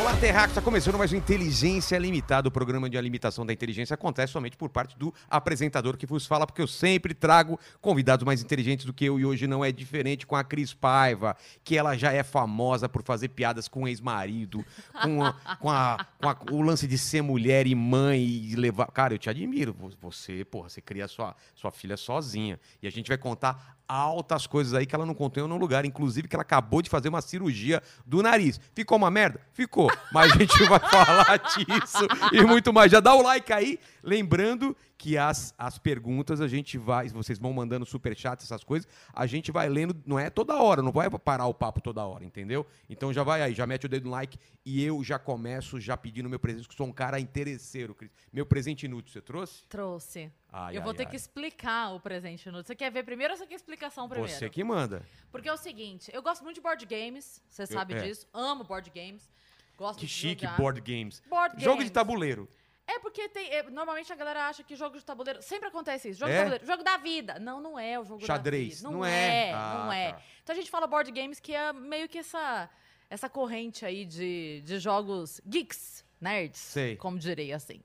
Olá, Terrax! Está começando mais um Inteligência Limitada. O programa de a limitação da inteligência acontece somente por parte do apresentador que vos fala, porque eu sempre trago convidados mais inteligentes do que eu e hoje não é diferente com a Cris Paiva, que ela já é famosa por fazer piadas com o ex-marido, com, a- com a- com a- o lance de ser mulher e mãe e levar. Cara, eu te admiro. Vo- Você, porra, você cria sua, sua filha sozinha. E a gente vai contar altas coisas aí que ela não contou em nenhum lugar. Inclusive que ela acabou de fazer uma cirurgia do nariz. Ficou uma merda? Ficou. Mas a gente vai falar disso e muito mais. Já dá o like aí. Lembrando que as, as perguntas a gente vai. Vocês vão mandando superchats, essas coisas. A gente vai lendo, não é toda hora, não vai parar o papo toda hora, entendeu? Então já vai aí, já mete o dedo no like e eu já começo já pedindo meu presente, que sou um cara interesseiro, Cris. Meu presente inútil, você trouxe? Trouxe. Ai, eu ai, vou ter ai. que explicar o presente inútil. Você quer ver primeiro ou você quer explicação primeiro? Você que manda. Porque é o seguinte, eu gosto muito de board games, você sabe é. disso. Amo board games. Gosto Que de chique, jogar. board games. Board Jogo de games. tabuleiro. É porque tem, é, normalmente a galera acha que jogo de tabuleiro... Sempre acontece isso. Jogo É? de tabuleiro. Jogo da vida. Não, não é o jogo Xadrez. da vida. Não é? é, não Ah, é. tá. Então a gente fala board games que é meio que essa, essa corrente aí de, de jogos geeks. Nerds, Sei. como direi assim.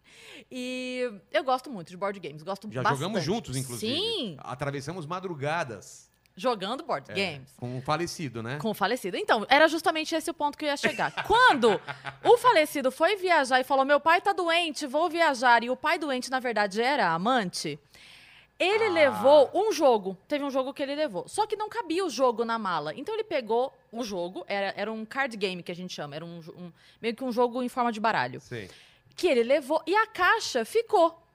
E eu gosto muito de board games, gosto Já bastante. jogamos juntos, inclusive. Sim, Atravessamos madrugadas. jogando board É, games. Com o falecido, né? Com o falecido. Então, era justamente esse o ponto que eu ia chegar. Quando o falecido foi viajar e falou: Meu pai tá doente, vou viajar, e o pai doente, na verdade, era a amante, ele Ah. levou um jogo. Teve um jogo que ele levou. Só que não cabia o jogo na mala. Então, ele pegou o jogo, era, era um card game que a gente chama, era um, jo- um- meio que um jogo em forma de baralho. Sei. Que ele levou e a caixa ficou.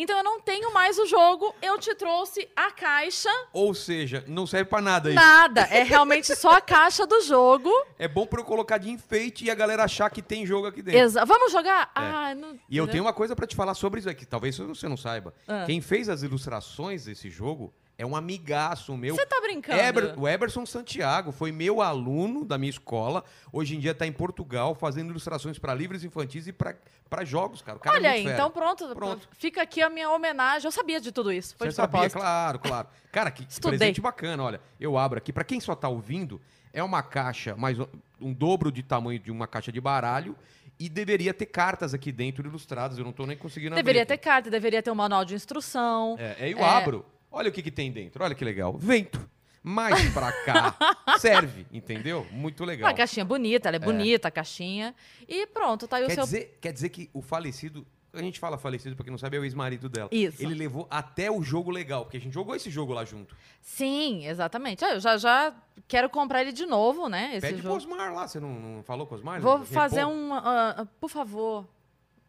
Então, eu não tenho mais o jogo, eu te trouxe a caixa. Ou seja, não serve pra nada isso. Nada, é realmente só a caixa do jogo. É bom pra eu colocar de enfeite e a galera achar que tem jogo aqui dentro. Exa Vamos jogar? Ah, não. É. E eu tenho uma coisa pra te falar sobre isso aqui, talvez você não saiba. Ah. Quem fez as ilustrações desse jogo é um amigaço meu. Você tá brincando? Eber- o Eberson Santiago foi meu aluno da minha escola. Hoje em dia tá em Portugal fazendo ilustrações pra livros infantis e pra pra jogos, cara. O cara é Olha muito aí, fera. então pronto, Pronto. Fica aqui a minha homenagem. Eu sabia de tudo isso. Foi Você de sabia, propósito. claro, claro. Cara, que, que Estudei. presente bacana, olha. Eu abro aqui, pra quem só tá ouvindo, é uma caixa, mais um, um dobro de tamanho de uma caixa de baralho e deveria ter cartas aqui dentro ilustradas, eu não tô nem conseguindo Deveria ter abrir. carta, deveria ter um manual de instrução. É, aí eu abro. Olha o que que tem dentro. Olha que legal. Vento. Mais pra cá. Serve, entendeu? Muito legal. Uma caixinha bonita, ela é, bonita, a caixinha. E pronto, tá aí o Quer seu. dizer, quer dizer que o falecido. A gente fala falecido pra quem não sabe, é o ex-marido dela. Isso. Ele levou até o jogo legal, porque a gente jogou esse jogo lá junto. Sim, exatamente. Ah, Eu já, já quero comprar ele de novo, né? Esse Pede pro jogo. Osmar lá, você não, não falou com o Osmar? né, Vou Repou- fazer um. ah, ah, por favor,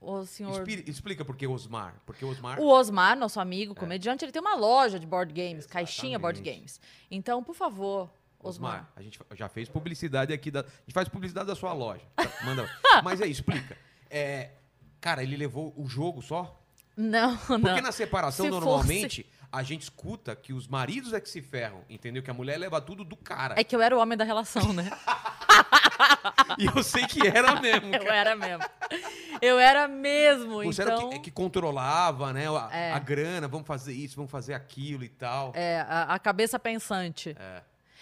o senhor. Expli- Explica por que Osmar. Porque Osmar. É. O Osmar, nosso amigo comediante, ele tem uma loja de board games, caixinha board Exatamente. games. Então, por favor, Osmar. A gente fa- já fez publicidade aqui. Da, a gente faz publicidade da sua loja. Tá, Manda. Mas aí, explica. É, cara, ele levou o jogo só? Não, não. Porque na separação, Se normalmente, a gente escuta que os maridos é que se ferram, entendeu? Que a mulher leva tudo do cara. É que eu era o homem da relação, né? E eu sei que era mesmo. eu Cara. era mesmo. Eu era mesmo, Você era então... o que, é que controlava, né? A, É. a grana, vamos fazer isso, vamos fazer aquilo e tal. É, a, a cabeça pensante. É.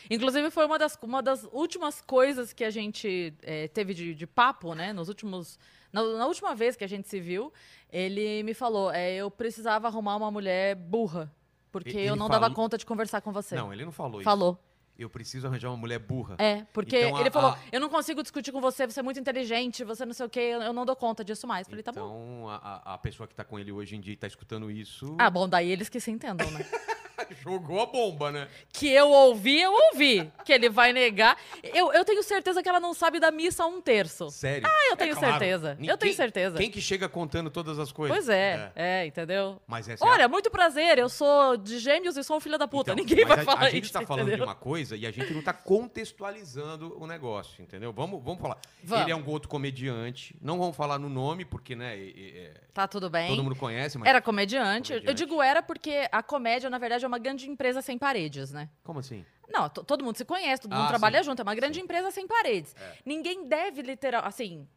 Inclusive, foi uma das, uma das últimas coisas que a gente é, teve de, de papo, né? Nos últimos. Na, na última vez que a gente se viu, ele me falou: é, eu precisava arrumar uma mulher burra. Porque Ele eu não falou- dava conta de conversar com você. Não, ele não falou, Falou. isso. Eu preciso arranjar uma mulher burra. É, porque Então, a- ele falou: a- eu não consigo discutir com você, você é muito inteligente, você não sei o quê, eu eu não dou conta disso mais. Falei, tá bom. Então, a- a, a pessoa que tá com ele hoje em dia e tá escutando isso, Ah, bom, daí eles que se entendam, né? jogou a bomba, né? que eu ouvi, eu ouvi. Que ele vai negar. Eu, eu tenho certeza que ela não sabe da missa um terço. Sério. Ah, eu tenho certeza. Eu tenho certeza. Quem que chega contando todas as coisas? Pois é, é, entendeu? Mas essa é a- Olha, muito prazer, eu sou de gêmeos e sou um filho da puta. Então, Ninguém mas vai a, falar A gente isso. tá falando de entendeu? uma coisa e a gente não tá contextualizando o negócio, entendeu? Vamos, vamos falar. Vamos. Ele é um outro comediante. Não vamos falar no nome, porque, né, e- e- Tá tudo é, bem. todo mundo conhece, mas. Era comediante. Eu- Eu Comediante. digo era porque a comédia, na verdade, é uma grande empresa sem paredes, né? Como assim? Não, to- todo mundo se conhece, todo mundo Ah, trabalha sim. É. junto, é uma grande empresa sem paredes. Ninguém deve literal, assim,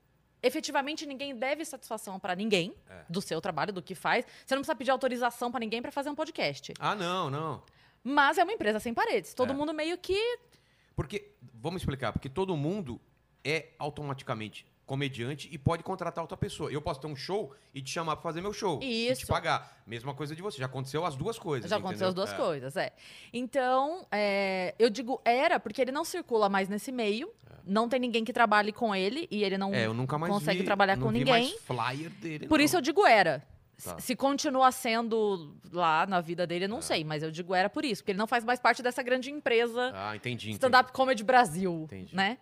efetivamente ninguém deve satisfação pra ninguém É. do seu trabalho, do que faz. Você não precisa pedir autorização pra ninguém pra fazer um podcast. Ah, não, não. Mas é uma empresa sem paredes. Todo É. mundo meio que Porque, vamos explicar, porque todo mundo é automaticamente comediante e pode contratar outra pessoa. Eu posso ter um show e te chamar pra fazer meu show. E te Isso. pagar. Mesma coisa de você. Já aconteceu as duas coisas. já entendeu? aconteceu as duas É. coisas, é. Então, é, eu digo era porque ele não circula mais nesse meio, não tem ninguém que trabalhe com ele e ele não É, eu nunca mais consegue vi- trabalhar não com vi ninguém. mais flyer dele. Por não. isso eu digo era. S- Tá. É. Se continua sendo lá na vida dele, eu não sei, mas eu digo era por isso, porque ele não faz mais parte dessa grande empresa Ah, entendi. entendi. Stand-Up Comedy Brasil, Entendi. né?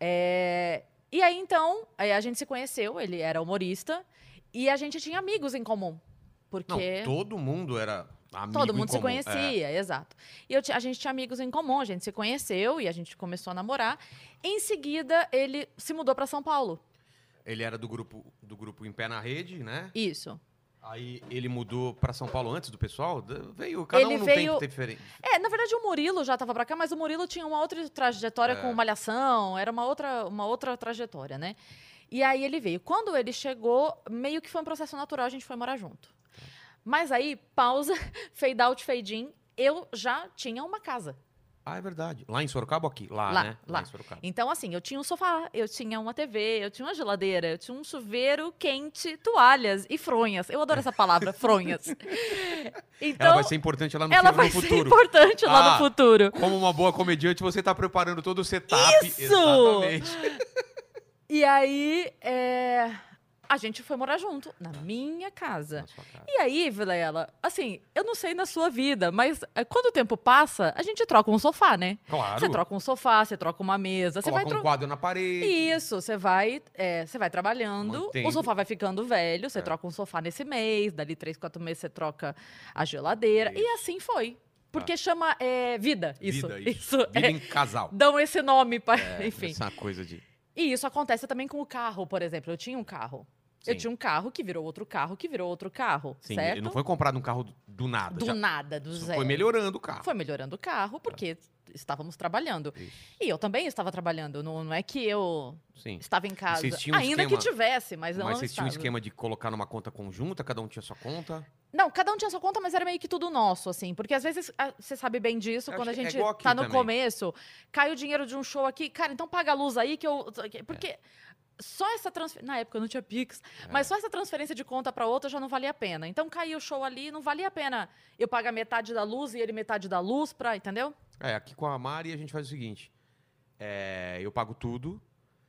É, E aí, então, aí a gente se conheceu, ele era humorista, e a gente tinha amigos em comum, Não, porque... todo mundo era amigo Todo em mundo se comum. É. conhecia, exato. E eu ti- a gente tinha amigos em comum, a gente se conheceu e a gente começou a namorar. Em seguida, ele se mudou para São Paulo. É, Ele era do grupo, do grupo Em Pé na Rede, né? Isso. Aí ele mudou pra São Paulo antes do pessoal? D- Veio, cada Ele um num veio- tempo diferente. É, na verdade o Murilo já tava pra cá, mas o Murilo tinha uma outra trajetória com malhação, era uma outra, uma outra trajetória, né? E aí ele veio. Quando ele chegou, meio que foi um processo natural, a gente foi morar junto. Mas aí, pausa, fade out, fade in, eu já tinha uma casa. Ah, é verdade. Lá em Sorocaba ou aqui? Lá, Lá, né? lá. em Sorocaba. Então, assim, eu tinha um sofá, eu tinha uma TV, eu tinha uma geladeira, eu tinha um chuveiro quente, toalhas e fronhas. Eu adoro essa palavra, fronhas. ela Então, vai ser importante lá no, ela futuro- vai no ser futuro. importante lá Ah, no futuro. Como uma boa comediante, você tá preparando todo o setup. Isso! Exatamente. E aí, é, a gente foi morar junto, na minha casa. Na sua cara. E aí, Vilela, assim, eu não sei na sua vida, mas é, quando o tempo passa, a gente troca um sofá, né? Claro. Você troca um sofá, você troca uma mesa, você coloca vai um trocando. quadro na parede. Isso, você vai, é, você vai trabalhando, Mantendo. o sofá vai ficando velho, você É. troca um sofá nesse mês, dali três, quatro meses você troca a geladeira. E Isso. Tá. assim foi. Porque chama é, vida, isso. Vida, isso. Vida é, em É, casal. dão esse nome para, enfim. Essa coisa de... E isso acontece também com o carro, por exemplo. Eu tinha um carro. Eu Sim. tinha um carro que virou outro carro, que virou outro carro, Sim, certo? ele não foi comprado um carro do- do nada. Do já- nada, do Isso zero. Foi melhorando o carro. Foi melhorando o carro, porque estávamos trabalhando. Isso. E eu também estava trabalhando. Não, não é que eu Sim. estava em casa. Vocês tinham um Ainda que esquema- tivesse, mas é eu Mas não vocês tinham um estava. esquema de colocar numa conta conjunta, cada um tinha sua conta? Não, cada um tinha sua conta, mas era meio que tudo nosso, assim. Porque às vezes a- você sabe bem disso, Eu quando a acho que é gente igual aqui tá no também. começo, cai o dinheiro de um show aqui, cara, então paga a luz aí que eu. Porque só essa transferência. Na época eu não tinha Pix, É. mas só essa transferência de conta pra outra já não valia a pena. Então caiu o show ali, não valia a pena eu pagar metade da luz e ele metade da luz pra. Entendeu? É, aqui com a Mari a gente faz o seguinte: é, eu pago tudo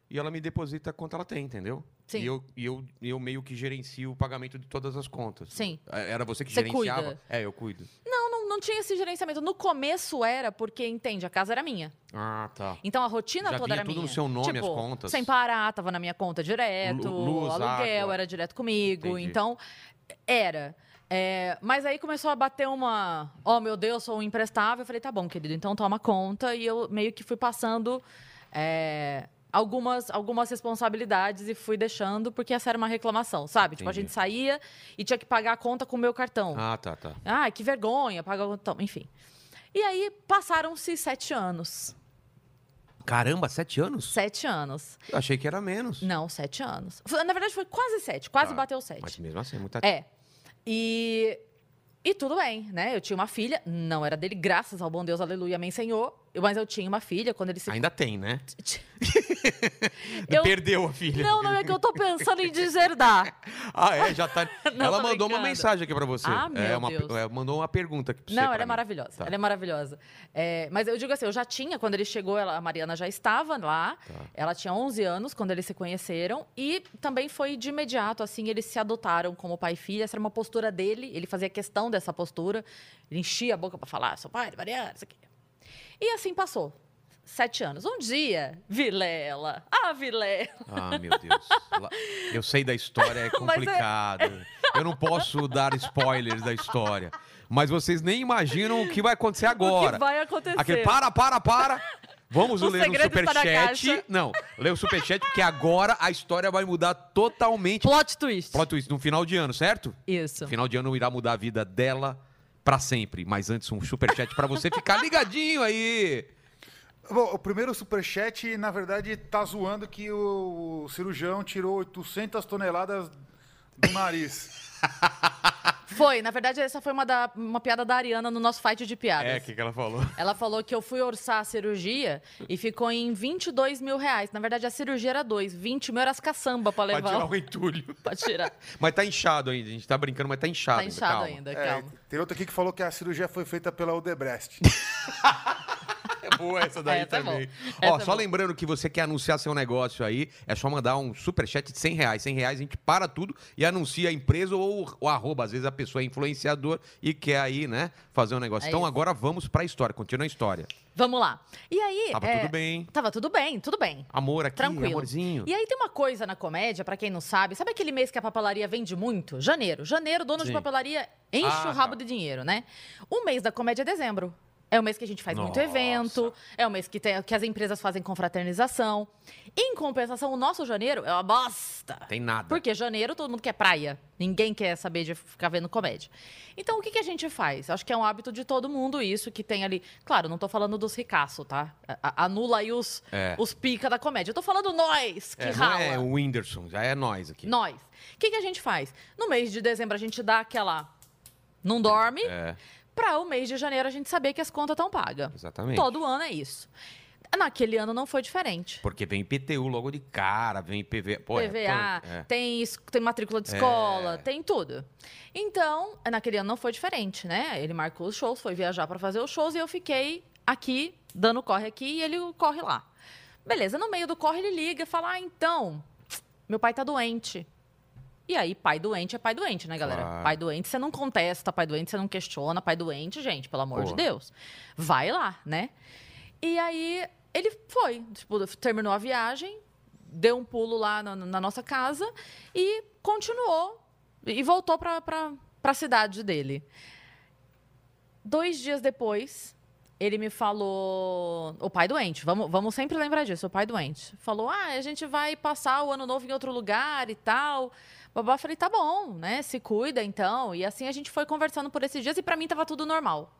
e ela me deposita quanto ela tem, entendeu? Sim. E eu, e eu, eu meio que gerencio o pagamento de todas as contas. Sim. É, Era você que Você gerenciava? cuida. É, eu cuido. Não, não, não tinha esse gerenciamento. No começo era, porque, entende, a casa era minha. Ah, tá. Então a rotina Já toda vinha era tudo no minha. seu nome, Tipo, as contas. Sem parar, tava na minha conta direto, Lu- luz, o aluguel água. era direto comigo. Entendi. Então, era. É, mas aí começou a bater uma. Oh, meu Deus, sou um imprestável. Eu falei, tá bom, querido, então toma conta. E eu meio que fui passando é, algumas, algumas responsabilidades e fui deixando, porque essa era uma reclamação, sabe? Tipo, a Entendi. gente saía e tinha que pagar a conta com o meu cartão. Ah, tá, tá. Ah, que vergonha, pagar o cartão, enfim. E aí passaram-se sete anos. Caramba, sete anos? Sete anos. Eu achei que era menos. Não, sete anos. Foi- Na verdade, foi quase sete, quase Tá. bateu Mas sete. mesmo assim, é muita. É. E, e tudo bem, né? Eu tinha uma filha, não era dele, graças ao bom Deus, aleluia, amém, Senhor. Eu- Mas eu tinha uma filha quando ele se. Ainda tem, né? Eu- Perdeu a filha. Não, não é que eu tô pensando em deserdar. Ah, é, já tá. Não, ela tô mandou uma brincando. mensagem aqui pra você. Ah, é, meu uma, Deus. é, mandou uma pergunta aqui pra você. Não, ela pra é mim. maravilhosa. Tá. Ela é maravilhosa. É, mas eu digo assim, eu já tinha, quando ele chegou, ela- a Mariana já estava lá. Tá. Ela tinha 11 anos quando eles se conheceram e também foi de imediato, assim, eles se adotaram como pai e filha. Essa era uma postura dele, ele fazia questão dessa postura. Ele enchia a boca pra falar, sou pai, Mariana, isso aqui. E assim passou. Sete anos. Um dia, Vilela. Ah, Vilela. Ah, meu Deus. Lá- Eu sei da história, é Mas é- complicado. Eu não posso dar spoilers da história. Mas vocês nem imaginam o que vai acontecer O que agora. vai acontecer? Aquele para, para, para. Vamos O ler o segredo está na superchat. caixa. Não, ler o superchat, porque agora a história vai mudar totalmente. Plot twist. Plot twist, no final de ano, certo? Isso. Final de ano irá mudar a vida dela para sempre. Mas antes, um superchat para você ficar ligadinho aí. Bom, o primeiro superchat, na verdade, tá zoando que o cirurgião tirou 800 toneladas do nariz. Foi, na verdade, essa foi uma, da, uma piada da Ariana no nosso fight de piadas. É, o que, que ela falou? Ela falou que eu fui orçar a cirurgia e ficou em 22 mil reais. Na verdade, a cirurgia era dois. 20 mil era as caçamba pra Pra levar. tirar um- o entulho. Pra tirar. Mas tá inchado ainda, a gente tá brincando, mas tá inchado. Tá inchado calma. ainda, É, calma. tem outro aqui que falou que a cirurgia foi feita pela Odebrecht. É boa essa daí Essa é também. boa. Ó, Essa é só boa. lembrando que você quer anunciar seu negócio aí, é só mandar um superchat de 100 reais. 100 reais a gente para tudo e anuncia a empresa ou o arroba. Às vezes a pessoa é influenciador e quer aí, né, fazer um negócio. É então isso. agora vamos pra história, continua a história. Vamos lá. E aí. Tava é, tudo bem, Tava tudo bem, tudo bem. amor aqui, Tranquilo. amorzinho. E aí tem uma coisa na comédia, pra quem não sabe, sabe aquele mês que a papelaria vende muito? Janeiro. Janeiro, dono Sim. de papelaria enche Ah, o rabo tá. de dinheiro, né? O mês da comédia é dezembro. É o mês que a gente faz muito Nossa. evento, é o mês que, tem- que as empresas fazem confraternização. Em compensação, o nosso janeiro é uma bosta. Tem nada. Porque janeiro todo mundo quer praia. Ninguém quer saber de ficar vendo comédia. Então o que, que a gente faz? Acho que é um hábito de todo mundo isso que tem ali. Claro, não tô falando dos ricaços, tá? A- a- Anula aí os, É. os pica da comédia. Eu tô falando nós que é, não rala. é o Whindersson, já é nós aqui. Nós. O que, que a gente faz? No mês de dezembro a gente dá aquela. Não dorme. É, Pra o mês de janeiro a gente saber que as contas estão pagas. exatamente. Todo ano é isso. Naquele ano não foi diferente. Porque vem PTU logo de cara, vem PV... Pô, é PVA, punk, é. tem, es- tem matrícula de escola, tem tudo. Então, naquele ano não foi diferente, né? Ele marcou os shows, foi viajar para fazer os shows e eu fiquei aqui, dando corre aqui e ele corre lá. Beleza, no meio do corre ele liga e fala: Ah, então, meu pai tá doente. E aí, pai doente é pai doente, né, galera? Claro. Pai doente, você não contesta, pai doente, você não questiona, pai doente, gente, pelo amor Pô. de Deus. Vai lá, né? E aí ele foi, tipo, terminou a viagem, deu um pulo lá na, na nossa casa e continuou e voltou pra, pra, pra cidade dele. Dois dias depois, ele me falou. O pai doente, vamos, vamos sempre lembrar disso, o pai doente. Falou: ah, a gente vai passar o ano novo em outro lugar e tal. Babá, falei, tá bom, né? Se cuida então. E assim a gente foi conversando por esses dias e pra mim tava tudo normal.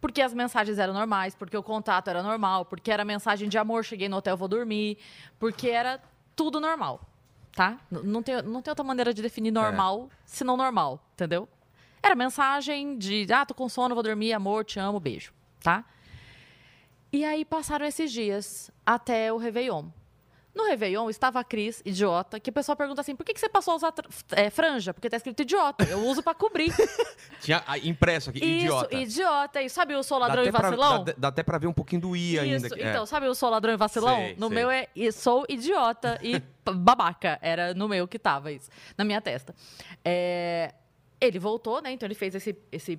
Porque as mensagens eram normais, porque o contato era normal, porque era mensagem de amor, cheguei no hotel, vou dormir, porque era tudo normal, tá? N- Não tem, não tem outra maneira de definir normal se não normal, entendeu? Era mensagem de, ah, tô com sono, vou dormir, amor, te amo, beijo, tá? E aí passaram esses dias até o Réveillon. No Réveillon estava a Cris, idiota, que o pessoal pergunta assim: por que, que você passou a usar tr- é, franja? Porque tá escrito idiota. Eu uso pra cobrir. Tinha ah, impresso aqui, idiota. Isso, idiota. E sabe o sou ladrão dá e até pra- vacilão? dá, dá até pra ver um pouquinho do I ainda. Isso, que- é. então, sabe o sou ladrão e vacilão? Sei, no sei. meu é e sou idiota e p- babaca. Era no meu que tava isso, na minha testa. É, ele voltou, né? Então ele fez esse, esse-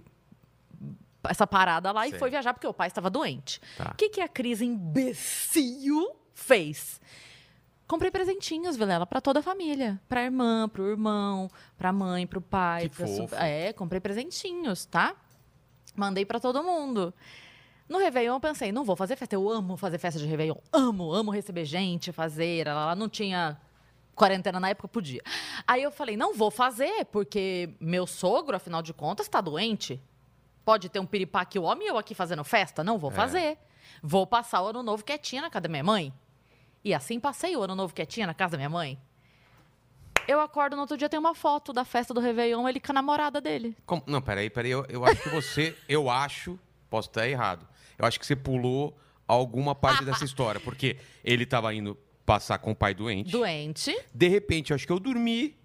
essa parada lá Sei. e foi viajar porque o pai estava doente. O Tá. que, que a Cris imbecil fez? Comprei presentinhos, Vilela, pra toda a família. Pra irmã, pro irmão, pra mãe, pro pai. Que pra fofo. É, comprei presentinhos, tá? Mandei pra todo mundo. No Réveillon eu pensei, não vou fazer festa. Eu amo fazer festa de Réveillon. Amo, amo receber gente, fazer. Ela lá não tinha quarentena na época, podia. Aí eu falei, não vou fazer, porque meu sogro, afinal de contas, tá doente. Pode ter um piripá que o homem e eu aqui fazendo festa? Não vou É. fazer. Vou passar o ano novo quietinha na casa da minha mãe. E assim passei o ano novo quietinha na casa da minha mãe. Eu acordo no outro dia, tem uma foto da festa do Réveillon, ele com a namorada dele. Como- Não, peraí, peraí. Eu, eu acho que você. eu acho. Posso estar errado. Eu acho que você pulou alguma parte dessa história. Porque ele tava indo passar com o pai doente. Doente. De repente, eu acho que eu dormi.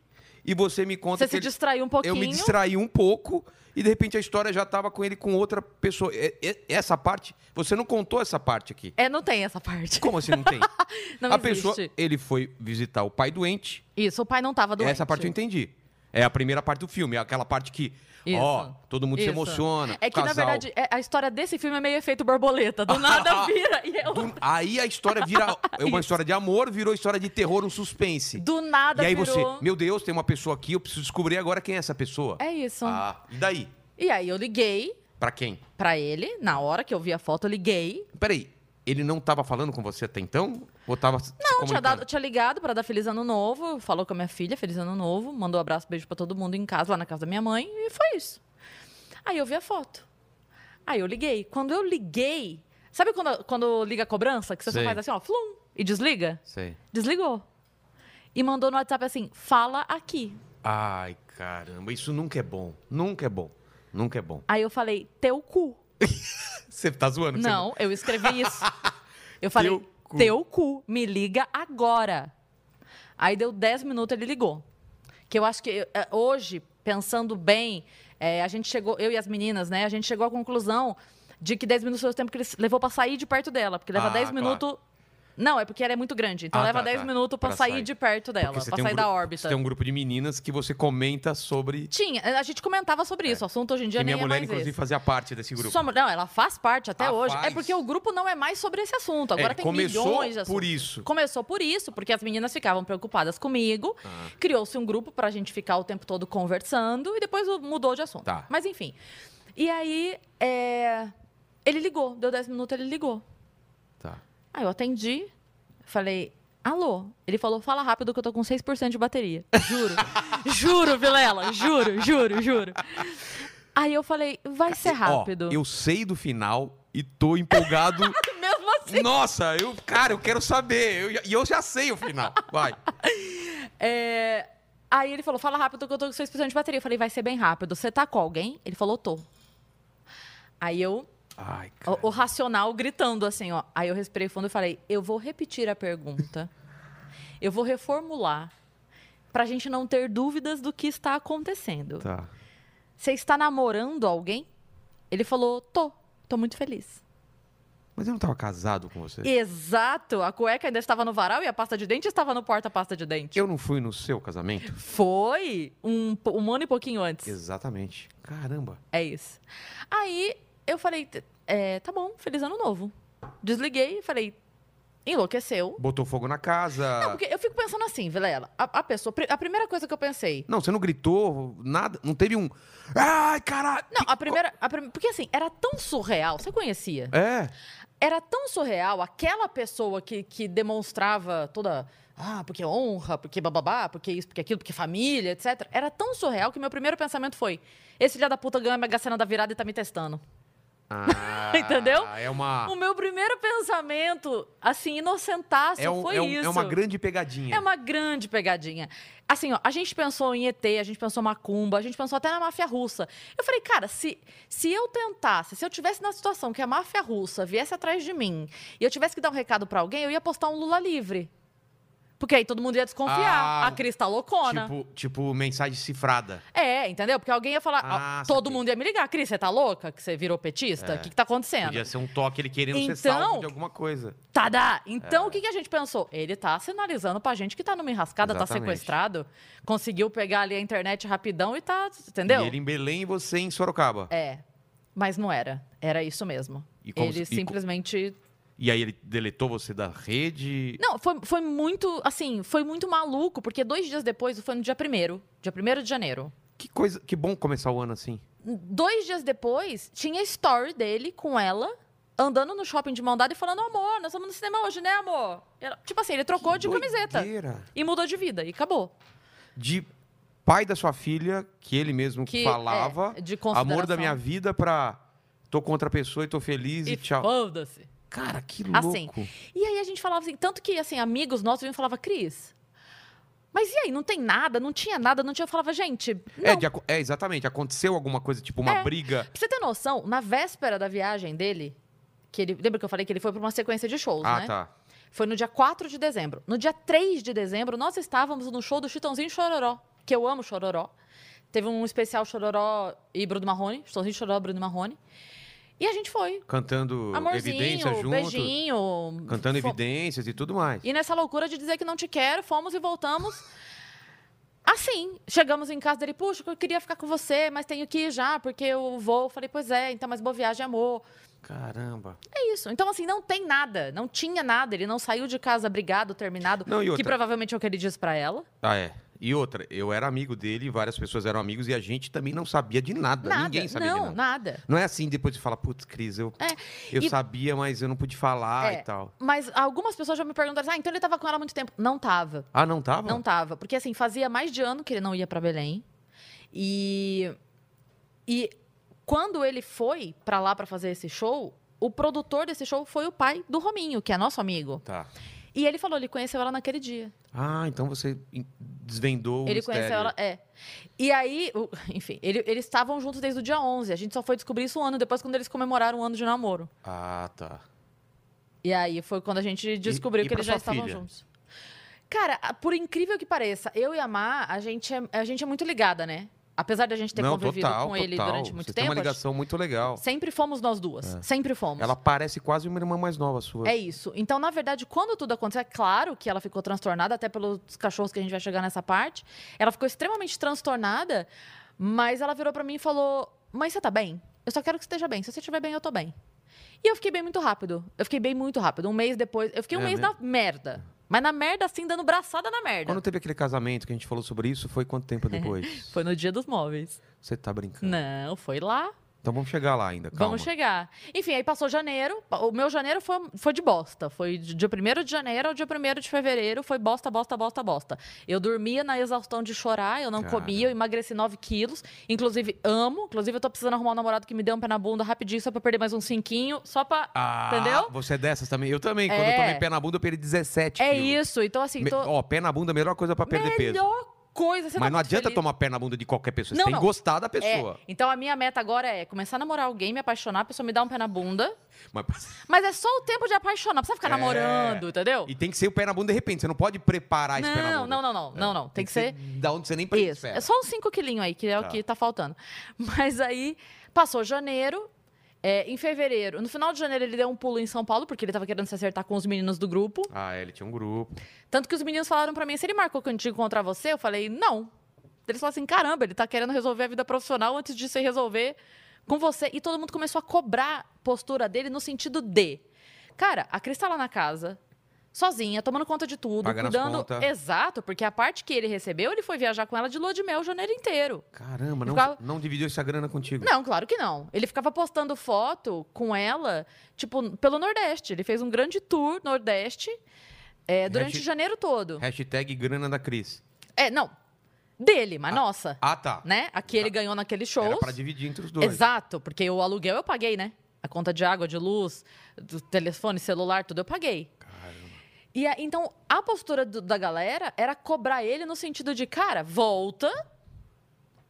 E você me conta Você que se ele- distraiu um eu pouquinho. me distraí um pouco. E de repente a história já tava com ele com outra pessoa. E- e- Essa parte. Você não contou essa parte aqui. É, não tem essa parte. Como assim não tem? Não a existe. pessoa. Ele foi visitar o pai doente. Isso, o pai não tava doente. Essa parte eu entendi. É a primeira parte do filme, é aquela parte que, Isso. ó, todo mundo se Isso. emociona. É que, na casal. verdade, é- a história desse filme é meio efeito borboleta. Do nada vira. E eu, do, Do- aí a história vira é uma Isso. história de amor, virou história de terror, um suspense. nada e aí virou. você, meu Deus, tem uma pessoa aqui, eu preciso descobrir agora quem é essa pessoa. É isso. Ah, e daí? E aí eu liguei Pra quem? pra ele, na hora que eu vi a foto, eu liguei. Peraí, ele não tava falando com você até então? Ou tava se Não, tinha, comunicando? dado, tinha ligado pra dar feliz ano novo. Falou com a minha filha, feliz ano novo. Mandou um abraço, beijo pra todo mundo em casa, lá na casa da minha mãe. E foi isso. Aí eu vi a foto. Aí eu liguei. Quando eu liguei. Sabe quando, quando liga a cobrança? Que você só Sei. faz assim, ó, flum, e desliga? Sei. Desligou. E mandou no WhatsApp assim: fala aqui. Ai, caramba, isso nunca é bom. Nunca é bom. Nunca é bom. Aí eu falei: teu cu. Você tá zoando? que você- Não, eu escrevi isso. Eu falei, Teu teu cu. cu. me liga agora. Aí deu 10 minutos, ele ligou. Que eu acho que eh, hoje, pensando bem, eh, a gente chegou, eu e as meninas, né? A gente chegou à conclusão de que 10 minutos foi o tempo que ele levou pra sair de perto dela. Porque leva Ah, 10 claro. minutos. Não, é porque ela é muito grande. Então Ah, leva tá, 10 tá. minutos pra Pra sair, sair. de perto dela, Porque pra tem um sair da grupo- órbita. Você tem um grupo de meninas que você comenta sobre. Tinha, a gente comentava sobre isso. O assunto hoje em dia É. E minha nem mulher, é mais inclusive, esse. fazia parte desse grupo. Sua mu- não, ela faz parte até Ah, hoje. É faz. porque o grupo não é mais sobre esse assunto. Agora É, tem começou milhões de assuntos. por isso. Começou por isso, porque as meninas ficavam preocupadas comigo. Ah. Criou-se um grupo pra gente ficar o tempo todo conversando e depois mudou de assunto. Tá. Mas enfim. E aí, é, ele ligou. Deu 10 minutos, ele ligou. Tá. Aí eu atendi, falei, alô. Ele falou, fala rápido que eu tô com 6% de bateria. Juro. juro, Vilela. Juro, juro, juro. Aí eu falei, vai ser é rápido. Assim, Ó, eu sei do final e tô empolgado. Mesmo assim. Nossa, eu, cara, eu quero saber. Eu já- E eu, já sei o final. Vai. É, Aí ele falou, fala rápido que eu tô com 6% de bateria. Eu falei, vai ser bem rápido. Você tá com alguém? Ele falou, tô. Aí eu, Ai, cara. o, o racional gritando assim, ó. Aí eu respirei fundo e falei, eu vou repetir a pergunta. eu vou reformular. Pra gente não ter dúvidas do que está acontecendo. Tá. Você está namorando alguém? Ele falou, tô. Tô muito feliz. Mas eu não tava casado com você. Exato! A cueca ainda estava no varal e a pasta de dente estava no porta-pasta de dente. Eu não fui no seu casamento? Foi um, po- um ano e pouquinho antes. Exatamente. Caramba. É isso. Aí eu falei, t- é, tá bom, feliz ano novo. Desliguei e falei, enlouqueceu. Botou fogo na casa. Não, porque eu fico pensando assim, Vilela, a, a pessoa, a primeira coisa que eu pensei. Não, você não gritou nada. Não teve um. Ai, caralho. Não, a primeira, a prim- Porque assim, era tão surreal, você conhecia? É. Era tão surreal aquela pessoa que, que demonstrava toda. Ah, porque honra, porque bababá, porque isso, porque aquilo, porque família, etc. Era tão surreal que meu primeiro pensamento foi: esse filho da puta ganha a mega cena da virada e tá me testando. Ah, Entendeu? É uma. O meu primeiro pensamento, assim, inocentaço, É, um- foi é um- é isso. uma grande pegadinha. É uma grande pegadinha. Assim, ó, a gente pensou em ET, a gente pensou em Macumba, a gente pensou até na máfia russa. Eu falei, cara, se, se eu tentasse, se eu tivesse na situação que a máfia russa viesse atrás de mim e eu tivesse que dar um recado pra alguém, eu ia postar um Lula livre. Porque aí todo mundo ia desconfiar. Ah, a Cris tá loucona. Tipo, tipo mensagem cifrada. É, entendeu? Porque alguém ia falar. ó, Ah, todo saquei. É, mundo ia me ligar. Cris, você tá louca? Que você virou petista? O que, que tá acontecendo? Podia ser um toque ele querendo ser Então- salvo de alguma coisa. Tadá! É. Então, o que, que a gente pensou? Ele tá sinalizando pra gente que tá numa enrascada, tá Exatamente. sequestrado, conseguiu pegar ali a internet rapidão e tá. Entendeu? E ele em Belém e você em Sorocaba. É. Mas não era. Era isso mesmo. E como- ele e co- simplesmente. E aí ele deletou você da rede. Não, foi, foi muito. Assim, foi muito maluco, porque dois dias depois, foi no dia primeiro, dia 1 de janeiro. Que coisa, que bom começar o ano assim. Dois dias depois, tinha story dele com ela. Andando no shopping de mão dada e falando, amor, nós vamos no cinema hoje, né, amor? Ela- tipo assim, ele trocou de camiseta. Doideira. E mudou de vida, e acabou. De pai da sua filha, que ele mesmo Que, falava, é, de amor da consideração. minha vida pra tô com outra pessoa e tô feliz e, E tchau. foda-se. Cara, que louco. Assim. E aí a gente falava assim, tanto que assim, amigos nossos vinham e falavam, Cris, mas e aí, não tem nada, não tinha nada, não tinha. Eu falava, gente, não. É, de aco- é, exatamente. Aconteceu alguma coisa, tipo uma É. briga. Pra você ter noção, na véspera da viagem dele, que ele. Lembra que eu falei que ele foi pra uma sequência de shows, Ah, né? tá. Foi no dia 4 de dezembro. No dia 3 de dezembro, nós estávamos no show do Chitãozinho Chororó, que eu amo Chororó. Teve um especial Chororó e Bruno Marrone, Chitãozinho Chororó Bruno Marrone. E a gente foi. Cantando evidências Amorzinho, tipo, junto. beijinho. Cantando fo- evidências e tudo mais. E nessa loucura de dizer que não te quero, fomos e voltamos. Assim, chegamos em casa dele, puxa, eu queria ficar com você, mas tenho que ir já, porque eu vou. Falei, pois é, então, mas boa viagem, amor. Caramba. É isso. Então, assim, não tem nada, não tinha nada. Ele não saiu de casa brigado, terminado, Não, e outra? que provavelmente é o que ele diz pra ela. Ah, é. E outra, eu era amigo dele, várias pessoas eram amigos e a gente também não sabia de nada. Nada. Ninguém sabia não, de nada. Não é assim depois de falar, putz, Cris, eu, É, eu e- sabia, mas eu não pude falar É. e tal. Mas algumas pessoas já me perguntaram, ah, então ele tava com ela há muito tempo. Não tava. Ah, não tava? Não tava. Porque, assim, fazia mais de ano que ele não ia pra Belém. E. E Quando ele foi pra lá pra fazer esse show, o produtor desse show foi o pai do Rominho, que é nosso amigo. Tá. E ele falou, ele conheceu ela naquele dia. Ah, então você in- desvendou o ele mistério. conheceu ela, é. E aí, o- enfim, ele- eles estavam juntos desde o dia 11. A gente só foi descobrir isso um ano depois, quando eles comemoraram um ano de namoro. Ah, tá. E aí foi quando a gente descobriu e que pra eles já sua estavam filha? juntos. Cara, a- por incrível que pareça, eu e a Má, a gente é, a gente é muito ligada, né? Apesar de a gente ter Não, convivido total, com ele total. durante muito Vocês têm tempo, uma a gente- ligação muito legal. sempre fomos nós duas. Sempre fomos. Ela parece quase uma irmã mais nova sua. É isso. Então, na verdade, quando tudo aconteceu, é claro que ela ficou transtornada, até pelos cachorros que a gente vai chegar nessa parte. Ela ficou extremamente transtornada, mas ela virou pra mim e falou: Mãe, você tá bem? Eu só quero que você esteja bem. Se você estiver bem, eu tô bem. E eu fiquei bem muito rápido. Eu fiquei bem muito rápido. Um mês depois. Eu fiquei um É mês mesmo? na merda. Mas na merda, assim, dando braçada na merda. Quando teve aquele casamento que a gente falou sobre isso, foi quanto tempo depois? Foi no dia dos móveis. Você tá brincando. Não, foi lá. Então vamos chegar lá ainda, calma. Vamos chegar. Enfim, aí passou janeiro. O meu janeiro foi, foi de bosta. Foi de dia 1 de janeiro ao dia 1 de fevereiro. Foi bosta, bosta, bosta, bosta. Eu dormia na exaustão de chorar, eu não Cara. comia, eu emagreci 9 quilos. Inclusive, amo. Inclusive, eu tô precisando arrumar um namorado que me dê um pé na bunda rapidinho, só pra perder mais um cinquinho. Só pra. Ah, Entendeu? Você é dessas também. Eu também. Quando eu É. tomei pé na bunda, eu perdi 17 É quilos. isso. Então, assim, Me- tô. Ó, pé na bunda é a melhor coisa pra perder peso. melhor coisa. Você tá Mas não muito adianta feliz. tomar pé na bunda de qualquer pessoa. Você Não, tem não. que gostar da É, pessoa. então a minha meta agora é começar a namorar alguém, me apaixonar, a pessoa me dar um pé na bunda. Mas- Mas é só o tempo de apaixonar, não precisa ficar É. namorando, entendeu? E tem que ser o pé na bunda de repente. Você não pode preparar esse pé na Não, bunda. não, não, não, não, não. É. Tem que ser Da onde você nem isso. espera. É só uns 5 quilinhos aí, que é Tá. o que tá faltando. Mas aí, passou janeiro. é, em fevereiro, no final de janeiro, ele deu um pulo em São Paulo, porque ele tava querendo se acertar com os meninos do grupo. Ah, ele tinha um grupo. Tanto que os meninos falaram pra mim: se ele marcou contigo contra você, eu falei, não. Eles falaram assim: caramba, ele tá querendo resolver a vida profissional antes de se resolver com você. E todo mundo começou a cobrar postura dele no sentido de. Cara, a Cris tá lá na casa, sozinha, tomando conta de tudo, Pagando as cuidando. contas. Exato, porque a parte que ele recebeu, ele foi viajar com ela de lua de mel o janeiro inteiro. Caramba, não, Ficava- não dividiu essa grana contigo. Não, claro que não. Ele ficava postando foto com ela, tipo, pelo Nordeste. Ele fez um grande tour Nordeste é, durante Hashtag- janeiro todo. Hashtag grana da Cris. É, não. Dele, mas nossa. Ah, tá. Né? A que ele ganhou naquele show. Era pra dividir entre os dois. Exato, porque o aluguel eu paguei, né? A conta de água, de luz, do telefone, celular, tudo eu paguei. E a- então, a postura do- da galera era cobrar ele no sentido de, cara, volta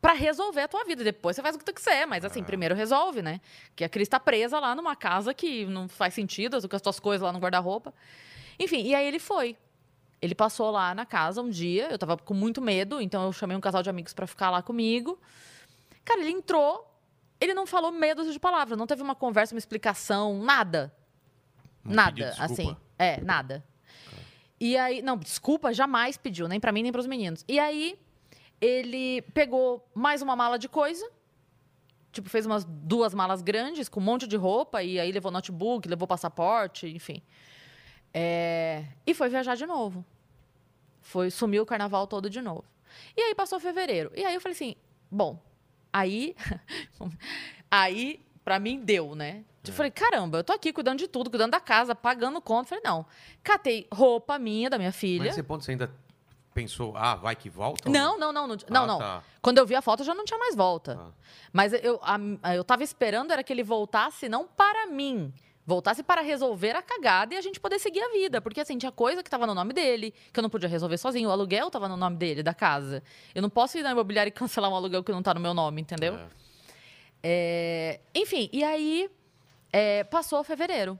pra resolver a tua vida. Depois você faz o que tu quiser, mas É. assim, primeiro resolve, né? Porque a Cris tá presa lá numa casa que não faz sentido, com as tuas coisas lá no guarda-roupa. Enfim, e aí ele foi. Ele passou lá na casa um dia, eu tava com muito medo, então eu chamei um casal de amigos pra ficar lá comigo. Cara, ele entrou, ele não falou meia dúzia de palavras, não teve uma conversa, uma explicação, nada. Não pediu nada, desculpa. assim. É, nada. E aí, não, desculpa, jamais pediu, nem pra mim, nem pros meninos. E aí, ele pegou mais uma mala de coisa, tipo, fez umas duas malas grandes, com um monte de roupa, e aí levou notebook, levou passaporte, enfim. É, E foi viajar de novo. Foi, sumiu o carnaval todo de novo. E aí passou fevereiro. E aí eu falei assim, bom, aí. aí, pra mim, deu, né? É. Eu falei, caramba, eu tô aqui cuidando de tudo, cuidando da casa, pagando conta. Falei, não. Catei roupa minha, da minha Mas filha. nesse ponto você ainda pensou, ah, vai que volta? ou Não, não, não. Não, não, Ah, não. tá. Quando eu vi a foto, já não tinha mais volta. Tá. Mas eu, a- eu tava esperando era que ele voltasse, não para mim. Voltasse para resolver a cagada e a gente poder seguir a vida. Porque, assim, tinha coisa que tava no nome dele, que eu não podia resolver sozinho. O aluguel tava no nome dele, da casa. Eu não posso ir na imobiliária e cancelar um aluguel que não tá no meu nome, entendeu? É. É, enfim, e aí é, passou fevereiro.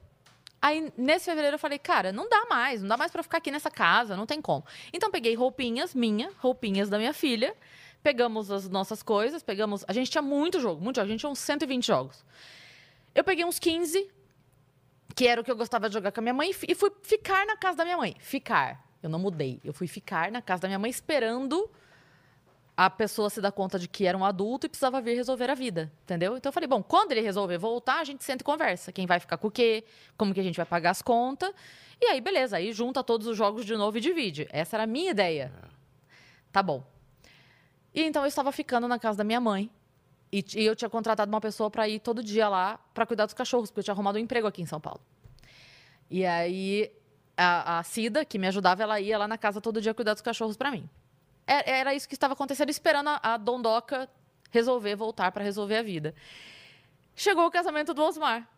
Aí, nesse fevereiro, eu falei, cara, não dá mais, não dá mais pra eu ficar aqui nessa casa, não tem como. Então, peguei roupinhas minha, roupinhas da minha filha, pegamos as nossas coisas, pegamos. A gente tinha muito jogo, muito jogo, a gente tinha uns 120 jogos. Eu peguei uns 15, que era o que eu gostava de jogar com a minha mãe, e fi- e fui ficar na casa da minha mãe. Ficar. Eu não mudei. Eu fui ficar na casa da minha mãe esperando a pessoa se dar conta de que era um adulto e precisava vir resolver a vida, entendeu? Então eu falei, bom, quando ele resolver voltar, a gente senta e conversa. Quem vai ficar com o quê? Como que a gente vai pagar as contas? E aí, beleza, aí junta todos os jogos de novo e divide. Essa era a minha ideia. Tá bom. E então eu estava ficando na casa da minha mãe. E, t- e eu tinha contratado uma pessoa para ir todo dia lá para cuidar dos cachorros, porque eu tinha arrumado um emprego aqui em São Paulo. E aí a, a Cida, que me ajudava, ela ia lá na casa todo dia cuidar dos cachorros para mim. É- Era isso que estava acontecendo, esperando a, a Dondoca resolver voltar para resolver a vida. Chegou o casamento do Osmar.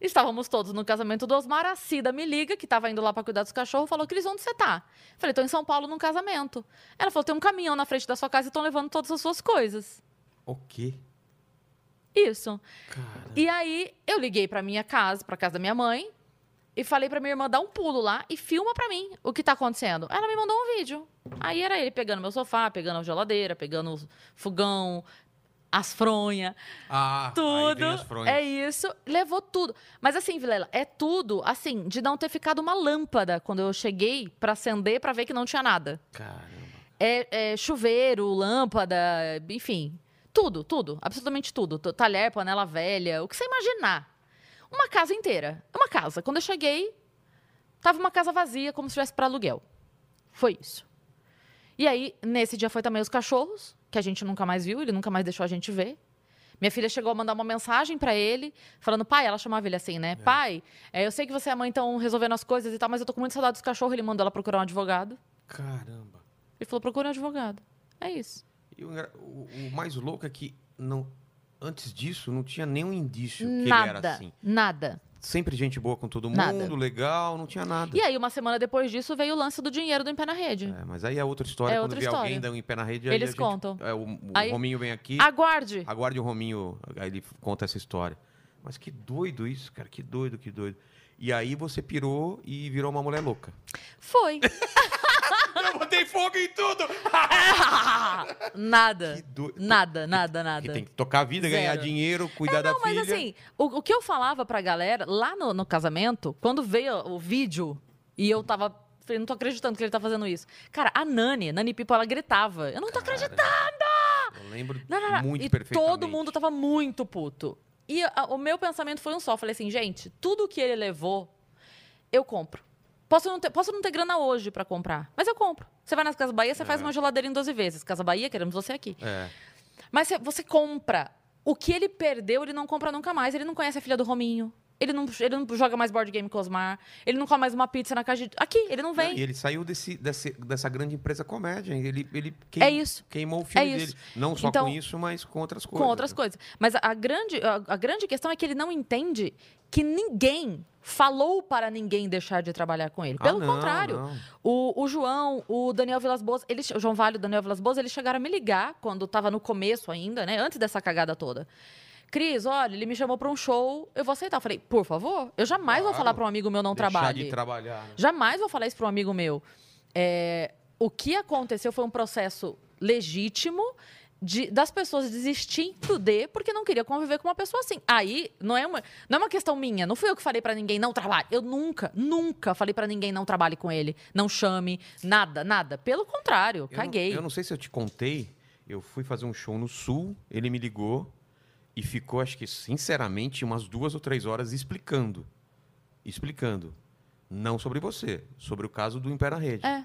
Estávamos todos no casamento do Osmar, a Cida me liga, que estava indo lá para cuidar dos cachorros, falou, Cris, onde você tá? Falei, tô em São Paulo num casamento. Ela falou, tem um caminhão na frente da sua casa e estão levando todas as suas coisas. O quê? Isso. Cara. E aí eu liguei pra minha casa, pra casa da minha mãe, e falei pra minha irmã dar um pulo lá e filma pra mim o que tá acontecendo. Ela me mandou um vídeo. Aí era ele pegando meu sofá, pegando a geladeira, pegando o fogão, as fronhas, Ah, aí tudo. vem as fronhas. É isso, levou tudo. Mas assim, Vilela, é tudo assim, de não ter ficado uma lâmpada quando eu cheguei pra acender pra ver que não tinha nada. Caramba. É, é chuveiro, lâmpada, enfim. Tudo, tudo. Absolutamente tudo. T- Talher, panela velha, o que você imaginar. Uma casa inteira. Uma casa. Quando eu cheguei, tava uma casa vazia, como se estivesse para aluguel. Foi isso. E aí, nesse dia foi também os cachorros, que a gente nunca mais viu, ele nunca mais deixou a gente ver. Minha filha chegou a mandar uma mensagem pra ele, falando, pai, ela chamava ele assim, né? Pai, é, eu sei que você é a mãe, então resolvendo as coisas e tal, mas eu tô com muita saudade dos cachorros. Ele mandou ela procurar um advogado. Caramba. Ele falou, procura um advogado. É isso. E o, engra- o- o mais louco é que não, antes disso não tinha nenhum indício que ele era Nada. assim. Nada. Sempre gente boa com todo mundo, Nada. legal, não tinha nada. E aí, uma semana depois disso, veio o lance do dinheiro do Em Pé na Rede. É, mas aí é outra história. É Quando outra vê alguém história. dando em pé na rede, aí a Eles gente- contam. é, o o Aí- Rominho vem aqui, Aguarde! aguarde o Rominho, aí ele conta essa história. Mas que doido isso, cara, que doido, que doido. E aí você pirou e virou uma mulher louca. Foi. Eu botei fogo em tudo! nada. Que doido. Nada, nada, Que nada. tem que tocar a vida, ganhar Zero. dinheiro, cuidar É, não, da mas filha. assim, o, o que eu falava pra galera lá no, no casamento, quando veio o vídeo e eu tava. Falei, não tô acreditando que ele tá fazendo isso. Cara, a Nani, Nani Pipo, ela gritava. Eu não tô acreditando. Eu lembro Não, não, não. muito e perfeitamente. todo mundo tá tava muito puto. E a- o meu pensamento foi um só. Eu Falei assim, gente, tudo que ele levou, eu compro. Posso não ter, posso não ter grana hoje pra comprar, mas eu compro. Você vai nas Casas Bahia, você faz uma geladeira em 12 vezes. Casa Bahia, queremos você aqui. É. Mas você, você compra. O que ele perdeu, ele não compra nunca mais. Ele não conhece a filha do Rominho. Ele não, ele não joga mais board game com Osmar. Ele não come mais uma pizza na casa de... Aqui, ele não vem. Não, E ele saiu desse, desse- dessa grande empresa comédia. hein? Ele, ele queim- É isso. queimou o filho É isso. dele. Não só Então, com isso, mas com outras coisas. com outras coisas. Mas a, a grande, a, a grande questão é que ele não entende que ninguém falou para ninguém deixar de trabalhar com ele. Ah, Pelo não, contrário, não. O, o João, o Daniel Vilas Boas, eles, o João Vale e o Daniel Vilas Boas, eles chegaram a me ligar quando estava no começo ainda, né? Antes dessa cagada toda. Cris, olha, ele me chamou para um show, eu vou aceitar. Eu falei, por favor, eu jamais vou Claro. falar para um amigo meu não Deixar trabalhe. de trabalhar. né? Jamais vou falar isso para um amigo meu. É, o que aconteceu foi um processo legítimo de- das pessoas desistindo de porque não queria conviver com uma pessoa assim. Aí não é uma, não é uma questão minha. Não fui eu que falei para ninguém não trabalhe. Eu nunca, nunca falei para ninguém não trabalhe com ele, não chame, nada, nada. Pelo contrário, Eu não- caguei. eu não sei se eu te contei. Eu fui fazer um show no Sul, ele me ligou e ficou, acho que sinceramente, umas duas ou três horas explicando. Explicando. Não sobre você, sobre o caso do Impé na Rede. É,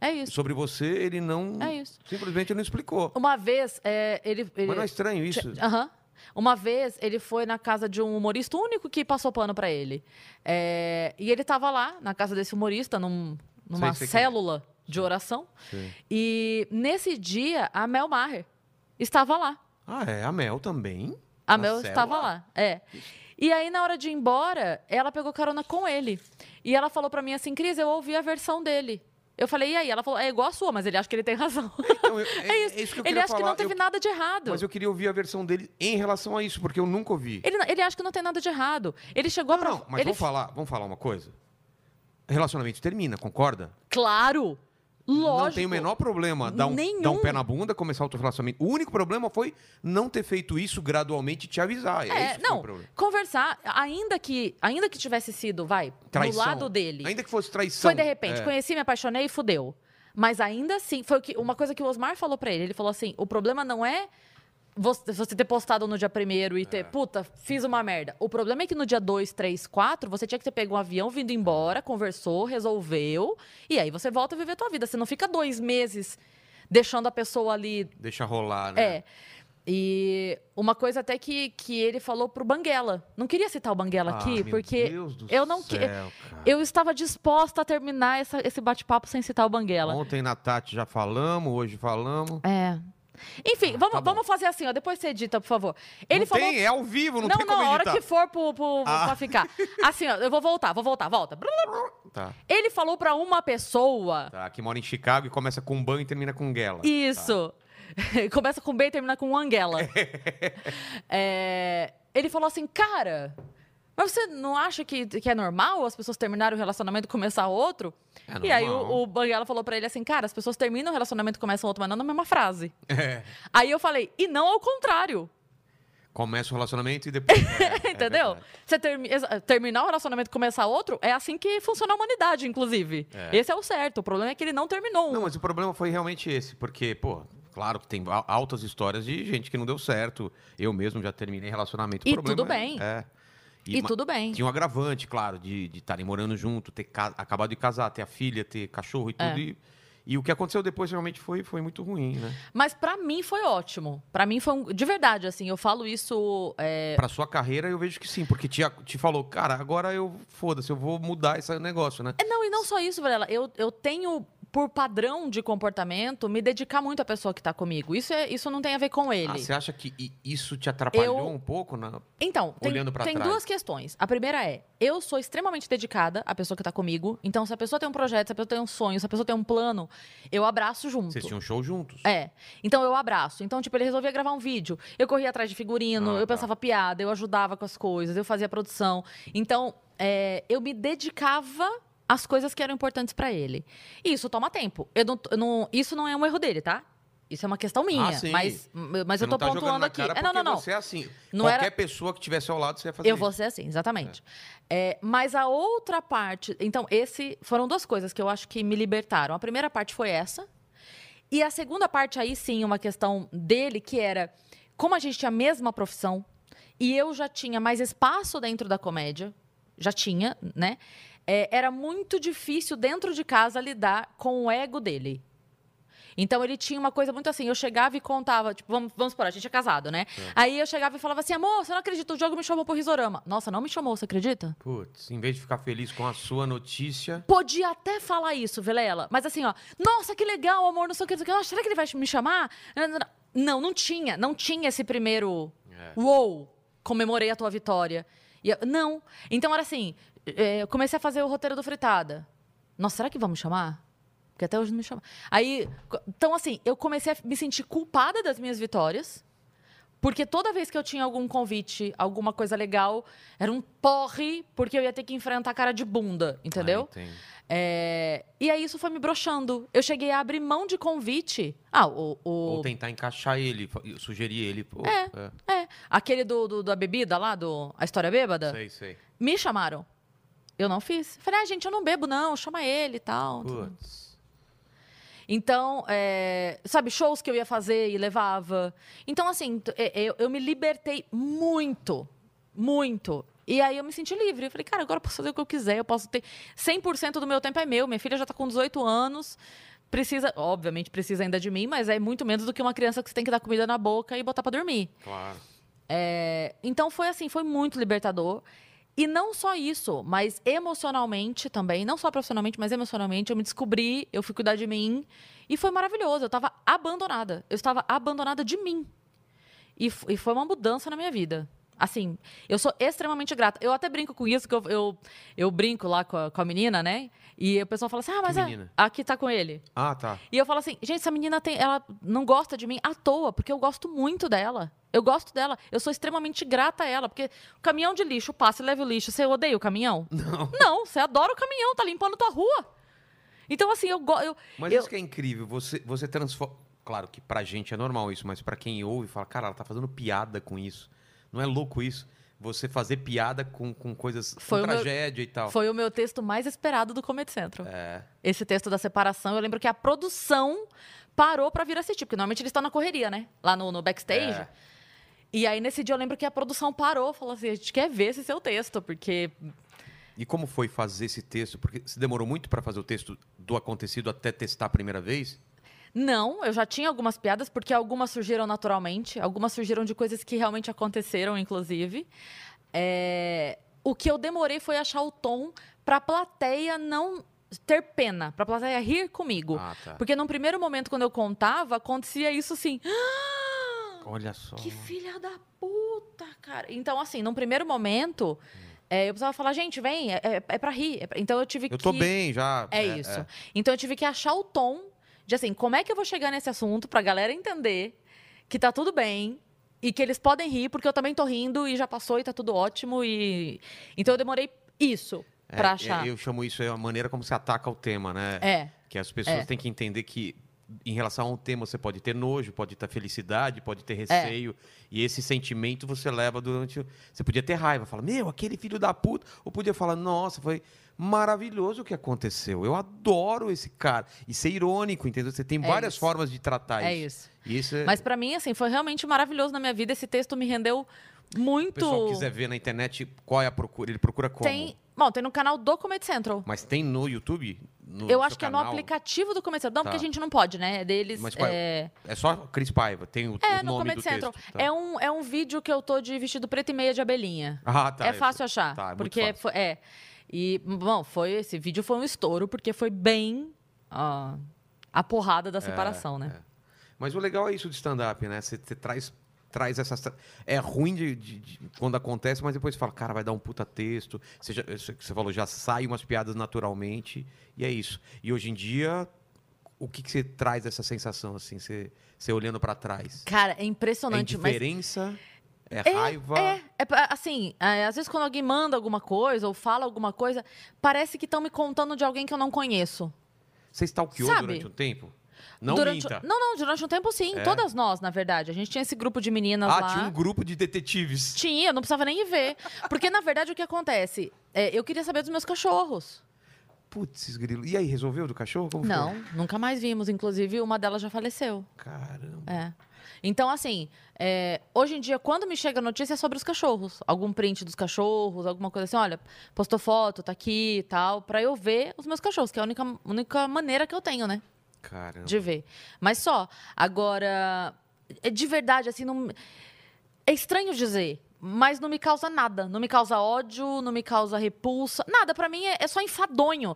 é isso. Sobre você, ele não. É isso. Simplesmente não explicou. Uma vez é, ele, ele- Mas não é estranho isso? Aham. Uma vez ele foi na casa de um humorista único que passou pano pra ele. É, e ele tava lá, na casa desse humorista, num- numa Sei, sei quem é. célula de oração. Sim. E nesse dia, a Mel Maher estava lá. Ah, é, a Mel também. A Na Mel célula? estava lá, é. E aí, na hora de ir embora, ela pegou carona com ele. E ela falou pra mim assim, Cris, eu ouvi a versão dele. Eu falei, e aí? Ela falou, é igual a sua, mas ele acha que ele tem razão. Então, eu- é, É isso. é isso que eu ele queria acha que falar. não teve Eu- nada de errado. Mas eu queria ouvir a versão dele em relação a isso, porque eu nunca ouvi. Ele, ele acha que não tem nada de errado. Ele chegou Não, pra. não, mas ele... vamos falar, vamos falar uma coisa. Relacionamento termina, concorda? Claro! Lógico. Não tem o menor problema dar um, dar um Nenhum. pé na bunda, começar outro relacionamento. O único problema foi não ter feito isso gradualmente e te avisar. É, isso É, que foi o não. problema. Conversar, ainda que, ainda que tivesse sido, vai, do Traição. lado dele. Ainda que fosse traição. Foi de repente, É. conheci, me apaixonei e fudeu. Mas ainda assim, foi o que, uma coisa que o Osmar falou pra ele. Ele falou assim: o problema não é você, você ter postado no dia primeiro e ter, É. puta, fiz uma merda. O problema é que no dia 2, 3, 4, você tinha que ter pego um avião, vindo embora, conversou, resolveu. E aí você volta a viver a tua vida. Você não fica dois meses deixando a pessoa ali Deixa rolar, né? é. E uma coisa até que, que ele falou pro Banguela. Não queria citar o Banguela Ah, aqui, meu porque Deus do eu não que- céu, cara. eu estava disposta a terminar essa- esse bate-papo sem citar o Banguela. Ontem na Tati já falamos, hoje falamos. É. Enfim, vamos, tá bom. vamos fazer assim, ó. Depois você edita, por favor. Ele não falou. tem, é ao vivo, não, não, tem não, como a hora editar. que for pro, pro, Ah. pra ficar. Assim, ó, eu vou voltar, vou voltar, volta. Tá, Ele falou pra uma pessoa. tá, que mora em Chicago e começa com um Ban e termina com Guela. Isso. Começa com B e termina com Angela. É, ele falou assim, cara, mas você não acha que, que é normal as pessoas terminarem um relacionamento e começar outro? É e aí normal. o, o Banguela falou pra ele assim, cara, as pessoas terminam um relacionamento e começam outro, mas não na mesma frase. É. Aí eu falei, e não ao contrário. Começa o relacionamento e depois. É, é Entendeu? verdade. Você termi- exa- terminar um relacionamento e começar outro, é assim que funciona a humanidade, inclusive. É. Esse é o certo. O problema é que ele não terminou um. Não, mas o problema foi realmente esse, porque, pô, claro que tem al- altas histórias de gente que não deu certo. Eu mesmo já terminei relacionamento. O E problema tudo é- bem. É. e ma- tudo bem. Tinha um agravante, claro, de de estarem morando junto, ter ca- acabado de casar, ter a filha, ter cachorro e tudo. É. E, e o que aconteceu depois realmente foi, foi muito ruim, né? Mas pra mim foi ótimo. Pra mim foi um... De verdade, assim, eu falo isso. é, Pra sua carreira, eu vejo que sim, porque te, a- te falou, cara, agora eu foda-se, eu vou mudar esse negócio, né? é, Não, e não só isso, Varela. Eu, eu tenho, por padrão de comportamento, me dedicar muito à pessoa que tá comigo. Isso, é, isso não tem a ver com ele. Ah, você acha que i- isso te atrapalhou Eu- um pouco? Na... Então, tem, Olhando pra tem trás. duas questões. A primeira é, eu sou extremamente dedicada à pessoa que tá comigo. Então, se a pessoa tem um projeto, se a pessoa tem um sonho, se a pessoa tem um plano, eu abraço junto. Vocês tinham show juntos. É. Então eu abraço. Então, tipo, ele resolvia gravar um vídeo. Eu corria atrás de figurino, Ah, eu tá. pensava piada, eu ajudava com as coisas, eu fazia produção. Então, é, eu me dedicava às coisas que eram importantes pra ele. E isso toma tempo. Eu não- eu não- isso não é um erro dele, tá? Isso é uma questão minha. Ah, sim. Mas, mas Você eu tô não tá jogando pontuando na aqui. cara É, não, não, porque não. Você é assim. Não Qualquer era- pessoa que tivesse ao lado, você ia fazer Eu isso. vou ser assim, exatamente. É, mas a outra parte. Então, esse foram duas coisas que eu acho que me libertaram. A primeira parte foi essa. E a segunda parte, aí sim, uma questão dele, que era como a gente tinha a mesma profissão e eu já tinha mais espaço dentro da comédia, já tinha, né? É, era muito difícil dentro de casa lidar com o ego dele. Então ele tinha uma coisa muito assim, eu chegava e contava, tipo, vamos, vamos supor, a gente é casado, né? Aí eu chegava e falava assim, amor, você não acredita, o jogo me chamou pro risorama. Nossa, não me chamou, você acredita? Putz, em vez de ficar feliz com a sua notícia. Podia até falar isso, Velela, mas assim, ó, nossa, que legal, amor, não sei o que, não sei o que, Nossa, será que ele vai me chamar? Não, não tinha, não tinha esse primeiro, É. uou, comemorei a tua vitória. E eu- não, então era assim, é, eu comecei a fazer o roteiro do Fritada. Nossa, será que vão me chamar? Porque até hoje não me chamam. Aí, co- então assim, eu comecei a me sentir culpada das minhas vitórias. Porque toda vez que eu tinha algum convite, alguma coisa legal, era um porre, porque eu ia ter que enfrentar a cara de bunda, entendeu? Ah, entendo. É, E aí isso foi me broxando. Eu cheguei a abrir mão de convite. Ah, o. o- Ou tentar encaixar ele, fa- sugerir ele. Pô, É. É, aquele do, do- da bebida lá, do A História Bêbada. é, Sei, sei. Me chamaram. Eu não fiz. Falei, ah, gente, eu não bebo, não, chama ele e tal. Putz. Então, é, sabe, shows que eu ia fazer e levava. Então, assim, t- é, eu, eu me libertei muito, muito. E aí eu me senti livre. Eu falei, cara, agora eu posso fazer o que eu quiser, eu posso ter. 100% do meu tempo é meu. Minha filha já tá com 18 anos. Precisa, obviamente, precisa ainda de mim, mas é muito menos do que uma criança que você tem que dar comida na boca e botar pra dormir. Claro. É, então foi assim, foi muito libertador. E não só isso, mas emocionalmente também, não só profissionalmente, mas emocionalmente, eu me descobri, eu fui cuidar de mim. E foi maravilhoso, eu estava abandonada. Eu estava abandonada de mim. E, f- e foi uma mudança na minha vida. Assim, eu sou extremamente grata. Eu até brinco com isso, que eu, eu, eu brinco lá com a, com a menina, né? E o pessoal fala assim: ah, mas a, menina? a que tá com ele. Ah, tá. E eu falo assim, gente, essa menina tem, ela não gosta de mim à toa, porque eu gosto muito dela. Eu gosto dela, eu sou extremamente grata a ela, porque o caminhão de lixo passa e leva o lixo. Você odeia o caminhão? Não. Não, você adora o caminhão, tá limpando tua rua. Então, assim, eu gosto. Mas Eu- isso que é incrível, você, você transforma. Claro que pra gente é normal isso, mas pra quem ouve fala, cara, ela tá fazendo piada com isso. Não é louco isso? Você fazer piada com, com coisas. Foi com o meu- tragédia e tal. Foi o meu texto mais esperado do Comedy Central. É. Esse texto da separação, eu lembro que a produção parou pra vir assistir, porque normalmente eles estão na correria, né? Lá no, no backstage. É. E aí, nesse dia, eu lembro que a produção parou, falou assim: a gente quer ver esse seu texto, porque E como foi fazer esse texto? Porque se demorou muito pra fazer o texto do acontecido até testar a primeira vez? Não, eu já tinha algumas piadas, porque algumas surgiram naturalmente, algumas surgiram de coisas que realmente aconteceram, inclusive. É, O que eu demorei foi achar o tom para a plateia não ter pena, pra plateia rir comigo. Ah, tá. Porque num primeiro momento, quando eu contava, acontecia isso assim. "Ah, Olha só. Que filha da puta, cara. Então, assim, num primeiro momento, Hum. é, eu precisava falar, gente, vem, é, é, é pra rir. é pra-" Então eu tive que. Eu tô bem já. É, isso. Então eu tive que achar o tom de assim, como é que eu vou chegar nesse assunto pra galera entender que tá tudo bem e que eles podem rir, porque eu também tô rindo e já passou e tá tudo ótimo. E... Então eu demorei isso É, pra achar. é, Eu chamo isso é a maneira como se ataca o tema, né? É. Que as pessoas É. têm que entender que em relação a um tema você pode ter nojo, pode ter felicidade, pode É. ter receio. E esse sentimento você leva durante. o- Você podia ter raiva, falar, meu, aquele filho da puta. Ou podia falar, nossa, foi maravilhoso o que aconteceu. Eu adoro esse cara. E ser irônico, entendeu? Você tem É várias isso. formas de tratar É isso. isso. E isso é. Mas pra mim, assim, foi realmente maravilhoso na minha vida. Esse texto me rendeu o pessoal muito. quiser ver na internet qual é a procura, ele procura como? Tem. Bom, tem no canal do Comedy Central. Mas tem no YouTube? No eu seu acho que é no canal? aplicativo do Comedy Central. Não, porque Tá. a gente não pode, né? É Deles. Mas qual é... É só Cris Paiva, tem o, É, o no nome Comedy do Central. texto. tá. É, um, é um vídeo que eu tô de vestido preto e meia de abelhinha. Ah, tá. é eu- fácil achar. tá, é muito porque fácil. foi- é. E, bom, foi, esse vídeo foi um estouro, porque foi bem ó, a porrada É, da separação, né? Mas o legal é isso de stand-up, né? Você você traz, traz essas. tra- É ruim de, de- de- quando acontece, mas depois você fala, cara, vai dar um puta texto. Você, já- você você falou, já sai umas piadas naturalmente. E é isso. E hoje em dia, o que, que você traz dessa sensação, assim? Você, você olhando pra trás? Cara, é É impressionante, mas indiferença? É, raiva? É, é pra- assim, é, às vezes quando alguém manda alguma coisa ou fala alguma coisa, parece que estão me contando de alguém que eu não conheço. Você stalkeou Sabe? durante um tempo? Não durante, minta. Não, não, durante um tempo sim, É? todas nós, na verdade. A gente tinha esse grupo de meninas ah, lá. tinha um grupo de detetives. Tinha, não precisava nem ir ver. Porque, na verdade, o que acontece? É, eu queria saber dos meus cachorros. Putz, grilo. E aí, resolveu do cachorro? Como foi? Não, nunca mais vimos. Inclusive, uma delas já faleceu. Caramba. É. Então, assim, é, hoje em dia, quando me chega notícia, é sobre os cachorros. Algum print dos cachorros, alguma coisa assim, olha, postou foto, tá aqui e tal, pra eu ver os meus cachorros, que é a única, única maneira que eu tenho, né? Caramba. De ver. Mas só. Agora, é de verdade, assim, não. É estranho dizer. Mas não me causa nada. Não me causa ódio, não me causa repulsa. Nada. Pra mim é, é só enfadonho.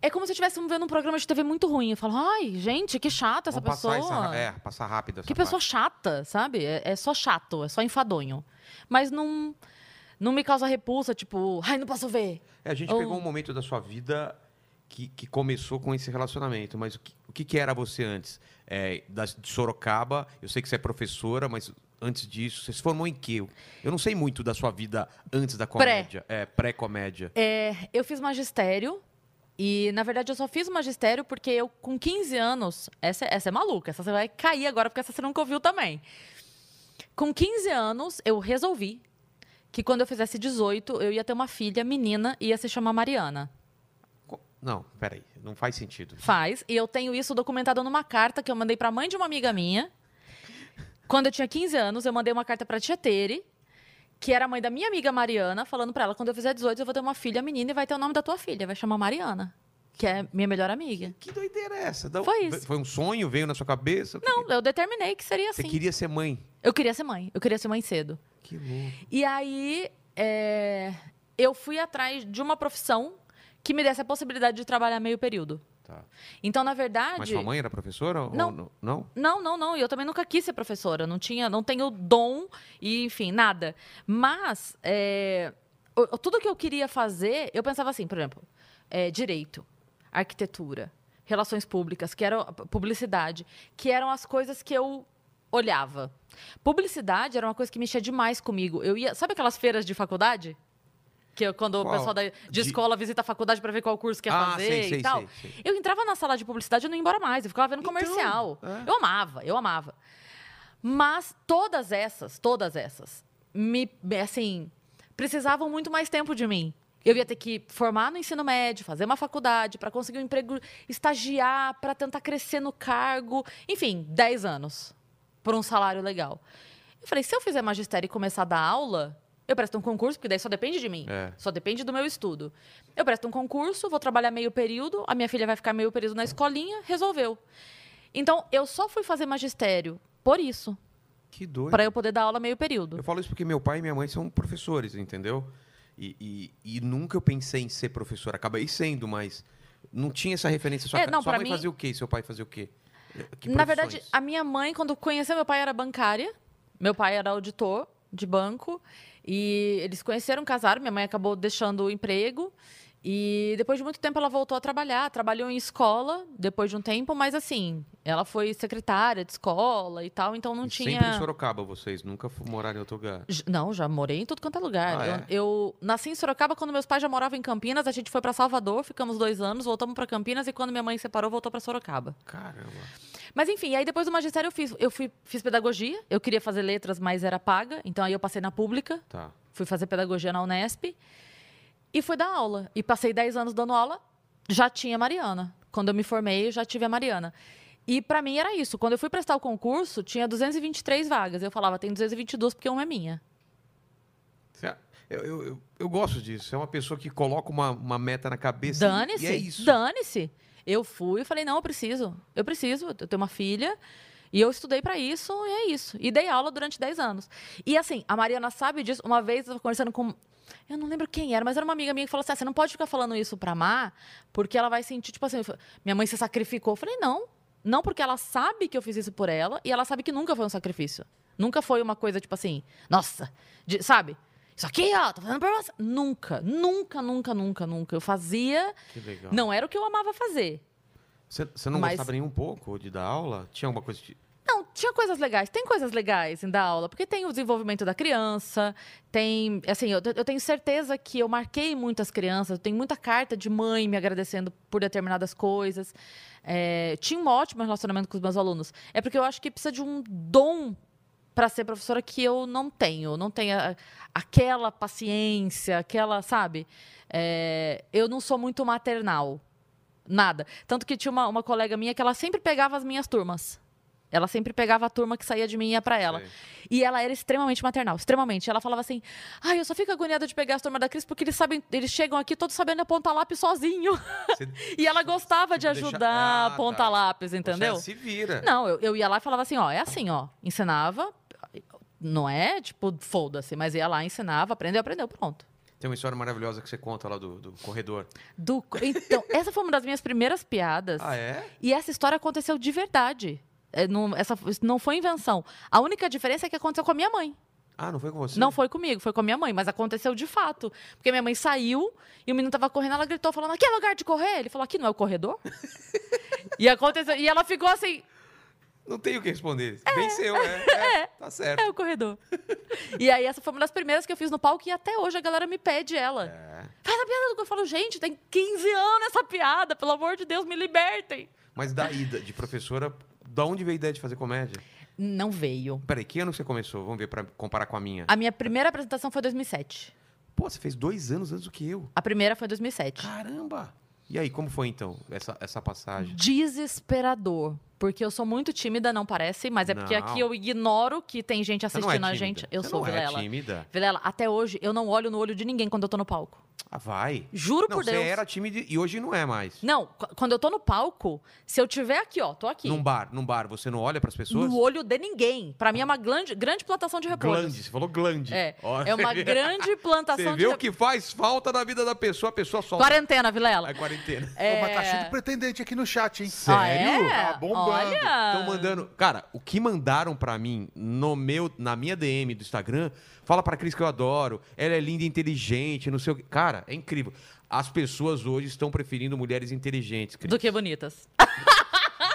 É como se eu estivesse vendo um programa de TV muito ruim. Eu falo, ai, gente, que chata essa Vamos passar pessoa. essa- é, passar rápido essa Que pessoa parte. chata, sabe? É, é só chato, é só enfadonho. Mas não, não me causa repulsa, tipo, ai, não posso ver. É, a gente Ou- pegou um momento da sua vida que, que começou com esse relacionamento, mas o que, o que, que era você antes? É, da, de Sorocaba, eu sei que você é professora, mas antes disso, você se formou em quê? Eu não sei muito da sua vida antes da comédia. É, pré-comédia. É, eu fiz magistério. E, na verdade, eu só fiz magistério porque eu, com 15 anos. Essa, essa é maluca, essa você vai cair agora, porque essa você nunca ouviu também. Com 15 anos, eu resolvi que quando eu fizesse 18, eu ia ter uma filha menina e ia se chamar Mariana. Co- Não, peraí, não faz sentido. Faz. E eu tenho isso documentado numa carta que eu mandei pra mãe de uma amiga minha. Quando eu tinha 15 anos, eu mandei uma carta pra tia Tere, que era a mãe da minha amiga Mariana, falando pra ela: quando eu fizer 18, eu vou ter uma filha menina e vai ter o nome da tua filha. Vai chamar Mariana, que é minha melhor amiga. Que doideira é essa? Da- Foi isso. um sonho? Veio na sua cabeça? O que Não, que- Então, eu determinei que seria Você assim. queria ser mãe. Eu queria ser mãe. Eu queria ser mãe cedo. Que louco. E aí, é, eu fui atrás de uma profissão que me desse a possibilidade de trabalhar meio período. Tá. Então, na verdade. Mas sua mãe era professora? ou Não. não? não? Não, não, não. E eu também nunca quis ser professora. Não tinha, não tenho dom e, enfim, nada. Mas é, o- o- tudo que eu queria fazer, eu pensava assim, por exemplo, é, direito, arquitetura, relações públicas, que eram publicidade, que eram as coisas que eu olhava. Publicidade era uma coisa que mexia demais comigo. Eu ia, sabe aquelas feiras de faculdade? Que eu- quando Qual? o pessoal da, de, De- escola visita a faculdade para ver qual curso quer Ah, fazer sei, e sei, tal. sei, sei. Eu entrava na sala de publicidade e não ia embora mais. Eu ficava vendo Então, comercial. é. Eu amava, eu amava. Mas todas essas, todas essas, me, assim, precisavam muito mais tempo de mim. Eu ia ter que formar no ensino médio, fazer uma faculdade, para conseguir um emprego, estagiar, para tentar crescer no cargo. Enfim, 10 anos por um salário legal. Eu falei, se eu fizer magistério e começar a dar aula, eu presto um concurso, porque daí só depende de mim. É. Só depende do meu estudo. Eu presto um concurso, vou trabalhar meio período, a minha filha vai ficar meio período na escolinha, resolveu. Então, eu só fui fazer magistério por isso, Que doido. para eu poder dar aula meio período. Eu falo isso porque meu pai e minha mãe são professores, entendeu? E, e- e nunca eu pensei em ser professor. Acabei sendo, mas Não tinha essa referência. Sua, É, ca- não, sua pra mãe mim- fazia o quê? Seu pai fazia o quê? Que Na verdade, ah, profissões? a minha mãe, quando conheceu meu pai, era bancária. Meu pai era auditor de banco. E eles conheceram, casaram. Minha mãe acabou deixando o emprego. E depois de muito tempo, ela voltou a trabalhar. Trabalhou em escola depois de um tempo, mas assim, ela foi secretária de escola e tal, então não E tinha. Sempre em Sorocaba vocês, nunca fu- moraram em outro lugar. J- Não, já morei em tudo quanto é lugar. Ah, eu, é? eu nasci em Sorocaba quando meus pais já moravam em Campinas. A gente foi para Salvador, ficamos dois anos, voltamos para Campinas e quando minha mãe separou, voltou para Sorocaba. Caramba. Mas enfim, aí depois do magistério eu fiz, eu fui, fiz pedagogia. Eu queria fazer letras, mas era paga. Então aí eu passei na pública, Tá. fui fazer pedagogia na Unesp e fui dar aula. E passei 10 anos dando aula, já tinha Mariana. Quando eu me formei, eu já tive a Mariana. E pra mim era isso. Quando eu fui prestar o concurso, tinha 223 vagas. Eu falava, tem 222 porque uma é minha. Cê- é, Eu, eu, eu, eu gosto disso. É uma pessoa que coloca uma, uma meta na cabeça. e- Dane-se. E é isso. Dane-se. Eu fui e falei, não, eu preciso. Eu preciso, eu tenho uma filha. E eu estudei pra isso, e é isso. E dei aula durante 10 anos. E assim, a Mariana sabe disso. Uma vez eu tava conversando com. Eu não lembro quem era, mas era uma amiga minha que falou assim: "Ah, você não pode ficar falando isso pra Má, porque ela vai sentir, tipo assim, minha mãe se sacrificou. Eu falei, não. Não, porque ela sabe que eu fiz isso por ela e ela sabe que nunca foi um sacrifício. Nunca foi uma coisa, tipo assim, nossa, de- sabe? Isso aqui, ó, tô fazendo pra você. Nunca, nunca, nunca, nunca, nunca. Eu fazia Que legal. não era o que eu amava fazer. Você você não Mas- gostava nem um pouco de dar aula? Tinha alguma coisa que. Não, tinha coisas legais. Tem coisas legais em dar aula, porque tem o desenvolvimento da criança, tem. Assim, eu, eu tenho certeza que eu marquei muitas crianças, eu tenho muita carta de mãe me agradecendo por determinadas coisas. É, tinha um ótimo relacionamento com os meus alunos. É porque eu acho que precisa de um dom para ser professora que eu não tenho. Eu Não tenho a- aquela paciência, aquela, sabe? É, eu não sou muito maternal. Nada. Tanto que tinha uma, uma colega minha que ela sempre pegava as minhas turmas. Ela sempre pegava a turma que saía de mim e ia pra ela. Sei. E ela era extremamente maternal, extremamente. Ela falava assim: ai, eu só fico agoniada de pegar as turmas da Cris porque eles sabem, eles chegam aqui todos sabendo apontar lápis sozinho. Você- E ela Tipo, gostava de deixa- ajudar Ah, a apontar tá. lápis, entendeu? Poxa, Se vira. Não, eu, eu ia lá e falava assim, ó, é assim, ó. Ensinava, não é tipo, foda-se, mas ia lá, ensinava, aprendeu, aprendeu, pronto. Tem uma história maravilhosa que você conta lá do, do corredor. Do, então, essa foi uma das minhas primeiras piadas. Ah, é? E essa história aconteceu de verdade. É, não, essa, isso não foi invenção. A única diferença é que aconteceu com a minha mãe. Ah, não foi com você? Não foi comigo, foi com a minha mãe, mas aconteceu de fato. Porque minha mãe saiu e o menino tava correndo, ela gritou, falando: aqui é lugar de correr? Ele falou: aqui não é o corredor? e aconteceu. E ela ficou assim: Não tem o que responder. Venceu, né? É, Tá certo. é o corredor. e aí, essa foi uma das primeiras que eu fiz no palco e até hoje a galera me pede ela. É. Faz a piada do Eu falo, gente, tem 15 anos essa piada, pelo amor de Deus, me libertem. Mas daí, da- de professora, da onde veio a ideia de fazer comédia? Não veio. Peraí, que ano que você começou? Vamos ver pra comparar com a minha. A minha primeira apresentação foi em 2007. Pô, você fez dois anos antes do que eu. A primeira foi em 2007. Caramba! E aí, como foi então essa, essa Hum, passagem? desesperador. Porque eu sou muito tímida, não parece, mas é porque Não. aqui eu ignoro que tem gente Você assistindo não é a tímida. gente. Eu Você sou não é Vilela. tímida. Vilela, até hoje eu não olho no olho de ninguém quando eu tô no palco. Ah, vai. Juro não, por Deus. você era tímida e hoje não é mais. Não, qu- quando eu tô no palco, se eu tiver aqui, ó, tô aqui. Num bar, num bar, você não olha pras pessoas? No olho de ninguém. Pra mim é uma grande, grande plantação de repolho. glande, você falou glande. É, Ó, é uma grande plantação Você de vê o repolho. que faz falta na vida da pessoa, a pessoa solta. Quarentena, É, Vilela. A quarentena. Pô, mas tá cheio de pretendente aqui no chat, hein? Ah, é? sério? Então Tá bombando. Olha. Estão mandando. Cara, o que mandaram pra mim no meu, na minha DM do Instagram, fala pra Cris que eu adoro. Ela é linda, e inteligente, não sei o que. Cara, é incrível. As pessoas hoje estão preferindo mulheres inteligentes, Cris. Do que bonitas.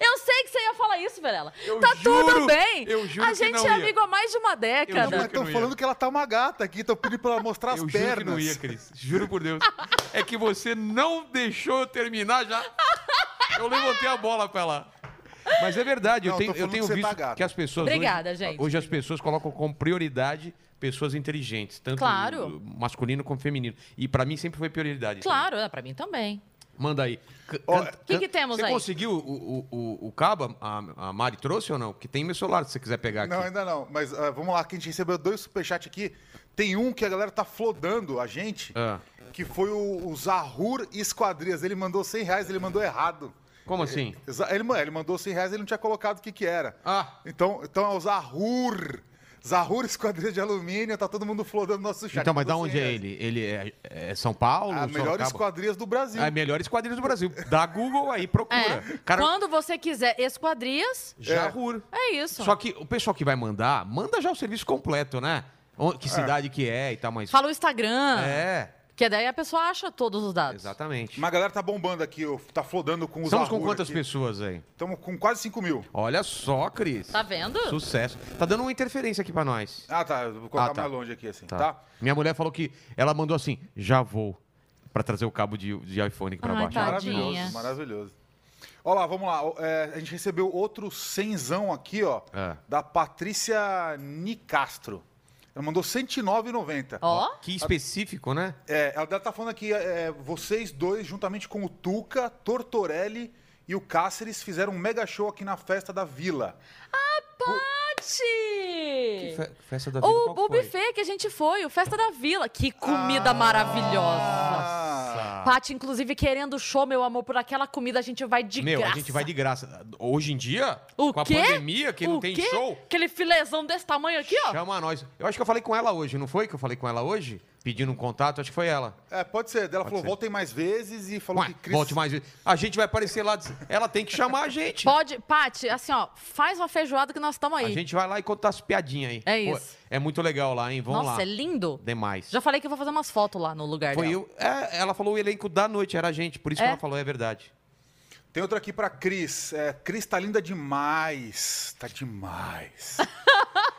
eu sei que você ia falar isso, Vilela. Eu tá juro, tudo bem. eu juro a que gente não é ia. amigo há mais de uma Eu Não, década. juro mas que estão não um ia. falando que ela tá uma gata aqui, estão pedindo pra ela mostrar as eu juro pernas. que não ia, Cris. Juro por Deus. É que você não deixou eu terminar já. Eu levantei a bola pra lá. Mas é verdade, eu Não, tenho, tô falando eu tenho que você tá visto gato. que as pessoas. Obrigada, hoje, gente. Hoje as pessoas colocam como prioridade pessoas inteligentes, tanto Claro. masculino como feminino. E pra mim sempre foi prioridade. Claro, é, pra mim também. Manda aí. C- Ó, canta- que que canta- temos você aí? conseguiu o, o, o, o cabo? A, a Mari trouxe ou não? Que tem meu celular se você quiser pegar aqui. Não, ainda não. Mas ah, vamos lá, que a gente recebeu dois superchats aqui. Tem um que a galera tá flodando a gente, Ah, que foi o, o Zahur Esquadrias. Ele mandou 100 reais, ele mandou errado. como assim? É, Exa- Ele, ma- ele mandou 100 reais, ele não tinha colocado o que que era. Ah. Então, então é o Zahur. Zahur Esquadrilha de Alumínio, tá todo mundo flodando nosso chat. Então, mas Tudo da onde sem é essa. ele? Ele é, é São Paulo? A melhor Sorocaba? esquadrias do Brasil. É, melhores quadrilhas do Brasil. Dá Google aí, procura. É. Cara, Quando você quiser esquadrias, Jahur. é isso. Só que o pessoal que vai mandar, manda já o serviço completo, né? O- Que cidade que é e tal, mas. Fala o Instagram, É, que daí a pessoa acha todos os dados. exatamente. Mas a galera tá bombando aqui, ó, tá flodando com os Estamos com Zahur quantas aqui. pessoas aí? Estamos com quase 5 mil. Olha só, Cris. Tá vendo? Sucesso. Tá dando uma interferência aqui pra nós. Ah, tá. eu Vou colocar Ah, tá. mais longe aqui, assim, tá? Tá. Minha mulher falou que ela mandou assim: já vou. Pra trazer o cabo de, de iPhone aqui pra Ai, baixo. tá. Tadinha. Maravilhoso, maravilhoso. Ó lá, vamos lá. ó, é, a gente recebeu outro cenzão aqui, ó, É. da Patrícia Nicastro. Ela mandou 109,90. Ó, Que específico, né? É, ela tá falando aqui, é, vocês dois, juntamente com o Tuca, Tortorelli e o Cáceres, fizeram um mega show aqui na festa da Vila. Pati! Que fe- festa da vida. É. O, qual o foi? buffet que a gente foi, o Festa da Vila. Que comida Ah. maravilhosa. Ah. Paty, inclusive, querendo o show, meu amor, por aquela comida a gente vai de Meu, graça. a gente vai de graça. Hoje em dia, O com a quê? pandemia, que não O tem quê? Oh. show, Aquele filezão desse tamanho aqui, ó. chama nós. Eu acho que eu falei com ela hoje, não foi? Que eu falei com ela hoje? Pedindo um contato, acho que foi ela. É, pode ser. Ela falou, ser. voltem mais vezes e falou Ué, que Cris... volte mais vezes. A gente vai aparecer lá. Ela tem que chamar a gente. Pode, Paty, assim, ó, faz uma feijoada que nós estamos A aí. gente vai lá e conta as piadinhas aí. É isso. é muito legal lá, hein? Vamos Nossa, lá. é lindo. Demais. Já falei que eu vou fazer umas fotos lá no lugar Foi dela. eu. é, ela falou o elenco da noite, era a gente. Por isso É? que ela falou, é verdade. Tem outra aqui pra Cris. É, Cris tá linda demais. Tá demais.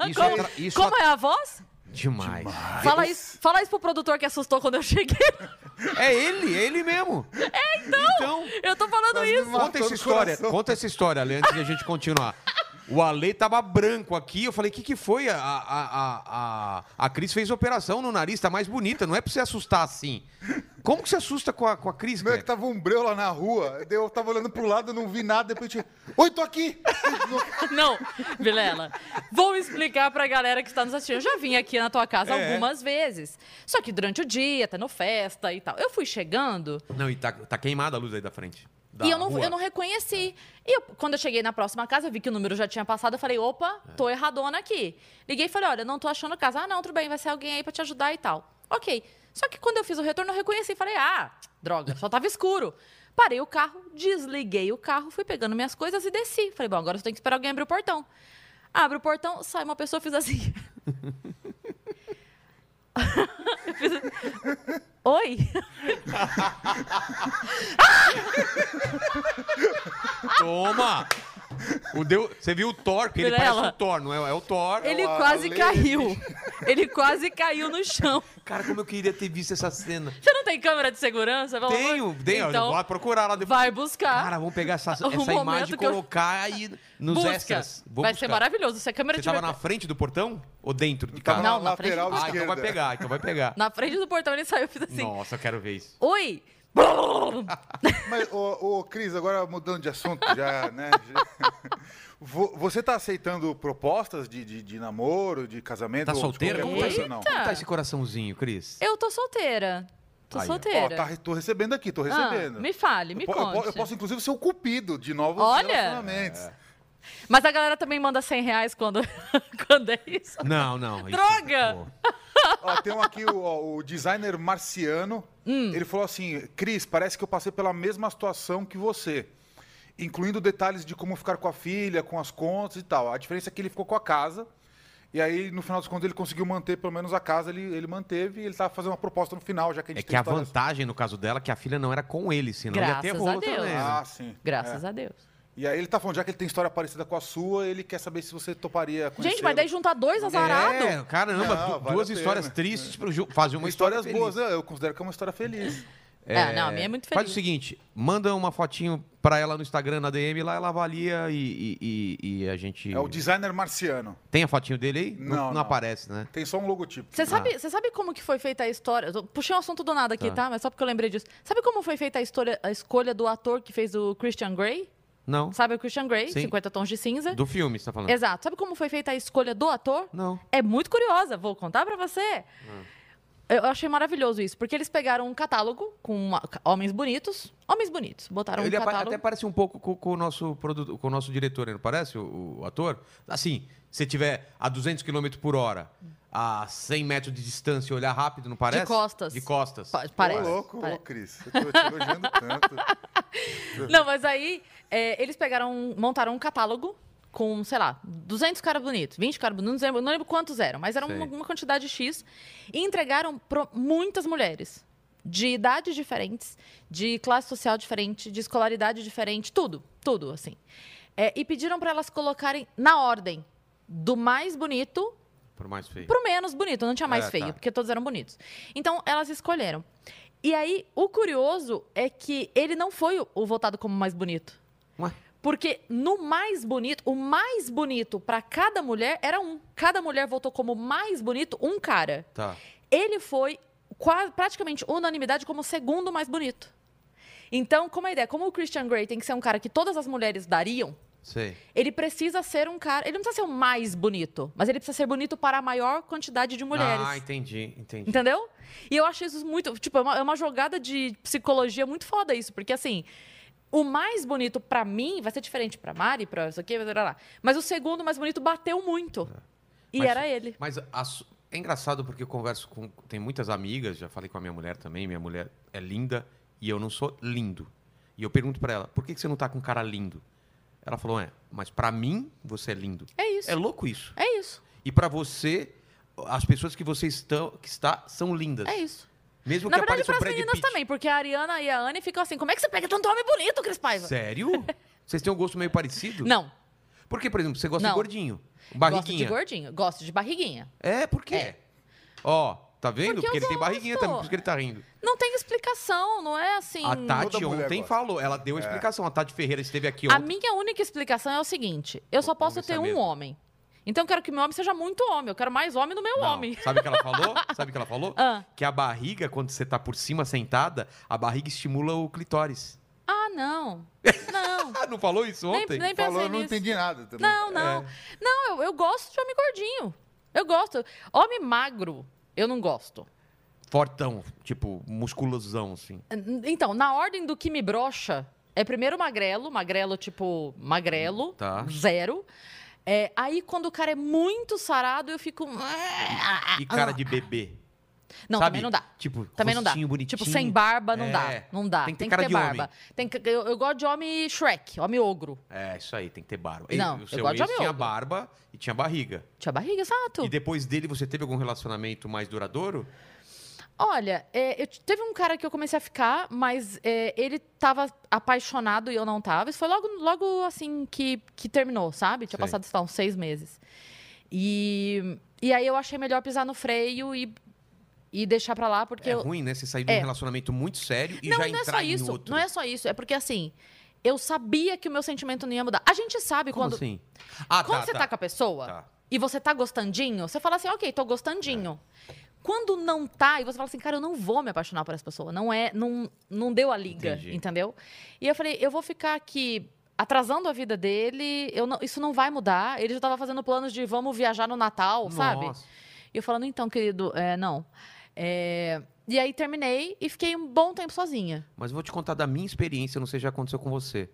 Isso Como, atra- isso Ah, como atra- é a voz? Demais. Fala isso, fala isso pro produtor que assustou quando eu cheguei. É ele, é ele mesmo. É então. Eu tô falando Mas isso. não- Conta Matou essa no história, coração. conta essa história, Ale, antes de a gente continuar. O Ale tava branco aqui, eu falei, o que, que foi? A, a, a, a, a Cris fez operação no nariz, tá mais bonita, não é pra você assustar assim. Como que você assusta com a, com a Cris, Meu, é cara? que tava um breu lá na rua. daí Eu tava olhando pro lado, não vi nada. Depois eu tinha... Oi, tô aqui! Tá. Não, Vilela. Vou explicar pra galera que está nos assistindo. Eu já vim aqui na tua casa É. algumas vezes. Só que durante o dia, tendo festa e tal. Eu fui chegando Não, e tá, tá queimada a luz aí da frente. da e eu não, rua. eu não reconheci. E eu- quando eu cheguei na próxima casa, eu vi que o número já tinha passado. Eu falei, opa, É. tô erradona aqui. Liguei e falei, olha, não tô achando casa. Ah, não, tudo bem, vai ser alguém aí pra te ajudar e tal. Ok. Só que quando eu fiz o retorno, eu reconheci. Falei, ah, droga, só tava escuro. Parei o carro, desliguei o carro, fui pegando minhas coisas e desci. Falei, bom, agora eu tenho que esperar alguém abrir o portão. Abre o portão, sai uma pessoa, fiz assim. Eu fiz assim, Oi? Toma! O deu, você viu o Thor, que ele Vilela. parece o Thor, não é? É o Thor. Ele a quase um lei. caiu. Ele quase caiu no chão. Cara, como eu queria ter visto essa cena. Você não tem câmera de segurança? Pelo Tenho, amor? tenho, eu Então, vou lá procurar lá depois. vai buscar. Cara, vamos pegar essa, O essa imagem momento e que eu- colocar aí nos Busca. extras. Vou vai ser buscar. maravilhoso. Se a câmera Você tiver tava na frente do portão ou dentro de Tava casa? Não, na na lateral Ah, então esquerda. vai pegar, então vai pegar. na frente do portão, ele saiu e fez assim: Nossa, eu quero ver isso. Oi! Mas, ô, ô, Cris, agora mudando de assunto, já, né? já- Vo- Você tá aceitando propostas de, de, de namoro, de casamento? Tá ou de solteira? qualquer Como tá, coisa, esse- não? como tá esse coraçãozinho, É Cris? Eu tô solteira. Tô Aí, ó. Ó, solteira. tá, re- tô recebendo aqui, tô Ah, recebendo. me fale, me eu, po- eu po- conte. eu posso, inclusive, ser o cupido de novos Olha! relacionamentos. Mas a galera também manda 100 reais quando, quando é isso. Não, não. isso- Droga! pô. Ó, tem um aqui o, ó, o designer marciano. Hum. Ele falou assim: Cris, parece que eu passei pela mesma situação que você. Incluindo detalhes de como ficar com a filha, com as contas e tal. A diferença é que ele ficou com a casa. E aí, no final dos contos, ele conseguiu manter pelo menos a casa, ele, ele manteve e ele tava fazendo uma proposta no final, já que a É gente tem que a histórias- vantagem no caso dela é que a filha não era com ele, senão ia ter Graças rolo a Deus. também. né? Ah, sim. Graças a Deus. E aí ele tá falando, já que ele tem história parecida com a sua, ele quer saber se você toparia com Gente, mas daí juntar dois azarados. É, caramba, Não, du- vale duas a pena. histórias tristes pro ju- fazer uma história Histórias feliz. boas, né? eu considero que é uma história feliz. É, não, a minha é muito feliz. Faz o seguinte, manda uma fotinho pra ela no Instagram, na DM, lá ela avalia e, e- e- e a gente... É o designer marciano. Tem a fotinho dele aí? Não, Não, não não. aparece, né? Tem só um logotipo. Você sabe, você sabe como que foi feita a história? eu tô- Puxei um assunto do nada aqui, Tá. tá. Mas só porque eu lembrei disso. Sabe como foi feita a, história, a escolha do ator que fez o Christian Grey? Não. Sabe o Christian Grey? Sim. 50 Tons de Cinza. Do filme, você tá falando? Exato. Sabe como foi feita a escolha do ator? Não. Ah. É muito curiosa. Vou contar pra você. Eu achei maravilhoso isso, porque eles pegaram um catálogo com uma- homens bonitos, homens bonitos, botaram Ele um apa- catálogo. até parece um pouco com, com o nosso produ- com o nosso diretor, ele não parece, o, o ator? Assim, se tiver a 200 km por hora, a 100 metros de distância e olhar rápido, não parece? costas. De costas. Pa- parece. Ô, louco, parece. ô, Cris. Eu tô te elogiando tanto. Não, mas aí é, eles pegaram, um- montaram um catálogo com, sei lá, 200 caras bonitos, 20 caras bonitos, não lembro, não lembro quantos eram, mas era Sei. uma, uma quantidade X. E entregaram para muitas mulheres, de idades diferentes, de classe social diferente, de escolaridade diferente, tudo, tudo, assim. É, e pediram para elas colocarem na ordem, do mais bonito Por mais feio. pro menos bonito, não tinha mais É, feio, tá. porque todos eram bonitos. Então, elas escolheram. E aí, o curioso é que ele não foi o- o votado como mais bonito. Ué? Porque no mais bonito, o mais bonito para cada mulher era um. Cada mulher votou como mais bonito um cara. Tá. Ele foi qua- praticamente unanimidade como o segundo mais bonito. Então, como a ideia, como o Christian Grey tem que ser um cara que todas as mulheres dariam, Sei. ele precisa ser um cara. Ele não precisa ser o mais bonito, mas ele precisa ser bonito para a maior quantidade de mulheres. Então, Ah, entendi, entendi. Entendeu? E eu achei isso muito. Tipo, é uma, é uma jogada de psicologia muito foda isso, porque assim. O mais bonito pra mim vai ser diferente pra Mari, pra isso aqui, blá, blá, blá. mas o segundo mais bonito bateu muito. E É. Mas- era ele. Mas a su- é engraçado porque eu converso com. Tem muitas amigas, já falei com a minha mulher também. Minha mulher é linda e eu não sou lindo. E eu pergunto pra ela, por que que você não tá com um cara lindo? Ela falou, é, mas pra mim você é lindo. É isso. É louco isso. É isso. E pra você, as pessoas que você estão, que está são lindas. É isso. Mesmo Na que verdade, apareça o pras Brad meninas tá Pitt. também, porque a Ariana e a Anne ficam assim: como é que você pega tanto homem bonito, Cris Paiva? Sério? Vocês têm um gosto meio parecido? Não, Porque, por exemplo, você gosta de Não. gordinho. gosto de Barriguinha. gordinho, gosto de barriguinha. é, por quê? É. Ó, tá vendo? Porque Porque, eu ele tem gosto. barriguinha também, por isso que ele tá rindo. Não tem explicação, não é assim. A Tati Toda mulher ontem gosta. É. falou, ela deu a explicação. A Tati Ferreira esteve aqui A ontem. minha única explicação é o seguinte: eu só Vamos posso ver se é ter um mesmo. homem. Então eu quero que meu homem seja muito homem. Eu quero mais homem no meu Não, é homem. Sabe o que ela falou? Sabe o que ela falou? Ah. Que a barriga, quando você tá por cima sentada, a barriga estimula o clitóris. Ah, não. Não. Ah, não falou isso nem, ontem? nem pensei Falou, eu nisso. não entendi nada também. Não, É. não. Não, eu, eu gosto de homem gordinho. Eu gosto. Homem magro, eu não gosto. Fortão, tipo, musculosão, assim. Então, na ordem do que me brocha, é primeiro magrelo, magrelo tipo magrelo, Tá. zero. É, aí quando o cara é muito sarado, eu fico. "Ah, E cara de bebê. Não, sabe? também não dá. Tipo, Também não dá. rostinho bonitinho. Tipo, sem barba não É. dá. Não dá. Tem que ter ter cara de barba. homem. Tem que- eu, eu gosto de homem Shrek, homem ogro. É, isso aí, tem que ter barba. Não, e o eu seu gosto de ex homem tinha ogro. barba e tinha barriga. Tinha barriga, exato. E depois dele, você teve algum relacionamento mais duradouro? Olha, é, eu t- teve um cara que eu comecei a ficar, mas é, ele tava apaixonado e eu não tava. Isso foi logo, logo assim que, que terminou, sabe? Tinha Sei. passado, sei lá, uns seis meses. E, e aí eu achei melhor pisar no freio e, e deixar pra lá, porque é eu, ruim, né? Você sair de um É. relacionamento muito sério e não, já não é entrar só em isso. outro. Não é só isso. É porque assim, eu sabia que o meu sentimento não ia mudar. A gente sabe Como quando. assim? Ah, Quando tá, você tá. com a pessoa Tá. e você tá gostandinho, você fala assim, ok, tô gostandinho. É. Quando não tá, e você fala assim, cara, eu não vou me apaixonar por essa pessoa. Não é, não, não deu a liga, Entendi. entendeu? E eu falei, eu vou ficar aqui atrasando a vida dele, eu não- isso não vai mudar. Ele já tava fazendo planos de vamos viajar no Natal, sabe? Nossa. E eu falando, então, querido, é, não. É, E aí terminei e fiquei um bom tempo sozinha. Mas vou te contar da minha experiência, não sei se já aconteceu com você.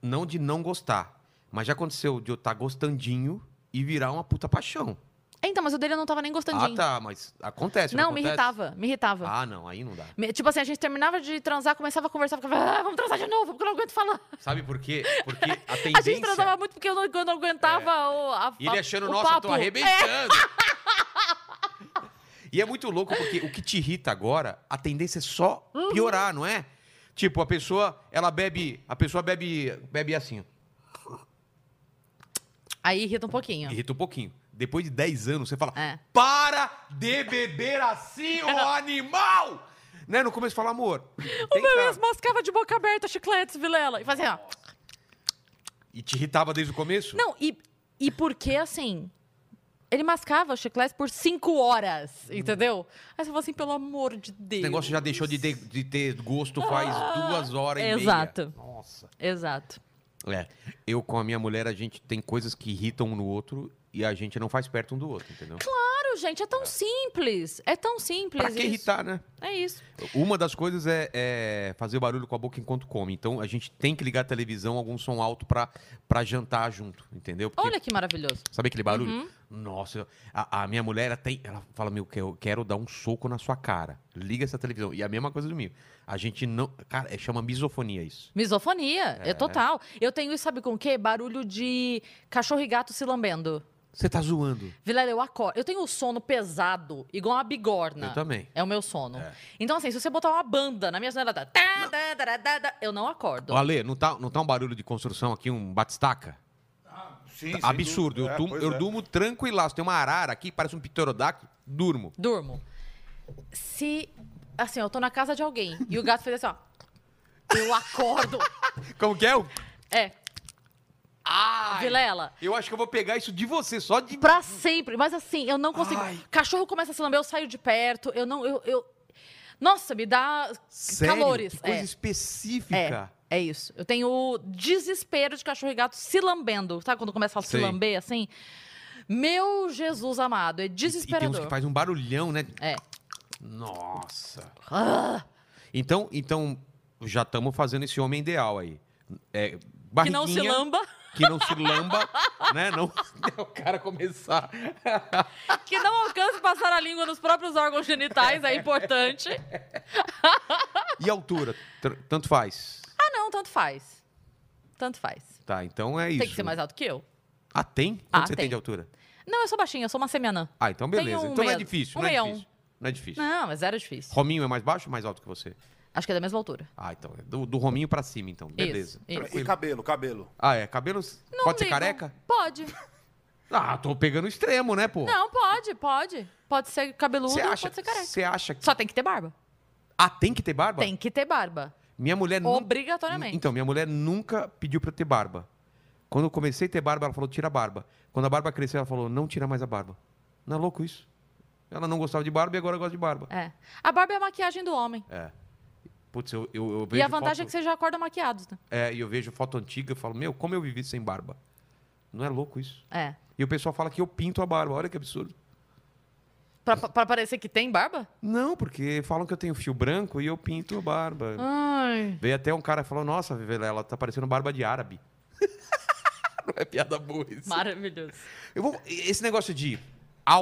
Não de não gostar, mas já aconteceu de eu estar gostandinho e virar uma puta paixão. Então, mas o dele eu não tava nem Ah, gostandinho. tá, mas acontece. Não, me acontece? irritava, me irritava. Ah, não, aí não dá. Me- Tipo assim, a gente terminava de transar, começava a conversar, ficava, ah, vamos transar de novo, porque eu não aguento falar. Sabe por quê? Porque a A gente tendência. É. transava muito porque eu não, eu não aguentava o a, E ele a- achando, o nossa, eu papo. tô arrebentando. e é muito louco, porque o que te irrita agora, a tendência é só Uhum. piorar, não é? Tipo, a pessoa, ela bebe. A pessoa bebe, bebe assim, ó. Aí irrita um pouquinho. Irrita um pouquinho. Depois de 10 anos, você fala: É. Para de beber assim, ô animal! Né? No começo fala, amor. O meu ex tenta." mascava de boca aberta chicletes, Vilela. E fazia, ó. E te irritava desde o começo? Não, e, e porque assim. Ele mascava chicletes por cinco horas, entendeu? Aí você fala assim, pelo amor de Deus. Hum. Esse negócio já deixou de, de- de ter gosto faz duas horas e Ah, exato. meia. Nossa. Exato. É. Eu com a minha mulher, a gente tem coisas que irritam um no outro e a gente não faz perto um do outro, entendeu? Claro, gente, é tão simples. É tão simples. Pra que isso. irritar, né? É isso. Uma das coisas é, é fazer barulho com a boca enquanto come. Então a gente tem que ligar a televisão, algum som alto pra, pra jantar junto, entendeu? Porque, Olha uhum. que maravilhoso. sabe aquele barulho? Nossa, a, a minha mulher ela tem. Ela fala, meu, que eu quero dar um soco na sua cara. Liga essa televisão. E a mesma coisa do meu. A gente não. Cara, é- chama misofonia isso. Misofonia, é. total. Eu tenho isso, sabe com o quê? Barulho de cachorro e gato se lambendo. Você tá zoando. Vilela, eu acordo. Eu tenho o sono pesado, igual uma bigorna. Eu também. É o meu sono. Então, assim, se você botar uma banda na minha janela, tá, tá, tá, tá, tá, tá, eu não acordo. Ô, Ale, não tá, não tá um barulho de construção aqui, um batistaca? Ah, Sim, sem Absurdo. Eu, dúvida. É, durmo, pois eu é. durmo tranquilaço. Tem uma arara aqui, parece um pterodáctilo. Durmo. Durmo. Se. Assim, eu tô na casa de alguém e o gato fez assim, ó. Eu acordo. Como que é? o- É, Ah! Vilela. Eu acho que eu vou pegar isso de você, só de. Pra sempre. Mas assim, eu não consigo. Ai. Cachorro começa a se lamber, eu saio de perto. Eu não. Eu, eu- Nossa, me dá Sério? calores. Que coisa é. específica. É, é isso. Eu tenho desespero de cachorro e gato se lambendo. Sabe quando começa a se Sei. lamber assim? Meu Jesus amado, é E tem uns desesperador. que faz um barulhão, né? É. Nossa. Ah, Então, então já estamos fazendo esse homem ideal aí. É, que não se barriguinha, lamba, Que não se lamba, né? Não o cara começar. que não alcance passar a língua nos próprios órgãos genitais, é importante. Ah, E altura? Tr- Tanto faz. Ah, não, tanto faz. Tanto faz. Tá, então é isso. Tem que ser mais alto que eu. Ah, tem? Quanto Ah, você tem. tem. de altura? Não, eu sou baixinha, eu sou uma semianã. Ah, então beleza. Tenho um então não é meia- difícil, um não é meião. difícil. Não é difícil. Não, mas era difícil. Rominho é mais baixo ou mais alto que você? Acho que é da mesma altura. Ah, então. é Do, do Rominho pra cima, então. Beleza. Isso, E Tranquilo. cabelo, cabelo. Ah, é. Cabelo. Não pode ser ligo. careca? Pode. Ah, tô pegando o extremo, né, pô? Não, pode, pode. Pode ser cabeludo, Você acha, pode ser careca. Você acha que. Só tem que ter barba. Ah, tem que ter barba? Tem que ter barba. Minha mulher nunca. Obrigatoriamente. Então, minha mulher nunca pediu pra eu ter barba. Quando eu comecei a ter barba, ela falou, tira a barba. Quando a barba cresceu, ela falou, não tira mais a barba. Não é louco isso? Ela não gostava de barba e agora gosta de barba. É. A barba é a maquiagem do homem. Putz, eu, eu, eu vejo E a vantagem é que foto, você já acorda maquiado, né? é, e eu vejo foto antiga e falo, meu, como eu vivi sem barba? Não é louco isso? É. E o pessoal fala que eu pinto a barba, olha que absurdo. Pra, pra parecer que tem barba? Não, porque falam que eu tenho fio branco e eu pinto a barba. Ai. Veio até um cara e falou, nossa, Vilela, tá parecendo barba de árabe. não é piada boa isso. Maravilhoso. Eu vou- Esse negócio de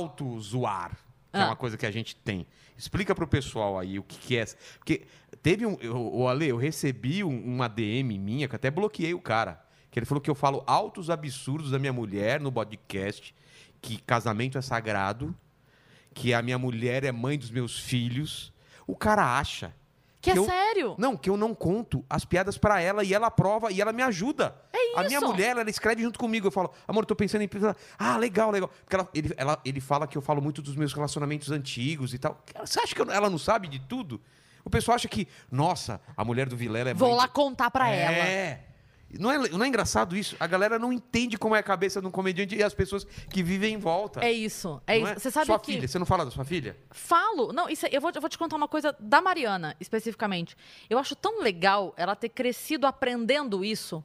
auto-zoar, que é Ah. uma coisa que a gente tem. Explica pro pessoal aí o que, que é. essa- Porque teve um. eu- O Ale, eu recebi um- uma DM minha, que eu até bloqueei o cara. Que ele falou que eu falo altos absurdos da minha mulher no podcast, que casamento é sagrado, que a minha mulher é mãe dos meus filhos. O cara acha. Que é eu- sério? Não, que eu não conto as piadas pra ela e ela aprova e ela me ajuda. É A minha isso. mulher, ela escreve junto comigo. Eu falo, amor, tô pensando em. Ah, legal, legal. Porque ela, ele, ela- ele fala que eu falo muito dos meus relacionamentos antigos e tal. Cara, Você acha que eu- ela não sabe de tudo? O pessoal acha que, nossa, a mulher do Vilela é Vou mãe lá do- contar pra ela. É. Não é, não é engraçado isso? A galera não entende como é a cabeça de um comediante e as pessoas que vivem em volta. É isso, é não isso. Você sabe sua que. filha, você não fala da sua filha? Falo. Não, isso é- eu, vou, eu vou te contar uma coisa da Mariana, especificamente. Eu acho tão legal ela ter crescido aprendendo isso.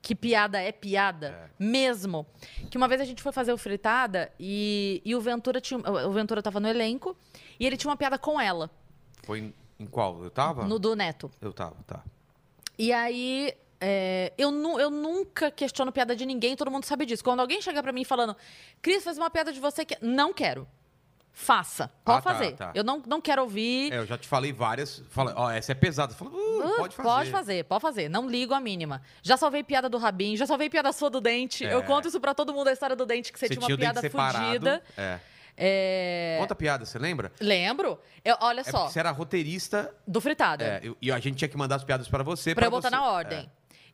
Que piada é piada, mesmo. Que uma vez a gente foi fazer o Fritada e, e o Ventura tinha. O Ventura tava no elenco e ele tinha uma piada com ela, Foi em, em qual? Eu tava? no do Neto. Eu tava, tá. E aí, é, eu, nu- eu nunca questiono piada de ninguém, todo mundo sabe disso. Quando alguém chega pra mim falando, Cris, faz uma piada de você que. Não quero. Faça. Pode Ah, tá, fazer. tá. Eu não, não quero ouvir. É, eu já te falei várias. Fala, ó, essa é pesada. Fala, uh, Ah, pode fazer. Pode fazer, pode fazer. Não ligo a mínima. Já salvei piada do Rabin, já salvei piada sua do dente. É. Eu conto isso pra todo mundo, a história do dente, que você, tinha uma piada fodida. É. É... Conta a piada, você lembra? Lembro? Eu- olha É só, porque você era roteirista do fritada. é, eu- e a gente tinha que mandar as piadas pra você. Pra eu você- É. botar na ordem.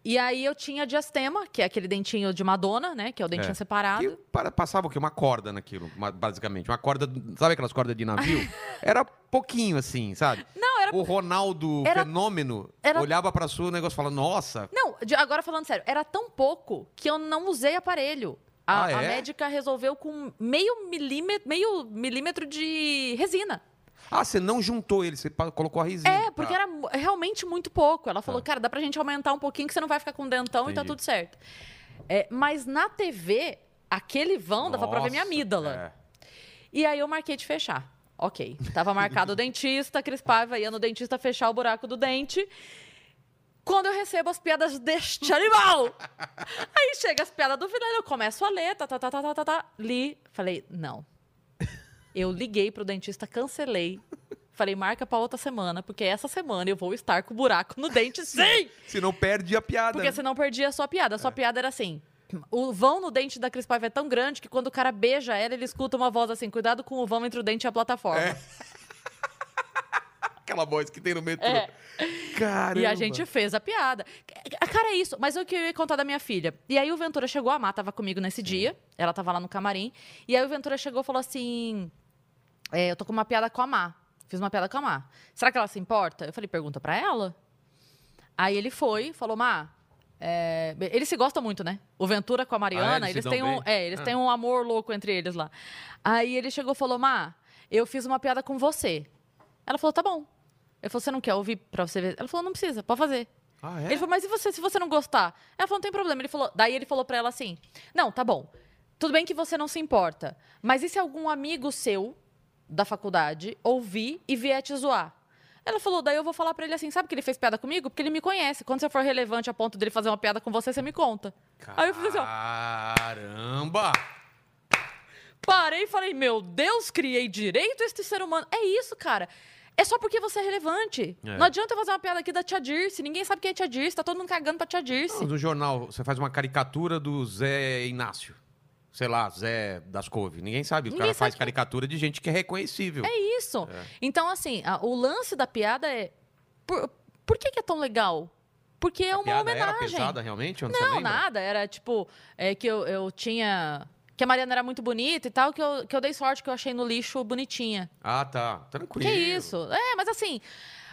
E aí eu tinha diastema, que é aquele dentinho de Madonna, né? Que é o dentinho É. separado. Que para- passava o quê? Uma corda naquilo, uma- basicamente. Uma corda, sabe aquelas cordas de navio? era pouquinho assim, sabe? Não, era. O Ronaldo Era- Fenômeno era- olhava pra sua o negócio e falava, nossa, Não, de- agora falando sério, era tão pouco que eu não usei aparelho. A, Ah, é? a médica resolveu com meio milímetro, meio milímetro de resina. ah, você não juntou ele, você pa- colocou a risinha. É, porque era mu- realmente muito pouco. Ela falou, cara, dá pra gente aumentar um pouquinho que você não vai ficar com dentão e tá Entendi. tudo certo. É, mas na TV, aquele vão dava pra ver minha amígdala. E aí eu marquei de fechar. Ok. Tava marcado o dentista, Cris Paiva ia no dentista fechar o buraco do dente. Quando eu recebo as piadas deste animal! Aí chega as piadas do final, eu começo a ler, tá, tá, tá, tá, tá, tá, tá. Li, falei, não. Eu liguei pro dentista, cancelei. Falei, marca pra outra semana, porque essa semana eu vou estar com o buraco no dente, sim! Se não perde a piada. né? Porque senão perdia a sua piada. A sua piada era assim. O vão no dente da Cris Paiva é tão grande que quando o cara beija ela, ele escuta uma voz assim: cuidado com o vão entre o dente e a plataforma. Aquela voz que tem no metrô. É. Caramba. E a gente fez a piada. Cara, é isso. Mas é o que eu ia contar da minha filha. E aí o Ventura chegou, a Má tava comigo nesse dia. Ela tava lá no camarim. E aí o Ventura chegou e falou assim: é, Eu tô com uma piada com a Má. Fiz uma piada com a Má. Será que ela se importa? Eu falei, pergunta pra ela. Aí ele foi, falou, Má. é, be- Eles se gostam muito, né? O Ventura com a Mariana, Ah, é? Eles eles, se têm dão um. bem? É, eles Ah. têm um amor louco entre eles lá. Aí ele chegou e falou, Má, eu fiz uma piada com você. Ela falou, tá bom. Ele falou, você não quer ouvir pra você ver? Ela falou, não precisa, pode fazer. Ah, Ele falou, mas e você, se você não gostar? Ela falou, não tem problema. Ele falou, daí ele falou pra ela assim: Não, tá bom. Tudo bem que você não se importa. Mas e se algum amigo seu da faculdade ouvir e vier te zoar? Ela falou, daí eu vou falar pra ele assim, sabe que ele fez piada comigo? Porque ele me conhece. Quando você for relevante a ponto dele fazer uma piada com você, você me conta. Aí eu fiz assim, ó. Caramba! Parei e falei, meu Deus, criei direito a este ser humano. É isso, cara. É só porque você é relevante. É. Não adianta eu fazer uma piada aqui da Tia Dirce. Ninguém sabe quem é Tia Dirce. Tá todo mundo cagando pra Tia Dirce. No jornal, você faz uma caricatura do Zé Inácio. Sei lá, Zé das Couve. Ninguém sabe. O Ninguém cara faz sabe quem- caricatura de gente que é reconhecível. É isso. Então, assim, a- o lance da piada é... Por, por que, que é tão legal? Porque é A uma piada era homenagem. pesada realmente? Onde você Não, lembra? nada. Era tipo é, que eu, eu tinha. Que a Mariana era muito bonita e tal, que eu, que eu dei sorte que eu achei no lixo bonitinha. Ah, tá. Tranquilo. Que isso? É, mas assim,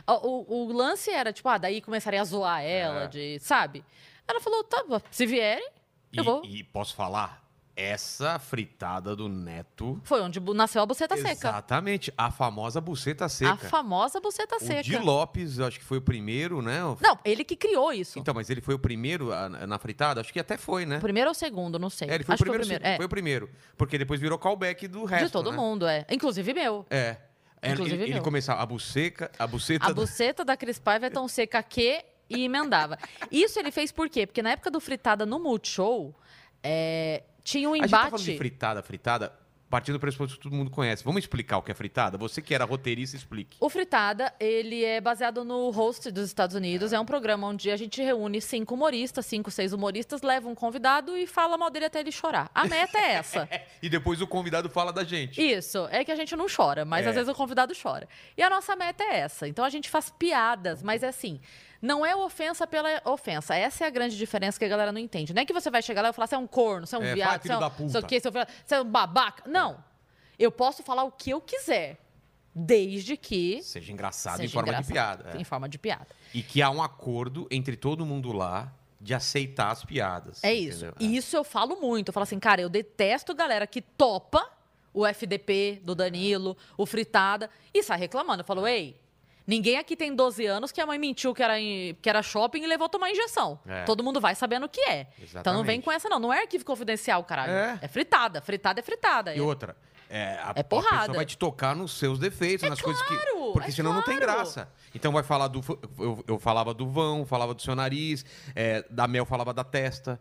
o, o- o lance era, tipo, ah, daí começaria a zoar ela, É. de. Sabe? Ela falou, tá, se vierem, E, eu vou. e posso falar? Essa fritada do Neto. Foi onde bu- nasceu a buceta seca. Exatamente. A famosa buceta A seca. famosa buceta O Di seca. Lopes, eu acho que foi o primeiro, né? Não, ele que criou isso. Então, mas ele foi o primeiro ah, na na fritada? Acho que até foi, né? O Primeiro ou o segundo, não sei. É, ele foi Acho o primeiro. que foi o sim, primeiro. Foi o primeiro. Porque depois virou callback do resto. é, de todo né? mundo, é. Inclusive meu. É. É, Inclusive ele, ele meu. começava a buceca, a buceta. A buceta da Cris Paiva é tão seca que e emendava. Isso ele fez por quê? Porque na época do Fritada no Multishow, é, tinha um A gente tá falando embate. de fritada, fritada, partindo do pressuposto que todo mundo conhece. Vamos explicar o que é fritada? Você que era roteirista, explique. o Fritada, ele é baseado no host dos Estados Unidos. É um programa onde a gente reúne cinco humoristas, cinco, seis humoristas, leva um convidado e fala mal dele até ele chorar. A meta é essa. E depois o convidado fala da gente. Isso, é que a gente não chora, mas É. às vezes o convidado chora. E a nossa meta é essa. Então a gente faz piadas, mas é assim, não é ofensa pela ofensa. Essa é a grande diferença que a galera não entende. Não é que você vai chegar lá e falar, você é um corno, você é um É, fala, viado, você é filho da um, puta." sei o quê, você é um- você é um babaca. Não. Eu posso falar o que eu quiser, desde que Seja engraçado em seja forma de engraçado, piada. é. Em forma de piada. E que há um acordo entre todo mundo lá de aceitar as piadas. É isso. entendeu? E isso eu falo muito. Eu falo assim, cara, eu detesto galera que topa o FDP do Danilo, o Fritada, e sai reclamando. Eu falo, ei, ninguém aqui tem 12 anos que a mãe mentiu que era, em- que era shopping e levou a tomar injeção. É. Todo mundo vai sabendo o que é. Então não vem Exatamente. com essa, não. Não é arquivo confidencial, caralho. É. É, fritada. Fritada é fritada. E outra, é, a, É a porrada. É pessoa vai te tocar nos seus defeitos, nas coisas que. claro, Porque é senão não tem claro. graça. Então vai falar do. Eu, eu falava do vão, falava do seu nariz, é, da Mel falava da testa.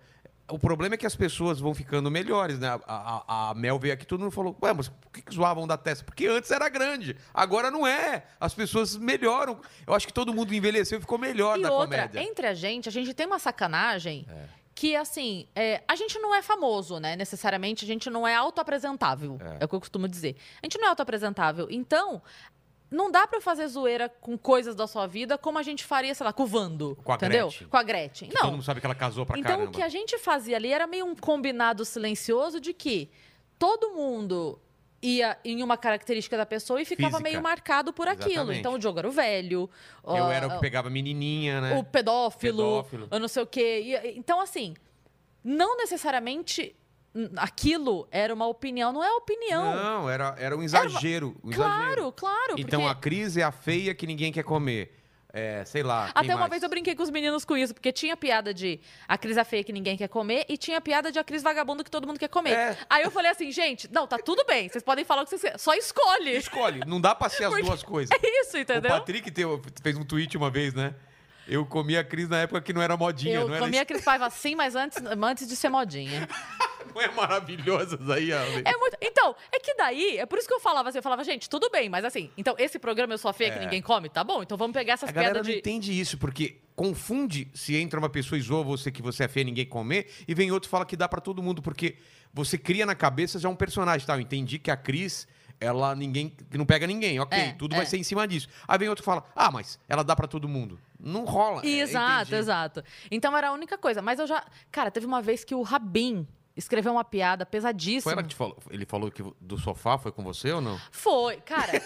O problema é que as pessoas vão ficando melhores, né? A, a- a Mel veio aqui, todo mundo falou, ué, mas por que, que zoavam da testa? Porque antes era grande, agora não é. As pessoas melhoram. Eu acho que todo mundo envelheceu e ficou melhor E da outra, comédia. É. entre a gente, a gente tem uma sacanagem que, assim, é, a gente não é famoso, né? Necessariamente, a gente não é autoapresentável. É. o que eu costumo dizer. A gente não é autoapresentável. Então, não dá pra eu fazer zoeira com coisas da sua vida como a gente faria, sei lá, com o Vando. Com a entendeu? Gretchen. Com a Gretchen. Que Todo não. mundo sabe que ela casou pra Então, caramba. o que a gente fazia ali era meio um combinado silencioso de que todo mundo ia em uma característica da pessoa e ficava Física. meio marcado por aquilo. Exatamente. Então, o Diogo era o velho. Eu ó, era o que pegava menininha, né? o pedófilo, Pedófilo. eu não sei o quê. E, Então, assim, não necessariamente hum, aquilo era uma opinião, não é opinião. Não, era, era um exagero. um exagero. Claro, claro. Então porque... a Cris é a feia que ninguém quer comer. é, sei lá. quem Até uma mais? vez eu brinquei com os meninos com isso, porque tinha piada de a Cris a feia que ninguém quer comer e tinha piada de a Cris vagabundo que todo mundo quer comer. É. Aí eu falei assim, gente, não, tá tudo bem, vocês podem falar o que vocês querem, só escolhe. Escolhe, não dá pra ser as Porque- duas coisas. É isso, entendeu? O Patrick teu- fez um tweet uma vez, né? Eu comi a Cris na época que não era modinha, eu não é era comia Cris Paiva assim, mas antes, antes de ser modinha. Não é maravilhosas aí, Ale? É muito. Então, é que daí, é por isso que eu falava assim, eu falava, gente, tudo bem, mas assim, então esse programa eu sou a feia que ninguém come, tá bom? Então vamos pegar essas É. A galera piadas não de. entende isso, porque confunde se entra uma pessoa e zoa você que você é feia e ninguém comer, e vem outro e fala que dá pra todo mundo, porque você cria na cabeça já um personagem, tá? Eu entendi que a Cris, ela ninguém, que não pega ninguém, ok, É, tudo é. vai ser em cima disso. Aí vem outro e fala, ah, mas ela dá pra todo mundo. Não rola. é, Exato, entendi. exato. Então era a única coisa. Mas eu já. Cara, teve uma vez que o Rabin escreveu uma piada Foi pesadíssima. ela que te falou, ele falou que do sofá foi com você ou não? Foi, cara.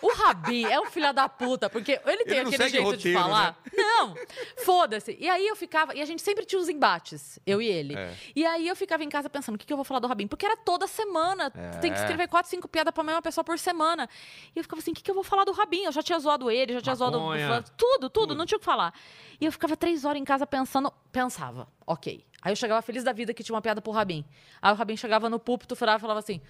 O Rabi é um filho da puta, porque ele tem Ele não aquele segue jeito roteiro, né? de falar. Não, foda-se. E aí eu ficava, e a gente sempre tinha os embates, eu e ele. É. E aí eu ficava em casa pensando, o que, que eu vou falar do Rabin? Porque era toda semana, tu tem que É. escrever quatro, cinco piadas pra mesma pessoa por semana. E eu ficava assim, o que, que eu vou falar do Rabin? Eu já tinha zoado ele, já tinha zoado... Maconha. fulano, Tudo, tudo, Hum. não tinha o que falar. E eu ficava três horas em casa pensando, pensava, ok. Aí eu chegava feliz da vida que tinha uma piada pro Rabin. Aí o Rabin chegava no púlpito, falava falava assim,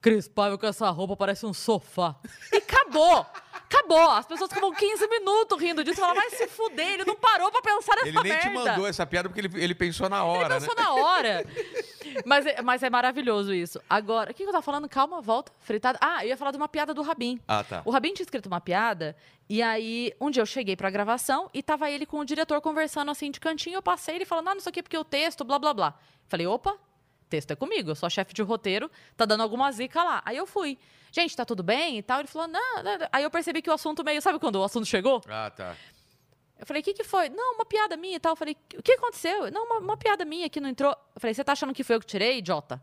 Cris Paiva com essa roupa parece um sofá. E acabou! Acabou! As pessoas ficavam 15 minutos rindo disso. Falavam, vai se fuder, ele não parou pra pensar nessa Ele nem merda. te mandou essa piada porque ele, ele pensou na hora, né? Pensou na hora. Mas, é- mas é maravilhoso isso. Agora, o que que eu tava falando? Calma, volta, fritada. Ah, eu ia falar de uma piada do Rabin. Ah, tá. O Rabin tinha escrito uma piada, e aí um dia eu cheguei pra gravação e tava ele com o diretor conversando assim de cantinho. Eu passei, ele falando, ah, não sei o que, porque o texto, blá, blá, blá. Falei, opa, texto é comigo, eu sou a chefe de roteiro, tá dando alguma zica lá. Aí eu fui. Gente, tá tudo bem e tal? Ele falou, não, não, não. Aí eu percebi que o assunto meio. Sabe quando o assunto chegou? Ah, tá. Eu falei, o que, que foi? Não, uma piada minha e tal. Eu falei, o que aconteceu? Não, uma, uma piada minha que não entrou. Eu falei, você tá achando que foi eu que tirei, idiota?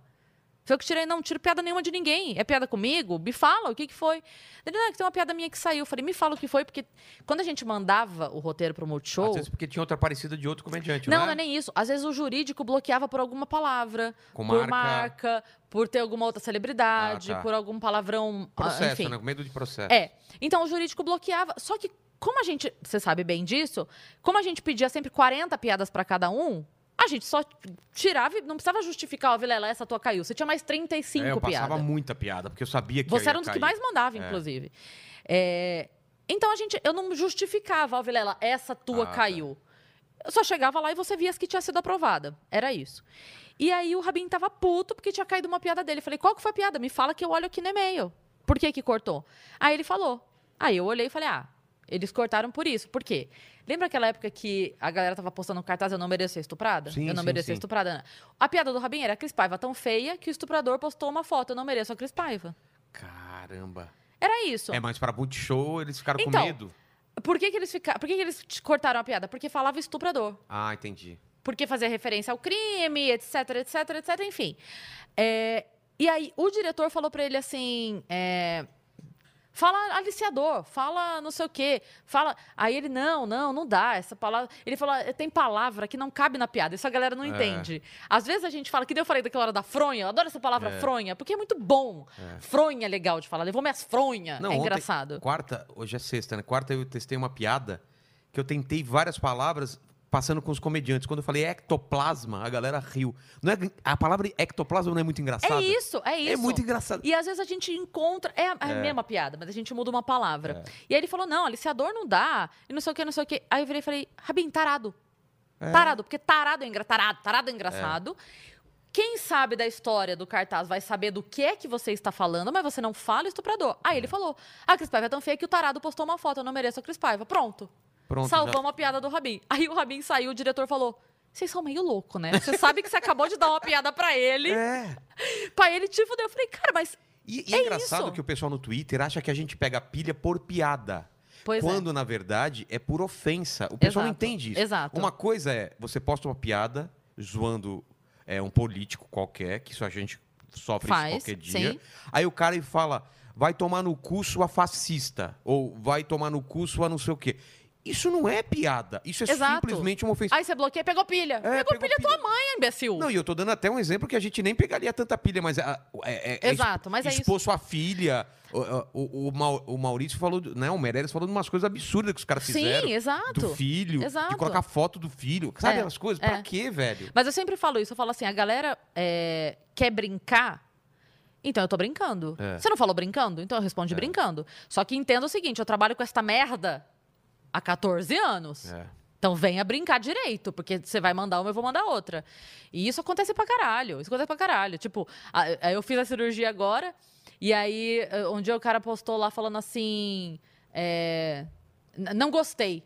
Foi eu que tirei, não, tiro piada nenhuma de ninguém. É piada comigo? Me fala, o que, que foi? Ele, não, é que tem uma piada minha que saiu. Eu falei, me fala o que foi, porque quando a gente mandava o roteiro pro Às Multishow. vezes porque tinha outra parecida de outro comediante, Não, né? não é nem isso. Às vezes o jurídico bloqueava por alguma palavra, Com marca. por marca, por ter alguma outra celebridade, Ah, tá. por algum palavrão. ah, Processo, enfim. né? Com medo de processo. É. Então o jurídico bloqueava. Só que, como a gente. Você sabe bem disso, como a gente pedia sempre 40 piadas pra cada um, a gente só tirava e não precisava justificar, ó, Vilela, essa tua caiu. Você tinha mais 35 É, eu passava piadas. muita piada, porque eu sabia que eu Você ia era um dos que cair. mais mandava, É. inclusive. É, Então a gente. Eu não justificava, ó, Vilela, essa tua Ah, tá. caiu. Eu só chegava lá e você via as que tinha sido aprovada. Era isso. E aí o Rabin tava puto porque tinha caído uma piada dele. Eu falei, qual que foi a piada? Me fala que eu olho aqui no e-mail. Por que que cortou? Aí ele falou. Aí eu olhei e falei, ah, eles cortaram por isso. Por quê? Lembra aquela época que a galera tava postando cartaz, eu não mereço ser estuprada? Sim, eu não sim, mereço sim. ser estuprada. Ana. A piada do Rabin era a Cris Paiva tão feia que o estuprador postou uma foto, eu não mereço a Cris Paiva. Caramba. Era isso. É, mas pra Multishow eles ficaram com Então. medo. Por que, que eles fica... Por que, que eles te cortaram a piada? Porque falava estuprador. Ah, entendi. Porque fazia referência ao crime, etc, etc, etc, enfim. É, e aí o diretor falou pra ele assim. é, Fala aliciador, fala não sei o quê, fala. Aí ele, não, não, não dá. Essa palavra. Ele falou, "Ah, tem palavra que não cabe na piada. Isso a galera não É. entende. Às vezes a gente fala, que nem eu falei daquela hora da fronha, eu adoro essa palavra fronha, porque é muito bom. Fronha é legal de falar. Levou minhas fronha. é ontem- engraçado. Quarta, hoje é sexta, né? Quarta eu testei uma piada que eu tentei várias palavras passando com os comediantes. Quando eu falei ectoplasma, a galera riu. Não é, a palavra ectoplasma não é muito engraçada? É isso, é isso. É muito engraçado. E às vezes a gente encontra. É a, a mesma piada, mas a gente muda uma palavra. E aí ele falou: não, aliciador não dá, e não sei o que, não sei o que. Aí eu virei e falei: Rabin, tarado. Tarado, porque tarado é, engra... tarado, tarado é engraçado. Quem sabe da história do cartaz vai saber do que é que você está falando, mas você não fala estuprador. Aí ele falou: a Cris Paiva é tão feia que o tarado postou uma foto, eu não mereço a Cris Paiva. Pronto. Pronto, Salvamos a piada do Rabin. Aí o Rabin saiu, o diretor falou: vocês são meio louco, né? Você sabe que você acabou de dar uma piada pra ele. já... É. Pra ele te fudeu. Eu falei, cara, mas. E, e é, É engraçado isso. que o pessoal no Twitter acha que a gente pega pilha por piada. Pois é. quando, na verdade, é por ofensa. O pessoal não Exato, entende isso. exato. Uma coisa é, você posta uma piada zoando é, um político qualquer, que isso a gente sofre isso Faz, qualquer dia. sim. Aí o cara fala, vai tomar no cu sua fascista, ou vai tomar no cu sua não sei o quê. Isso não é piada. Isso é Exato. simplesmente uma ofensa. Aí você bloqueia, pegou pilha. pegou, É, pegou pilha tua mãe, imbecil. Não, e eu tô dando até um exemplo que a gente nem pegaria tanta pilha, mas. a- é, é- é Exato, mas é isso. expor sua filha. O, o, o Mau- o Maurício falou, do- né? O Meirelles falou de umas coisas absurdas que os caras fizeram. Sim, exato. Do filho, Exato. de colocar foto do filho. Sabe É, as coisas? é. Pra quê, velho? Mas eu sempre falo isso, eu falo assim, a galera é, quer brincar, então eu tô brincando. É. Você não falou brincando? Então eu respondo brincando. Só que entenda o seguinte, eu trabalho com esta merda há 14 anos. É. Então venha brincar direito, porque você vai mandar uma, eu vou mandar outra. E isso acontece pra caralho. Isso acontece pra caralho. Tipo, a- a- eu fiz a cirurgia agora, e aí eh, um dia o cara postou lá falando assim. é, "N- não gostei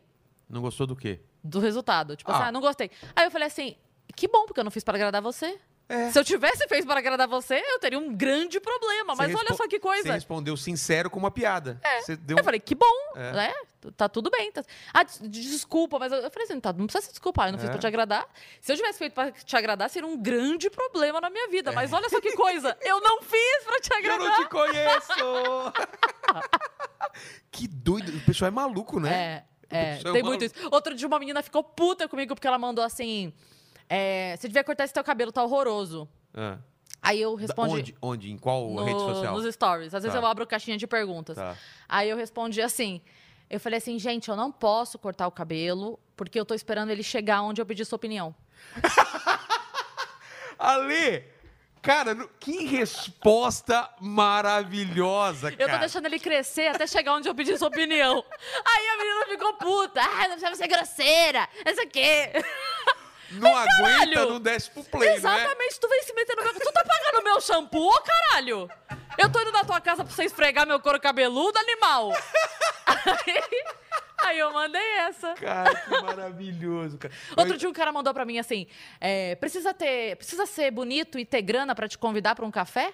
Não gostou do quê? do resultado. Tipo assim, Ah. ah, não gostei. Aí eu falei assim, que bom, porque eu não fiz para agradar você. É. Se eu tivesse feito para agradar você, eu teria um grande problema. Mas Você olha respo- só que Você coisa. respondeu sincero com uma piada. É. Você deu Eu falei, que bom, É. né? Tá tudo bem. tá- Ah, des- desculpa, mas eu, eu falei assim, tá, não precisa se desculpar, eu não fiz É. pra te agradar. Se eu tivesse feito pra te agradar, seria um grande problema na minha É. vida. Mas olha só que coisa, eu não fiz pra te Eu agradar. não te conheço! que doido. O pessoal é maluco, né? É, é, Isso é tem uma- muito isso. Outro dia uma menina ficou puta comigo porque ela mandou assim, é, você devia cortar esse teu cabelo, tá horroroso. Ah. Aí eu Da- respondi... Onde? Onde? Em qual no- rede social? Nos stories. Às vezes Tá. eu abro caixinha de perguntas. Tá. Aí eu respondi assim. Eu falei assim, gente, eu não posso cortar o cabelo porque eu tô esperando ele chegar onde eu pedi sua opinião. Ale! Cara, no- que resposta maravilhosa, cara. Eu tô deixando ele crescer até chegar onde eu pedi sua opinião. Aí a menina ficou puta. Ah, não precisava ser grosseira. Não sei o quê. Não aguenta, caralho! não desce pro play, né? Exatamente. Tu vem se meter no meu... Tu tá pagando meu shampoo, ô caralho? Eu tô indo na tua casa pra você esfregar meu couro cabeludo, animal. aí, aí eu mandei essa. Cara, que maravilhoso, cara. Outro dia um cara mandou pra mim assim: é, precisa ter, precisa ser bonito e ter grana pra te convidar pra um café?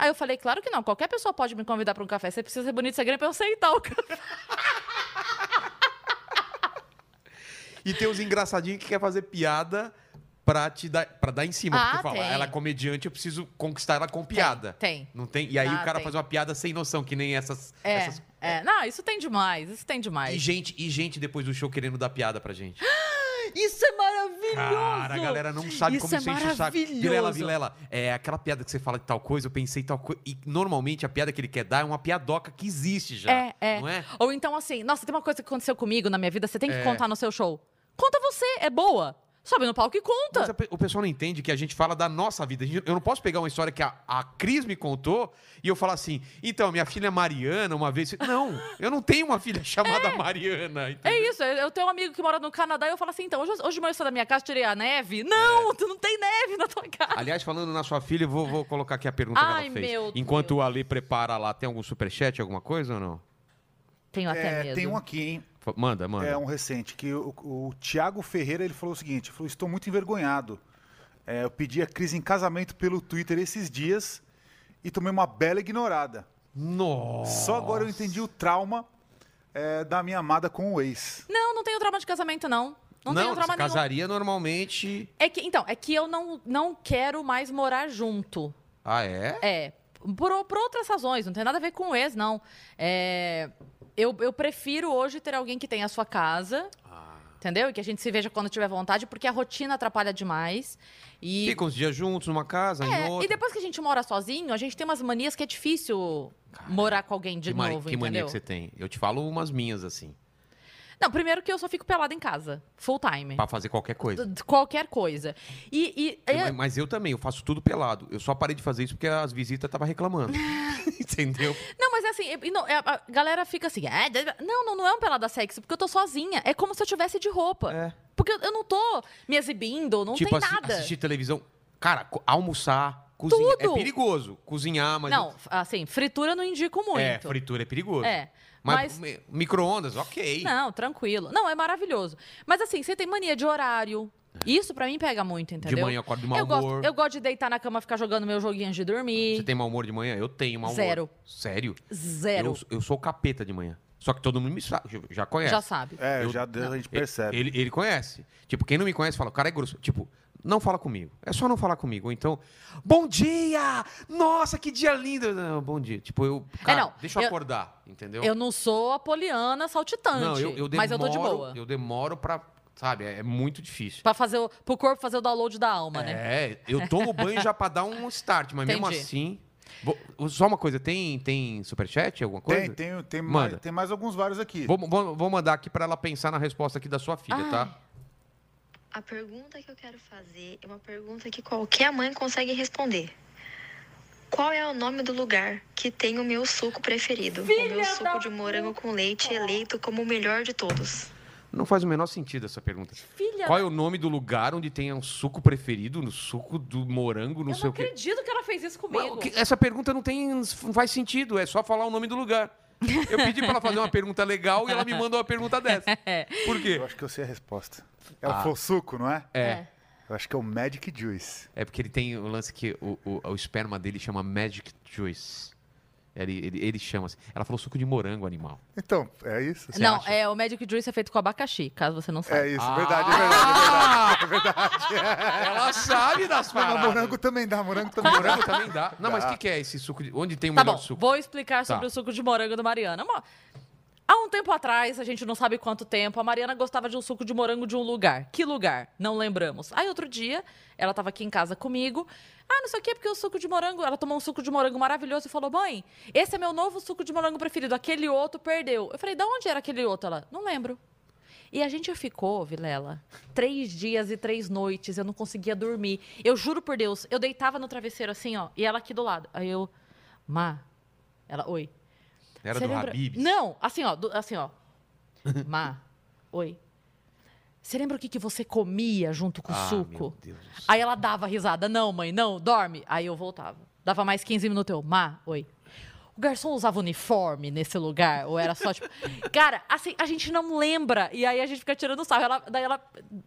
Aí eu falei, claro que não, qualquer pessoa pode me convidar pra um café. Você precisa ser bonito e ser grana pra eu aceitar o café. E tem os engraçadinhos que quer fazer piada pra, te dar, pra dar em cima. Ah, porque fala, tem. ela é comediante, eu preciso conquistar ela com piada. tem. Não tem? E aí Ah, o cara tem. faz uma piada sem noção, que nem essas... É, essas... é. Não, isso tem demais, isso tem E, demais. gente, e gente depois do show querendo dar piada pra gente. Isso é maravilhoso! Cara, a galera não sabe Isso como é você enche o saco. maravilhoso. Vilela, Vilela, é aquela piada que você fala de tal coisa, eu pensei tal coisa. E normalmente a piada que ele quer dar é uma piadoca que existe já. É, é. Não é? Ou então assim, nossa, tem uma coisa que aconteceu comigo na minha vida, você tem que É. contar no seu show. Conta você, é boa. Sobe no palco e conta. Mas Então, a pe- o pessoal não entende que a gente fala da nossa vida. A gente- eu não posso pegar uma história que a, a Cris me contou e eu falar assim, então, minha filha Mariana, uma vez. Não, eu não tenho uma filha chamada Mariana. É entendeu? isso, eu eu tenho um amigo que mora no Canadá e eu falo assim, então, hoje, hoje de manhã eu saí da minha casa, tirei a neve. Não, É. tu não tem neve na tua casa. Aliás, falando na sua filha, eu vou, vou colocar aqui a pergunta Ai, que ela fez. meu Enquanto o Ale prepara lá, tem algum superchat, alguma coisa ou não? Tenho até É, medo. tem um aqui, hein? Fa- Manda, manda. É um recente, que o, o Tiago Ferreira ele falou o seguinte: falou, estou muito envergonhado. É, eu pedi a Cris em casamento pelo Twitter esses dias e tomei uma bela ignorada. Nossa. Só agora eu entendi o trauma é, da minha amada com o ex. Não, não tenho trauma de casamento, não. Não, tenho trauma se nenhum. casaria normalmente. É que, então, é que eu não, não quero mais morar junto. Ah, é? É, por, por outras razões, não tem nada a ver com o ex, não. É, eu, eu prefiro hoje ter alguém que tem a sua casa, entendeu? E que a gente se veja quando tiver vontade, porque a rotina atrapalha demais. E Ficam os dias juntos numa casa, É, um em outra. e depois que a gente mora sozinho, a gente tem umas manias que é difícil morar com alguém de que, mari- novo, que mania entendeu? que você tem? Eu te falo umas minhas, assim. Não, primeiro que eu só fico pelada em casa, full time. Pra fazer qualquer coisa. D- Qualquer coisa. E, e- é, Eu- Mas eu também, eu faço tudo pelado. Eu só parei de fazer isso porque as visitas estavam reclamando. Entendeu? Não, mas é assim, e- e não, é, a galera fica assim, "Ah, dá- dá-". não, não, não é um pelada sexy, porque eu tô sozinha. É como se eu tivesse de roupa. É. Porque eu, eu não tô me exibindo, não tipo, tem assi- nada. assistir televisão. Cara, co- almoçar, cozinhar. Tudo. É perigoso. Cozinhar, mas. Não, f- assim, fritura não indico muito. É, fritura é perigoso. É, Mas, mas- mi- micro-ondas, ok. Não, tranquilo. Não, é maravilhoso. Mas assim, você tem mania de horário. Isso pra mim pega muito, entendeu? manhã eu acordo É. de mau eu gosto, humor. eu gosto de deitar na cama, ficar jogando meu joguinho antes de dormir. Você tá- tem mau humor de manhã? Eu tenho mau humor. Zero. Sério? Zero. Eu, eu sou capeta de manhã. Só que todo mundo me sabe, já- já conhece. Já sabe. É, Eu- já deu- a gente percebe. Ele, ele conhece. Tipo, quem não me conhece fala, o cara é grosso. Tipo, Não fala comigo. É só não falar comigo. Ou então, bom dia! Nossa, que dia lindo! Não, bom dia. Tipo, eu. Cara, É, não, deixa eu, eu- acordar, entendeu? Eu não sou apoliana saltitante, não, eu, eu demoro, mas eu tô de boa. Eu demoro pra. Sabe, é, é muito difícil. Pra fazer o, pro corpo fazer o download da alma, né? É, eu tomo banho já pra dar um start, mas mesmo Entendi. assim. vou- só uma coisa, tem, tem superchat? Alguma coisa? Tem, tem, tem, Manda. mais, tem mais alguns vários aqui. Vou, vou- vou mandar aqui pra ela pensar na resposta aqui da sua filha, Ai. tá? A pergunta que eu quero fazer é uma pergunta que qualquer mãe consegue responder. Qual é o nome do lugar que tem o meu suco preferido? o Filha meu da suco de morango com leite eleito como o melhor de todos. Não faz o menor sentido essa pergunta. Filha, Qual é o nome do lugar onde tem um suco preferido? No suco do morango, não eu sei não o quê. acredito que ela fez isso Mas comigo. o que- essa pergunta não tem, não faz sentido, é só falar o nome do lugar. Eu pedi pra ela fazer uma pergunta legal e ela me mandou uma pergunta dessa. Por quê? Eu acho que eu sei a resposta. É o Fossuco, não é? É. Eu acho que é o Magic Juice. É porque ele tem o lance que o, o, o esperma dele chama Magic Juice. Ele, ele, ele chama assim. Ela falou suco de morango, animal. Então, é isso? Você Não, acha? é o Magic Juice é feito com abacaxi, caso você não saiba. É isso, Ah! verdade, é verdade, é verdade. é Ela sabe das Mas paradas. morango também dá, morango também dá. Morango tá também dá. Não, mas o que, que é esse suco? De... Onde tem o Tá melhor bom, suco? Tá. vou explicar sobre o suco de morango do Mariana. Mo- Há um tempo atrás, a gente não sabe quanto tempo, a Mariana gostava de um suco de morango de um lugar. Que lugar? Não lembramos. Aí outro dia, ela tava aqui em casa comigo. Ah, não sei o quê, porque o suco de morango. Ela tomou um suco de morango maravilhoso e falou: mãe, esse é meu novo suco de morango preferido. Aquele outro perdeu. Eu falei: da onde era aquele outro? Ela: não lembro. E a gente ficou, Vilela, três dias e três noites. Eu não conseguia dormir. Eu juro por Deus, eu deitava no travesseiro assim, ó, e ela aqui do lado. Aí eu, Má. Ela, oi. Era Você do lembra- Habib. Não, assim, ó, do- assim, ó. Má, oi. Você lembra o que, que você comia junto com o Ah, suco? meu Deus do céu. Aí ela dava risada. Não, mãe, não, dorme. Aí eu voltava. Dava mais 15 minutos. Eu, má, oi. O garçom usava uniforme nesse lugar? Ou era só, tipo... Cara, assim, a gente não lembra. E aí a gente fica tirando sarro. Ela, daí ela...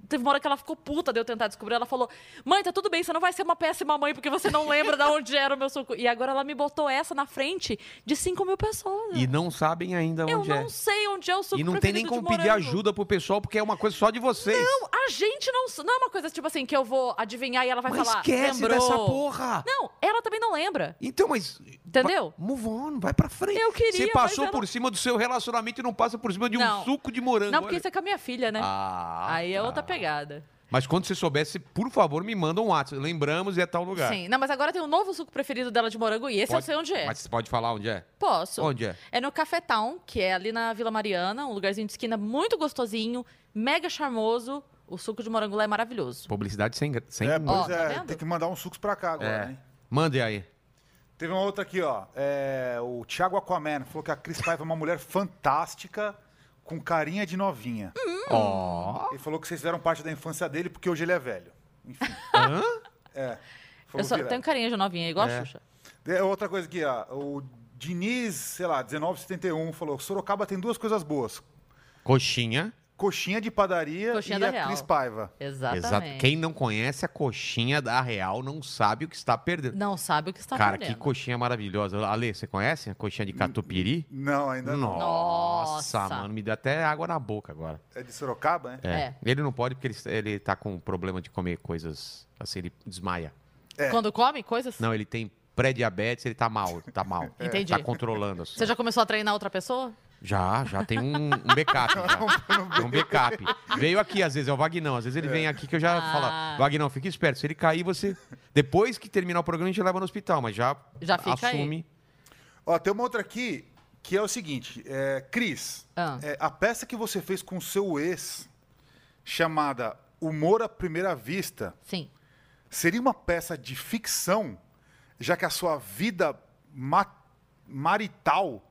Teve uma hora que ela ficou puta de eu tentar descobrir. Ela falou, mãe, tá tudo bem. Você não vai ser uma péssima mãe porque você não lembra de onde era o meu suco. E agora ela me botou essa na frente de 5 mil pessoas. E não sabem ainda Ah, eu onde não é. sei onde é o suco E não tem nem preferido como de pedir morango. ajuda pro pessoal, porque é uma coisa só de vocês. Não, A gente não... Não é uma coisa, tipo assim, que eu vou adivinhar e ela vai mas falar... esquece "Lembrou". dessa porra. Não, ela também não lembra. Então, mas... Entendeu? Vai- Move on, vai pra frente. Eu queria, Você mas passou ela- por cima do seu relacionamento e não passa por cima de um Não. suco de morango. Não, porque olha. isso é com a minha filha, né? Ah, Aí é tá. outra pegada. Mas quando você soubesse, por favor, me manda um WhatsApp. Lembramos e é tal lugar. Sim. Não, mas agora tem um novo suco preferido dela de morango e esse eu Pode- sei onde é. Mas você pode falar onde é? Posso. Onde é? É no Cafetown, que é ali na Vila Mariana, um lugarzinho de esquina muito gostosinho, mega charmoso. O suco de morango lá é maravilhoso. Publicidade sem... gra- sem... É, Ó, pois tá é, vendo? tem que mandar uns sucos pra cá agora, É. hein? Mande aí. Teve uma outra aqui, ó. É, o Thiago Aquaman falou que a Cris Paiva é uma mulher fantástica, com carinha de novinha. Hum. Ó. Ele falou que vocês fizeram parte da infância dele porque hoje ele é velho. Enfim. Hã? É. Eu Falou só direto. tenho carinha de novinha, igual É. a Xuxa. É, Outra coisa aqui, ó. O Diniz, sei lá, 1971, falou: Sorocaba tem duas coisas boas: Coxinha. coxinha de padaria Coxinha e da a Real. Cris Paiva. Exatamente. Exato. Quem não conhece a coxinha da Real não sabe o que está perdendo. Não sabe o que está Cara, tá perdendo. que coxinha maravilhosa. Ale, você conhece a coxinha de catupiry? Não, ainda não. Nossa, Nossa. mano, me deu até água na boca agora. É de Sorocaba, né? É. É. Ele não pode porque ele, ele tá com problema de comer coisas. Assim, ele desmaia. Quando come coisas? É. Não, ele tem pré-diabetes, ele tá mal, tá mal. Entendi. Tá controlando. Assim. Você já começou a treinar outra pessoa? Já, já tem um, um backup. já. Tem um backup. Veio aqui, às vezes, é o Vagnão. Às vezes ele vem aqui que eu já Ah. falo, Vagnão, fica esperto. Se ele cair, você. Depois que terminar o programa, a gente leva no hospital, mas já, Já fica aí. assume. Ó, tem uma outra aqui que é o seguinte: é, Cris, Ah. é, a peça que você fez com o seu ex, chamada Humor à Primeira Vista, Sim. seria uma peça de ficção, já que a sua vida ma- marital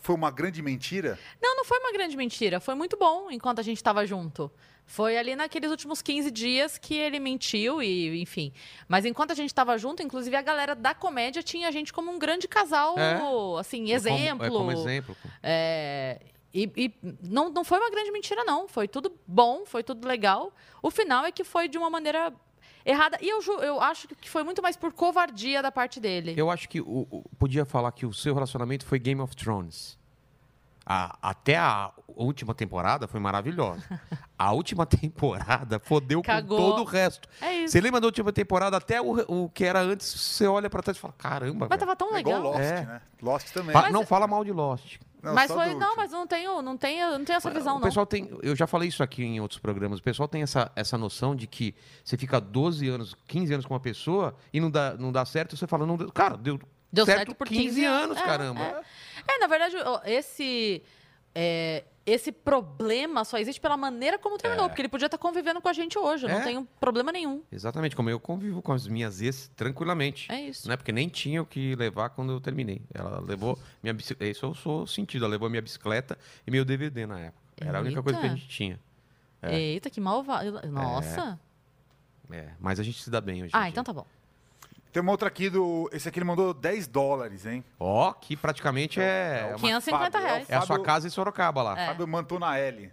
foi uma grande mentira? Não, não foi uma grande mentira. Foi muito bom enquanto a gente estava junto. Foi ali naqueles últimos 15 dias que ele mentiu e, enfim. Mas enquanto a gente estava junto, inclusive a galera da comédia tinha a gente como um grande casal, É. assim, Como- exemplo. é como exemplo. É, e e não, não foi uma grande mentira, não. Foi tudo bom, foi tudo legal. O final é que foi de uma maneira errada. E eu, ju- eu acho que foi muito mais por covardia da parte dele. Eu acho que o, o- podia falar que o seu relacionamento foi Game of Thrones. a- até a última temporada foi maravilhosa. A última temporada fodeu Cagou. com todo o resto. É isso. Você lembra da última temporada? Até o, o que era antes, você olha pra trás e fala, caramba, Mas tá velho. tava tão É igual legal. Lost, É. né? Lost também. Pa- Não fala mal de Lost. mas só foi, do não, último. mas eu não tenho, não tenho, não tenho essa visão, O não. pessoal tem, eu já falei isso aqui em outros programas, o pessoal tem essa, essa noção de que você fica 12 anos, 15 anos com uma pessoa e não dá, não dá certo, você fala, não deu, cara, deu, Deu certo, certo por 15, 15 anos, é, caramba. É, na verdade, ó, esse. é, esse problema só existe pela maneira como terminou, porque ele podia estar convivendo com a gente hoje. Eu É. não tenho problema nenhum. Exatamente, como eu convivo com as minhas ex tranquilamente. É isso. Né? Porque nem tinha o que levar quando eu terminei. Ela levou minha bicicleta. Isso eu sou sentido. Ela levou minha bicicleta e meu DVD na época. Era a única coisa que a Eita. gente tinha. Eita, que malvado. Nossa. É, mas a gente se dá bem hoje. em Ah, dia. então tá bom. Tem uma outra aqui do. Esse aqui ele mandou 10 dólares, hein? Ó, que praticamente é. uma- 550 Fábio, reais. É a sua Então, Fábio- casa em Sorocaba lá. Fábio mantou na L.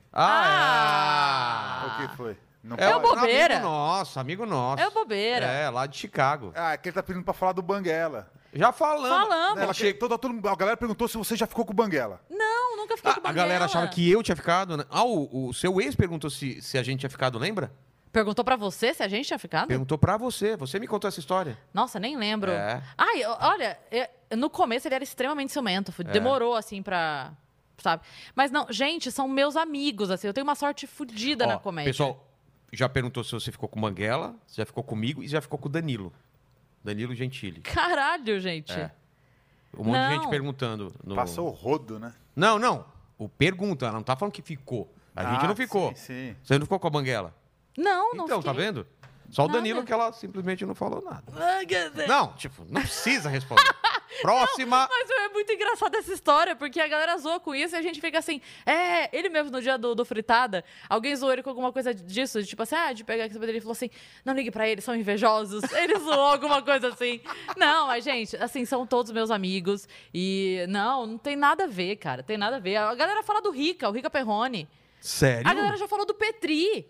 Ah! O que foi? Não É É o um pode? bo- bobeira. Amigo nosso, amigo nosso. É bobeira. É, lá de Chicago. Ah, é que ele tá pedindo pra falar do Banguela. Já falamos. Falamos. Ela Ela chega- che- toda, todo mundo- a galera perguntou se você já ficou com o Banguela. Não, nunca fiquei É. Ah, A, com a banguela. galera achava que eu tinha ficado. né? Ah, o, o seu ex perguntou se, se a gente tinha ficado, lembra? Uhum. Perguntou pra você se a gente tinha ficado? Perguntou pra você. Você me contou essa história. Nossa, nem lembro. É. Ai, o- olha, eu- no começo ele era extremamente ciumento. É. foi- Demorou, assim, pra... Sabe? Mas não, gente, são meus amigos, assim. Eu tenho uma sorte fodida Ó, na comédia. Pessoal, já perguntou se você ficou com o Manguela, se já ficou comigo e já ficou com o Danilo. Danilo Gentili. Caralho, gente. É. Um monte Não. de gente perguntando. no- Passou o rodo, né? Não, não. O pergunta, ela não tá falando que ficou. A gente Ah, não ficou. Sim, sim. Você não ficou com a Banguela? Não, não então, tá fiquei. vendo? Só o Nada. Danilo que ela simplesmente não falou nada. Ah, quer dizer, Não, tipo, não precisa responder. Próxima. Mas é muito engraçada essa história, porque a galera zoa com isso e a gente fica assim. É, ele mesmo no dia do, do fritada, alguém zoou ele com alguma coisa disso, de tipo assim, ah, de pegar aqui saber dele, ele falou assim: não ligue pra eles, são invejosos. Ele zoou alguma coisa assim. Não, mas gente, assim, são todos meus amigos e não, não tem nada a ver, cara, tem nada a ver. A galera fala do Rica, o Rica Perrone. Sério? A galera já falou do Petri.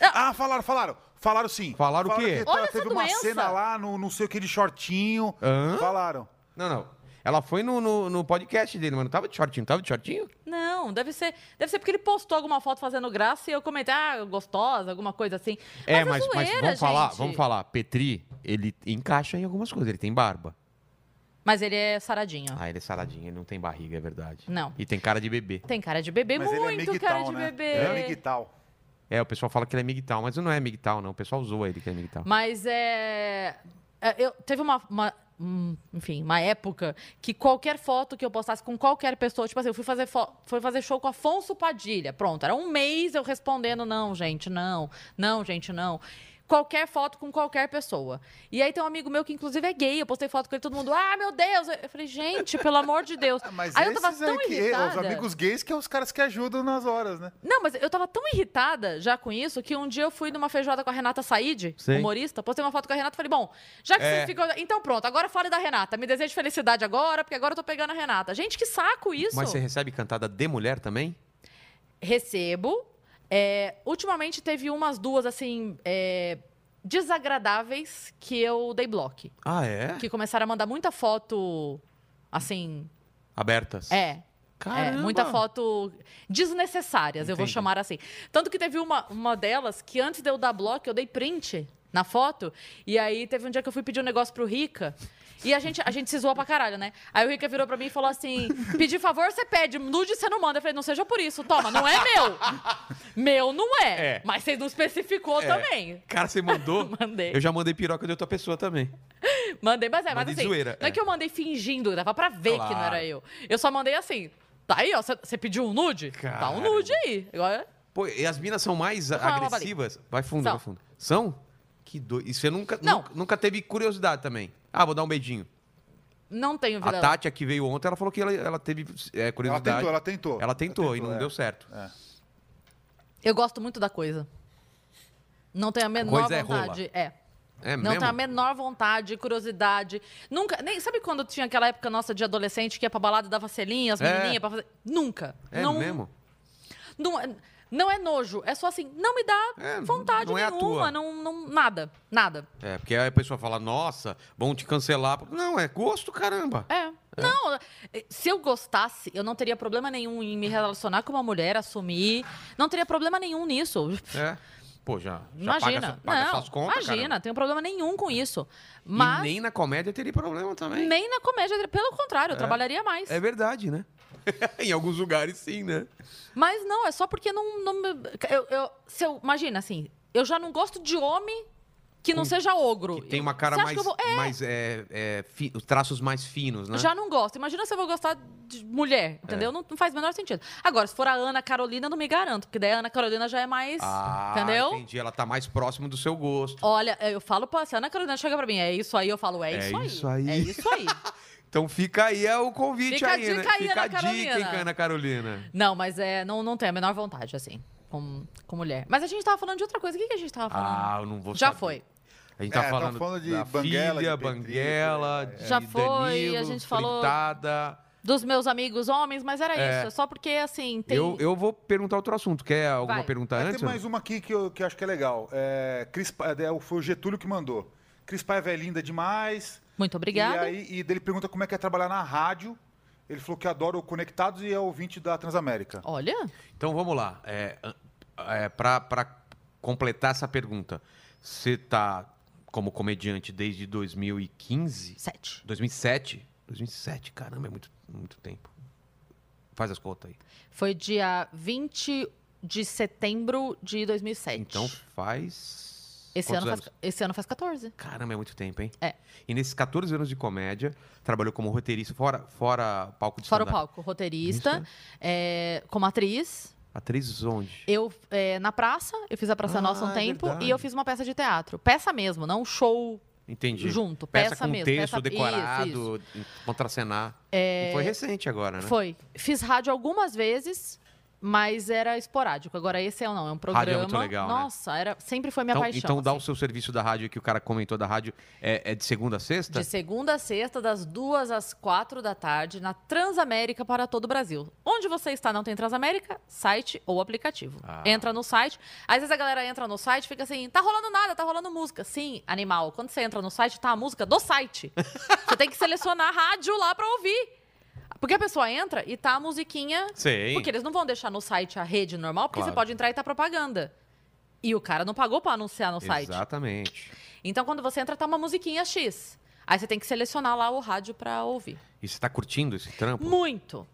Ah, falaram, falaram. Falaram sim. Falaram o quê? que Olha tá- essa teve uma doença. cena lá no não sei o que de shortinho. Hã? Falaram. Não, não. Ela foi no, no, no podcast dele, mas não tava de shortinho, tava de shortinho? Não, deve ser, deve ser porque ele postou alguma foto fazendo graça e eu comentei, ah, gostosa, alguma coisa assim. É, mas, mas, é mas zoeira, vamos falar, gente. vamos falar. Petri, ele encaixa em algumas coisas. Ele tem barba. Mas ele é saradinho. Ah, ele é saradinho, ele não tem barriga, é verdade. Não. E tem cara de bebê. Tem cara de bebê, Mas ele é muito cara migtal, de né? bebê. Ele é migtal. É, o pessoal fala que ele é migtal, mas não é migtal, não. O pessoal zoa ele que é migtal. Mas é. é, Eu, teve uma. uma- hum, enfim, uma época que qualquer foto que eu postasse com qualquer pessoa, tipo assim, eu fui fazer, fo- fui fazer show com Afonso Padilha. Pronto, era um mês eu respondendo: não, gente, não, não, gente, não. Qualquer foto com qualquer pessoa. E aí tem um amigo meu que, inclusive, é gay. Eu postei foto com ele, todo mundo, ah, meu Deus! Eu falei, gente, pelo amor de Deus. Ah, Mas aí eu tava esses aí tão que- irritada. Os amigos gays que é os caras que ajudam nas horas, né? Não, mas eu tava tão irritada já com isso que um dia eu fui numa feijoada com a Renata Said, Sim. humorista, postei uma foto com a Renata e falei, bom, já que É. você ficou. Então pronto, agora fale da Renata. Me deseje felicidade agora, porque agora eu tô pegando a Renata. Gente, que saco isso! Mas você recebe cantada de mulher também? Recebo. É, ultimamente teve umas duas, assim, é, desagradáveis que eu dei bloco. Ah, é? Que começaram a mandar muita foto, assim. Abertas. É, É, Caramba. muita foto desnecessárias, eu vou Entendi. chamar assim. Tanto que teve uma, uma delas que antes de eu dar bloco, eu dei print na foto. E aí teve um dia que eu fui pedir um negócio pro Rica. E a gente, a gente se zoou pra caralho, né? Aí o Rica virou pra mim e falou assim: pedir favor, você pede, nude você não manda. Eu falei, não seja por isso, toma, não é meu. Meu não é. É. Mas você não especificou também. Cara, você mandou? Mandei. Eu já mandei piroca de outra pessoa também. Mandei, mas é, mas Mandei assim. zoeira, não é. é. que eu mandei fingindo, dava pra ver que não Claro. era eu. Eu só mandei assim. Tá aí, ó. Você pediu um nude? Tá um Caramba. nude aí. Agora, Pô, e as minas são mais falar uma agressivas? Vai fundo, São. vai fundo. São? Que doido. E você nunca, Não. nunca, nunca teve curiosidade também. Ah, vou dar um beijinho. não tenho A vida. Tati, a que veio ontem, ela falou que ela, ela teve é, Ela curiosidade. tentou, ela tentou. Ela tentou e não é. deu certo. Eu gosto muito da coisa. Não tenho a menor Coisa é rola. vontade. É. É Não mesmo? tenho a menor vontade, curiosidade. Nunca. Nem, sabe quando tinha aquela época nossa de adolescente que ia pra balada da vaselinha, as É. menininhas pra fazer. Nunca. É não, mesmo? Não, é- não é nojo. É só assim, não me dá É, vontade não é a nenhuma. tua. não, não, nada. Nada. É, porque aí a pessoa fala, nossa, vão te cancelar. Não, é gosto, caramba. É. Não, se eu gostasse, eu não teria problema nenhum em me relacionar com uma mulher, assumir. Não teria problema nenhum nisso. É. Pô, já, já paga, Imagina. essa- paga não, suas contas, imagina, cara. não tenho problema nenhum com isso. E Mas nem, nem na comédia teria problema também. na comédia, pelo contrário, eu trabalharia mais. É verdade, né? em alguns lugares, sim, né? Mas não, é só porque não. não me- eu, eu- se eu- imagina assim, eu já não gosto de homem que não Com- seja ogro. Hum. Que tem uma Eu- cara você acha mais. que eu vou- é, mais é, é, fi- os traços mais finos, né? É. Já não gosto. Imagina se eu vou gostar de mulher, entendeu? Não, não faz o menor sentido. Agora, se for a Ana Carolina, eu não me garanto, porque daí a Ana Carolina já é mais. Ah, entendeu? entendi. Ela tá mais próximo do seu gosto. Olha, eu falo pra. Se a Ana Carolina chega pra mim, é isso aí, eu falo, é, É isso, isso aí. aí. É isso aí. Então fica aí é o convite Fica a aí, né? dica aí, fica Ana a dica, hein, Carolina. Ana Carolina. não, mas é, não, não tenho a menor vontade, assim, com, com mulher. Mas a gente tava falando de outra coisa. O que, que a gente tava Tá falando? Ah, eu não vou já saber. foi. A gente É, tá tão falando, falando de da Banguela, filha, de Petri, Banguela, é. de Já foi, Danilo, a gente falou- Fritada. Dos meus amigos homens, mas era É. isso. É só porque, assim, tem. Eu, eu vou perguntar outro assunto. Quer alguma Vai. pergunta Aí antes? tem mais uma aqui que eu, que eu acho que é legal. É, Cris, Pa- é, foi o Getúlio que mandou. Cris Paiva é linda demais. Muito obrigada. E aí e dele pergunta como é que é trabalhar na rádio. Ele falou que adora o Conectados e é ouvinte da Transamérica. Olha, Então vamos lá. É, é, Para completar essa pergunta, você tá como comediante desde 2015? sete. 2007? 2007, caramba, é muito, muito tempo. Faz as contas aí. Foi dia 20 de setembro de 2007. Então faz. Esse quantos ano, faz, anos? esse ano faz 14. Caramba, é muito tempo, hein? É. E nesses 14 anos de comédia, trabalhou como roteirista fora, fora palco de Fora o stand-up. palco, roteirista, né? é, como atriz. Atriz onde? Eu, é, na praça, eu fiz a Praça Ah, Nossa é um tempo verdade. e eu fiz uma peça de teatro. Peça mesmo, não show Entendi. junto. Peça, peça, com mesmo. texto peça... Isso, É. isso. decorado, em- contracenar. E Foi recente agora, né? Foi. Fiz rádio algumas vezes, mas era esporádico. Agora esse é ou não, é um programa. Rádio é muito legal, né? Nossa, era, sempre foi minha então, paixão. então dá assim. o seu serviço da rádio que o cara comentou da rádio. É, é de segunda a sexta? De segunda a sexta, das duas às quatro da tarde, na Transamérica para todo o Brasil. Onde você está não tem Transamérica? Site ou aplicativo. Ah. Entra no site. Às vezes a galera entra no site e fica assim, tá rolando nada, tá rolando música. Sim, animal, quando você entra no site, tá a música do site. você tem que selecionar a rádio lá pra ouvir. Porque a pessoa entra e tá a musiquinha... Sim. Porque eles não vão deixar no site a rede normal, porque Claro. você pode entrar e tá propaganda. E o cara não pagou pra anunciar no um site. Exatamente. Então, quando você entra, tá uma musiquinha X. Aí você tem que selecionar lá o rádio pra ouvir. E você tá curtindo esse trampo? Muito.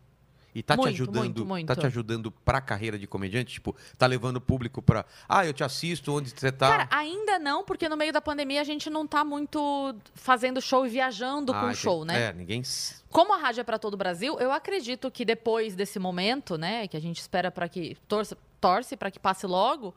E tá Muito, te ajudando, muito, muito. tá te ajudando pra carreira de comediante? Tipo, tá levando o público pra. Ah, eu te assisto onde você tá. Cara, ainda não, porque no meio da pandemia a gente não tá muito fazendo show e viajando Ah, com entendi. show, né? É, ninguém. s- Como a rádio é para todo o Brasil, eu acredito que depois desse momento, né, que a gente espera para que torce, torce para que passe logo,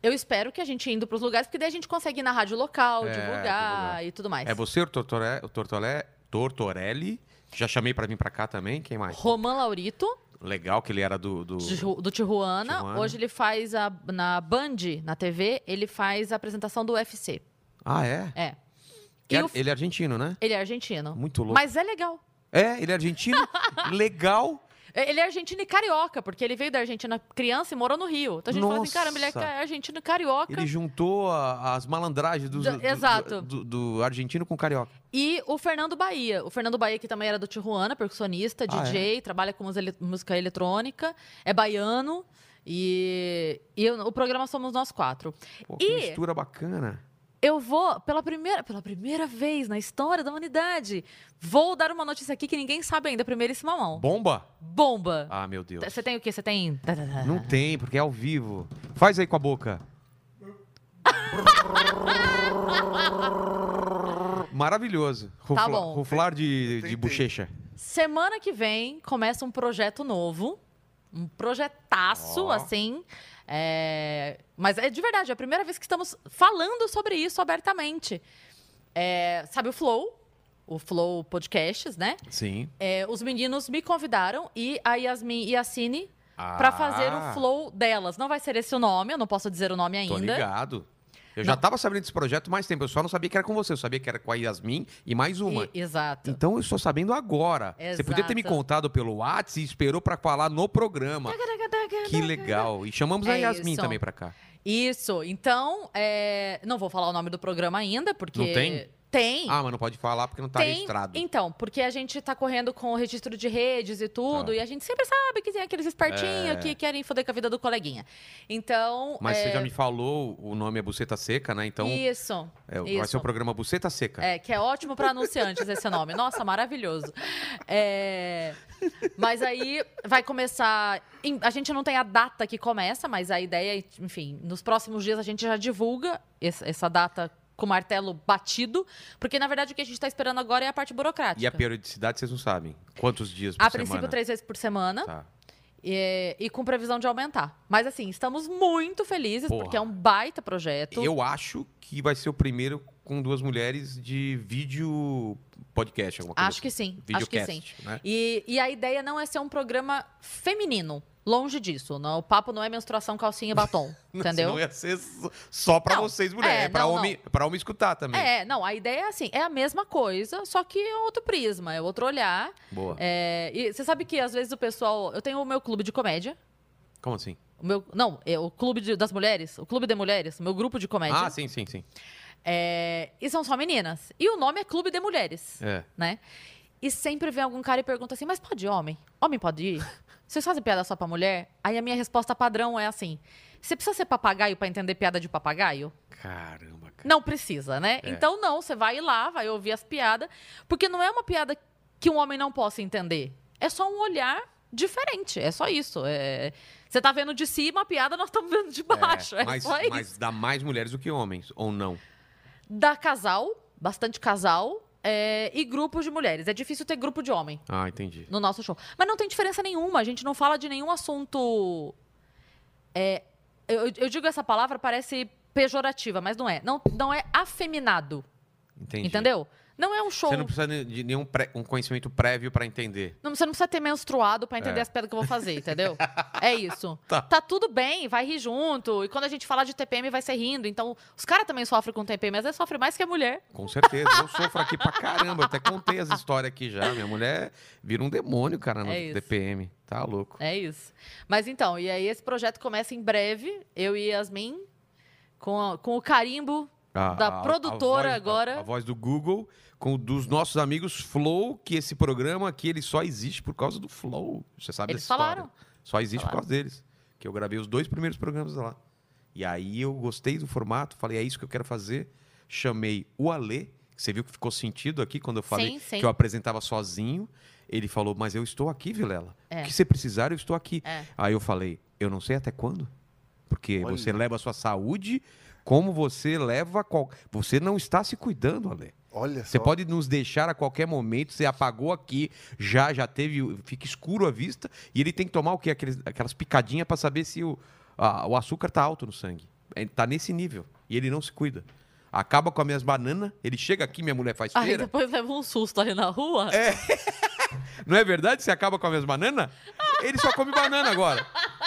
eu espero que a gente indo para os lugares, porque daí a gente consegue ir na rádio local, É, divulgar. divulgar e tudo mais. É você, o Tortore- o Tortolé, Tortorelli. Já chamei pra vir pra cá também. Quem mais? Roman Laurito, Legal que ele era do. do- de Ru- do Tijuana. Tijuana. Hoje ele faz a, na Band, na TV, ele faz a apresentação do UFC. Ah, é? É. E Ele, o f- ele é argentino, né? ele é argentino. Muito louco. Mas é legal. É, ele é argentino. Legal. É, Ele é argentino e carioca, porque ele veio da Argentina criança e morou no Rio. Então a gente fala assim, Nossa. caramba, ele é ca- argentino e carioca. Ele juntou a- as malandragens dos- Da- do, do- exato. do- do argentino com o carioca. E o Fernando Bahia. O Fernando Bahia, que também era do Tijuana, percussionista, Ah, DJ, trabalha com musele- música eletrônica, é baiano. E, e eu- o programa Somos Nós Quatro. Pô, que E- mistura bacana. Eu vou, pela primeira, pela primeira vez na história da humanidade, vou dar uma notícia aqui que ninguém sabe ainda, primeiríssima mão. Bomba? Bomba! Ah, meu Deus. Você tem o quê? Você tem. Não tem, porque é ao vivo. Faz aí com a boca. Maravilhoso. Rufla, Tá bom. Ruflar de, de Tentei. bochecha. Semana que vem começa um projeto novo. Um projetaço, Ó. assim. é, Mas é de verdade, é a primeira vez que estamos falando sobre isso abertamente. É, Sabe o Flow? O Flow Podcasts, né? Sim. É, os meninos me convidaram e a Yasmin e a Cine Ah, pra fazer o Flow delas. Não vai ser esse o nome, eu não posso dizer o nome Tô ainda. ligado. Eu já tava sabendo desse projeto mais tempo. Eu só não sabia que era com você. Eu sabia que era com a Yasmin e mais uma. E- exato. Então eu estou sabendo agora. Você podia ter me Exato. contado pelo WhatsApp e esperou pra falar no programa. Que legal. E chamamos a É Yasmin isso. também pra cá. Isso. Então, é, não vou falar o nome do programa ainda, porque. Não tem? Tem. Ah, mas não pode falar porque não tá tem, registrado. Então, porque a gente tá correndo com o registro de redes e tudo, Tá. e a gente sempre sabe que tem aqueles espertinhos É. que querem foder com a vida do coleguinha. Então. Mas é, você já me falou, o nome é Buceta Seca, né? Então Isso. é, vai isso. ser o programa Buceta Seca. É, que é ótimo para anunciantes esse nome. Nossa, maravilhoso. É, mas aí vai começar. em- A gente não tem a data que começa, mas a ideia, é, enfim, nos próximos dias a gente já divulga essa essa data com o martelo batido, porque na verdade o que a gente está esperando agora é a parte burocrática. E a periodicidade vocês não sabem. Quantos dias por A semana? princípio, três vezes por semana Tá. e, e com previsão de aumentar. Mas assim, estamos muito felizes, Porra. porque é um baita projeto. Eu acho que vai ser o primeiro com duas mulheres de vídeo podcast, alguma coisa Acho que sim, acho que sim. Videocast, né? E, e a ideia não é ser um programa feminino. Longe disso. Não, o papo não é menstruação, calcinha e batom. entendeu? Não é ia ser só- só pra Não, vocês, mulheres. é, É, pra, não, homem, pra homem escutar também. É, não, a ideia é assim, é a mesma coisa, só que é outro prisma, é outro olhar. Boa. É, e você sabe que às vezes o pessoal. Eu tenho o meu clube de comédia. Como assim? O meu, não, é o clube de- das mulheres, o clube de mulheres, o meu grupo de comédia. Ah, sim, sim, sim. É, e são só meninas. E o nome é Clube de Mulheres. É. né? E sempre vem algum cara e pergunta assim: mas pode homem? Homem pode ir? Vocês fazem piada só pra mulher? Aí a minha resposta padrão é assim: você precisa ser papagaio pra entender piada de papagaio? Caramba, cara. Não precisa, né? É. Então não, você vai lá, vai ouvir as piadas, porque não é uma piada que um homem não possa entender. É só um olhar diferente, é só isso. É... Você tá vendo de cima a piada, nós estamos vendo de baixo. É, mas, só isso. mas dá mais mulheres do que homens, ou não? Dá casal, bastante casal, é, e grupos de mulheres. É difícil ter grupo de homem. Ah, entendi. no nosso show. Mas não tem diferença nenhuma, a gente não fala de nenhum assunto. É, eu, eu digo essa palavra, parece pejorativa, mas não é. Não, não é afeminado, Entendi. entendeu? Não é um show. Você não precisa ne- de nenhum pré- um conhecimento prévio pra entender. Não, você não precisa ter menstruado pra entender É. as pedras que eu vou fazer, entendeu? é isso. Tá. Tá. tudo bem, vai rir junto. E quando a gente falar de TPM, vai ser rindo. Então, os caras também sofrem com TPM, às vezes sofre mais que a mulher. Com certeza. Eu sofro aqui pra caramba. Eu até contei as histórias aqui já. Minha mulher vira um demônio, cara, no É isso. DPM. Tá louco. É isso. Mas então, e aí esse projeto começa em breve, eu e Yasmin, com, a- com o carimbo A- Da a- a produtora voz- agora. A, a voz do Google, com o dos nossos amigos Flow, que esse programa aqui ele só existe por causa do Flow. Você sabe Eles dessa história? falaram. Só existe Falaram. por causa deles. Que eu gravei os dois primeiros programas lá. E aí eu gostei do formato, falei, é isso que eu quero fazer. Chamei o Alê, que você viu que ficou sentido aqui quando eu falei Sim, sim. que eu apresentava sozinho. Ele falou, mas eu estou aqui, Vilela. É. O que você precisar, eu estou aqui. É. Aí eu falei, eu não sei até quando. Porque Olha. você leva a sua saúde como você leva. Qual... Você não está se cuidando, Ale. Olha Você só. pode nos deixar a qualquer momento. Você apagou aqui, já já teve. o- Fica escuro a vista. E ele tem que tomar o quê? Aqueles- aquelas picadinhas para saber se o, a- o açúcar tá alto no sangue. Ele tá nesse nível. E ele não se cuida. Acaba com as minhas bananas. Ele chega aqui, minha mulher faz Aí feira. depois leva um susto ali na rua. É. Não é verdade? Você acaba com as minhas bananas? Ele só come banana agora.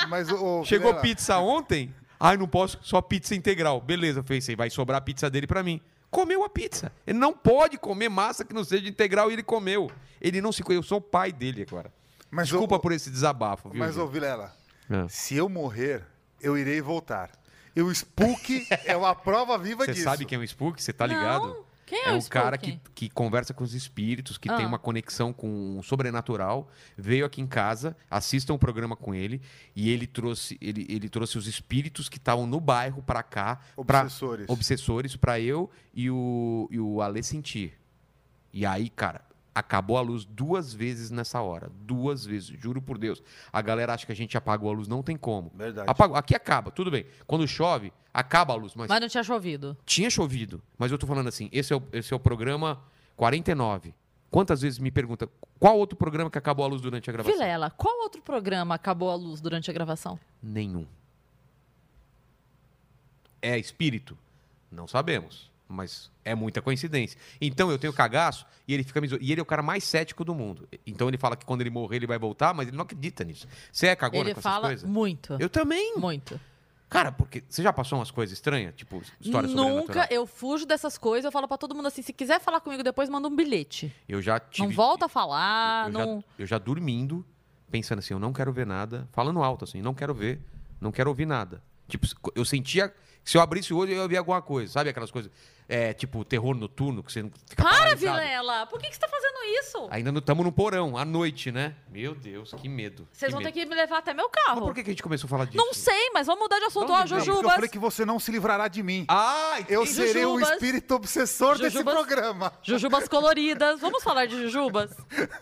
Mas, ô, ô, Chegou Vilela, pizza ontem? Ai, não posso, só pizza integral. Beleza, eu pensei, vai sobrar a pizza dele pra mim. Comeu a pizza. Ele não pode comer massa que não seja integral e ele comeu. Ele não se conhece, eu sou o pai dele agora. Mas, ô, Desculpa ô, por esse desabafo, viu? Mas, ô, gente? Vilela, Ah. se eu morrer, eu irei voltar. E o Spook é uma prova viva Você disso. sabe quem é o Spook? Você tá ligado? Não. Quem é, É o um cara Spook? que, que conversa com os espíritos, que tem Ah. uma conexão com o sobrenatural. Veio aqui em casa, assistam o programa com ele. E ele trouxe, ele, ele trouxe os espíritos que estavam no bairro pra cá. é Pra, Obsessores. obsessores pra eu e o, e o Ale sentir. E aí, cara, acabou a luz duas vezes nessa hora. Duas vezes, juro por Deus. A galera acha que a gente apagou a luz, não tem como. Verdade. Apagou. Aqui acaba, tudo bem. Quando chove, acaba a luz, mas, Mas não tinha chovido. tinha chovido. Mas eu tô falando assim, esse é o, esse é o programa 49. Quantas vezes me pergunta qual outro programa que acabou a luz durante a gravação? Vilela, qual outro programa acabou a luz durante a gravação? Nenhum. É espírito? Não sabemos. Mas é muita coincidência. Então eu tenho cagaço e ele fica me zoando. E ele é o cara mais cético do mundo. Então ele fala que quando ele morrer ele vai voltar, mas ele não acredita nisso. Você é cagona Ele com essas fala coisas? muito. Eu também. Muito. Cara, porque você já passou umas coisas estranhas? Tipo, história Nunca sobrenatural? eu fujo dessas coisas, eu falo pra todo mundo assim: se quiser falar comigo depois, manda um bilhete. Eu já tive. Não volta a eu, falar, Ah, não. já, eu já dormindo, pensando assim, eu não quero ver nada, falando alto assim, não quero ver, não quero ouvir nada. Tipo, eu sentia Se eu abrisse o olho, eu ia ver alguma coisa. Sabe aquelas coisas, é, tipo, terror noturno, que você não fica Para, paralisado? Vilela! Por que, que você tá fazendo isso? Ainda não estamos no porão, à noite, né? Meu Deus, que medo. Vocês que vão ter medo. que me levar até meu Mas carro. por que, que a gente começou a falar disso? Não sei, mas vamos mudar de assunto. Ó, Não, porque eu Jujubas. falei que você não se livrará de mim. Ah, entendi. eu serei o Jujubas. espírito obsessor desse Jujubas. programa. Jujubas coloridas. Vamos falar de jujubas?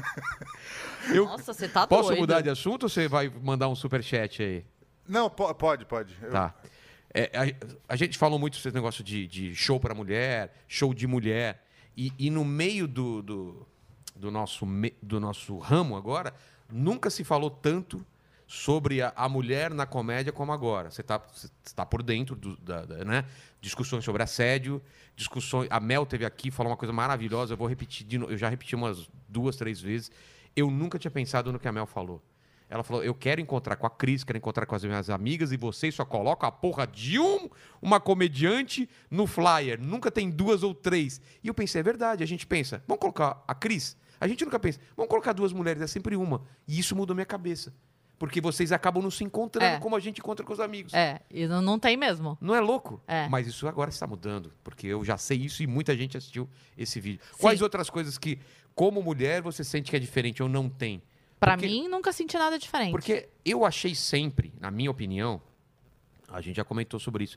Eu Nossa, você tá posso doido. mudar de assunto ou você vai mandar um superchat aí? Não, po- pode, pode. Eu- Tá. É, a, a gente falou muito sobre esse negócio de, de show para mulher, show de mulher. E, e no meio do, do, do nosso, me- do nosso ramo agora, nunca se falou tanto sobre a, a mulher na comédia como agora. Você está tá por dentro do- da, da- né? discussões sobre assédio, discussões. A Mel teve aqui, falou uma coisa maravilhosa. Eu vou repetir de novo. Eu já repeti umas duas, três vezes. Eu nunca tinha pensado no que a Mel falou. Ela falou: Eu quero encontrar com a Cris, quero encontrar com as minhas amigas, e vocês só colocam a porra de um, uma comediante no flyer. Nunca tem duas ou três. E eu pensei: É verdade. A gente pensa: Vamos colocar a Cris? A gente nunca pensa: Vamos colocar duas mulheres, é sempre uma. E isso mudou minha cabeça. Porque vocês acabam não se encontrando É. como a gente encontra com os amigos. É, e não, não tem mesmo. Não é louco? É. Mas isso agora está mudando, porque eu já sei isso e muita gente assistiu esse vídeo. Sim. Quais outras coisas que, como mulher, você sente que é diferente ou não tem? Pra Porque- mim, nunca senti nada diferente. porque eu achei sempre, na minha opinião, a gente já comentou sobre isso,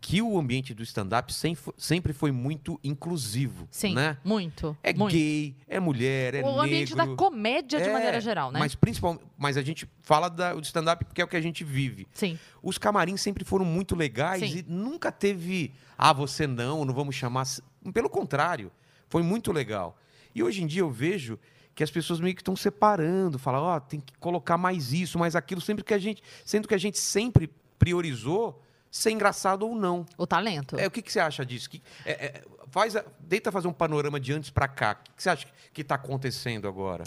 que o ambiente do stand-up sem- sempre foi muito inclusivo, Sim, né? muito. É muito. gay, é mulher, é o ambiente da negro. comédia de É, maneira geral, né? Mas principalmente, mas a gente fala da, do stand-up porque é o que a gente vive. Sim. Os camarins sempre foram muito legais Sim. e nunca teve, ah, você não, não vamos chamar. Pelo contrário, foi muito legal. E hoje em dia eu vejo que as pessoas meio que estão separando, falam, ó, tem que colocar mais isso, mais aquilo, sempre que a gente, sendo que a gente sempre priorizou ser engraçado ou não. O talento. É, o que, que você acha disso? Que- é, é, faz a- tenta fazer um panorama de antes pra cá. O que, que você acha que está acontecendo agora?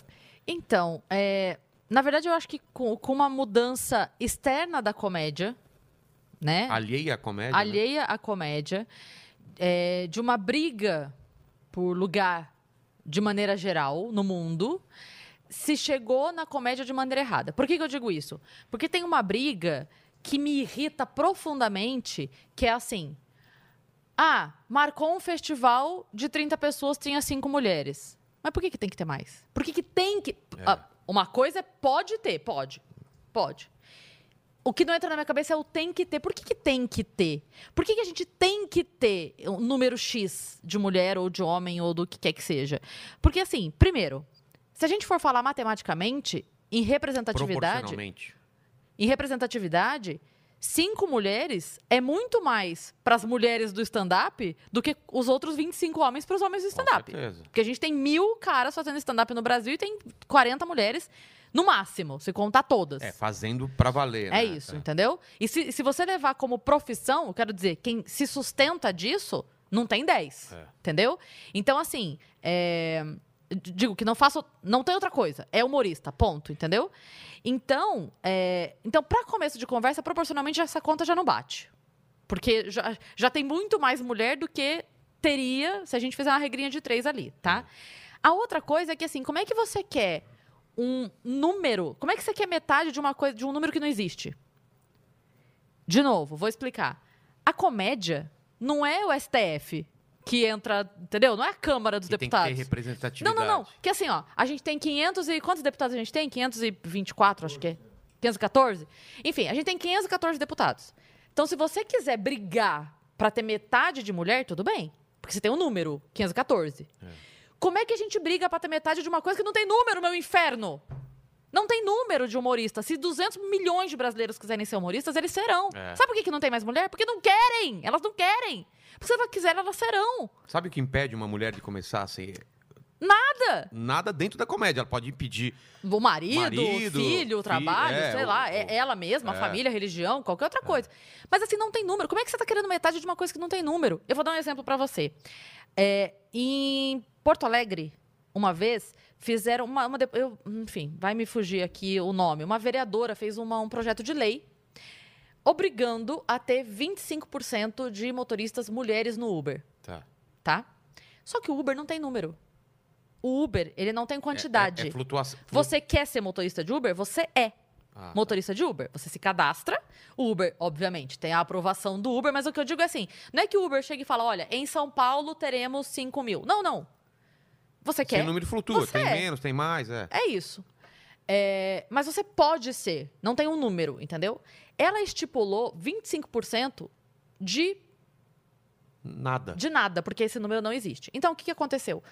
Então, é, na verdade, eu acho que com, com uma mudança externa da comédia, né? Alheia à comédia? né? alheia à comédia, é, de uma briga por lugar de maneira geral no mundo, se chegou na comédia de maneira errada. Por que, que eu digo isso? Porque tem uma briga que me irrita profundamente, que é assim. Ah, marcou um festival de 30 pessoas, tinha cinco mulheres. Mas por que, que tem que ter mais? Por que, que tem que. Ah, uma coisa é pode ter, pode. Pode. O que não entra na minha cabeça é o tem que ter. Por que, que tem que ter? Por que, que a gente tem que ter um número X de mulher ou de homem ou do que quer que seja? Porque, assim, primeiro, se a gente for falar matematicamente, em representatividade. Proporcionalmente. Em representatividade, cinco mulheres é muito mais para as mulheres do stand-up do que os outros 25 homens para os homens do Com stand-up. certeza. Porque a gente tem mil caras fazendo stand-up no Brasil e tem 40 mulheres no máximo, se contar todas. É, fazendo pra valer. É né? isso, entendeu? E se, se você levar como profissão, eu quero dizer, quem se sustenta disso, não tem 10. É. Entendeu? Então, assim, é, d- digo que não faço. Não tem outra coisa. É humorista, ponto, entendeu? Então, é, então para começo de conversa, proporcionalmente, essa conta já não bate. Porque já, já tem muito mais mulher do que teria se a gente fizer uma regrinha de três ali, tá? A outra coisa é que, assim, como é que você quer um número? Como é que você quer metade de uma coisa, de um número que não existe? De novo, vou explicar. A comédia não é o STF que entra, entendeu? Não é a Câmara dos Que tem que Deputados. ter Não, representatividade. não, não. Que assim, ó, a gente tem 500 e quantos deputados a gente tem? 524, acho que é. 514? Enfim, a gente tem 514 deputados. Então, se você quiser brigar pra ter metade de mulher, tudo bem, porque você tem um número, 514. Como é que a gente briga pra ter metade de uma coisa que não tem número, meu inferno? Não tem número de humorista. Se 200 milhões de brasileiros quiserem ser humoristas, eles serão. É. Sabe por que, que não tem mais mulher? Porque não querem. Elas não querem. Porque se elas quiserem, elas serão. Sabe o que impede uma mulher de começar a ser Nada. nada dentro da comédia? Ela pode impedir. O marido, Marido, o filho, o filho, trabalho, é, sei o- lá, é o- ela mesma, a é. família, a religião, qualquer outra coisa. Mas assim, não tem número. Como é que você tá querendo metade de uma coisa que não tem número? Eu vou dar um exemplo para você. É, em Porto Alegre, uma vez, fizeram uma. uma de- eu, enfim, vai me fugir aqui o nome. Uma vereadora fez uma- um projeto de lei obrigando a ter 25% de motoristas mulheres no Uber, Tá. tá? Só que o Uber não tem número. O Uber, ele não tem quantidade. É, é flutuação. Você quer ser motorista de Uber? Você é. Ah. Motorista de Uber. Você se cadastra. O Uber, obviamente, tem a aprovação do Uber, mas o que eu digo é assim: não é que o Uber chega e fala, olha, em São Paulo teremos 5 mil. Não, não. Você Sim, quer. o número flutua, Você tem é. menos, tem mais, é. É isso. É, mas você pode ser, não tem um número, entendeu? Ela estipulou 25% de, Nada. de nada, porque esse número não existe. Então, o que, que aconteceu?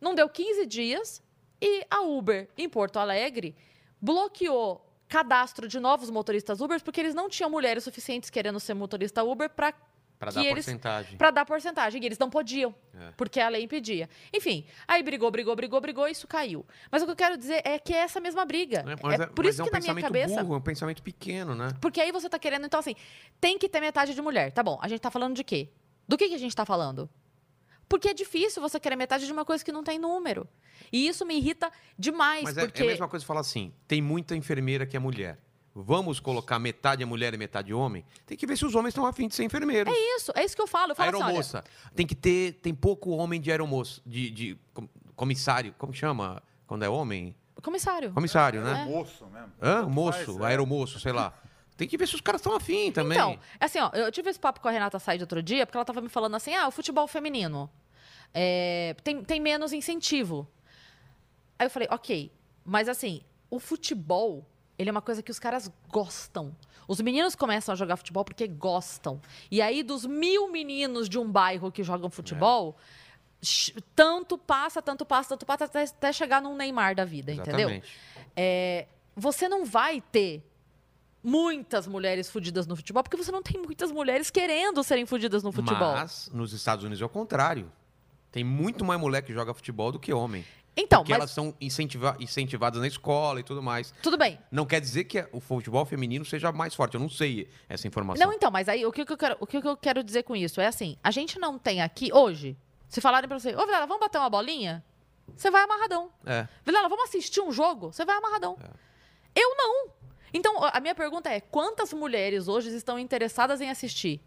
Não deu 15 dias e a Uber, em Porto Alegre, bloqueou cadastro de novos motoristas Uber porque eles não tinham mulheres suficientes querendo ser motorista Uber para Pra que dar eles- porcentagem. para dar porcentagem. E eles não podiam, É. porque a lei impedia. Enfim, aí brigou, brigou, brigou, brigou, isso caiu. Mas o que eu quero dizer é que é essa mesma briga. É, É, por mas isso é um que na minha pensamento cabeça. burro, é um pensamento pequeno, né? Porque aí você tá querendo, então assim, tem que ter metade de mulher. Tá bom, a gente tá falando de quê? Do que, que a gente tá falando? Porque é difícil você querer metade de uma coisa que não tem número. E isso me irrita demais, Mas é- porque. é, a mesma coisa falar assim: tem muita enfermeira que é mulher. Vamos colocar metade é mulher e metade homem? Tem que ver se os homens estão afim de ser enfermeiros. É isso, é isso que eu falo. Eu falo assim, olha, aeromoça. Tem que ter. Tem pouco homem de aeromoça. De, de com- comissário. Como chama? Quando é homem? comissário. Comissário, É né? moço mesmo. Hã? Tanto Moço, faz, é. aeromoço, sei lá. Tem que ver se os caras estão afim também. Então, assim, ó, eu tive esse papo com a Renata Said outro dia, porque ela tava me falando assim, ah, o futebol feminino é, tem, tem menos incentivo. Aí eu falei, ok, mas assim, o futebol, ele é uma coisa que os caras gostam. Os meninos começam a jogar futebol porque gostam. E aí, dos mil meninos de um bairro que jogam futebol, É. ch- tanto passa, tanto passa, tanto passa, até, até chegar num Neymar da vida, entendeu? Exatamente. é, você não vai ter muitas mulheres fudidas no futebol, porque você não tem muitas mulheres querendo serem fudidas no futebol. Mas nos Estados Unidos é o contrário. Tem muito mais mulher que joga futebol do que homem. então, porque mas elas são incentiva- incentivadas na escola e tudo mais. tudo bem. Não quer dizer que é, o futebol feminino seja mais forte. Eu não sei essa informação. Não, então, mas aí o que, que eu quero, o que, que eu quero dizer com isso é assim: a gente não tem aqui hoje. Se falarem pra você, ô Vilela, vamos bater uma bolinha? Você vai amarradão. É. Vilela, vamos assistir um jogo? Você vai amarradão. Eu não. Então, a minha pergunta é: quantas mulheres hoje estão interessadas em assistir?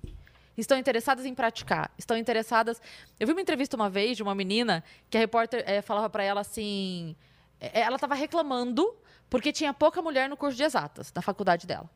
Estão interessadas em praticar? Estão interessadas. Eu vi uma entrevista uma vez de uma menina que a repórter eh, falava pra ela assim. eh, Ela estava reclamando porque tinha pouca mulher no curso de exatas, na faculdade dela.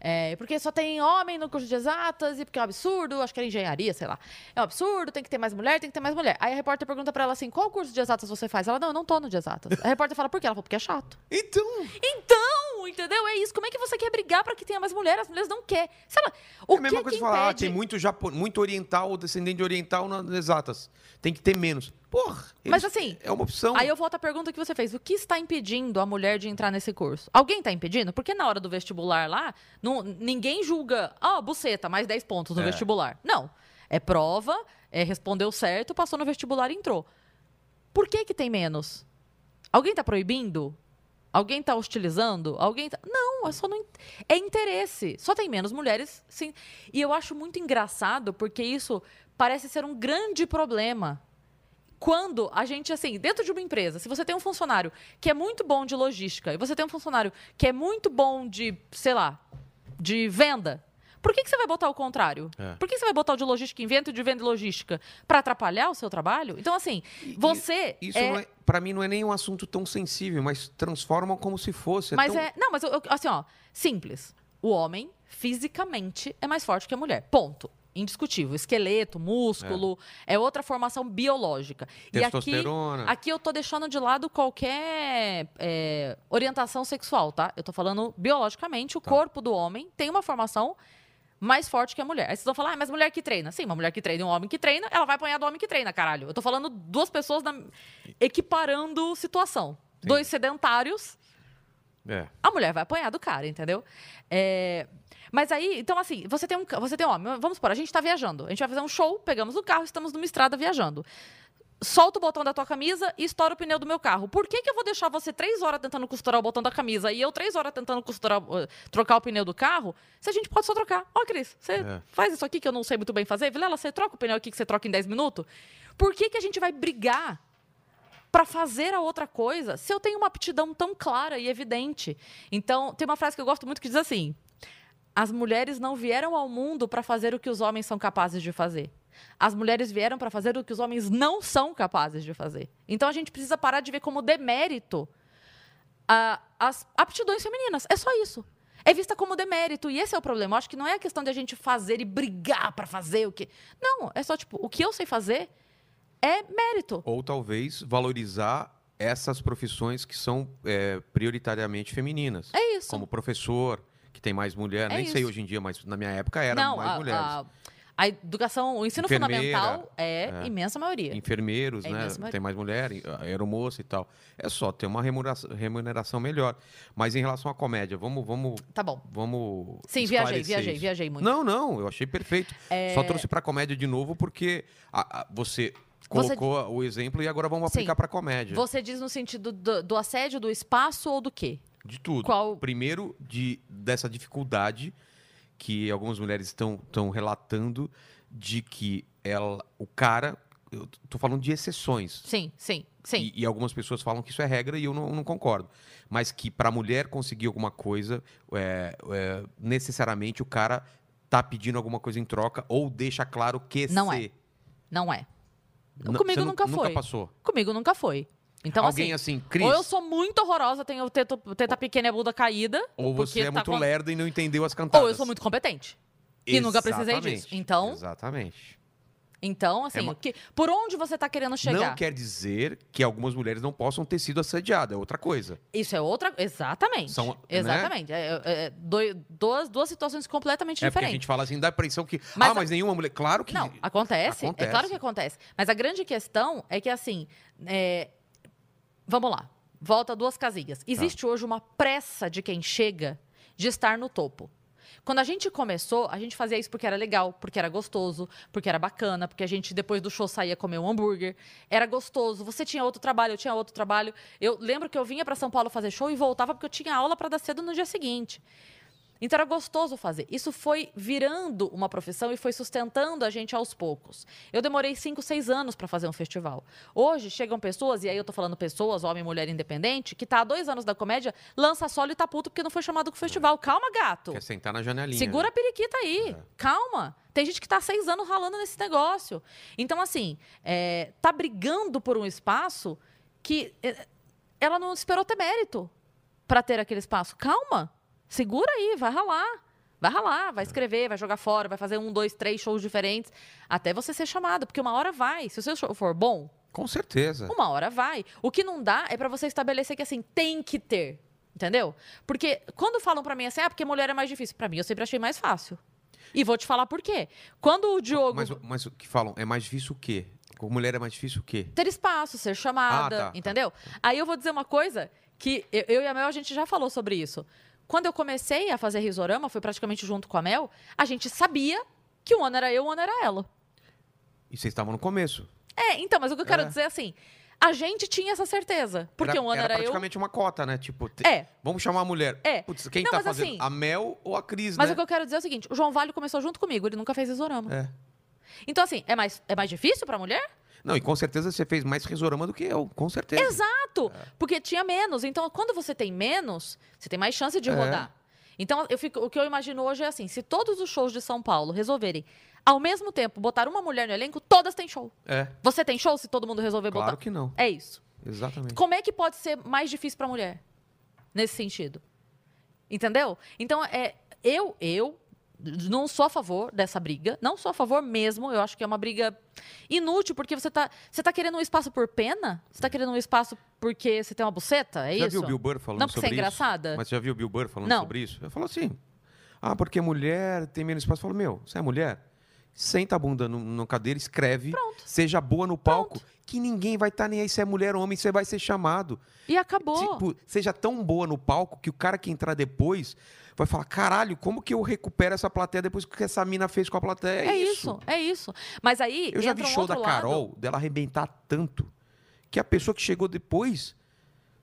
É, porque só tem homem no curso de exatas e porque é um absurdo, acho que era engenharia, sei lá. É um absurdo, tem que ter mais mulher, tem que ter mais mulher. Aí a repórter pergunta pra ela assim: qual curso de exatas você faz? Ela, não, eu não tô no de exatas. A repórter fala, por quê? Ela falou, porque é chato. Então, Então, entendeu? É isso. Como é que você quer brigar pra que tenha mais mulheres? As mulheres não querem. Sei lá, o é a mesma que coisa que de falar, ah, impede? tem muito, japo- muito oriental, descendente oriental nas exatas. Tem que ter menos. Porra, Mas eles- assim, é uma opção. Aí eu volto à pergunta que você fez. O que está impedindo a mulher de entrar nesse curso? Alguém está impedindo? Porque na hora do vestibular lá, não- ninguém julga, ó, buceta, mais 10 pontos no É. vestibular. Não. É prova, é respondeu certo, passou no vestibular e entrou. Por que que tem menos? Alguém está proibindo? Alguém está hostilizando? Alguém tá... Não, é só não... in- É interesse. Só tem menos mulheres, sim. E eu acho muito engraçado, porque isso parece ser um grande problema quando a gente, assim, dentro de uma empresa, se você tem um funcionário que é muito bom de logística e você tem um funcionário que é muito bom de, sei lá, de venda, por que, que você vai botar o contrário? É. Por que que você vai botar o de logística em venda e o de venda e logística? Pra atrapalhar o seu trabalho? Então, assim, você. Isso é- não é, pra mim não é nem um assunto tão sensível, mas transformam como se fosse. Mas tão- é. Não, mas eu- eu- assim, ó. Simples. O homem, fisicamente, é mais forte que a mulher. Ponto. Indiscutível. Esqueleto, músculo. É, outra formação biológica. E aqui, Testosterona. aqui eu tô deixando de lado qualquer é, orientação sexual, tá? Eu tô falando biologicamente, Tá. o corpo do homem tem uma formação mais forte que a mulher. Aí vocês vão falar, ah, mas mulher que treina. Sim, uma mulher que treina e um homem que treina, ela vai apanhar do homem que treina, caralho. Eu tô falando duas pessoas na- equiparando situação. Sim. Dois sedentários É. a mulher vai apanhar do cara, entendeu? É, Mas aí, então assim, você tem um, ca- você tem um homem, vamos supor, a gente tá viajando, a gente vai fazer um show, pegamos o carro, estamos numa estrada viajando. Solta o botão da tua camisa e estoura o pneu do meu carro. Por que, que eu vou deixar você três horas tentando costurar o botão da camisa e eu três horas tentando costurar, eh, trocar o pneu do carro, se a gente pode só trocar? Ó, Cris, você É. faz isso aqui que eu não sei muito bem fazer? Vilela, você troca o pneu aqui que você troca em 10 minutos? Por que, que a gente vai brigar para fazer a outra coisa se eu tenho uma aptidão tão clara e evidente? Então, tem uma frase que eu gosto muito que diz assim: As mulheres não vieram ao mundo para fazer o que os homens são capazes de fazer. As mulheres vieram para fazer o que os homens não são capazes de fazer. Então, a gente precisa parar de ver como demérito a- as aptidões femininas. É só isso. É vista como demérito. E esse é o problema. Eu acho que não é a questão de a gente fazer e brigar pra fazer o que. Não, é só tipo, o que eu sei fazer é mérito. Ou talvez valorizar essas profissões que são é, prioritariamente femininas. É isso. Como professor, que tem mais mulher. É Nem sei isso. hoje em dia, mas na minha época eram não, mais a, mulheres. a, a educação, o ensino Enfermeira, fundamental é, imensa maioria. Enfermeiros, É né? imensa maioria. Tem mais mulher, em- aeromoça e tal. É só ter uma remuneração, remuneração melhor. Mas em relação à comédia, vamos. vamos, Tá bom. vamos Sim, viajei, esclarecer viajei, isso. viajei muito. É Não, não, eu achei perfeito. Só trouxe pra comédia de novo porque a- a- você colocou o exemplo e agora vamos Sim. aplicar pra comédia. Você diz no sentido do, do assédio, do espaço ou do quê? De tudo. Qual- Primeiro, de, dessa dificuldade que algumas mulheres estão tão relatando de que ela, o cara. Eu tô falando de exceções. Sim, sim, sim. E, e algumas pessoas falam que isso é regra e eu não, não concordo. Mas que para a mulher conseguir alguma coisa, é, é, necessariamente o cara tá pedindo alguma coisa em troca ou deixa claro que Não se. Não é. N- Comigo você nu- nunca foi. Nunca passou. Comigo nunca foi. Então, Alguém assim, assim, Cris, ou ou, eu sou muito horrorosa, tenho o teto- teta pequena e a bunda caída. você porque é tá muito com- lerda e não entendeu as cantadas. Ou eu sou muito competente. e nunca precisei disso. Exatamente, Então- Exatamente. Então, assim, É uma- o que- por onde você tá querendo chegar? Não é quer dizer que algumas mulheres não possam ter sido assediadas, é outra coisa. Isso é outra. Exatamente. São, né? Exatamente. É- é- é doi- duas, duas situações completamente É porque a diferentes. gente fala assim, dá a impressão que. Mas ah, a- mas nenhuma mulher. Claro que. Não, acontece, acontece. É claro que acontece. Mas a grande questão é que, assim, é, vamos lá. Volta duas Tá. casinhas. Existe hoje uma pressa de quem chega de estar no topo. Quando a gente começou, a gente fazia isso porque era legal, porque era gostoso, porque era bacana, porque a gente depois do show saía comer um hambúrguer. Era gostoso. Você tinha outro trabalho, eu tinha outro trabalho. Eu lembro que eu vinha para São Paulo fazer show e voltava porque eu tinha aula para dar cedo no dia seguinte. Então era gostoso fazer. Isso foi virando uma profissão e foi sustentando a gente aos poucos. Eu demorei 5, 6 anos para fazer um festival. Hoje chegam pessoas, e aí eu tô falando pessoas, homem e mulher independente, que tá há dois anos da comédia, lança solo e tá puto porque não foi chamado pro festival. Calma, gato. Quer sentar na janelinha. Segura a periquita aí. É. Calma. Tem gente que tá há seis anos ralando nesse negócio. Então, assim, é, tá brigando por um espaço que é, ela não esperou ter mérito para ter aquele espaço. Calma. Segura aí, vai ralar. Vai ralar, vai escrever, vai jogar fora, vai fazer um, dois, três shows diferentes. Até você ser chamado, porque uma hora vai. Se o seu show for bom, Com certeza. uma hora vai. O que não dá é pra você estabelecer que assim tem que ter, entendeu? Porque quando falam pra mim assim, ah, porque mulher é mais difícil, Pra mim eu sempre achei mais fácil. E vou te falar por quê. Quando o Diogo Mas, mas o que falam? É mais difícil o quê? Com mulher é mais difícil o quê? ter espaço, ser chamada, Ah, tá, tá. entendeu? Aí eu vou dizer uma coisa que eu, eu e a Mel a gente já falou sobre isso. Quando eu comecei a fazer risorama, foi praticamente junto com a Mel, a gente sabia que um ano era eu, um ano era ela. E vocês estavam no começo. É, então, mas o que eu quero É. dizer é assim, a gente tinha essa certeza, porque era, um ano era, eu. praticamente uma cota, né? Tipo, te- É, vamos chamar a mulher. É. Putz, quem Não, tá mas fazendo? assim- a Mel ou a Cris, Mas né? o que eu quero dizer é o seguinte: o João Vale começou junto comigo, ele nunca fez risorama. É. Então, assim, é mais, é mais difícil pra mulher? Não, e com certeza você fez mais risorama do que eu, com certeza. Exato! Ah, É. Porque tinha menos. Então, quando você tem menos, você tem mais chance de É. rodar. Então, eu fico, o que eu imagino hoje é assim: se todos os shows de São Paulo resolverem, ao mesmo tempo, botar uma mulher no elenco, todas têm show. É, Você tem show se todo mundo resolver claro botar? que não. É isso. Exatamente. Como é que pode ser mais difícil pra mulher? Nesse sentido. Entendeu? Então, é, eu, eu não sou a favor dessa briga. Não sou a favor mesmo. Eu acho que é uma briga inútil, porque você tá, você tá querendo um espaço por pena? Você tá querendo um espaço porque você tem uma buceta? É já isso? viu o Bill Burr falando Não porque sobre você é isso? engraçada? Mas já viu o Bill Burr falando Não. sobre isso? Eu falo assim. Ah, porque mulher tem menos espaço. Eu falo, meu, você é mulher? Senta a bunda no- na cadeira, escreve, seja boa no palco, que ninguém vai estar nem aí se é mulher ou homem, você vai ser chamado. E acabou. Tipo, seja tão boa no palco que o cara que entrar depois vai falar: caralho, como que eu recupero essa plateia depois que essa mina fez com a plateia? é, isso. é isso. Mas aí. Eu já entra vi um show da outro lado. Carol dela arrebentar tanto que a pessoa que chegou depois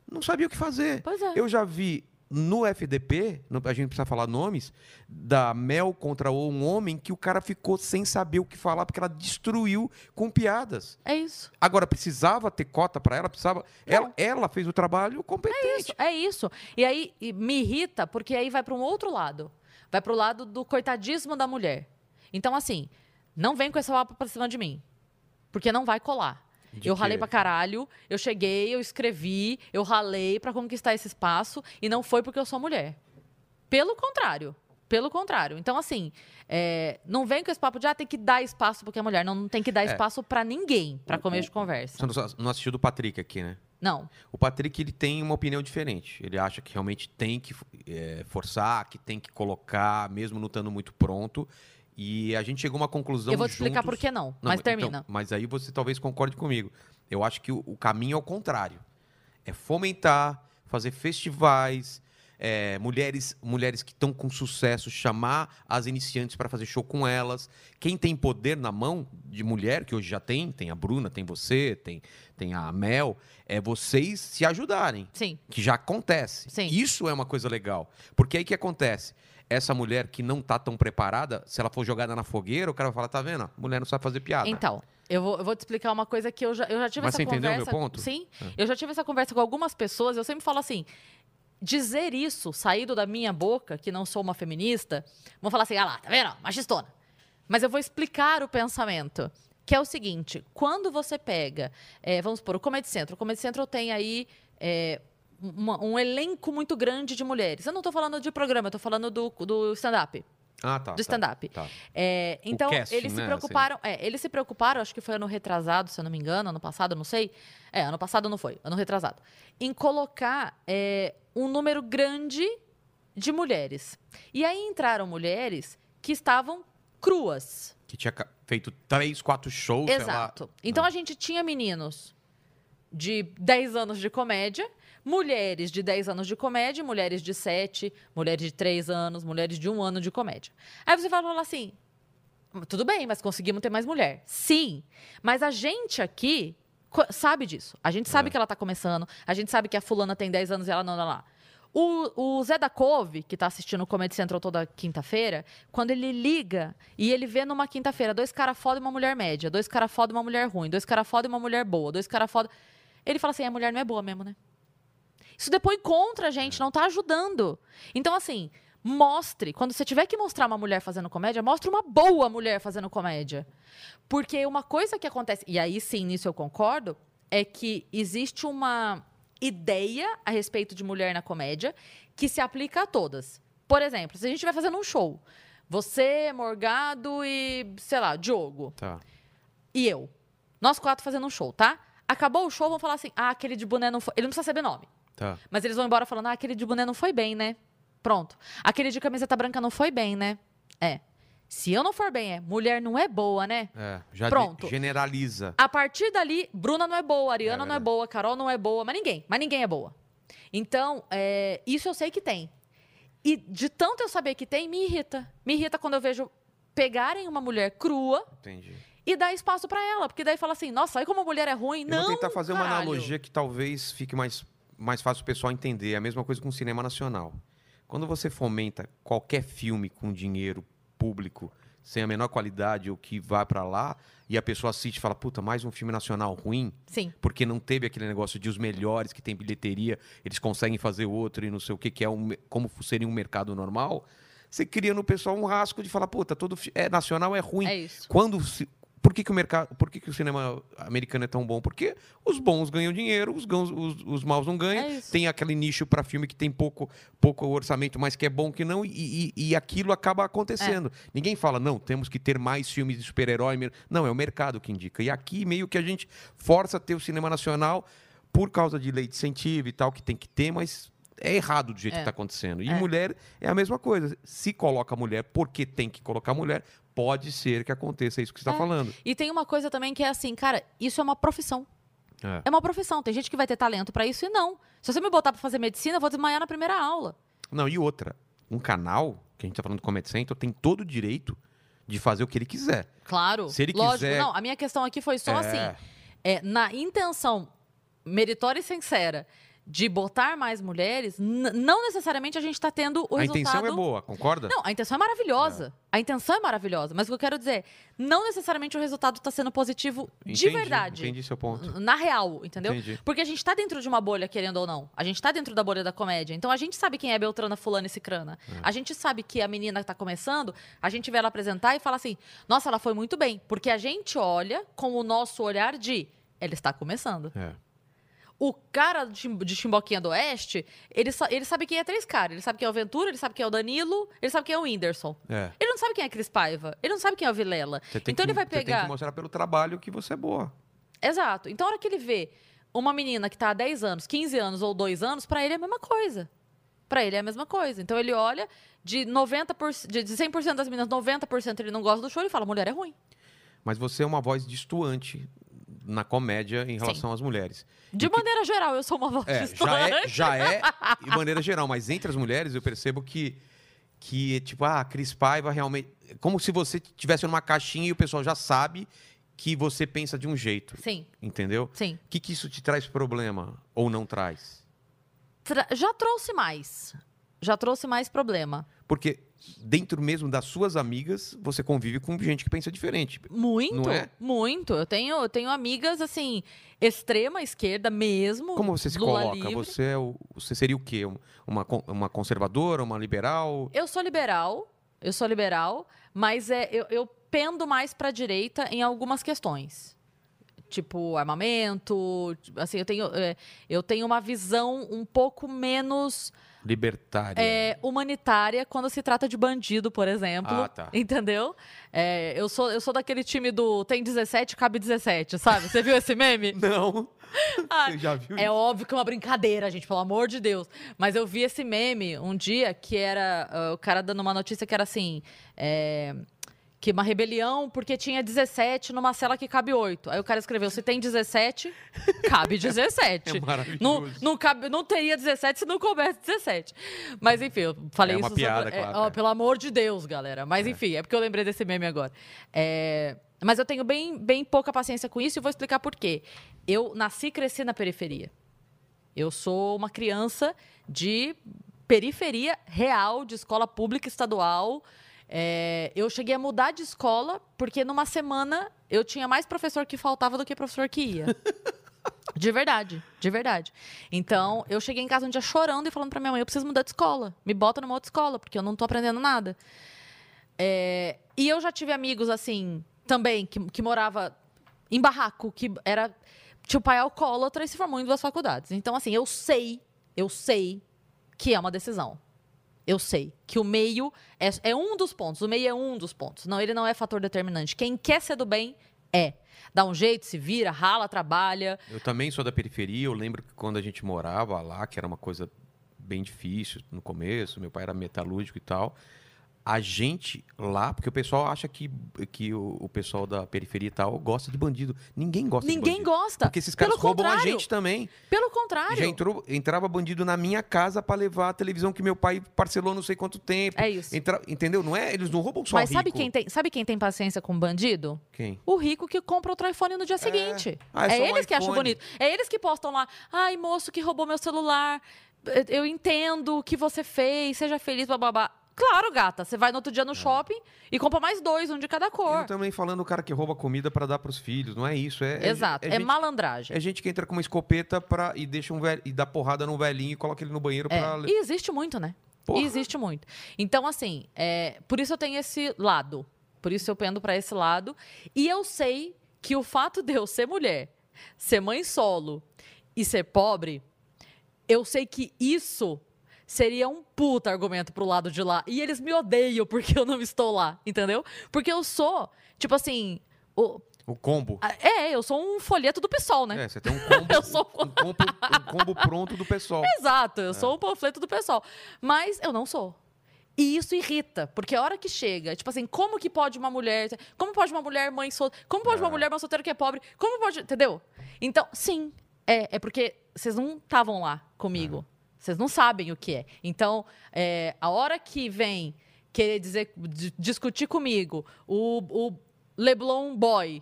não sabia o que fazer. Pois é. Eu já vi no FDP, no- a gente não precisa falar nomes, da Mel contra um homem que o cara ficou sem saber o que falar porque ela destruiu com piadas. É isso. Agora precisava ter cota pra ela, precisava. É. Ela, ela fez o trabalho competente. isso, é isso. E aí e me irrita, porque aí vai para um outro lado. Vai para o lado do coitadismo da mulher. Então, assim, não vem com essa papo para cima de mim. Porque não vai colar. De eu quê? ralei pra caralho, eu cheguei, eu escrevi, eu ralei pra conquistar esse espaço e não foi porque eu sou mulher. Pelo contrário. Pelo contrário. Então, assim, é, não vem com esse papo de ah, tem que dar espaço porque é mulher. Não, não tem que dar espaço pra ninguém pra começo de conversa. Você não- não assistiu do Patrick aqui, né? Não. O Patrick ele tem uma opinião diferente. Ele acha que realmente tem que eh, forçar, que tem que colocar, mesmo não estando muito pronto. E a gente chegou a uma conclusão. eu vou te explicar juntos- por que não, Não, mas então, termina. mas aí você talvez concorde comigo. Eu acho que o, o caminho é o contrário. É fomentar, fazer festivais, eh, mulheres, mulheres que estão com sucesso, chamar as iniciantes para fazer show com elas. Quem tem poder na mão de mulher, que hoje já tem, tem a Bruna, tem você, tem, tem a Mel, é vocês se ajudarem Sim. que já acontece. Sim. Isso é uma coisa legal. Porque aí que acontece? Essa mulher que não tá tão preparada, se ela for jogada na fogueira, o cara vai falar, tá vendo? ó, Mulher não sabe fazer piada. Então, eu vou, eu vou te explicar uma coisa que eu já, eu já tive Mas essa você conversa. entendeu meu ponto? Sim. É. Eu já tive essa conversa com algumas pessoas, eu sempre falo assim. Dizer isso, saído da minha boca, que não sou uma feminista, vão falar assim, ah lá, tá vendo? ó, Machistona. Mas eu vou explicar o pensamento. Que é o seguinte: quando você pega, eh, vamos supor, o Comedy Central, o Comedy Central tem aí. eh, uma- um elenco muito grande de mulheres. Eu não tô falando de programa, eu tô falando do, do stand-up. Ah, tá. do tá, stand-up. tá. É, O então, casting, eles se né, assim. preocuparam. é, eles se preocuparam, acho que foi ano retrasado, se eu não me engano, ano passado, não sei. É, ano passado não foi, ano retrasado. Em colocar é, um número grande de mulheres. E aí entraram mulheres que estavam cruas. Que tinha ca- feito três, quatro shows. sei lá. Ah. Exato. Então a gente tinha meninos de 10 anos de comédia, mulheres de 10 anos de comédia, mulheres de 7, mulheres de 3 anos, mulheres de 1 ano de comédia. Aí você vai falar assim: tudo bem, mas conseguimos ter mais mulher. Sim, mas a gente aqui co- sabe disso. A gente sabe É. que ela tá começando, a gente sabe que a fulana tem 10 anos e ela não, não, lá. O, o Zé da Cove, que tá assistindo o Comedy Central toda quinta-feira, quando ele liga e ele vê numa quinta-feira dois caras foda e uma mulher média, dois caras foda e uma mulher ruim, dois caras foda e uma mulher boa, dois caras foda. Ele fala assim: a mulher não é boa mesmo, né? Isso depois contra a gente, não tá ajudando. Então, assim, mostre. Quando você tiver que mostrar uma mulher fazendo comédia, mostre uma boa mulher fazendo comédia. Porque uma coisa que acontece, e aí sim, nisso eu concordo, é que existe uma ideia a respeito de mulher na comédia que se aplica a todas. Por exemplo, se a gente vai fazendo um show, você, Morgado e, sei lá, Diogo Tá. e eu. Nós quatro fazendo um show, tá? Acabou o show, vão falar assim: ah, aquele de boné não foi. Ele não precisa saber nome. Tá. Mas eles vão embora falando: ah, aquele de boné não foi bem, né? Pronto. Aquele de camiseta branca não foi bem, né? É. Se eu não for bem, é. Mulher não é boa, né? É, já Pronto. de- generaliza. A partir dali, Bruna não é boa, Ariana É não é verdade. boa, Carol não é boa, mas ninguém. Mas ninguém é boa. Então, é, isso eu sei que tem. E de tanto eu saber que tem, me irrita. Me irrita quando eu vejo pegarem uma mulher crua Entendi. Eu e dar espaço pra ela. Porque daí fala assim, nossa, aí como a mulher é ruim. não, vou tentar fazer uma caralho. analogia que talvez fique mais, mais fácil o pessoal entender. É a mesma coisa com o cinema nacional. Quando você fomenta qualquer filme com dinheiro público sem a menor qualidade ou que vai pra lá e a pessoa assiste e fala, puta, mais um filme nacional ruim, Sim, porque não teve aquele negócio de os melhores que tem bilheteria, eles conseguem fazer outro e não sei o que, que é um, me- como seria um mercado normal, você cria no pessoal um rasgo de falar, puta, todo fi- é nacional é ruim. é isso. Quando se- por que, que o mercado, por que, que o cinema americano é tão bom? Porque os bons ganham dinheiro, os, gãos- os- os maus não ganham. É isso. Tem aquele nicho para filme que tem pouco, pouco orçamento, mas que é bom que não, e, e- e aquilo acaba acontecendo. É. Ninguém fala, não, temos que ter mais filmes de super-herói. mer-". Não, é o mercado que indica. E aqui meio que a gente força a ter o cinema nacional por causa de lei de incentivo e tal, que tem que ter, mas é errado do jeito que está acontecendo. E É. mulher é a mesma coisa. Se coloca mulher porque tem que colocar mulher, pode ser que aconteça isso que você está É. falando. E tem uma coisa também que é assim, cara, isso é uma profissão. É. É uma profissão. Tem gente que vai ter talento pra isso e não. Se você me botar pra fazer medicina, eu vou desmaiar na primeira aula. Não, e outra, um canal, que a gente está falando do Comedy Central, tem todo o direito de fazer o que ele quiser. Claro. Se ele Lógico, quiser- não. A minha questão aqui foi só É. assim. É, na intenção meritória e sincera de botar mais mulheres, n- não necessariamente a gente tá tendo o a resultado. intenção é boa, concorda? Não, a intenção é maravilhosa. A intenção é maravilhosa. Mas o que eu quero dizer, não necessariamente o resultado tá sendo positivo de Entendi, verdade. Entendi seu ponto. Na real, entendeu? Entendi. Porque a gente tá dentro de uma bolha, querendo ou não. A gente tá dentro da bolha da comédia. Então a gente sabe quem é Beltrana, Fulana e Cicrana. É. A gente sabe que a menina que tá começando, a gente vê ela apresentar e fala assim: nossa, ela foi muito bem. Porque a gente olha com o nosso olhar de Ela está começando. É. O cara de Chim- de Chimboquinha do Oeste, ele, sa- ele sabe quem é três caras. Ele sabe quem é o Ventura, ele sabe quem é o Danilo, ele sabe quem é o Whindersson. É. Ele não sabe quem é Cris Paiva, ele não sabe quem é o Vilela. Você tem Então que- ele vai você tem pegar. que mostrar pelo trabalho que você é boa. Exato. Então, a hora que ele vê uma menina que tá há 10 anos, 15 anos ou 2 anos, pra ele é a mesma coisa. Pra ele é a mesma coisa. Então, ele olha de 90%, de 100% das meninas, 90% ele não gosta do show e fala: mulher é ruim. Mas você é uma voz distoante na comédia em relação às mulheres. De maneira geral, eu sou uma voz É, já distante. é, já é, de maneira geral, mas entre as mulheres eu percebo que que é tipo, ah, a Cris Paiva realmente, como se você tivesse numa caixinha e o pessoal já sabe que você pensa de um jeito, Sim, entendeu? sim. O que que isso te traz problema ou não traz? Tra- já trouxe mais. Já trouxe mais problema. Porque dentro mesmo das suas amigas, você convive com gente que pensa diferente. Muito, Não é? muito. Eu tenho, eu tenho amigas, assim, extrema esquerda mesmo. Como você se Lula coloca? livre. Você, é o- você seria o quê? Um- Uma, con- uma conservadora, uma liberal? Eu sou liberal, eu sou liberal, mas é, eu, eu pendo mais pra direita em algumas questões. Tipo, armamento, tipo, assim, eu tenho, é, eu tenho uma visão um pouco menos Libertária? é, humanitária quando se trata de bandido, por exemplo. Ah, tá. Entendeu? É, eu, sou, eu sou daquele time do tem 17, cabe 17, sabe? Você viu esse meme? Não. Ah, Você já viu É óbvio que é uma brincadeira, gente, pelo amor de Deus. Mas eu vi esse meme um dia que era ah, o cara dando uma notícia que era assim. é, que uma rebelião porque tinha 17 numa cela que cabe 8. Aí o cara escreveu: se tem 17, cabe 17. É maravilhoso. não, não, cabe, não teria 17 se não coubesse 17. Mas enfim, eu falei É uma isso. piada, é, claro, ó, é. Pelo amor de Deus, galera. Mas enfim, é porque eu lembrei desse meme agora. É, Mas eu tenho bem, bem pouca paciência com isso e vou explicar por quê. Eu nasci e cresci na periferia. Eu sou uma criança de periferia real, de escola pública estadual. É, eu cheguei a mudar de escola porque numa semana eu tinha mais professor que faltava do que professor que ia. De verdade, de verdade. Então, eu cheguei em casa um dia chorando e falando pra minha mãe: eu preciso mudar de escola. Me bota numa outra escola, porque eu não tô aprendendo nada. É, e eu já tive amigos, assim, também, que, que morava em barraco, que era. Tinha o pai alcoólatra e se formou em duas faculdades. Então, assim, eu sei, eu sei que é uma decisão. Eu sei que o meio é, é um dos pontos. O meio é um dos pontos. Não, ele não é fator determinante. Quem quer ser do bem é. Dá um jeito, se vira, rala, trabalha. Eu também sou da periferia. Eu lembro que quando a gente morava lá, que era uma coisa bem difícil no começo, meu pai era metalúrgico e tal. A gente lá, porque o pessoal acha que, que o, o pessoal da periferia e tal gosta de bandido. Ninguém gosta de Ninguém bandido. gosta. Porque esses caras Pelo roubam a contrário. gente também. Pelo contrário. Já entrou, entrava bandido na minha casa para levar a televisão que meu pai parcelou não sei quanto tempo. É isso. Entra- entendeu? Não é? Eles não roubam só Mas sabe rico. quem, tem, sabe quem tem paciência com bandido? Quem? O rico que compra outro iPhone no dia seguinte. Ah, é é só um eles que acham iPhone. bonito. É eles que postam lá. Ai, moço que roubou meu celular. Eu entendo o que você fez. Seja feliz, bababá. Claro, gata. Você vai no outro dia no É. shopping e compra mais dois, um de cada Eu cor. também falando o cara que rouba comida para dar para os filhos. Não é isso. É, é- Exato. É, gente malandragem. É gente que entra com uma escopeta pra, e deixa um velho, e dá porrada num velhinho e coloca ele no banheiro É. pra. E existe muito, né? Porra. E existe muito. Então, assim, é, por isso eu tenho esse lado. Por isso eu pendo pra esse lado. E eu sei que o fato de eu ser mulher, ser mãe solo e ser pobre, eu sei que isso seria um puta argumento pro lado de lá. E eles me odeiam porque eu não estou lá, entendeu? Porque eu sou, tipo assim. o- O combo. a- é, eu sou um folheto do PSOL, né? É, você tem um combo. Eu sou- um, combo um combo pronto do pessoal. Exato, eu sou o panfleto do pessoal. Mas eu não sou. E isso irrita, porque a hora que chega, tipo assim, como que pode uma mulher. Como pode uma mulher mãe solteira. Como pode uma É. mulher mãe solteira que é pobre? Como pode. Entendeu? Então, sim, é, é porque vocês não estavam lá comigo. Vocês não sabem o que é. Então, é, a hora que vem querer dizer, di- discutir comigo o, o Leblon Boy,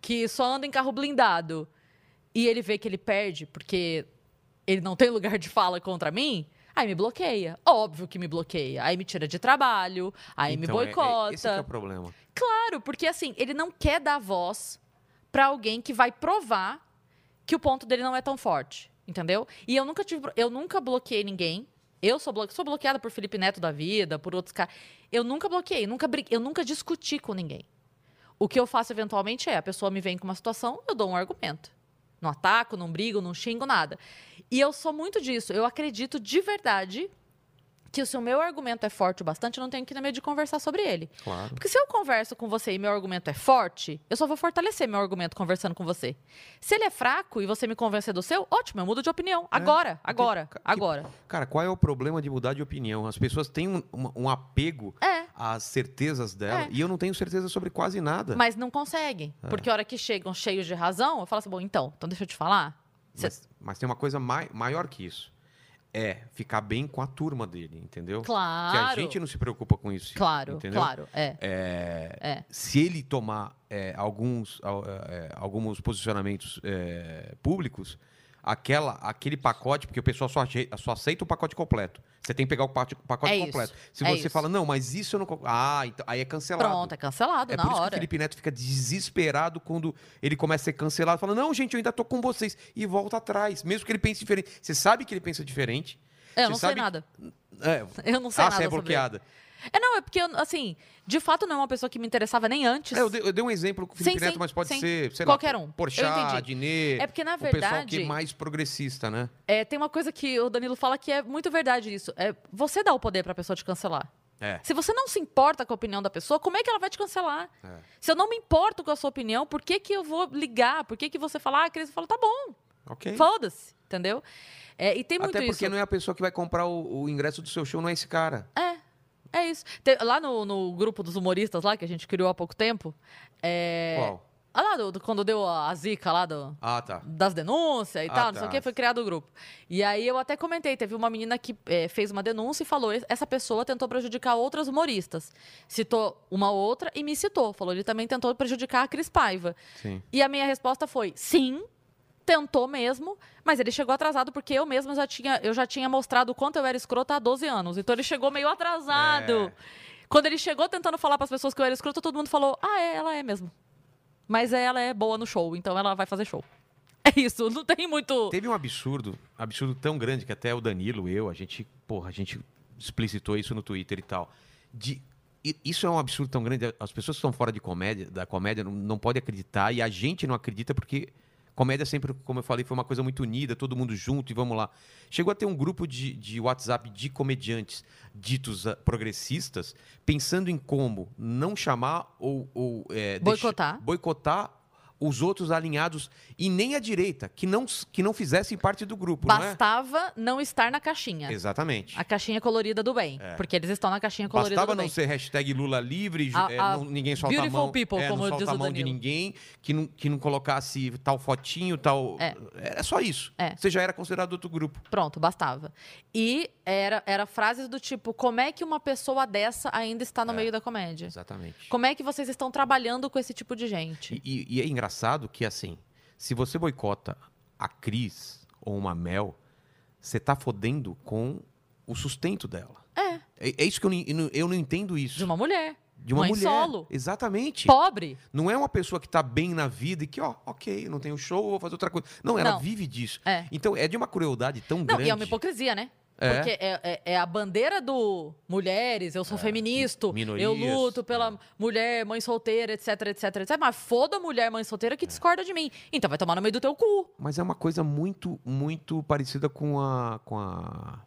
que só anda em carro blindado, e ele vê que ele perde porque ele não tem lugar de fala contra mim, aí me bloqueia. Óbvio que me bloqueia. Aí me tira de trabalho, aí me Então, é- é- boicota. esse que é o problema. Claro, porque assim, ele não quer dar voz pra alguém que vai provar que o ponto dele não é tão forte, entendeu? E eu nunca tive, eu nunca bloqueei ninguém. Eu sou, blo- sou bloqueada por Felipe Neto da vida, por outros caras. Eu nunca bloqueei, nunca bri- eu nunca discuti com ninguém. O que eu faço eventualmente é: a pessoa me vem com uma situação, eu dou um argumento. Não ataco, não brigo, não xingo, nada. E eu sou muito disso. Eu acredito de verdade que se o meu argumento é forte o bastante, eu não tenho que ir na medo de conversar sobre ele. Claro. Porque se eu converso com você e meu argumento é forte, eu só vou fortalecer meu argumento conversando com você. Se ele é fraco e você me convencer do seu, ótimo, eu mudo de opinião. Agora, agora, É. Ca- que- agora. Cara, qual é o problema de mudar de opinião? As pessoas têm um, um- um apego É. às certezas dela É. e eu não tenho certeza sobre quase nada. Mas não conseguem. É. Porque a hora que chegam cheios de razão, eu falo assim: bom, então, então deixa eu te falar. Cê- Mas, mas tem uma coisa mai- maior que isso. É ficar bem com a turma dele, entendeu? Claro. Que a gente não se preocupa com isso. Claro, entendeu? claro. É. É, É. Se ele tomar é, alguns, al- é, alguns posicionamentos é, públicos, aquela, aquele pacote, porque o pessoal só, ache- só aceita o pacote completo. Você tem que pegar o parte- o pacote É isso, completo. Se é você isso. fala, não, mas isso eu não. conc- Ah, então, aí é cancelado. Pronto, é cancelado É na por isso que o hora. Felipe Neto fica desesperado quando ele começa a ser cancelado, falando, não, gente, eu ainda tô com vocês. E volta atrás, mesmo que ele pense diferente. Você sabe que ele pensa diferente. É, eu Você não sei sabe- nada. É, Eu não sei ah, nada. você é sobre bloqueada. ele. É, não, é porque, eu, assim, de fato não é uma pessoa que me interessava nem antes. É, eu, dei, eu dei um exemplo com o Felipe Sim, Neto, sim, mas pode sim. ser, sei Qualquer lá, um. Eu Porchat, entendi. Diné, É porque, na o pessoal que é verdade, mais progressista, né? é, tem uma coisa que o Danilo fala que é muito verdade isso. É, você dá o poder pra pessoa te cancelar. É. Se você não se importa com a opinião da pessoa, como é que ela vai te cancelar? É. Se eu não me importo com a sua opinião, por que, que eu vou ligar? Por que, que você fala, ah, Cris, eu falo, tá bom, Ok. foda-se, entendeu? É, e tem muito Até porque isso. não é a pessoa que vai comprar o, o ingresso do seu show, não é esse cara. É, é isso. Te- lá no, no grupo dos humoristas lá, que a gente criou há pouco tempo. É... Qual? Ah, lá, do- do- quando deu a, a zica lá do, Ah, tá. das denúncias e Ah, tal, não sei tá. o que, foi criado o grupo. E aí eu até comentei, teve uma menina que eh, fez uma denúncia e falou, "Es- essa pessoa tentou prejudicar outras humoristas. Citou uma outra e me citou, falou, ele também tentou prejudicar a Cris Paiva. Sim. E a minha resposta foi, sim, tentou mesmo, mas ele chegou atrasado porque eu mesma já tinha, eu já tinha mostrado o quanto eu era escrota há 12 anos. Então ele chegou meio atrasado. É. Quando ele chegou tentando falar para as pessoas que eu era escrota, todo mundo falou, ah, é, ela é mesmo. Mas ela é boa no show, então ela vai fazer show. É isso, não tem muito... Teve um absurdo, absurdo tão grande que até o Danilo, eu, a gente, porra, a gente explicitou isso no Twitter e tal. De i- isso é um absurdo tão grande. As pessoas que estão fora de comédia, da comédia não, não podem acreditar e a gente não acredita porque comédia é sempre, como eu falei, foi uma coisa muito unida, todo mundo junto e vamos lá. Chegou a ter um grupo de, de WhatsApp de comediantes ditos ah, progressistas pensando em como não chamar ou, ou, é, deixar- Boicotar. boicotar os outros alinhados e nem a direita, que não, s- que não fizessem parte do grupo, não Bastava não estar na caixinha. é? Exatamente. A caixinha colorida do bem. Porque eles estão na caixinha colorida É. Bastava do bem. não ser hashtag Lula livre, ju- A- é, a não- ninguém solta a beautiful mão, people, é, como não diz solta a o mão de Danilo. ninguém, que não, que não colocasse tal fotinho, tal... É. Era só isso. É. Você já era considerado outro grupo. Pronto, bastava. E era, era frases do tipo: como é que uma pessoa dessa ainda está É. no meio da comédia? Exatamente. Como é que vocês estão trabalhando com esse tipo de gente? E, e- e é engraçado que, assim, se você boicota a Cris ou uma Mel, você tá fodendo com o sustento dela. É. É, é isso que eu, não- eu não- eu não entendo isso. De uma mulher. De uma Mãe mulher. solo. Exatamente. Pobre. Não é uma pessoa que tá bem na vida e que, ó, ok, não tenho show, vou fazer outra coisa. Não, ela Não. vive disso. É. Então, é de uma crueldade tão Não, grande. e é uma hipocrisia, né? É. Porque é, é- é a bandeira do mulheres, eu sou feminista, É, minorias, eu luto pela é. mulher, mãe solteira, etc, etc, etc. Mas foda a mulher, mãe solteira que É. discorda de mim. Então vai tomar no meio do teu cu. Mas é uma coisa muito, muito parecida com a... Com a...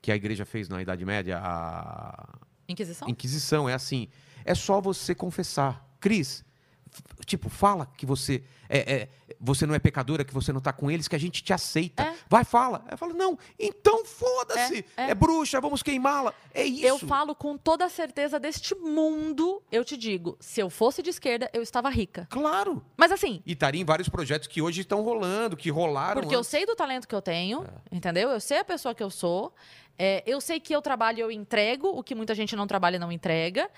Que a igreja fez na Idade Média, a Inquisição? Inquisição. É assim, é só você confessar. Cris, f- tipo, fala que você é, é- você não é pecadora, que você não tá com eles, que a gente te aceita. É. Vai, fala. Ela fala, não, então foda-se. É, É, é. bruxa, vamos queimá-la. É isso. Eu falo com toda a certeza deste mundo, eu te digo, se eu fosse de esquerda, eu estava rica. Claro. Mas assim, E estaria em vários projetos que hoje estão rolando, que rolaram. porque eu antes. sei do talento que eu tenho, É. entendeu? Eu sei a pessoa que eu sou, é, eu sei que eu trabalho e eu entrego, o que muita gente não trabalha e não entrega.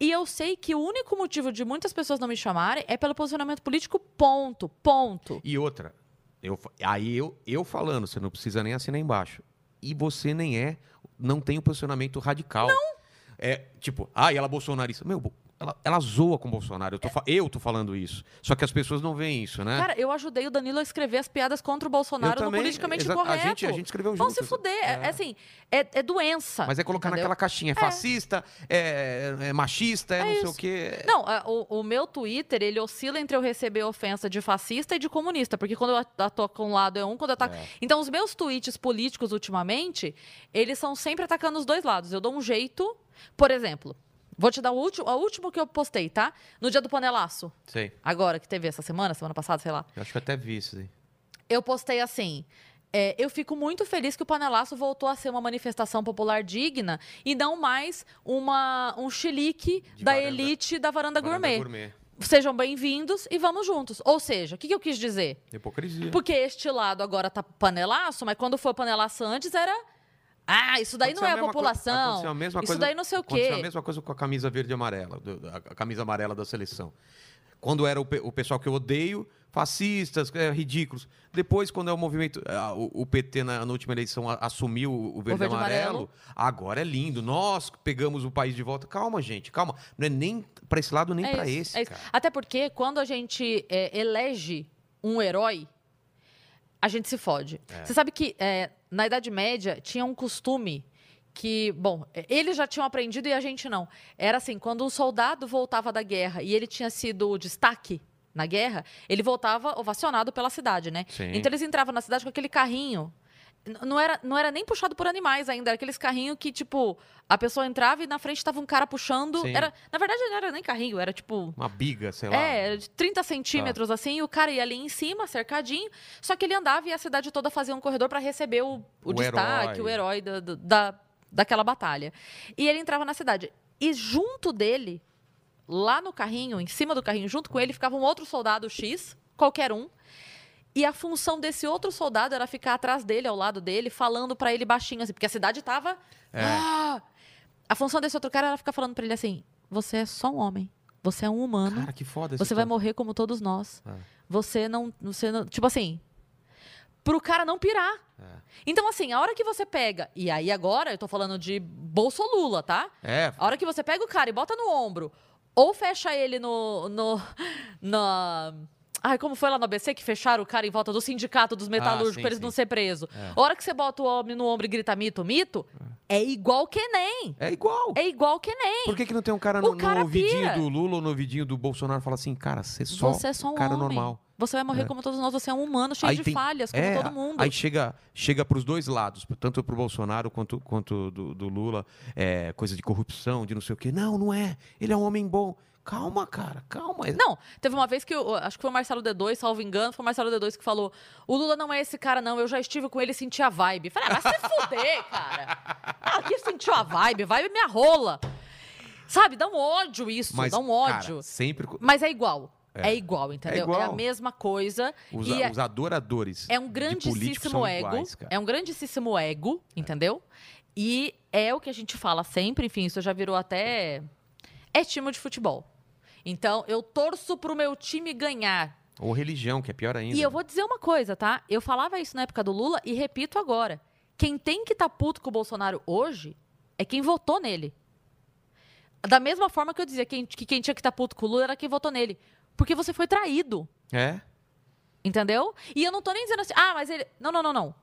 E eu sei que o único motivo de muitas pessoas não me chamarem é pelo posicionamento político, ponto, ponto. E outra, eu, fa- aí eu, eu falando, você não precisa nem assinar embaixo. E você nem é, não tem um posicionamento radical. Não. É tipo, ah, e ela é bolsonarista. Meu, bo- ela, ela zoa com o Bolsonaro. Eu tô, fa- eu tô falando isso. Só que as pessoas não veem isso, né? É. Cara, eu ajudei o Danilo a escrever as piadas contra o Bolsonaro Eu também, no politicamente exa- correto. A gente, a gente escreveu Vão junto. se fuder. É, é assim, é, é doença. Mas é colocar entendeu? naquela caixinha. É fascista, é, é machista, é, não sei isso. o quê. Não, a- o, o meu Twitter, ele oscila entre eu receber ofensa de fascista e de comunista, porque quando eu at- ataco um lado é um, quando eu ataco... Então, os meus tweets políticos, ultimamente, eles são sempre atacando os dois lados. Eu dou um jeito, por exemplo, vou te dar o último, o último que eu postei, tá? No dia do panelaço, Sei. agora, que teve essa semana, semana passada, sei lá. Eu acho que eu até vi isso aí. Eu postei assim. é, eu fico muito feliz que o panelaço voltou a ser uma manifestação popular digna e não mais uma, um chilique De da varanda. elite da varanda, Varanda gourmet. Sejam bem-vindos e vamos juntos. Ou seja, o que, que eu quis dizer? Hipocrisia. Porque este lado agora tá panelaço, mas quando foi panelaço antes era. Ah, isso daí não é a população. isso daí não sei o Aconteceu a quê. mesma coisa com a camisa verde e amarela, do- da- a camisa amarela da seleção. Quando era o, pe- o pessoal que eu odeio, fascistas, é, ridículos. Depois, quando é o movimento. ah, o, o PT, na, na última eleição, a- assumiu o verde, verde e e amarelo, amarelo. Agora é lindo. Nós pegamos o país de volta. Calma, gente, calma. Não é nem pra esse lado, nem É pra isso, esse. é isso. cara. Até porque quando a gente é, elege um herói, a gente se fode. Você sabe que é, na Idade Média tinha um costume que, bom, é, eles já tinham aprendido e a gente não. Era assim, quando um soldado voltava da guerra e ele tinha sido o destaque na guerra, ele voltava ovacionado pela cidade, né? Sim. Então eles entravam na cidade com aquele carrinho. N- Não era, não era nem puxado por animais ainda, era aqueles carrinhos que, tipo, a pessoa entrava e na frente tava um cara puxando. Sim. Era, na verdade, não era nem carrinho, era tipo. Uma biga, sei lá. Tá. É, era de 30 centímetros assim, e o cara ia ali em cima, cercadinho. Só que ele andava e a cidade toda fazia um corredor para receber o, o, O destaque, herói. o herói da, do- da, daquela batalha. E ele entrava na cidade. E junto dele, lá no carrinho, em cima do carrinho, junto com ele, ficava um outro soldado X, qualquer um. E a função desse outro soldado era ficar atrás dele, ao lado dele, falando pra ele baixinho, assim, porque a cidade tava. É. Ah! A função desse outro cara era ficar falando pra ele assim: você é só um homem. Você é um humano. Cara, que foda esse Você vai cara. morrer como todos nós. É. Você não. Você não. Tipo assim. Pro cara não pirar. É. Então, assim, a hora que você pega. E aí agora eu tô falando de Bolsolula, tá? É, A hora que você pega o cara e bota no ombro, ou fecha ele no. no na. Ai, como foi lá no ABC que fecharam o cara em volta do sindicato dos metalúrgicos Ah, sim, pra eles sim. não ser presos. É. A hora que você bota o homem no ombro e grita mito, mito, é igual que nem. é igual. É igual que nem. Por que, que não tem um cara O no, cara no ouvidinho pira. do Lula ou no ouvidinho do Bolsonaro e fala assim, cara, você só, você é só um cara homem. normal. Você vai morrer É. como todos nós, você é um humano cheio de tem- falhas, como é, todo mundo. Aí chega, chega para os dois lados, tanto para o Bolsonaro quanto, quanto do, do Lula, é, coisa de corrupção, de não sei o quê. Não, não é. Ele é um homem bom. Calma, cara, calma. Não, teve uma vez que, eu, acho que foi o Marcelo D2, salvo engano, foi o Marcelo D2 que falou: o Lula não é esse cara, não, eu já estive com ele e senti a vibe. Falei, ah, vai se fuder, cara. Ah, que sentiu a vibe? Vibe é minha rola. Sabe, dá um ódio isso, Mas, dá um cara, ódio. sempre co- Mas é igual. É. igual, entendeu? É igual. a mesma coisa. os, e é, os adoradores é um de políticos grandíssimo são ego. iguais, cara. É. é um grandíssimo ego, entendeu? E é o que a gente fala sempre, enfim, isso já virou até. É time de futebol. Então, eu torço pro meu time ganhar. Ou religião, que é pior ainda. um E eu vou dizer uma coisa, tá? Eu falava isso na época do Lula e repito agora. Quem tem que estar puto com o Bolsonaro hoje é quem votou nele. Da mesma forma que eu dizia quem- que quem tinha que estar puto com o Lula era quem votou nele. Porque você foi traído. É? Entendeu? E eu não tô nem dizendo assim, ah, mas ele. Não, não, não, não.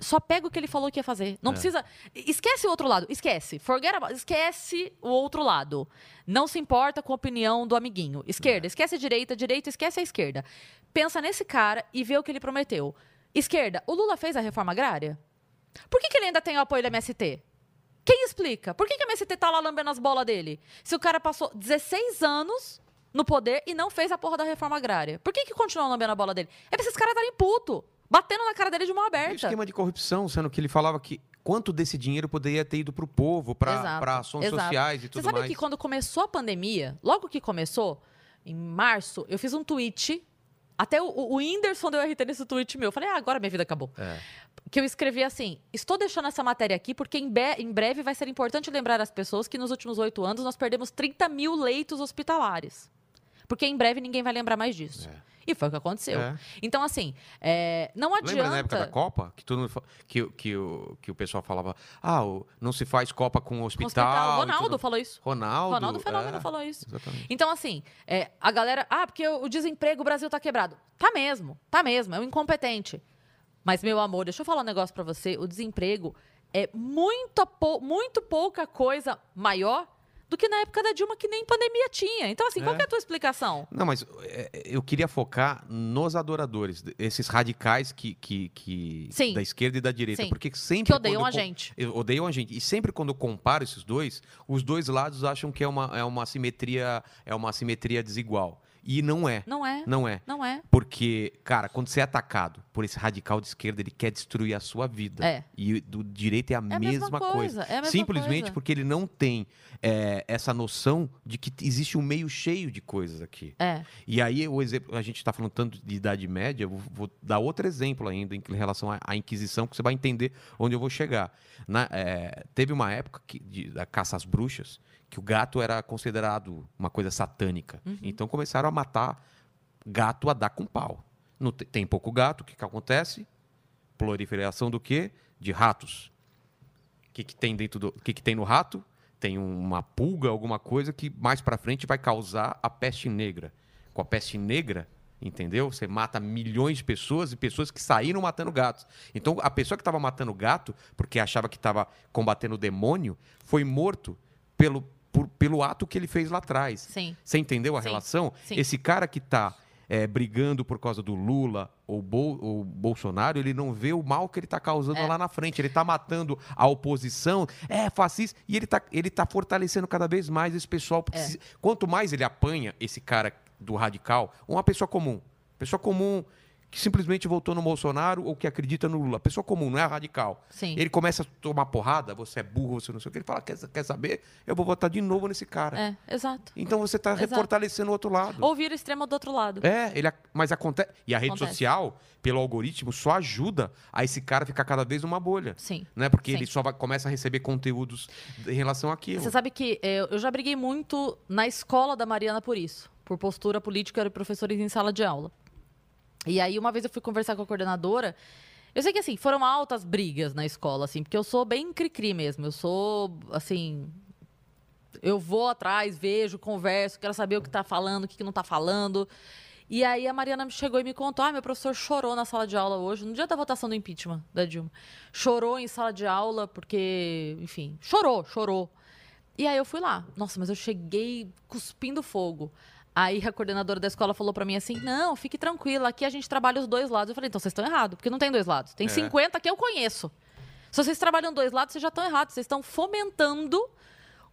Só pega o que ele falou que ia fazer. Não É. precisa. Esquece o outro lado. Esquece. Forget about... Esquece o outro lado. Não se importa com a opinião do amiguinho. Esquerda, esquece a direita, direita, esquece a esquerda. Pensa nesse cara e vê o que ele prometeu. Esquerda, o Lula fez a reforma agrária? Por que, que ele ainda tem o apoio da MST? Quem explica? Por que, que a MST tá lá lambendo as bolas dele? Se o cara passou 16 anos no poder e não fez a porra da reforma agrária. Por que, que continuam lambendo a bola dele? É pra esses caras darem puto. Batendo na cara dele de mão É um aberta. esquema de corrupção, sendo que ele falava que quanto desse dinheiro poderia ter ido pro povo, Exato, para ações exato. sociais e Você tudo sabe mais. que quando começou a pandemia, logo que começou, em março, eu fiz um tweet. Até o, o Whindersson deu RT nesse tweet meu. Eu falei, ah, agora minha vida acabou. É. Que eu escrevi assim: estou deixando essa matéria aqui porque em, be- em breve vai ser importante lembrar as pessoas que nos últimos oito anos nós perdemos 30 mil leitos hospitalares. Porque em breve ninguém vai lembrar mais disso. É. E foi o que aconteceu. É. Então, assim, é, não adianta. Lembra na época da Copa? Que, todo mundo fa- que, o- que, o, que o pessoal falava, ah, o- não se faz Copa com Com hospital. o hospital. e tudo- Ronaldo falou isso. Ronaldo. Ronaldo Fenômeno é, falou isso. Exatamente. Então, assim, é, a galera. Ah, porque o o desemprego, o Brasil tá quebrado. Tá mesmo, tá mesmo, é um incompetente. Mas, meu amor, deixa eu falar um negócio pra você. O desemprego é muito, pou- muito pouca coisa maior do que na época da Dilma, que nem pandemia tinha. Então, assim, qual É. que é a tua explicação? Não, mas é, é, eu queria focar nos adoradores, d- esses radicais que, que, que- Sim. da esquerda e da direita. Sim. Porque sempre. Que odeiam quando a eu com- gente. eu- Odeiam a gente. E sempre quando eu comparo esses dois, os dois lados acham que é uma, é uma simetria é uma simetria desigual. E não é. Não é, Não é. não é. Porque, cara, quando você é atacado por esse radical de esquerda, ele quer destruir a sua vida. É. E do direito é a, É a mesma, mesma, coisa. coisa. É a mesma Simplesmente coisa. porque ele não tem é, essa noção de que existe um meio cheio de coisas aqui. É, E aí, o exemplo, a gente está falando tanto de Idade Média, eu vou, vou dar outro exemplo ainda em relação à, à Inquisição, que você vai entender onde eu vou chegar. Na- é, teve uma época que- de- da caça às bruxas que o gato era considerado uma coisa satânica. Uhum. Então começaram a matar gato a dar com pau. Não te- tem pouco gato, o que, que acontece? Proliferação do quê? De ratos. O que, que tem dentro do. O que, que tem no rato? Tem uma pulga, alguma coisa que mais para frente vai causar a peste negra. Com a peste negra, entendeu? Você mata milhões de pessoas e pessoas que saíram matando gatos. Então, a pessoa que estava matando gato, porque achava que estava combatendo o demônio, foi morto pelo, por- pelo ato que ele fez lá atrás. sim. Você entendeu a Sim, relação? sim. Esse cara que está brigando por causa do Lula ou, Bol- ou Bolsonaro, ele não vê o mal que ele está causando É. lá na frente. Ele está matando a oposição, é fascista, e ele está ele tá fortalecendo cada vez mais esse pessoal. Porque É. se- quanto mais ele apanha esse cara do radical, uma pessoa comum, pessoa comum que simplesmente votou no Bolsonaro ou que acredita no Lula, pessoa comum, não é radical. Sim. Ele começa a tomar porrada, você é burro, você não sei o que, ele fala, quer, quer saber? Eu vou votar de novo nesse cara. É, exato. Então você está Exato. fortalecendo o outro lado. Ouvir o extremo do outro lado. É, ele, ac- mas acontece. E a rede Acontece. social, pelo algoritmo, só ajuda a esse cara ficar cada vez numa bolha. Sim. Né? Porque Sim. ele só vai- começa a receber conteúdos em relação àquilo. Você sabe que é, eu já briguei muito na escola da Mariana por isso, por postura política e professores em sala de aula. E aí, uma vez eu fui conversar com a coordenadora. Eu sei que, assim, foram altas brigas na escola, assim, porque eu sou bem cri-cri mesmo. Eu sou, assim. Eu vou atrás, vejo, converso, quero saber o que tá falando, o que, que não tá falando. E aí a Mariana chegou e me contou: ah, meu professor chorou na sala de aula hoje, no dia da votação do impeachment da Dilma. Chorou em sala de aula, porque, enfim, chorou, chorou. E aí eu fui lá. Nossa, mas eu cheguei cuspindo fogo. Aí a coordenadora da escola falou pra mim assim: "Não, fique tranquila, aqui a gente trabalha os dois lados". Eu falei: "Então vocês estão errados, porque não tem dois lados. Tem É. 50 que eu conheço. Se vocês trabalham dois lados, vocês já estão errados, vocês estão fomentando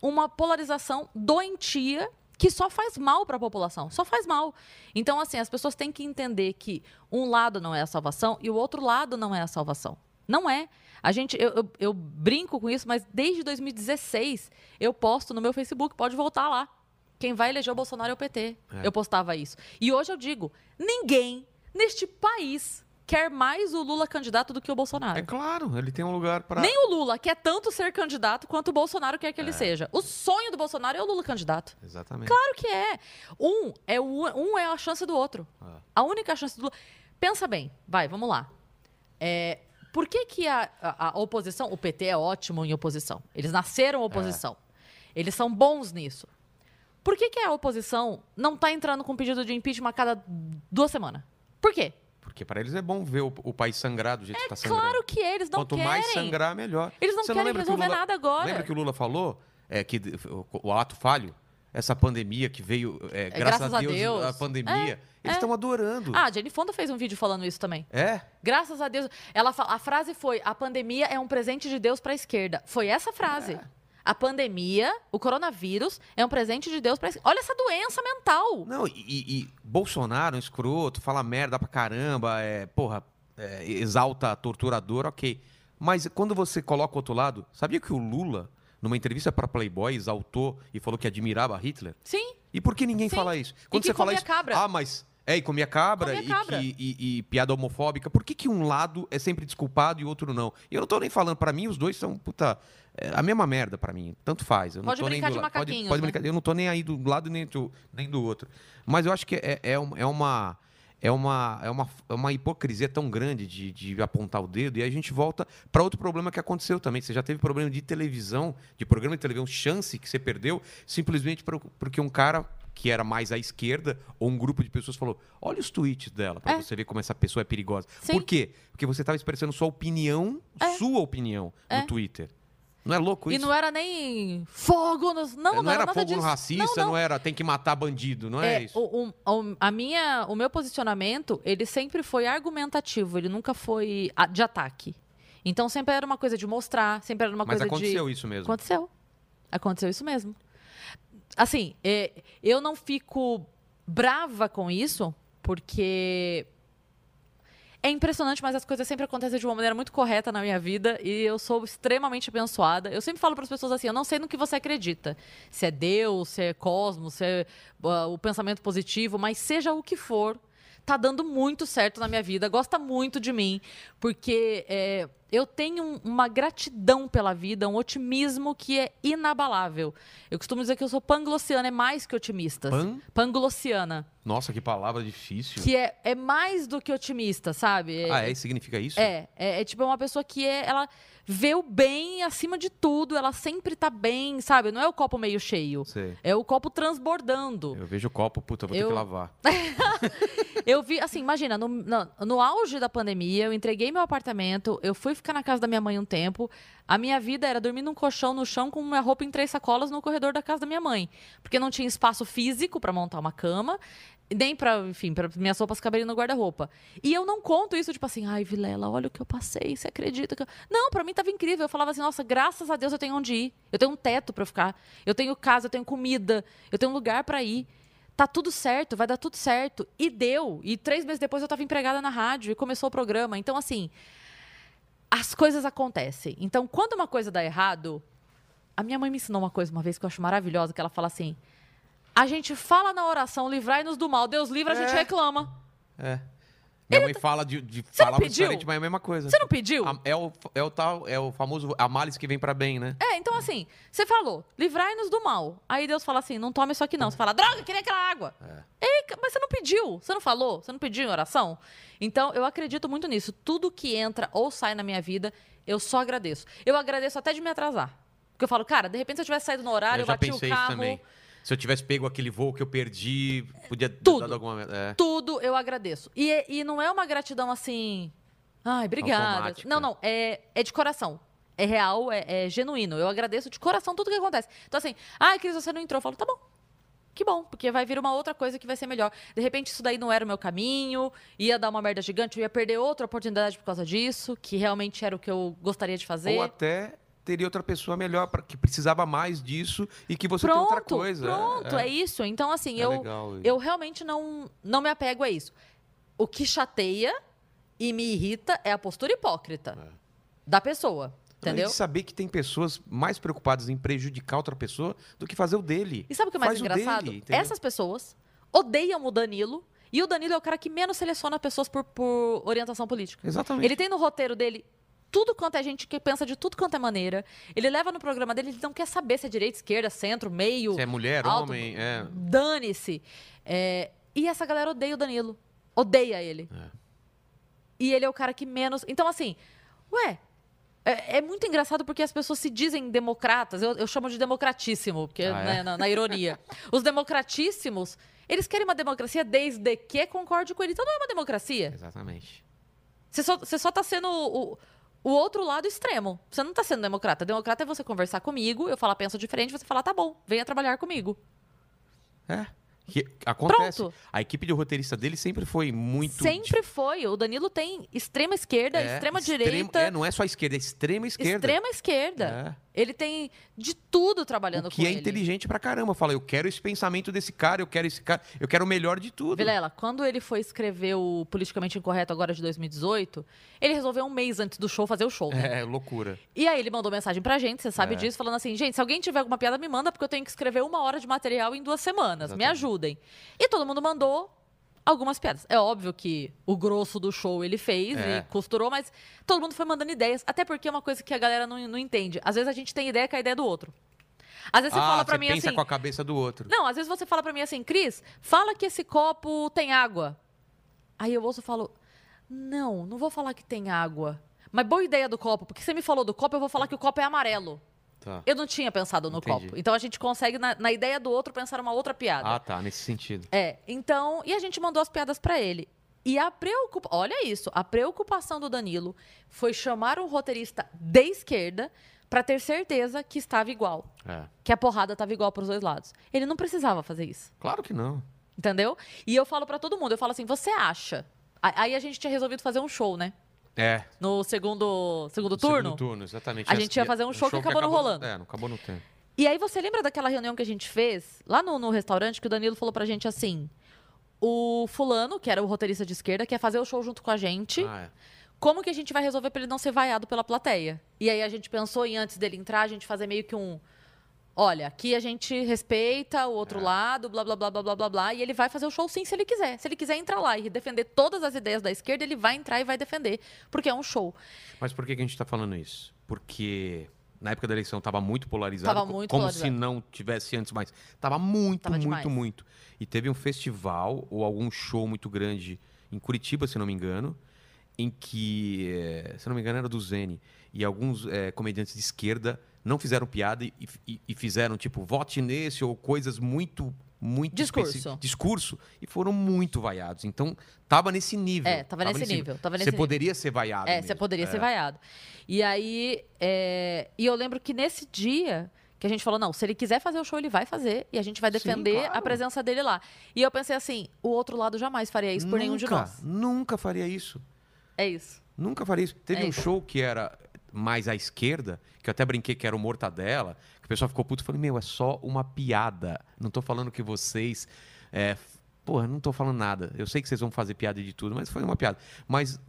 uma polarização doentia que só faz mal pra população, só faz mal. Então assim, as pessoas têm que entender que um lado não é a salvação e o outro lado não é a salvação. Não é. A gente, eu, eu, eu brinco com isso, mas desde 2016 eu posto no meu Facebook, pode voltar lá. Quem vai eleger o Bolsonaro é o PT. É. Eu postava isso. E hoje eu digo: ninguém neste país quer mais o Lula candidato do que o Bolsonaro. É claro, ele tem um lugar para. Nem o Lula quer tanto ser candidato quanto o Bolsonaro quer que É. ele seja. O sonho do Bolsonaro é o Lula candidato. Exatamente. Claro que é. Um é, o, um é a chance do outro. Ah. A única chance do Lula. Pensa bem, vai, vamos lá. É, por que, que a, a- a oposição. O PT é ótimo em oposição. Eles nasceram oposição. É. Eles são bons nisso. Por que, que a oposição não está entrando com pedido de impeachment a cada duas semanas? Por quê? Porque para eles é bom ver o, o país sangrar do jeito que está sangrando. É Claro que eles não Quanto querem. mais sangrar, melhor. Eles não Você querem lembra que o resolver Lula- nada agora. Lembra que o Lula falou é, que d- o, o ato falho? Essa pandemia que veio, é, graças, a Deus, a pandemia. eles é. estão adorando. Ah, a Jenny Fonda fez um vídeo falando isso também. É? Graças a Deus. Ela fa- a frase foi: a pandemia é um presente de Deus para a esquerda. Foi essa frase. É. A pandemia, o coronavírus, é um presente de Deus para esquerda. Olha essa doença mental. Não, e, e- e Bolsonaro é um escroto, fala merda pra caramba, é, porra, é, exalta torturador, ok. Mas quando você coloca o outro lado, sabia que o Lula, numa entrevista pra Playboy, exaltou e falou que admirava Hitler? Sim, E por que ninguém Sim. fala isso? E Quando que você fala comia isso, cabra. ah, mas é, e comia cabra, Comia e, cabra. que- e- e piada homofóbica. Por que, que um lado é sempre desculpado e o outro não? E eu não tô nem falando, pra mim os dois são, puta, é, a mesma merda pra mim. Tanto faz. Eu não Pode tô brincar nem do de la- pode- macaquinhos, pode né? brincar- Eu não tô nem aí do lado nem do, nem do outro. Mas eu acho que é, é um- é uma. é uma, é uma, é uma hipocrisia tão grande de, de apontar o dedo. E a gente volta para outro problema que aconteceu também. Você já teve problema de televisão, de programa de televisão, chance que você perdeu, simplesmente por- porque um cara que era mais à esquerda, ou um grupo de pessoas falou: olha os tweets dela, para É. você ver como essa pessoa é perigosa. Sim. É. Por quê? Porque você estava expressando sua opinião, sua opinião, no Twitter. Não é louco E isso? não era nem fogo nos. Não, É, não, não era nada fogo disso. no racista, não, não. era tem que matar bandido, não é, É, isso? o, o- o- a minha, o meu posicionamento, ele sempre foi argumentativo, ele nunca foi a- de ataque. Então sempre era uma coisa de mostrar, sempre era uma Mas coisa de. aconteceu isso mesmo. Aconteceu. Aconteceu isso mesmo. Assim, é, eu não fico brava com isso, porque é impressionante, mas as coisas sempre acontecem de uma maneira muito correta na minha vida e eu sou extremamente abençoada. Eu sempre falo para as pessoas assim: eu não sei no que você acredita. Se é Deus, se é cosmos, se é ah, o pensamento positivo, mas seja o que for, tá dando muito certo na minha vida, gosta muito de mim, porque é, eu tenho um- uma gratidão pela vida, um otimismo que é inabalável. Eu costumo dizer que eu sou panglossiana, é mais que otimista. Pan? Panglossiana, Nossa, que palavra difícil. que é, é mais do que otimista, sabe? Ah, é? Significa isso? É, é, é tipo uma pessoa que é, ela vê o bem acima de tudo, ela sempre tá bem, sabe? Não é o copo meio cheio, Sei. é o copo transbordando. Eu vejo o copo, puta, vou ter Eu- que lavar. Eu vi, assim, imagina, no, na- no auge da pandemia, eu entreguei meu apartamento, eu fui ficar na casa da minha mãe um tempo. A minha vida era dormir num colchão no chão com minha roupa em três sacolas no corredor da casa da minha mãe. Porque não tinha espaço físico pra montar uma cama, nem pra, enfim, para minhas roupas caberem no guarda-roupa. E eu não conto isso, tipo assim, ai, Vilela, olha o que eu passei, você acredita que eu... Não, pra mim tava incrível. Eu falava assim, nossa, graças a Deus eu tenho onde ir. Eu tenho um teto pra eu ficar, eu tenho casa, eu tenho comida, eu tenho um lugar pra ir tá tudo certo, vai dar tudo certo. E deu. E três meses depois eu tava empregada na rádio e começou o programa. Então, assim, as coisas acontecem. Então, quando uma coisa dá errado, a minha mãe me ensinou uma coisa uma vez que eu acho maravilhosa, que ela fala assim: a gente fala na oração, livrai-nos do mal, Deus livra, a gente É. reclama. Minha mãe fala de, de palavra tá- pediu? diferente, mas é a mesma coisa. Você não pediu? A- é, o, é o tal, é o famoso a males que vem pra bem, né? É, então assim, você falou, livrai-nos do mal. Aí Deus fala assim, não tome isso aqui não. Você fala, droga, queria aquela água. É. Ei, ca- mas você não pediu, você não falou, você não pediu em oração. Então, eu acredito muito nisso. Tudo que entra ou sai na minha vida, eu só agradeço. Eu agradeço até de me atrasar. Porque eu falo, cara, de repente se eu tivesse saído no horário, eu eu, já bati o pensei isso carro. também. Se eu tivesse pego aquele voo que eu perdi, podia ter Tudo. dado alguma. É. Tudo eu agradeço. E, é- e não é uma gratidão assim. Ai, obrigada. Automática. Não, não. É, é de coração. É real, é, é genuíno. Eu agradeço de coração tudo que acontece. Então, assim, ai, Cris, você não entrou. Eu falo, tá bom. Que bom, porque vai vir uma outra coisa que vai ser melhor. De repente, isso daí não era o meu caminho, ia dar uma merda gigante, eu ia perder outra oportunidade por causa disso, que realmente era o que eu gostaria de fazer. Ou até teria outra pessoa melhor pra- que precisava mais disso e que você tem outra coisa. Pronto, é, isso. Então, assim, é eu, legal isso. eu realmente não, não me apego a isso. O que chateia e me irrita é a postura hipócrita É. da pessoa. Entendeu? E saber que tem pessoas mais preocupadas em prejudicar outra pessoa do que fazer o dele. E sabe o que é mais Faz o engraçado? dele, entendeu? Essas pessoas odeiam o Danilo. E o Danilo é o cara que menos seleciona pessoas por, por orientação política. Exatamente. Ele tem no roteiro dele tudo quanto é gente que pensa de tudo quanto é maneira. Ele leva no programa dele, ele não quer saber se é direita, esquerda, centro, meio. Se é mulher, alto, homem, é. Dane-se. É, e essa galera odeia o Danilo. Odeia ele. É. E ele é o cara que menos. Então, assim, ué. É, é muito engraçado porque as pessoas se dizem democratas. Eu, eu chamo de democratíssimo, porque Ah, é? né, na, na ironia. Os democratíssimos, eles querem uma democracia desde que concorde com ele. Então não é uma democracia. Exatamente. Você só, você só tá sendo o, o outro lado extremo. Você não tá sendo democrata. Democrata é você conversar comigo, eu falar, penso diferente, você falar, tá bom, venha trabalhar comigo. É. Que acontece. Pronto. A equipe de roteirista dele sempre foi muito. Sempre foi. O Danilo tem extrema esquerda, É, extrema extremo- direita, É, não é só a esquerda, é extrema esquerda. É. extrema esquerda. Ele tem de tudo trabalhando O com que é ele. inteligente pra caramba. Fala, eu quero esse pensamento desse cara, eu quero esse cara, eu quero o melhor de tudo. Vilela, quando ele foi escrever o Politicamente Incorreto agora de 2018, ele resolveu um mês antes do show fazer o show. né? É, loucura. E aí ele mandou mensagem pra gente, você sabe É. disso, falando assim, gente, se alguém tiver alguma piada, me manda, porque eu tenho que escrever uma hora de material em duas semanas. Me Exatamente. ajudem. E todo mundo mandou algumas piadas. É óbvio que o grosso do show ele fez É. e costurou, mas todo mundo foi mandando ideias. Até porque é uma coisa que a galera não, não entende. Às vezes a gente tem ideia que é a ideia do outro. Às vezes você ah, fala pra você mim pensa assim. com a cabeça do outro. Não, às vezes você fala pra mim assim, Cris, fala que esse copo tem água. Aí eu ouço e falo: Não, não vou falar que tem água. Mas boa ideia do copo, porque você me falou do copo, eu vou falar que o copo é amarelo. Tá. Eu não tinha pensado no Entendi. copo. Então a gente consegue, na, na ideia do outro, pensar uma outra piada. Ah, tá, nesse sentido. É, então, e a gente mandou as piadas pra ele. E a preocupa, olha isso, a preocupação do Danilo foi chamar um roteirista de esquerda pra ter certeza que estava igual, É. que a porrada estava igual pros dois lados. Ele não precisava fazer isso, Claro que não. entendeu? E eu falo pra todo mundo, eu falo assim, você acha? A- Aí a gente tinha resolvido fazer um show, né? É. No segundo segundo turno. Segundo turno, exatamente. A Essa- gente ia fazer um show que acabou não rolando. É, não acabou no tempo. E aí você lembra daquela reunião que a gente fez lá no, no restaurante que o Danilo falou pra gente assim: o fulano, que era o roteirista de esquerda, quer fazer o show junto com a gente. Ah, é. Como que a gente vai resolver pra ele não ser vaiado pela plateia? E aí a gente pensou em antes dele entrar, a gente fazer meio que um Olha, aqui a gente respeita o É. outro lado, blá, blá, blá, blá, blá, blá, blá. E ele vai fazer o show sim, se ele quiser. Se ele quiser entrar lá e defender todas as ideias da esquerda, ele vai entrar e vai defender. Porque é um show. Mas por que, que a gente está falando isso? Porque na época da eleição estava muito polarizado, Tava co- muito como polarizado. se não tivesse antes mais. Tava muito, Tava muito, demais. muito. E teve um festival ou algum show muito grande em Curitiba, se não me engano, em que, eh, se não me engano, era do Zene. E alguns eh, comediantes de esquerda não fizeram piada e, e- e fizeram tipo vote nesse ou coisas muito, muito Discurso. especi- discurso e foram muito vaiados. Então tava nesse nível. É, tava, nesse nível. Tava nesse Você nível. poderia ser vaiado. É, mesmo. você poderia ser vaiado. E aí, é, e eu lembro que nesse dia que a gente falou, não, se ele quiser fazer o show, ele vai fazer e a gente vai Sim, defender a claro. presença dele lá. E eu pensei assim, o outro lado jamais faria isso por nenhum de Nunca, nós. Nunca faria isso. É isso. Nunca faria isso. Teve É um isso. show que era mais à esquerda, que eu até brinquei que era o Mortadela, que o pessoal ficou puto e falou: Meu, é só uma piada. Não tô falando que vocês. É, f- porra, não tô falando nada. Eu sei que vocês vão fazer piada de tudo, mas foi uma piada. Mas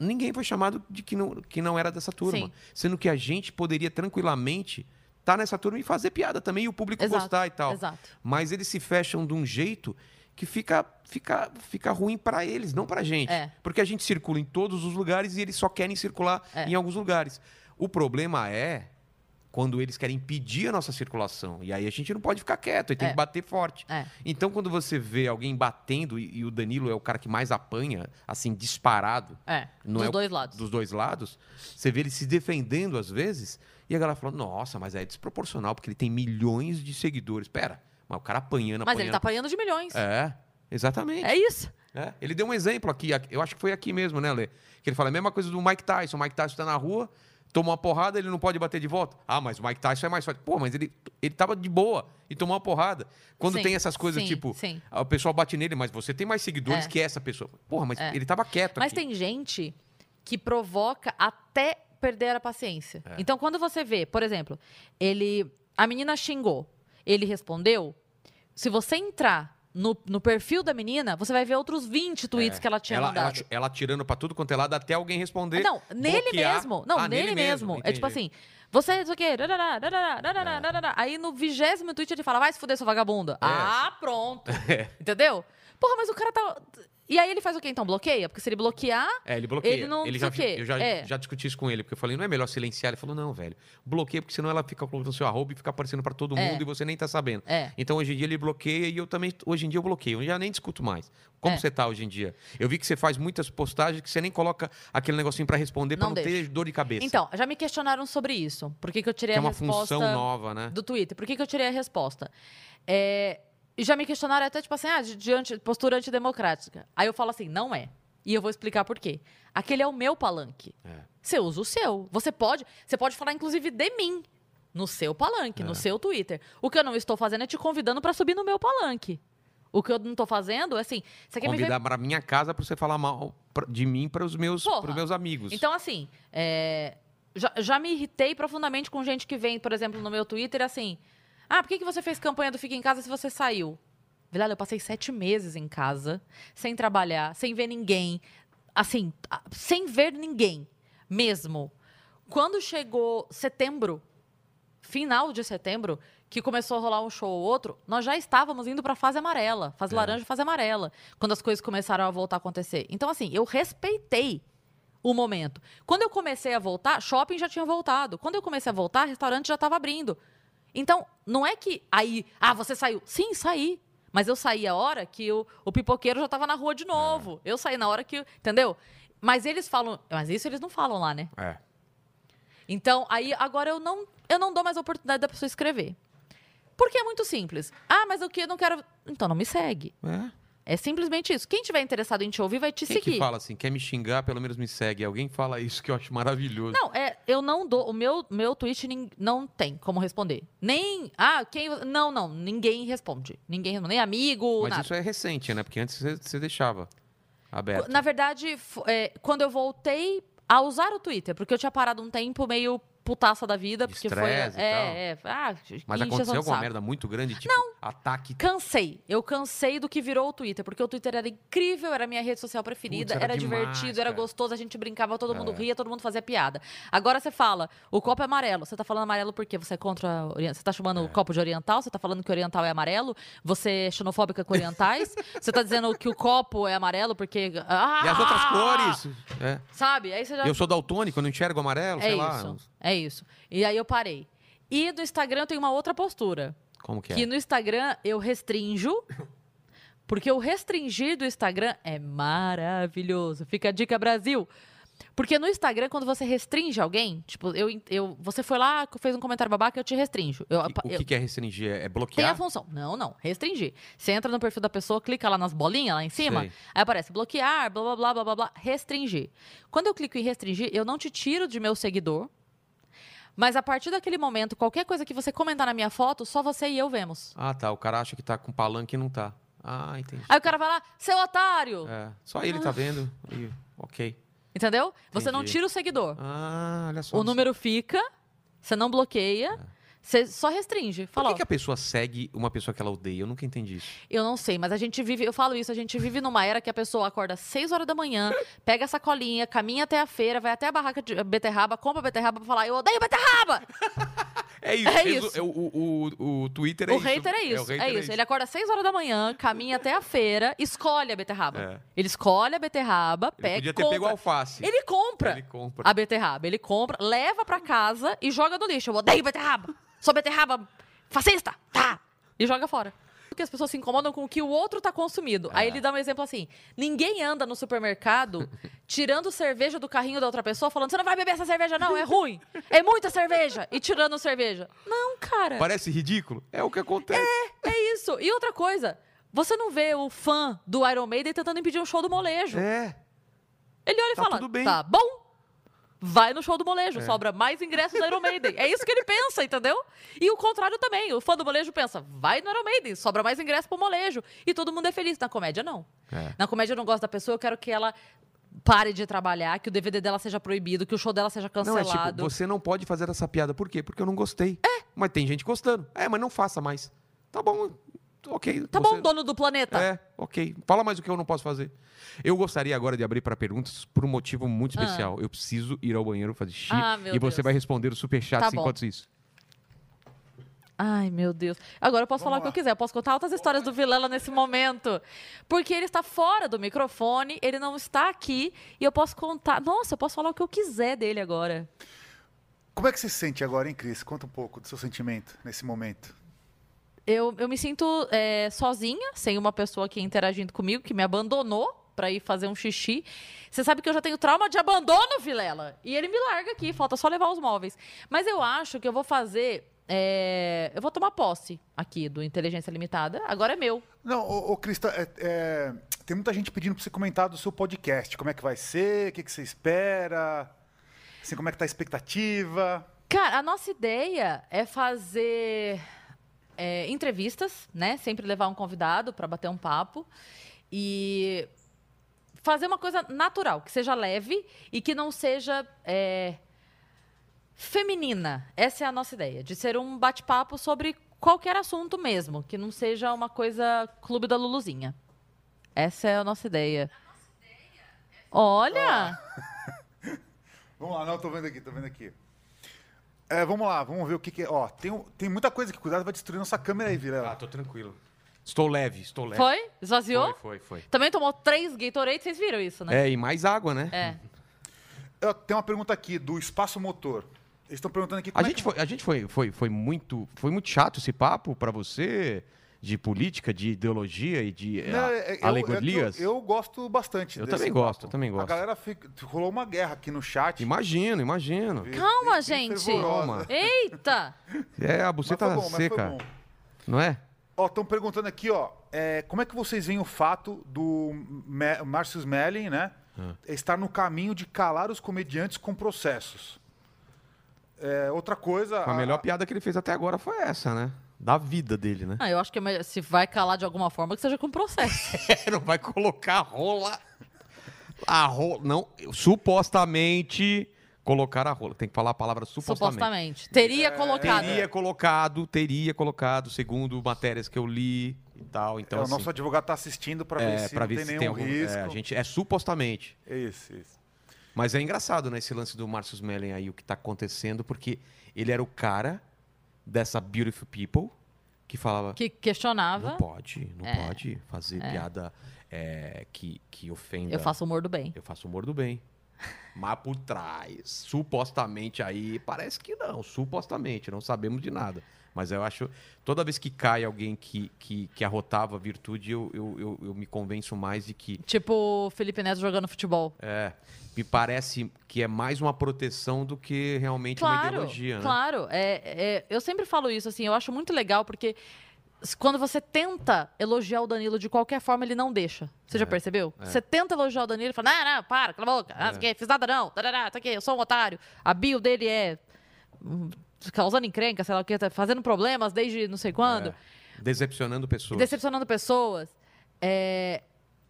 ninguém foi chamado de que não, que não era dessa turma. Sim. Sendo que a gente poderia tranquilamente estar nessa turma e fazer piada também e o público Exato, gostar e tal. Exato. Mas eles se fecham de um jeito que fica, fica, fica ruim pra eles, não pra gente. É. Porque a gente circula em todos os lugares e eles só querem circular É. em alguns lugares. O problema é quando eles querem impedir a nossa circulação. E aí a gente não pode ficar quieto, e tem É. que bater forte. É. Então, quando você vê alguém batendo, e, e o Danilo é o cara que mais apanha, assim, disparado É. Não dos é o- dois lados. dos dois lados, você vê ele se defendendo às vezes, e a galera falando, nossa, mas é desproporcional, porque ele tem milhões de seguidores. Pera, mas o cara apanhando, Mas ele tá apanhando. apanhando de milhões. É, É, exatamente. isso. É. Ele deu um exemplo aqui, aqui- eu acho que foi aqui mesmo, né, Lê? Que ele fala a mesma coisa do Mike Tyson. O Mike Tyson tá na rua, tomou uma porrada, ele não pode bater de volta. Ah, mas o Mike Tyson é mais forte. Pô, mas ele, ele tava de boa e tomou uma porrada. Quando Sim, tem essas coisas sim, tipo, sim. ah, o pessoal bate nele, mas você tem mais seguidores É. que essa pessoa. Porra, mas É. ele tava quieto Mas aqui. tem gente que provoca até perder a paciência. É. Então, quando você vê, por exemplo, ele. A menina xingou, ele respondeu. Se você entrar no, no perfil da menina, você vai ver outros 20 tweets que ela É. tinha ela, ela, mandado. ti- ela tirando pra tudo quanto é lado até alguém responder. Ah, não, nele bloquear. mesmo. Não, Ah, nele, mesmo. É entendi. tipo É. assim, você não sei o quê. rarará, rarará, rarará, rarará. Aí no vigésimo tweet ele fala, vai se fuder, seu vagabundo. Ah, pronto. É. Entendeu? Porra, mas o cara tá. E aí ele faz o quê então? Bloqueia? Porque se ele bloquear, É, ele bloqueia. Ele não- já, não sei o quê. Eu já, É. já discuti isso com ele, porque eu falei, não é melhor silenciar? Ele falou, não, velho. Bloqueia, porque senão ela fica colocando seu arroba e fica aparecendo pra todo É. mundo e você nem tá sabendo. é. Então hoje em dia ele bloqueia e eu também, hoje em dia eu bloqueio. Eu já nem discuto mais. Como É. você tá hoje em dia? Eu vi que você faz muitas postagens que você nem coloca aquele negocinho pra responder pra Não não ter deixa. dor de cabeça. Então, já me questionaram sobre isso. Por que, que eu tirei que é a uma resposta função nova, né? do Twitter? Por que, que eu tirei a resposta? É, e já me questionaram até, tipo assim, ah, de, de anti- postura antidemocrática. Aí eu falo assim, não é. E eu vou explicar por quê. Aquele é o meu palanque. É. Você usa o seu. Você pode, você pode falar, inclusive, de mim. No seu palanque, É. no seu Twitter. O que eu não estou fazendo é te convidando para subir no meu palanque. O que eu não estou fazendo é assim. Você quer me ver Convidar pra minha casa pra você falar mal pra- de mim para os meus, Porra. pros meus amigos. Então, assim, é, já, já me irritei profundamente com gente que vem, por exemplo, no meu Twitter, assim... Ah, por que, que você fez campanha do Fica em Casa se você saiu? Vilela, eu passei sete meses em casa, sem trabalhar, sem ver ninguém. Assim, a- sem ver ninguém, mesmo. Quando chegou setembro, final de setembro, que começou a rolar um show ou outro, nós já estávamos indo para fase amarela, fase É. laranja, fase amarela, quando as coisas começaram a voltar a acontecer. Então, assim, eu respeitei o momento. Quando eu comecei a voltar, shopping já tinha voltado. Quando eu comecei a voltar, restaurante já estava abrindo. Então, não é que aí, ah, você saiu. Sim, saí. Mas eu saí a hora que o, o pipoqueiro já tava na rua É. de novo. Eu saí na hora que. Entendeu? Mas eles falam. Mas isso eles não falam lá, né? É. Então, aí agora eu não, eu não dou mais a oportunidade da pessoa escrever. Porque é muito simples. Ah, mas o que eu não quero. Então não me segue. é. É simplesmente isso. Quem tiver interessado em te ouvir vai te Quem seguir. que fala assim, quer me xingar, pelo menos me segue. Alguém fala isso que eu acho maravilhoso. Não, é, eu não dou. O meu, meu tweet nin- não tem como responder. Nem. Ah, quem. Não, não. Ninguém responde. Ninguém responde. Nem amigo, Mas nada. isso é recente, né? Porque antes você, você deixava aberto. Na verdade, fo- é, quando eu voltei a usar o Twitter, porque eu tinha parado um tempo meio putaça da vida, De porque estresse e foi. É, é. Ah, Mas que encheção aconteceu de alguma saco. merda muito grande, tipo, ataque. Cansei. Eu cansei do que virou o Twitter, porque o Twitter era incrível, era a minha rede social preferida, Putz, era, era demais, divertido, era cara. gostoso, a gente brincava, todo mundo É. ria, todo mundo fazia piada. Agora você fala, o copo é amarelo. Você tá falando amarelo porque você é contra. a ori- Você tá chamando É. o copo de oriental, você tá falando que o oriental é amarelo, você é xenofóbica com orientais, você tá dizendo que o copo é amarelo porque. Ah! E as outras cores? É. Sabe? Aí você já. Eu sou daltônico, eu não enxergo amarelo, é sei isso. lá. É isso. E aí eu parei. E no Instagram tem uma outra postura. Como que é? Que no Instagram eu restrinjo. Porque o restringir do Instagram é maravilhoso. Fica a dica, Brasil. Porque no Instagram, quando você restringe alguém, tipo, eu, eu, você foi lá, fez um comentário babaca, eu te restrinjo. Eu- E- o eu- que, que é restringir? É tem a bloquear? função. Não, não. Restringir. Você entra no perfil da pessoa, clica lá nas bolinhas lá em cima, Sei. aí aparece bloquear, blá, blá, blá, blá, blá, blá, restringir. Quando eu clico em restringir, eu não te tiro de meu seguidor, mas a partir daquele momento, qualquer coisa que você comentar na minha foto, só você e eu vemos. Ah, tá. O cara acha que tá com palanque e não tá. Ah, entendi. Aí o cara vai lá, seu otário! É, só ele tá vendo. E, ok. Entendeu? Você não Entendi. tira o seguidor. Ah, olha só. É. o número fica, você não bloqueia, você só restringe. Por Fala, que, ó, que a pessoa segue uma pessoa que ela odeia? Eu nunca entendi isso. Eu não sei, mas a gente vive, eu falo isso, a gente vive numa era que a pessoa acorda às 6 horas da manhã, pega a sacolinha, caminha até a feira, vai até a barraca de beterraba, compra beterraba pra falar, eu odeio beterraba! É isso. É resu- isso. é o, o, o, o Twitter é o isso. hater é o isso, é, hater isso. Ele acorda às 6 horas da manhã, caminha até a feira, escolhe a beterraba. É. Ele escolhe a beterraba, Ele pega, podia ter compra. pego alface. Ele compra! Ele compra. a beterraba. Ele compra, leva pra casa e joga no lixo. Eu odeio beterraba. Sou beterraba fascista. Tá. E joga fora. Porque as pessoas se incomodam com o que o outro tá consumindo. Aí ele dá um exemplo assim: ninguém anda no supermercado tirando cerveja do carrinho da outra pessoa, falando: você não vai beber essa cerveja, não, é ruim. É muita cerveja. E tirando cerveja. Não, cara. Parece ridículo? É o que acontece. É isso. E outra coisa. Você não vê o fã do Iron Maiden tentando impedir um show do molejo. É. Ele olha e Tá fala: tudo bem. É. tá bom. Vai no show do molejo, sobra mais ingressos do Iron Maiden. É isso que ele pensa, entendeu? E o contrário também. O fã do molejo pensa: vai no Iron Maiden, sobra mais ingresso pro molejo. E todo mundo é feliz. Na comédia, não. É. Na comédia, eu não gosto da pessoa, eu quero que ela pare de trabalhar, que o DVD dela seja proibido, que o show dela seja Não, é cancelado. tipo, você não pode fazer essa piada. Por quê? Porque eu não gostei. É. Mas tem gente gostando. É, mas não faça mais. Tá bom, ok. Tá você- bom, dono do planeta. É, ok. Fala mais o que eu não posso fazer. Eu gostaria agora de abrir para perguntas por um motivo muito Ah. especial. Eu preciso ir ao banheiro fazer xixi. Ah, meu e você Deus. vai responder os superchats Tá bom. enquanto isso. Ai, meu Deus. Agora eu posso falar o que eu quiser. Eu posso contar altas histórias do Vilela nesse momento. Porque ele está fora do microfone, ele não está aqui. E eu posso contar. Nossa, eu posso falar o que eu quiser dele agora. Como é que você se sente agora, hein, Cris? Conta um pouco do seu sentimento nesse momento. Eu, eu me sinto é, sozinha, sem uma pessoa aqui interagindo comigo, que me abandonou para ir fazer um xixi. Você sabe que eu já tenho trauma de abandono, Vilela. E ele me larga aqui, falta só levar os móveis. Mas eu acho que eu vou fazer. é, eu vou tomar posse aqui do Inteligência Limitada. Agora é meu. Não, ô, ô Cris, tá, é, é, tem muita gente pedindo pra você comentar do seu podcast. Como é que vai ser? O que, que você espera? Assim, como é que tá a expectativa? Cara, a nossa ideia é fazer é, entrevistas, né? Sempre levar um convidado para bater um papo e fazer uma coisa natural, que seja leve e que não seja é, feminina. Essa é a nossa ideia, de ser um bate-papo sobre qualquer assunto mesmo, que não seja uma coisa clube da Luluzinha. Essa é a nossa ideia. é Olha! Vamos lá, não, tô vendo aqui, tô vendo aqui. É, vamos lá, vamos ver o que, que é. Ó, tem, um- tem muita coisa que cuidado vai destruir nossa câmera aí, Vilela. Ah, tô tranquilo. Estou leve, estou leve. Foi? Esvaziou? é. Foi, foi, foi. Também tomou três Gatorade, vocês viram isso, né? É, e mais água, né? É. Eu- Tem uma pergunta aqui do espaço motor. Eles estão perguntando aqui como A é gente, que... foi, a gente foi, foi, foi muito foi muito chato esse papo pra você. de política, de ideologia e de Não, ah, é- é- eu- alegorias? é que Eu, eu gosto bastante Eu desse também papo. gosto, eu também gosto. A galera fica, rolou uma guerra aqui no chat. Imagino, imagino. Calma, Bem- bem gente. fervorosa. Calma. Eita! É, a Mas buceta foi bom, mas foi seca, bom. não é? Ó, estão perguntando aqui, ó, é, como é que vocês veem o fato do Me- Márcio Smelling, né, Ah. estar no caminho de calar os comediantes com processos? É, outra coisa, A melhor piada que ele fez até agora foi essa, né? Da vida dele, né? Ah, eu acho que é melhor- se vai calar de alguma forma, que seja com processo. É, Não vai colocar rola. A rola. Não, eu- supostamente colocar a rola. Tem que falar a palavra supostamente. supostamente. É, Teria colocado. Teria colocado, teria colocado, segundo matérias que eu li e tal. é, Então, o assim, nosso advogado está assistindo para ver é, se pra não ver tem se nenhum tem algum risco. É, a gente, é supostamente. Isso, isso. Mas é engraçado, né, esse lance do Marcius Mellen aí, o que tá acontecendo, porque ele era o cara dessa Beautiful People que falava. Que questionava. Não pode, não É. pode fazer piada é, que, que ofenda. Eu faço humor do bem. Eu faço humor do bem. Mas por trás, supostamente aí, parece que não, supostamente, não sabemos de nada. Mas eu acho, toda vez que cai alguém que, que, que arrotava a virtude, eu, eu, eu, eu me convenço mais de que Tipo o Felipe Neto jogando futebol. é, me parece que é mais uma proteção do que realmente é uma claro, ideologia, né? claro. É, é, eu sempre falo isso, assim, eu acho muito legal, porque s- quando você tenta elogiar o Danilo de qualquer forma, ele não deixa. Você É, já percebeu? Você tenta elogiar o Danilo, ele fala, não, não, para, cala a boca, É. não sei o quê, fiz nada não, tarará, não sei o quê, eu sou um otário. A bio dele é hum, causando encrenca, sei lá o quê, tá fazendo problemas desde não sei quando. É, decepcionando pessoas. Decepcionando pessoas. É,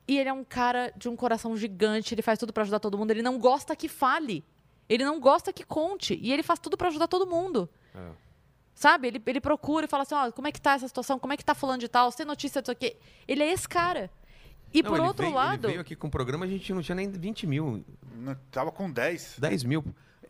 E ele é um cara de um coração gigante, ele faz tudo pra ajudar todo mundo. Ele não gosta que fale. Ele não gosta que conte. E ele faz tudo pra ajudar todo mundo. É. Sabe? Ele, ele procura e fala assim: ó, como é que tá essa situação? Como é que tá fulano de tal? Sem notícia disso aqui. Ele é esse cara. E Não, por ele outro veio- ele lado. veio aqui com o programa, a gente não tinha nem 20 mil, Não, Tava com 10. 10 mil.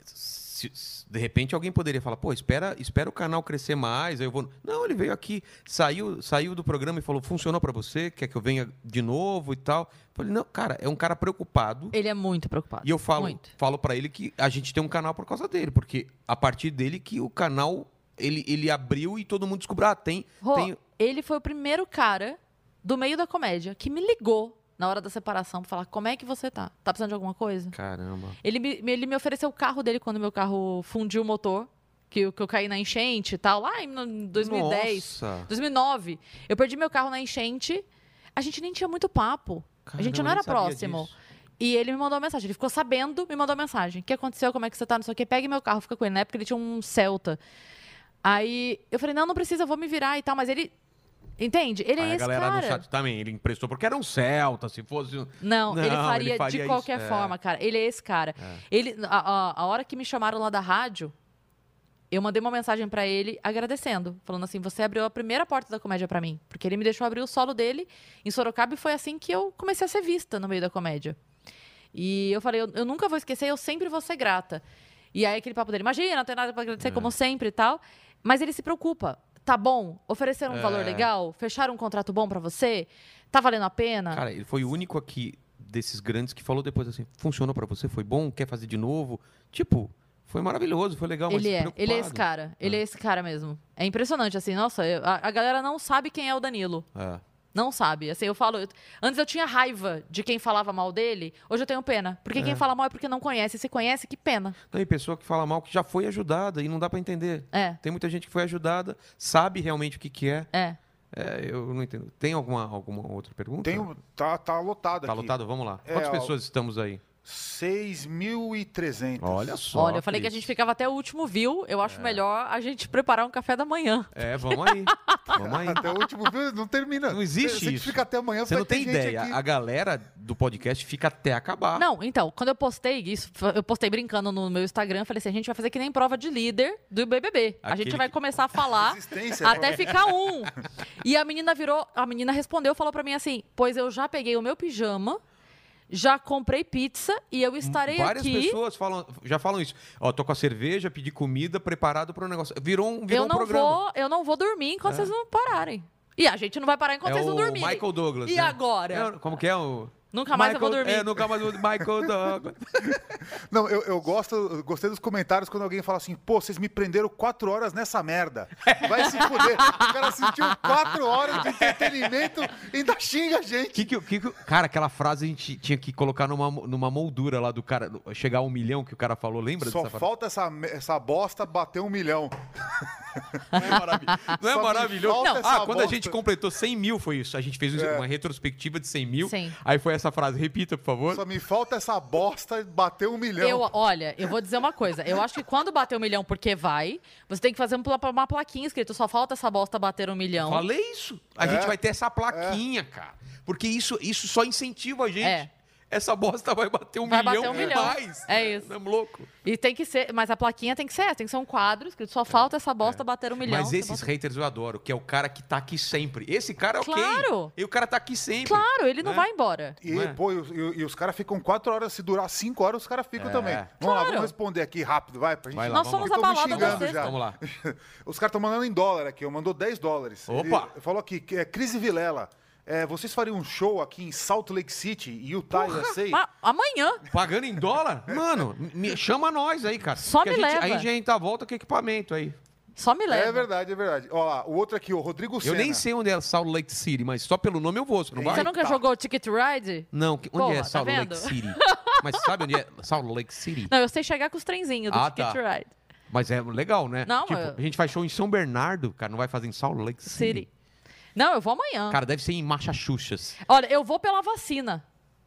Se- se- de repente alguém poderia falar, pô, espera, espera o canal crescer mais, aí eu vou. Não, ele veio aqui, saiu, saiu do programa e falou, funcionou pra você, quer que eu venha de novo e tal. Eu falei, não, cara, é um cara preocupado. Ele é muito preocupado. E eu falo, Muito. falo para ele que a gente tem um canal por causa dele, porque a partir dele que o canal ele, ele abriu e todo mundo descobriu, ah, tem, Rô, tem ele foi o primeiro cara do meio da comédia que me ligou na hora da separação pra falar: como é que você tá? Tá precisando de alguma coisa? Caramba. Ele me, me- ele me ofereceu o carro dele quando meu carro fundiu o motor, que, eu- que eu caí na enchente e tal, lá em no- 2010, Nossa. 2009. Eu perdi meu carro na enchente, a gente nem tinha muito papo, a Caramba, gente não eu era nem sabia próximo. disso. E ele me mandou uma mensagem, ele ficou sabendo, me mandou uma mensagem. O que aconteceu, como é que você tá, não sei o quê, pegue meu carro, fica com ele. Na época ele tinha um Celta. Aí eu falei, não, não precisa, eu vou me virar e tal, mas ele... Entende? Ele Aí é a esse galera cara. no chat também, ele emprestou, porque era um Celta, se fosse. um- Não, ele, Não, faria ele faria de isso, qualquer é. forma, cara. Ele é esse cara. Ele, a, a- a hora que me chamaram lá da rádio, eu mandei uma mensagem pra ele agradecendo, falando assim: você abriu a primeira porta da comédia pra mim, porque ele me deixou abrir o solo dele em Sorocaba e foi assim que eu comecei a ser vista no meio da comédia. E eu falei: eu, eu nunca vou esquecer, eu sempre vou ser grata. E aí aquele papo dele: imagina, não tem nada pra É. agradecer, como sempre e tal. Mas ele se preocupa. Tá bom? Ofereceram um valor É. legal? Fecharam um contrato bom pra você? Tá valendo a pena? Cara, ele foi o único aqui desses grandes que falou depois assim: funcionou pra você, foi bom, quer fazer de novo? Tipo, foi maravilhoso, foi legal, mas ele é, ele é esse tá preocupado. Ah. cara. Ele é. esse cara mesmo. É impressionante, assim, nossa, eu- a, a galera não sabe quem é o Danilo. É. Não sabe. Assim, eu falo. eu- antes eu tinha raiva de quem falava mal dele, hoje eu tenho pena. Porque quem fala mal é porque não conhece. Se conhece, que pena. Tem pessoa que fala mal que já foi ajudada e não dá pra entender. É, Tem muita gente que foi ajudada, sabe realmente o que, que é. é. É, eu não entendo. Tem alguma, alguma outra pergunta? Tem, um- tá, tá lotado Tá aqui. lotado? Vamos lá. É, Quantas ó, pessoas estamos aí? 6.300. Olha só. É. Olha, eu falei que a Cris. gente ficava até o último view. Eu acho melhor a gente preparar um café da manhã. É, vamos aí. vamos aí. Até o último vídeo não termina. Não existe Se a gente isso. fica até amanhã, Você vai não ter tem gente ideia. aqui. A galera do podcast fica até acabar. Não, então, quando eu postei isso, eu postei brincando no meu Instagram, eu falei assim: a gente vai fazer que nem prova de líder do BBB. a Aquele gente vai que- começar a falar Resistência, É. até ficar um. E a menina virou, a menina respondeu, falou pra mim assim: "Pois eu já peguei o meu pijama, já comprei pizza e eu estarei Várias aqui". pessoas falam, já falam isso. Ó, tô com a cerveja, pedi comida, preparado para o negócio. Virou um, virou eu um não programa. vou, eu não vou dormir enquanto vocês não pararem. E a gente não vai parar enquanto é vocês o não dormirem. Michael Douglas. E né? agora? É, como que é o Nunca mais eu vou Michael- dormir. É, nunca mais eu vou Michael Douglas. Não, eu, eu gosto, eu gostei dos comentários quando alguém fala assim, pô, vocês me prenderam quatro horas nessa merda. Vai se fuder. O cara assistiu quatro horas de entretenimento e ainda xinga a gente. Que que, o- que que o- cara, aquela frase a gente tinha que colocar numa, numa moldura lá do cara, no- chegar a um milhão que o cara falou, lembra Só dessa falta essa, me- essa bosta bater um milhão. frase? Não é, maravi- não é Só me maravilhoso? falta Não, essa ah, quando a bosta. É. gente completou 100 mil foi isso, a gente fez um uma retrospectiva de 100 mil, Sim. aí foi essa frase, repita por favor. Só me falta essa bosta bater um milhão. Eu, olha, eu vou dizer uma coisa. Eu acho que quando bater um milhão, porque vai, você tem que fazer um pla- uma plaquinha escrito só falta essa bosta bater um milhão. Falei isso. É. A gente vai ter essa plaquinha, cara. Porque isso, isso só incentiva a gente. É. Essa bosta vai bater um Vai bater milhão um e milhão. mais. É isso. Não louco. E tem que ser, mas a plaquinha tem que ser essa, tem que ser um quadro escrito só falta essa bosta bater um milhão. É, Mas Você esses bota- haters eu adoro, que é o cara que tá aqui sempre. Esse cara é o Claro. E o cara tá aqui sempre. Claro, ele não né? vai embora. E, Não é? pô, e, os- e- e os caras ficam quatro horas, se durar cinco horas, os caras ficam também. Vamos lá, Claro. vamos responder aqui rápido, vai, pra gente. É. Vai lá, Nós vamos somos a Ficam me balada da xingando sexta. já. Vamos lá. Os caras estão mandando em dólar aqui, eu mandou 10 dólares. Opa! Ele falou aqui, que é Cris e Vilela. é, vocês fariam um show aqui em Salt Lake City, Utah, USA? Mas amanhã, Pagando em dólar? Mano, me- chama nós aí, cara. Só Porque a me gente, leva. Aí a gente tá volta com equipamento aí. só me leva. É verdade, é verdade. Ó lá, o outro aqui, o Rodrigo Eu Senna. nem sei onde é Salt Lake City, mas só pelo nome eu vou, você não vai? Você nunca Tá. jogou Ticket Ride? Não, que- onde Porra, é tá Salt Lake vendo? City? Mas sabe onde é Salt Lake City? Não, eu sei chegar com os trenzinhos do Ah, Ticket tá. Ride. Mas é legal, né? Não, tipo, eu- a gente faz show em São Bernardo, cara, não vai fazer em Salt Lake City. City. Não, eu vou amanhã. Cara, deve ser em Massachusetts. Olha, eu vou pela vacina.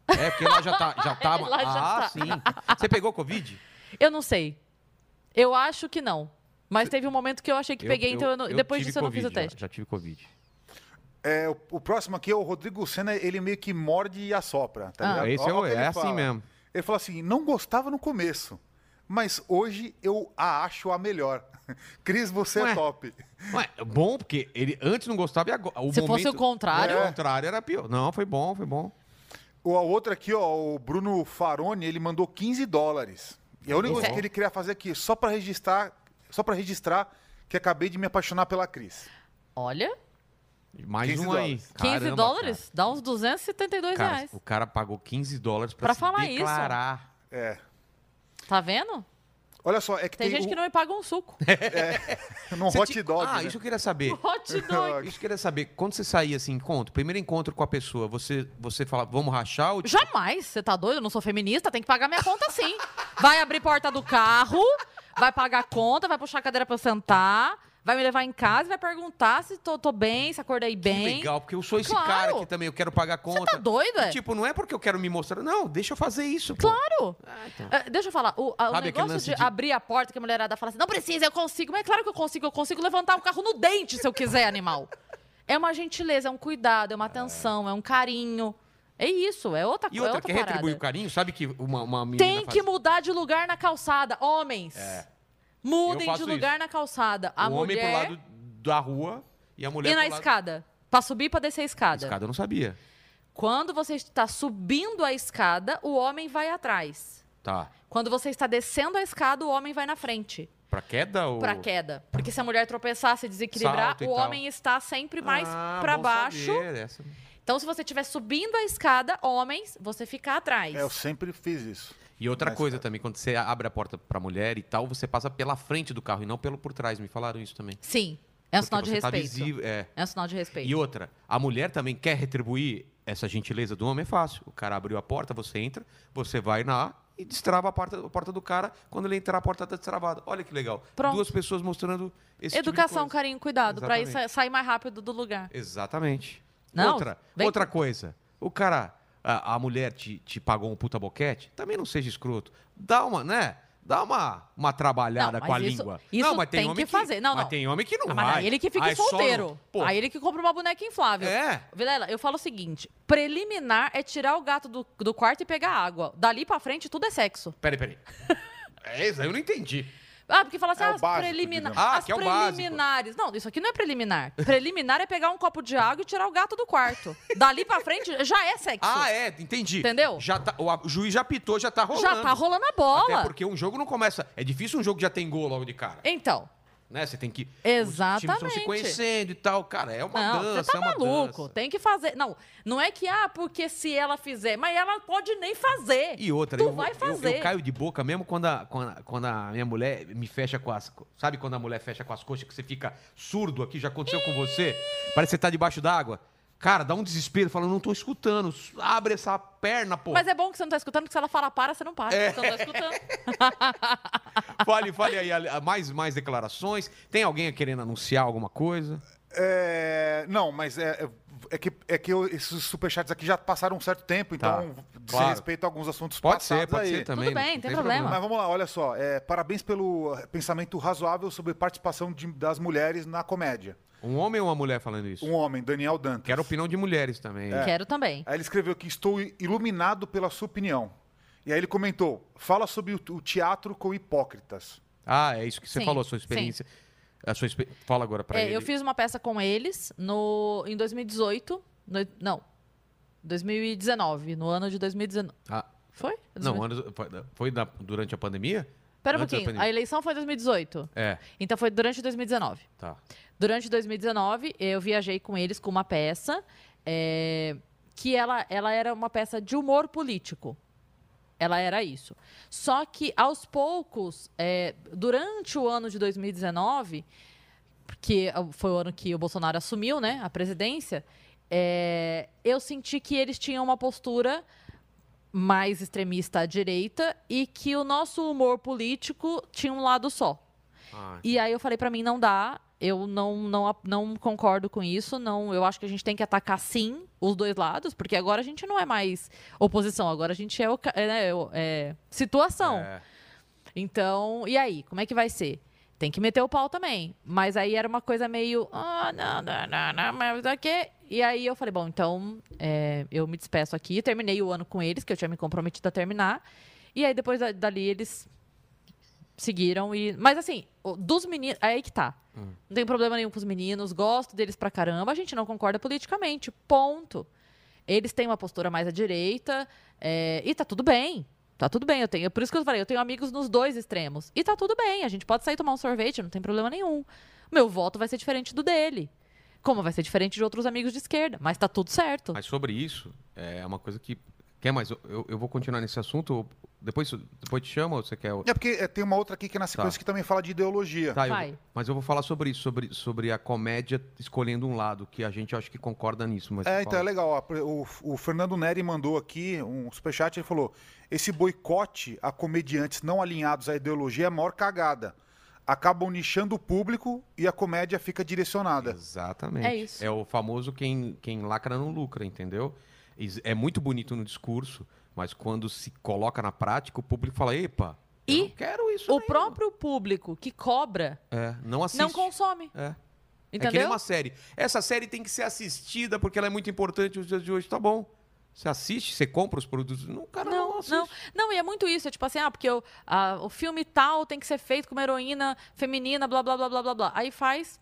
É, porque lá já tá. Já tá Lá já ah, tá. sim. Você pegou Covid? Eu não sei. Eu acho que não. Mas teve um momento que eu achei que peguei, então eu não- depois tive disso eu não fiz o Covid, teste. Já, já tive Covid. É, o, o próximo aqui é o Rodrigo Senna, ele meio que morde e assopra, tá Ah. ligado? Esse é Ó, ó o- que ele é assim fala. mesmo. Ele falou assim, não gostava no começo, mas hoje eu a acho a melhor. Cris, você Ué. é top. Ué, é bom, porque ele antes não gostava e agora. O Se momento, É. fosse o contrário- O contrário era pior. Não, foi bom, foi bom. O o outro aqui, ó, o Bruno Faroni, ele mandou 15 dólares. E a Esse única coisa é- que ele queria fazer aqui, só pra registrar, só para registrar que acabei de me apaixonar pela Cris. Olha, Mais 15 um aí. dólares. 15 Caramba, dólares dá uns Cara. tipo, 272 Cara, reais. o cara pagou 15 dólares pra, Pra se falar isso. declarar. É. Tá vendo? Olha só, é que Tem tem, gente o- que não me paga um suco. num Você hot tinha- dog. Ah, né? isso eu queria saber. Hot dog. Isso eu queria saber. Quando você saía assim, encontro, primeiro encontro com a pessoa, você, você fala, vamos rachar ou "Hum, Jamais. Você tá doido? Eu não sou feminista, tem que pagar minha conta sim. Vai abrir porta do carro, vai pagar a conta, vai puxar a cadeira pra eu sentar, vai me levar em casa e vai perguntar se tô, tô bem, se acordei Que bem. legal, porque eu sou esse Claro. cara aqui também, eu quero pagar a conta. Você tá doido, é? Tipo, não é porque eu quero me mostrar. Não, deixa eu fazer isso, pô. Claro! É, deixa eu falar, o, a- o Ah, tá. Sabe aquele negócio lance de, de- abrir a porta que a mulherada fala assim, não precisa, eu consigo. Mas é claro que eu consigo, eu consigo levantar o carro no dente se eu quiser, animal. É uma gentileza, é um cuidado, é uma atenção, é um carinho. É isso, é outra E coisa. outra, É quer outra retribuir o parada. carinho? Sabe que uma, uma menina Tem faz- É. que mudar de lugar na calçada, homens. Mudem Eu de faço lugar na calçada. A O um homem pro mulher lado da rua e a mulher e pro na lado... escada. Pra subir e pra descer a escada. Escada eu não sabia. Quando você está subindo a escada, o homem vai atrás. Tá. Quando você está descendo a escada, o homem vai na frente. Pra queda ou... Pra queda. Porque se a mulher tropeçar, se desequilibrar, Salto e o tal. homem está sempre mais Ah, pra bom baixo. saber, essa- é Então, se você estiver subindo a escada, homens, você fica atrás. É, eu sempre fiz isso. E outra Mas- coisa também, quando você abre a porta pra mulher e tal, você passa pela frente do carro e não pelo por trás. Me falaram isso também. Sim, é um sinal de Porque você tá respeito. visível- é. é um sinal de respeito. E outra, a mulher também quer retribuir essa gentileza do homem, é fácil. O cara abriu a porta, você entra, você vai na e destrava a porta, a porta do cara. Quando ele entrar, a porta está destravada. Olha que legal. Pronto. Duas pessoas mostrando esse Educação, tipo de coisa. carinho, cuidado, pra ir sa- Exatamente. sair mais rápido do lugar. Exatamente. Não, outra, bem- outra coisa, o cara, a, a mulher te, te pagou um puta boquete, também não seja escroto. Dá uma, né? Dá uma, uma trabalhada Não, mas com a isso- língua. isso não, mas tem, tem homem que fazer. Não, mas não. tem homem que não Ah, vai. mas aí ele que fica Aí só não- solteiro. Pô, Aí ele que compra uma boneca inflável. É. Vilela, eu falo o seguinte: preliminar é tirar o gato do, do quarto e pegar água. Dali pra frente, tudo é sexo. Peraí, peraí. É isso aí, eu não entendi. Ah, porque fala assim, É o ah, as básico, preliminares. digamos. Ah, as que é o básico. preliminares. Não, isso aqui não é preliminar. Preliminar é pegar um copo de água e tirar o gato do quarto. Dali pra frente já é sexo. Ah, é, entendi. Entendeu? Já tá, o, a- o juiz já pitou, já tá rolando. Já tá rolando a Até bola. porque um jogo não começa. É difícil um jogo que já tem gol logo de cara. Então, Né? Você tem que. Os times estão se Exatamente. conhecendo e tal. Cara, é uma Não, dança, você tá é uma maluco. dança. Tem que fazer. Não, não é que, ah, porque se ela fizer, mas ela pode nem fazer. E outra, Tu eu, vai eu- Eu, fazer. caio de boca mesmo quando a, quando, a, quando a minha mulher me fecha com as. Sabe quando a mulher fecha com as coxas que você fica surdo aqui? Já aconteceu com você? Parece que você tá debaixo d'água. Cara, dá um desespero, fala, não tô escutando. Abre essa perna, pô. Mas é bom que você não tá escutando, porque se ela fala para, você não para. É. Você não tá escutando. Fale, fale aí, Ale- ah, mais, mais declarações. Tem alguém querendo anunciar alguma coisa? É, não, mas é, é que, é que eu- esses superchats aqui já passaram um certo tempo, Tá, então se claro. respeito a alguns assuntos Pode passados ser, pode aí. ser também. bem, não tem problema. Mas vamos lá, olha só. é, parabéns pelo eh, pensamento razoável sobre participação de- das mulheres na comédia. Um homem ou uma mulher falando isso? Um É. homem, Daniel Dantas. Quero opinião de mulheres também. Quero também. Aí ele escreveu que estou iluminado pela sua opinião. E aí ele comentou: fala sobre o, o teatro com hipócritas. Ah, é isso que você Sim, falou, a sua sim. experiência. A sua expe- Fala agora pra É, ele. eu fiz uma peça com eles no, em 2018. no- não. 2019, no ano de 2019. Ah, Foi? não, anos- foi- foi da- durante a pandemia? Pera um antes da pouquinho. A pandemia. eleição foi em 2018. É, Então foi durante 2019. tá. Durante 2019, eu viajei com eles com uma peça é, que ela, ela era uma peça de humor político. Ela era isso. Só que, aos poucos, é, durante o ano de 2019, que foi o ano que o Bolsonaro assumiu né, a presidência, é, eu senti que eles tinham uma postura mais extremista à direita e que o nosso humor político tinha um lado só. Ah, E aí eu falei pra mim não dá, eu não não a- não concordo com isso, não, eu acho que a gente tem que atacar sim os dois lados, porque agora a gente não é mais oposição, agora a gente é, oca- é, né, o- é situação. é. Então, e aí, como é que vai ser? Tem que meter o pau também. Mas aí era uma coisa meio. Ah, não, não, não, não, mas aqui. E aí eu falei, bom, então é, eu me despeço aqui. Terminei o ano com eles, que eu tinha me comprometido a terminar. E aí depois da- dali eles seguiram e. Mas assim, o- dos meninos. Aí que tá. Não tenho problema nenhum com os meninos, gosto deles pra caramba. A gente não concorda politicamente. Ponto. Eles têm uma postura mais à direita. é, e tá tudo bem. Tá tudo bem. Eu tenho, por isso que eu falei, eu tenho amigos nos dois extremos. E tá tudo bem. A gente pode sair tomar um sorvete, não tem problema nenhum. Meu voto vai ser diferente do dele. Como vai ser diferente de outros amigos de esquerda. Mas tá tudo certo. Mas sobre isso, é uma coisa que. Quer mais? Eu- Eu, eu vou continuar nesse assunto. Depois, depois te chama ou você quer. É porque eh, tem uma outra aqui que é na sequência Tá. que também fala de ideologia. Tá, eu- Vai. mas eu vou falar sobre isso, sobre, sobre a comédia escolhendo um lado, que a gente acho que concorda nisso. Mas É, então é fala. legal. ó, por- O, o Fernando Neri mandou aqui um superchat, ele falou: esse boicote a comediantes não alinhados à ideologia é a maior cagada. Acabam nichando o público e a comédia fica direcionada. Exatamente. É isso. É o famoso quem, quem lacra não lucra, entendeu? Is- É muito bonito no discurso, mas quando se coloca na prática, o público fala: epa, eu E não quero isso. O aí." próprio público que cobra É, não assiste. não consome. É. É que nem Entendeu? uma série. Essa série tem que ser assistida porque ela é muito importante nos dias de hoje. Tá bom. Você assiste, você compra os produtos. Não, o cara, não, Não, assiste. não, não, e é muito isso. É tipo assim, ah, porque eu- ah, o filme tal tem que ser feito com uma heroína feminina, blá, blá, blá, blá, blá, blá. Aí faz,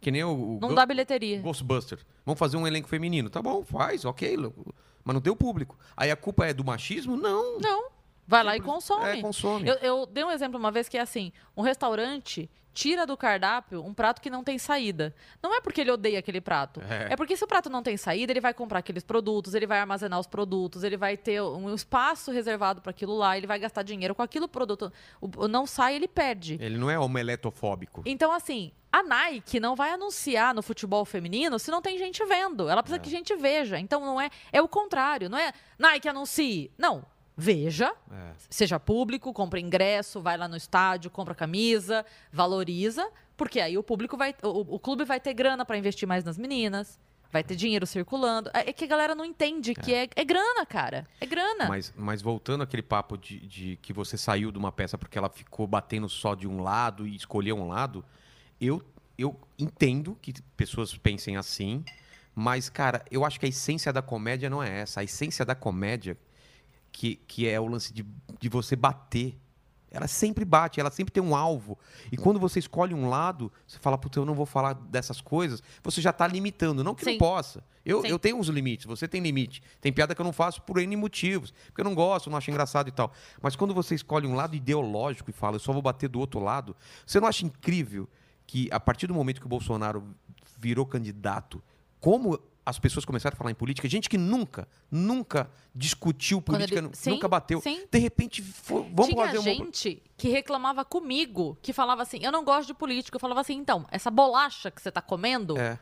Que nem o, o não Go- dá bilheteria. Ghostbuster. Vamos fazer um elenco feminino. Tá bom, faz, ok. louco. Mas não deu público. Aí a culpa é do machismo? Não. Não, vai lá e consome. É, consome. Eu, eu dei um exemplo uma vez que é assim: um restaurante tira do cardápio um prato que não tem saída. Não é porque ele odeia aquele prato. É. É, porque se o prato não tem saída, ele vai comprar aqueles produtos, ele vai armazenar os produtos, ele vai ter um espaço reservado para aquilo lá, ele vai gastar dinheiro com aquilo o produto. o- não sai, ele perde. Ele não é omeletofóbico. Então, assim, a Nike não vai anunciar no futebol feminino se não tem gente vendo. Ela É. precisa que gente veja. Então, não é. É o contrário. Não é Nike anuncie. Não. Veja, É. seja público, compra ingresso, vai lá no estádio, compra camisa, valoriza, porque aí o público vai. O, o clube vai ter grana para investir mais nas meninas. Vai ter dinheiro circulando. É é que a galera não entende que é, é grana, cara. É grana. Mas, mas voltando àquele papo de, de que você saiu de uma peça porque ela ficou batendo só de um lado e escolheu um lado, eu, eu entendo que pessoas pensem assim, mas, cara, eu acho que a essência da comédia não é essa. A essência da comédia, que, que é o lance de, de você bater, Ela sempre bate, ela sempre tem um alvo. E quando você escolhe um lado, você fala, puta, eu não vou falar dessas coisas, você já está limitando. Não que Sim. não possa. Eu, Sim. eu tenho uns limites, você tem limite. Tem piada que eu não faço por N motivos, porque eu não gosto, não acho engraçado e tal. Mas quando você escolhe um lado ideológico e fala, eu só vou bater do outro lado, você não acha incrível que a partir do momento que o Bolsonaro virou candidato, como as pessoas começaram a falar em política, gente que nunca, nunca discutiu Quando política, ele- nu- Sim, nunca bateu. sim. De repente, fo- vamos Tinha fazer uma. gente que reclamava comigo, que falava assim, eu não gosto de político. Eu falava assim, então, essa bolacha que você tá comendo, É.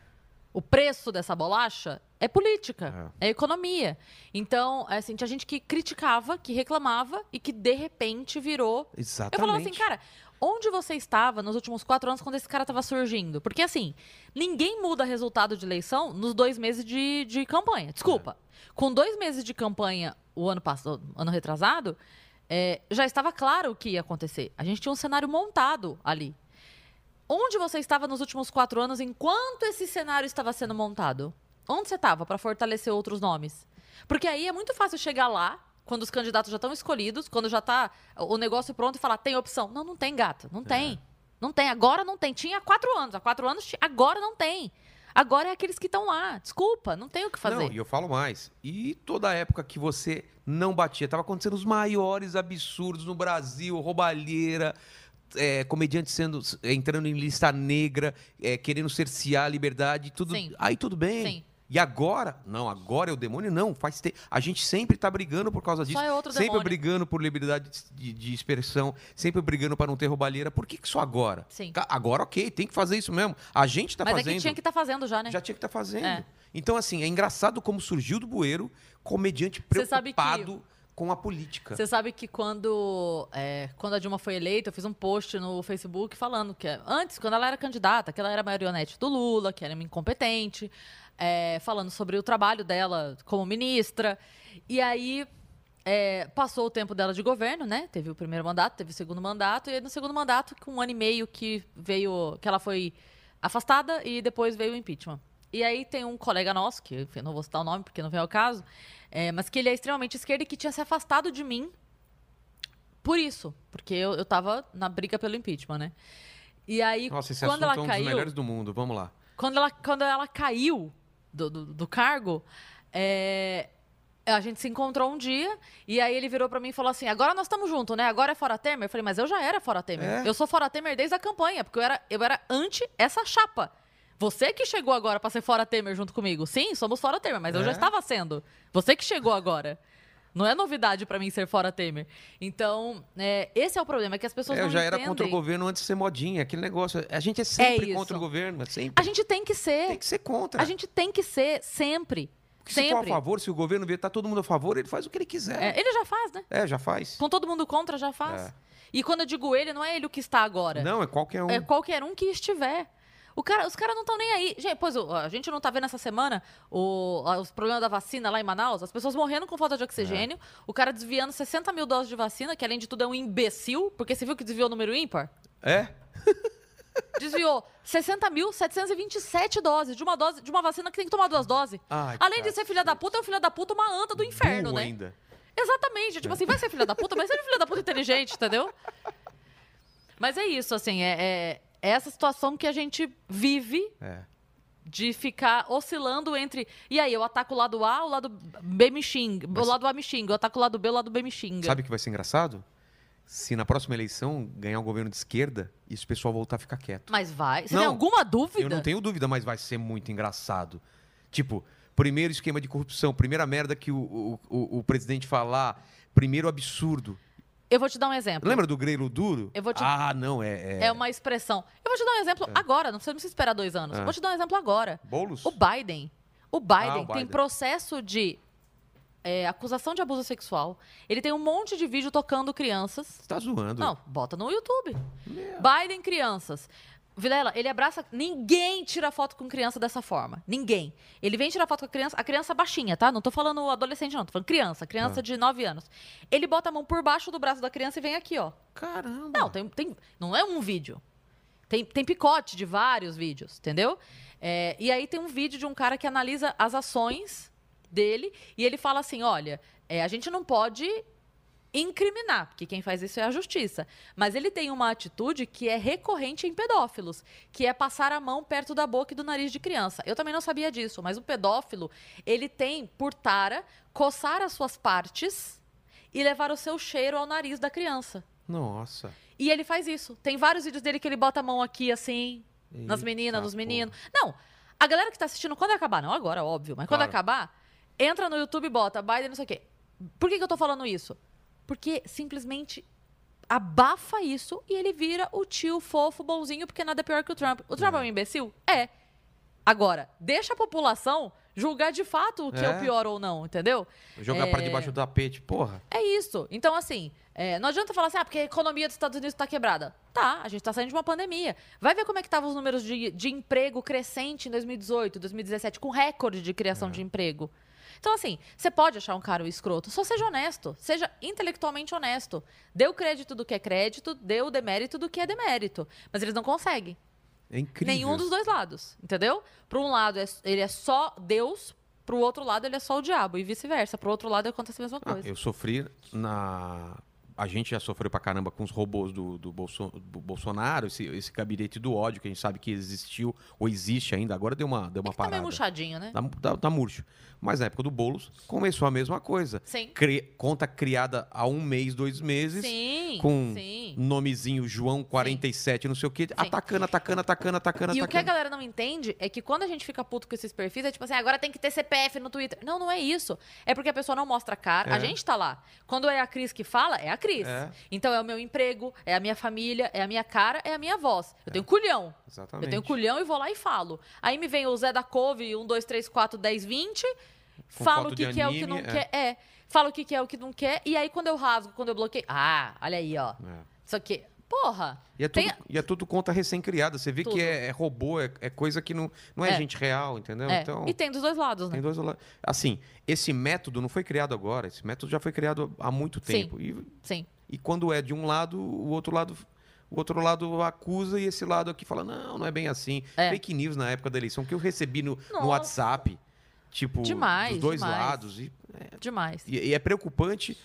o preço dessa bolacha é política, é, economia. Então, assim, tinha gente que criticava, que reclamava e que de repente virou. Exatamente. Eu falava assim, cara, onde você estava nos últimos quatro anos quando esse cara estava surgindo? Porque assim, ninguém muda resultado de eleição nos dois meses de, de campanha. Desculpa. Com dois meses de campanha o ano passado, ano retrasado, é, já estava claro o que ia acontecer. A gente tinha um cenário montado ali. Onde você estava nos últimos quatro anos enquanto esse cenário estava sendo montado? Onde você estava para fortalecer outros nomes? Porque aí é muito fácil chegar lá, quando os candidatos já estão escolhidos, quando já está o negócio pronto e falar, tem opção. Não, não tem, gato. É. Não tem. Não tem. Agora não tem. Tinha há quatro anos. Há quatro anos, ti- agora não tem. Agora é aqueles que estão lá. Desculpa, não tem o que fazer. Não, e eu falo mais. E toda a época que você não batia, tava acontecendo os maiores absurdos no Brasil, roubalheira, é, comediante sendo, entrando em lista negra, é, querendo cercear a liberdade, tudo. Sim. Aí tudo bem. Sim. E agora? Não, agora é o demônio? Não, faz tempo. A gente sempre tá brigando por causa disso. Só é outro sempre demônio. brigando por liberdade de, de expressão, sempre brigando para não ter roubalheira. Por que, que só agora? Sim. Ca- Agora, ok, tem que fazer isso mesmo. A gente tá Mas fazendo. é que tinha que estar fazendo já, né? Já tinha que estar fazendo. É. Então, assim, é engraçado como surgiu do bueiro comediante Você sabe que- preocupado com a política. Você sabe que quando, é, quando a Dilma foi eleita, eu fiz um post no Facebook falando que é, antes, quando ela era candidata, que ela era marionete do Lula, que era uma incompetente, é, falando sobre o trabalho dela como ministra. E aí é, passou o tempo dela de governo, né? Teve o primeiro mandato, teve o segundo mandato, e aí no segundo mandato, com um ano e meio que veio. que ela foi afastada e depois veio o impeachment. E aí tem um colega nosso, que enfim, eu não vou citar o nome porque não vem ao caso, é, mas que ele é extremamente esquerdo e que tinha se afastado de mim por isso. Porque eu, eu tava na briga pelo impeachment, né? E aí, Nossa, esse assunto quando ela é um caiu. dos melhores do mundo. Vamos lá. Quando ela, quando ela caiu do, do, do cargo, é, a gente se encontrou um dia e aí ele virou pra mim e falou assim: agora nós estamos juntos, né? Agora é fora Temer. Eu falei, mas eu já era fora Temer. É? Eu sou fora Temer desde a campanha, porque eu era, eu era anti essa chapa. Você que chegou agora pra ser fora Temer junto comigo. Sim, somos fora Temer, mas eu já É? estava sendo. Você que chegou agora. Não é novidade pra mim ser fora Temer. Então, é, esse é o problema, é que as pessoas É, eu não já entendem. era contra o governo antes de ser modinha. Aquele negócio. A gente é sempre isso. contra o governo. É sempre. A gente tem que ser. Tem que ser contra. A gente tem que ser sempre. Porque Tá. se for a sempre. favor, se o governo vier, tá todo mundo a favor, ele faz o que ele quiser. É, ele já faz, né? É, já faz. Com todo mundo contra, já faz. É. E quando eu digo ele, não é ele o que está agora. Não, é qualquer um. É qualquer um que estiver. O cara, os caras não estão nem aí. Gente, pois ó, a gente não tá vendo essa semana o- a- os problemas da vacina lá em Manaus, as pessoas morrendo com falta de É. oxigênio, o cara desviando 60 mil doses de vacina, que além de tudo é um imbecil, porque você viu que desviou o número ímpar? É? Desviou 60.727 doses de uma dose de uma vacina que tem que tomar duas doses. Ai, Além de cara, ser filha da puta, é um filho da puta, uma anta do inferno, burro né? ainda. Exatamente. Tipo assim, vai ser filha da puta, mas seja filha da puta inteligente, entendeu? Mas é isso, assim, é, é- é essa situação que a gente vive É. de ficar oscilando entre. E aí, eu ataco o lado A, o lado B me xinga. O lado A me xinga, eu ataco o lado B, o lado B me xinga. Sabe o que vai ser engraçado? Se na próxima eleição ganhar um governo de esquerda, isso o pessoal voltar a ficar quieto. Mas vai. Você tem Não, alguma dúvida? Eu não tenho dúvida, mas vai ser muito engraçado. Tipo, primeiro esquema de corrupção, primeira merda que o, o- o- o presidente falar, primeiro absurdo. Eu vou te dar um exemplo. Lembra do Grelo Duro? Eu vou te- Ah, não, é. é... É uma expressão. Eu vou te dar um exemplo agora, não precisa me esperar dois anos. É. Vou te dar um exemplo agora. Boulos? O Biden. O Biden, Ah, o Biden. tem processo de é, acusação de abuso sexual. Ele tem um monte de vídeo tocando crianças. Você tá zoando. Não, bota no YouTube. Biden crianças. Vilela, ele abraça. Ninguém tira foto com criança dessa forma. Ninguém. Ele vem tirar foto com a criança, a criança baixinha, tá? Não tô falando adolescente, não. Tô falando criança, criança Ah. de 9 anos. Ele bota a mão por baixo do braço da criança e vem aqui, ó. Caramba. Não, tem, tem- não é um vídeo. Tem, tem picote de vários vídeos, entendeu? É, e aí tem um vídeo de um cara que analisa as ações dele e ele fala assim: olha, é, a gente não pode incriminar, porque quem faz isso é a justiça. Mas ele tem uma atitude que é recorrente em pedófilos, que é passar a mão perto da boca e do nariz de criança. Eu também não sabia disso, mas o pedófilo, ele tem por tara coçar as suas partes e levar o seu cheiro ao nariz da criança. Nossa. E ele faz isso. Tem vários vídeos dele que ele bota a mão aqui assim, nas Eita meninas, nos porra. meninos. Não, a galera que tá assistindo, quando acabar, não agora, óbvio, mas quando Claro. acabar, entra no YouTube e bota Biden, não sei o quê. Por que, que eu tô falando isso? Porque simplesmente abafa isso e ele vira o tio fofo, bonzinho, porque nada é pior que o Trump. O Trump é, um imbecil? É. Agora, deixa a população julgar de fato o que é, É. o pior ou não, entendeu? Jogar É. para debaixo do tapete, porra. É isso. Então, assim, é, não adianta falar assim, ah, porque a economia dos Estados Unidos está quebrada. Tá, a gente está saindo de uma pandemia. Vai ver como é que estavam os números de, de emprego crescente em 2018, 2017, com recorde de criação de emprego. Então, assim, você pode achar um cara um escroto, só seja honesto, seja intelectualmente honesto. Dê o crédito do que é crédito, dê o demérito do que é demérito. Mas eles não conseguem. É incrível. Nenhum dos dois lados, entendeu? Para um lado, é- ele é só Deus, para o outro lado, ele é só o diabo, e vice-versa. Para o outro lado, acontece a mesma Ah, coisa. eu sofri na. A gente já sofreu pra caramba com os robôs do, do, Bolso- do Bolsonaro, esse, esse gabinete do ódio que a gente sabe que existiu ou existe ainda. Agora deu uma, deu uma É que tá meio parada. murchadinho, né? Tá, tá- tá murcho. Mas na época do Boulos começou a mesma coisa. Sim. Cri- conta criada há um mês, dois meses. Sim. com sim. Nomezinho João 47, não sei o quê. Atacando, atacando, atacando, atacando, E o que a atacando. galera não entende é que quando a gente fica puto com esses perfis, é tipo assim, "Ah, agora tem que ter CPF no Twitter. Não, não é isso. É porque a pessoa não mostra a cara. É. A gente tá lá. Quando é a Cris que fala, é a Cris. É. Então é o meu emprego, é a minha família, é a minha cara, é a minha voz. Eu tenho culhão. Exatamente. Eu tenho culhão e vou lá e falo. Aí me vem o Zé da um, Cove, 1, 2, 3, 4, 10, 20. Com Fala foto o que, de que é o que anime, não é. quer. É. Fala o que, que é o que não quer. E aí quando eu rasgo, quando eu bloqueio. Ah, olha aí, ó. É. Isso aqui. Porra! E é, tudo, Tem- e é tudo conta recém-criada. Você vê Tudo. que é, é robô, é, é coisa que não, não é, É. gente real, entendeu? É, Então, E tem dos dois lados, né? tem dois lados. Assim, esse método não foi criado agora. Esse método já foi criado há muito Sim. tempo. E, Sim. e quando é de um lado, o outro lado... O outro lado acusa e esse lado aqui fala: não, não é bem assim. É. Fake news na época da eleição, que eu recebi no, no Nossa. WhatsApp. Tipo, Demais, dos dois demais. lados. E Demais. E, e é preocupante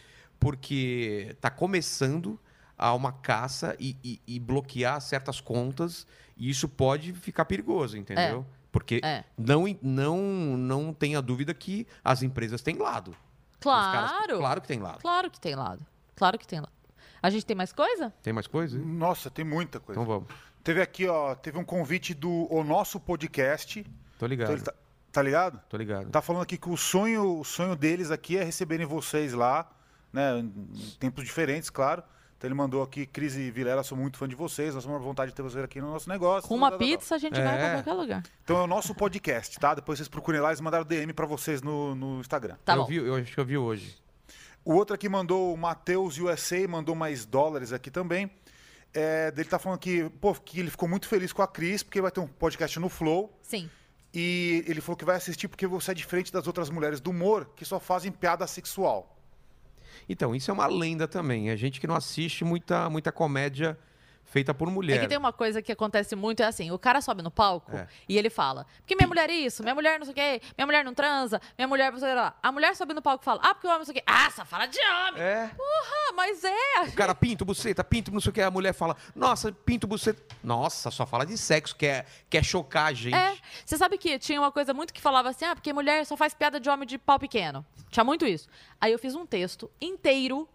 porque está começando a uma caça e, e- e bloquear certas contas e isso pode ficar perigoso, entendeu? Porque É. não, não, não tenha dúvida que as empresas têm lado. Os caras- Claro. claro que tem lado. Claro que tem lado. Claro que tem lado. A gente tem mais coisa? Tem mais coisa? Nossa, tem muita coisa. Então vamos. Teve aqui, ó, teve um convite do O Nosso Podcast. Tô Então ligado. ele tá, tá ligado? Tô ligado. Tá falando aqui que o sonho, o sonho deles aqui é receberem vocês lá, né? Em tempos diferentes, claro. Então ele mandou aqui, Cris e Vilela, sou muito fã de vocês, nós somos à vontade de ter vocês aqui no nosso negócio. Com uma Tá, tá, tá. pizza a gente É. vai pra qualquer lugar. Então é o nosso podcast, tá? Depois vocês procurem lá, eles mandaram DM pra vocês no, no Instagram. Tá eu, bom. vi, eu acho que eu vi hoje. O outro aqui mandou o Matheus USA, mandou mais dólares aqui também. É, ele tá falando que, pô, que ele ficou muito feliz com a Cris, porque vai ter um podcast no Flow. Sim. É E ele falou que vai assistir porque você é diferente das outras mulheres do humor que só fazem piada sexual. Então, isso é uma lenda também. É gente que não assiste muita, muita comédia feita por mulher. É que tem uma coisa que acontece muito, é assim, o cara sobe no palco É. e ele fala, porque minha mulher é isso, minha mulher não sei o quê, minha mulher não transa, minha mulher... sei lá." A mulher sobe no palco e fala, ah, porque o homem não sei o quê. Ah, só fala de homem. É. Ah, mas é. O cara pinto, buceta, pinto, não sei o que. A mulher fala, nossa, pinto, buceta. Nossa, só fala de sexo, quer, quer chocar a gente. É. Você sabe que tinha uma coisa muito que falava assim, ah, porque mulher só faz piada de homem de pau pequeno. Tinha muito isso. Aí eu fiz um texto inteiro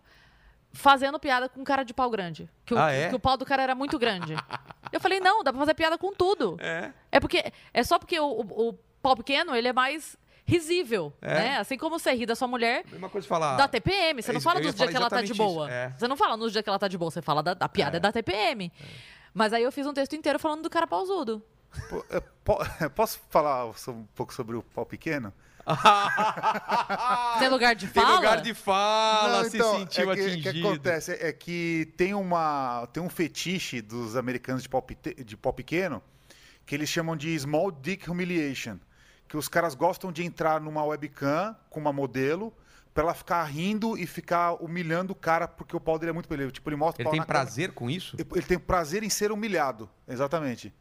fazendo piada com cara de pau grande. Que o, Ah, é? que o pau do cara era muito grande. eu falei, não, dá pra fazer piada com tudo. É. É porque. É só porque o, o- o pau pequeno, ele é mais risível, É. né? Assim como você ri da sua mulher. Mesma coisa falar. Da TPM, você é não isso, fala eu ia dos falar dias que ela tá de exatamente boa. isso, é. Você não fala nos dias que ela tá de boa, você fala da, da piada É. da TPM. Mas aí eu fiz um texto inteiro falando do cara pausudo. Pô, é, po- Posso falar so- um pouco sobre o pau pequeno? Tem lugar de Ah, Tem fala? lugar de fala, Não, se então, sentiu é que, atingido. O que acontece é que tem, uma, tem um fetiche dos americanos de pau, pite- de pau pequeno que eles chamam de small dick humiliation, que os caras gostam de entrar numa webcam com uma modelo pra ela ficar rindo e ficar humilhando o cara porque o pau dele é muito peludo. Tipo, ele mostra o Ele pau tem na câmera. prazer com isso? Ele ele tem prazer em ser humilhado, exatamente.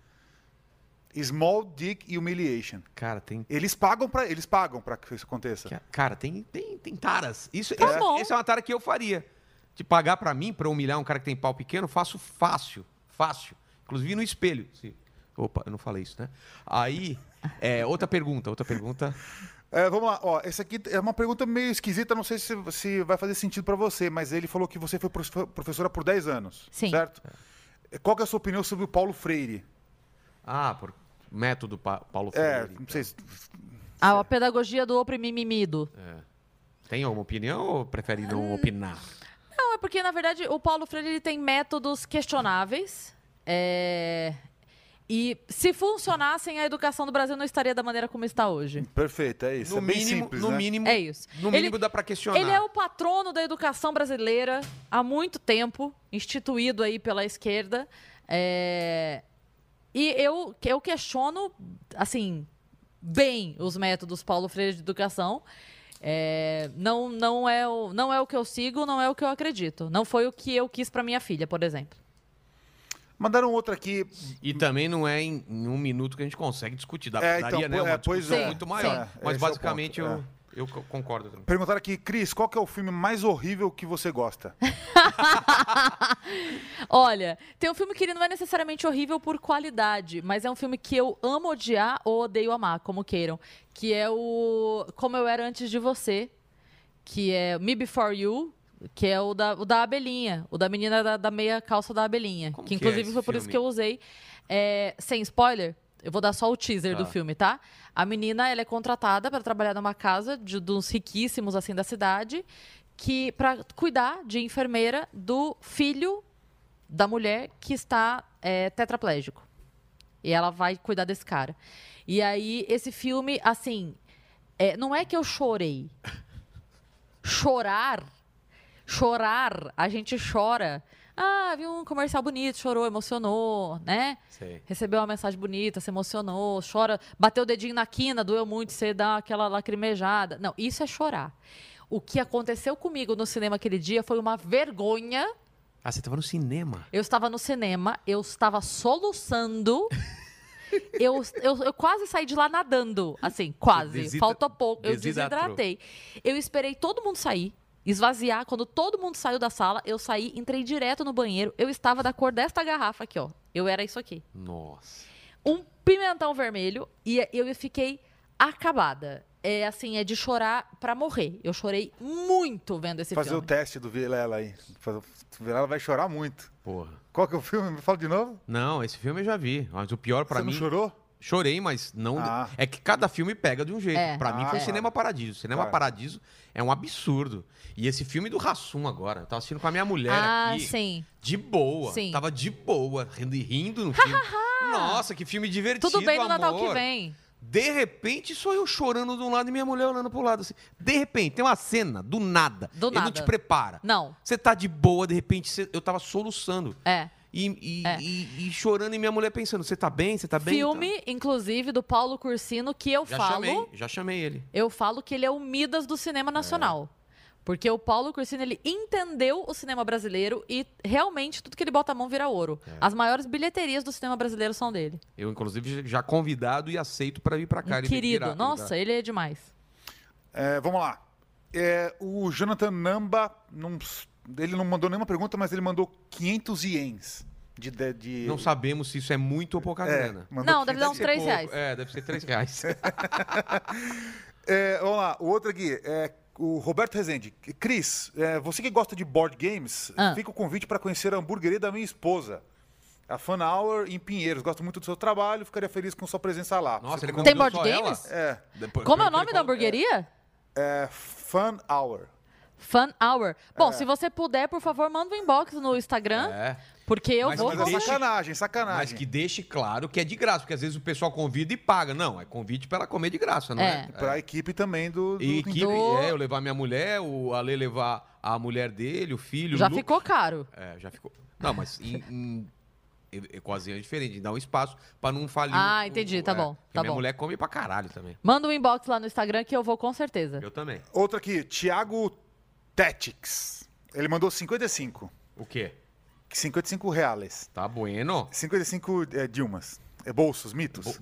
Small dick humiliation. Cara, tem. Eles pagam pra eles é. pagam para que isso aconteça. Cara, tem, tem, tem taras. Isso, Tá esse- bom. esse é uma tara que eu faria. De pagar pra mim, pra humilhar um cara que tem pau pequeno, faço fácil. Fácil. Inclusive no espelho. se- Opa, eu não falei isso, né? Aí, é, outra pergunta, outra pergunta. É, vamos lá, ó, essa aqui é uma pergunta meio esquisita, não sei se, se vai fazer sentido pra você, mas ele falou que você foi prof- professora por 10 anos, Sim. certo? Qual que é a sua opinião sobre o Paulo Freire? Ah, por método Pa- Paulo É, Freire. tá. não sei se... A, a pedagogia do oprimimido. É. Tem alguma opinião ou prefere não opinar? Não, é porque, na verdade, o Paulo Freire ele tem métodos questionáveis. é, E se funcionassem, a educação do Brasil não estaria da maneira como está hoje. Perfeito, é isso. No é bem mínimo, simples, no né? mínimo, É isso. no Ele- mínimo dá pra questionar. Ele é o patrono da educação brasileira há muito tempo, instituído aí pela esquerda. é, E eu, eu questiono, assim, bem os métodos Paulo Freire de educação. É, não, não, é o, não é o que eu sigo, não é o que eu acredito. Não foi o que eu quis para minha filha, por exemplo. Mandaram outra aqui. E também não é em, em um minuto que a gente consegue discutir. Dá, É, daria, então, né, po- uma é, pois discussão é. muito maior. Sim. É, esse é Mas o basicamente ponto, eu, é. eu co- concordo também. Perguntaram aqui, Cris, qual que é o filme mais horrível que você gosta? Olha, tem um filme que ele não é necessariamente horrível por qualidade, mas é um filme que eu amo odiar ou odeio amar, como queiram. Que é o Como Eu Era Antes de Você, que é Me Before You, que é o da, o da abelhinha, o da menina da, da meia calça da abelhinha. Como que que é inclusive esse foi por isso filme? que eu usei. É, sem spoiler, eu vou dar só o teaser do Tá. filme, tá? A menina, ela é contratada para trabalhar numa casa de, de uns riquíssimos assim da cidade, que para cuidar de enfermeira do filho da mulher que está é, tetraplégico. E ela vai cuidar desse cara. E aí, esse filme, assim, é, não é que eu chorei. Chorar, chorar, a gente chora. Ah, viu um comercial bonito, chorou, emocionou, né? Sei. Recebeu uma mensagem bonita, se emocionou, chora, bateu o dedinho na quina, doeu muito, você dá aquela lacrimejada. Não, isso é chorar. O que aconteceu comigo no cinema aquele dia foi uma vergonha. Ah, você tava no cinema. Eu estava no cinema, eu estava soluçando. Eu, eu, eu quase saí de lá nadando, assim, quase. Desidra- Faltou pouco. Eu desidratou. desidratei. Eu esperei todo mundo sair, esvaziar. Quando todo mundo saiu da sala, eu saí, entrei direto no banheiro. Eu estava da cor desta garrafa aqui, ó. Eu era isso aqui. Nossa. Um pimentão vermelho e eu fiquei acabada. É assim, é de chorar pra morrer. Eu chorei muito vendo esse Fazer filme. o teste do Vilela aí. Fazer- O Vilela vai chorar muito. Porra. Qual que é o filme? Me fala de novo. Não, esse filme eu já vi. Mas o pior pra você mim. não chorou? Chorei, mas não. Ah. É que cada filme pega de um jeito. É. Pra mim foi Ah. Cinema Paradiso. Cinema Tá. Paradiso é um absurdo. E esse filme do Rassum agora. Eu tava assistindo com a minha mulher Ah, aqui. sim. De boa. Sim. Tava de boa, rindo, rindo no filme. Nossa, que filme divertido. Tudo bem no amor. Natal que vem. De repente, sou eu chorando de um lado e minha mulher olhando pro lado. Assim. De repente, tem uma cena, do nada. Do Ele não nada. te prepara. Não, Você tá de boa, de repente, você- eu tava soluçando. é. E, e- É. e- e chorando e minha mulher pensando, você tá bem? Você tá bem? Filme, inclusive, do Paulo Cursino, que eu Tá. Já falo. chamei, já chamei ele. Eu falo que ele é o Midas do cinema nacional. Porque o Paulo Cursino, ele entendeu o cinema brasileiro e realmente tudo que ele bota a mão vira ouro. As maiores bilheterias do cinema brasileiro são dele. Eu, inclusive, já convidado e aceito pra vir pra cá. Ele veio Querido, direto, nossa, tá? ele é demais. É, vamos lá. É, o Jonathan Namba, não- ele não mandou nenhuma pergunta, mas ele mandou 500 ienes de... de, de- Não sabemos se isso é muito ou pouca É, grana. mandou Não, deve dar um uns 500 Deve ser três pouco. reais. É, deve ser três reais. É, vamos lá, o outro aqui é o Roberto Rezende. Cris, é, você que gosta de board games, Ah. fica o convite para conhecer a hamburgueria da minha esposa. A Fan Hour em Pinheiros. Gosto muito do seu trabalho, ficaria feliz com sua presença lá. Nossa, Você ele con- Tem convidou board só games? ela? É, Depois- Como é pelo o que ele nome da falou- hamburgueria? é Fan Hour. Fun Hour. Bom, se você puder, por favor, manda um inbox no Instagram, É. porque eu Mas- vou Mas é deixa- comprar. sacanagem, sacanagem. Mas que deixe claro que é de graça, porque às vezes o pessoal convida e paga. Não, é convite pra ela comer de graça, não é? É. Pra equipe também do... do E equipe, Do- é, eu levar minha mulher, o Ale levar a mulher dele, o filho. o Já Lu- ficou caro. É, já ficou. Não, mas em, em, é- é quase é diferente, dá um espaço pra não falir. Ah, o- entendi, o- tá é, bom, porque tá minha bom. mulher come pra caralho também. Manda um inbox lá no Instagram que eu vou com certeza. Eu também. Outro aqui, Thiago Tetix. Ele mandou 55. O quê? 55 reais. Tá bueno? 55 é, Dilmas. É, bolsos, mitos.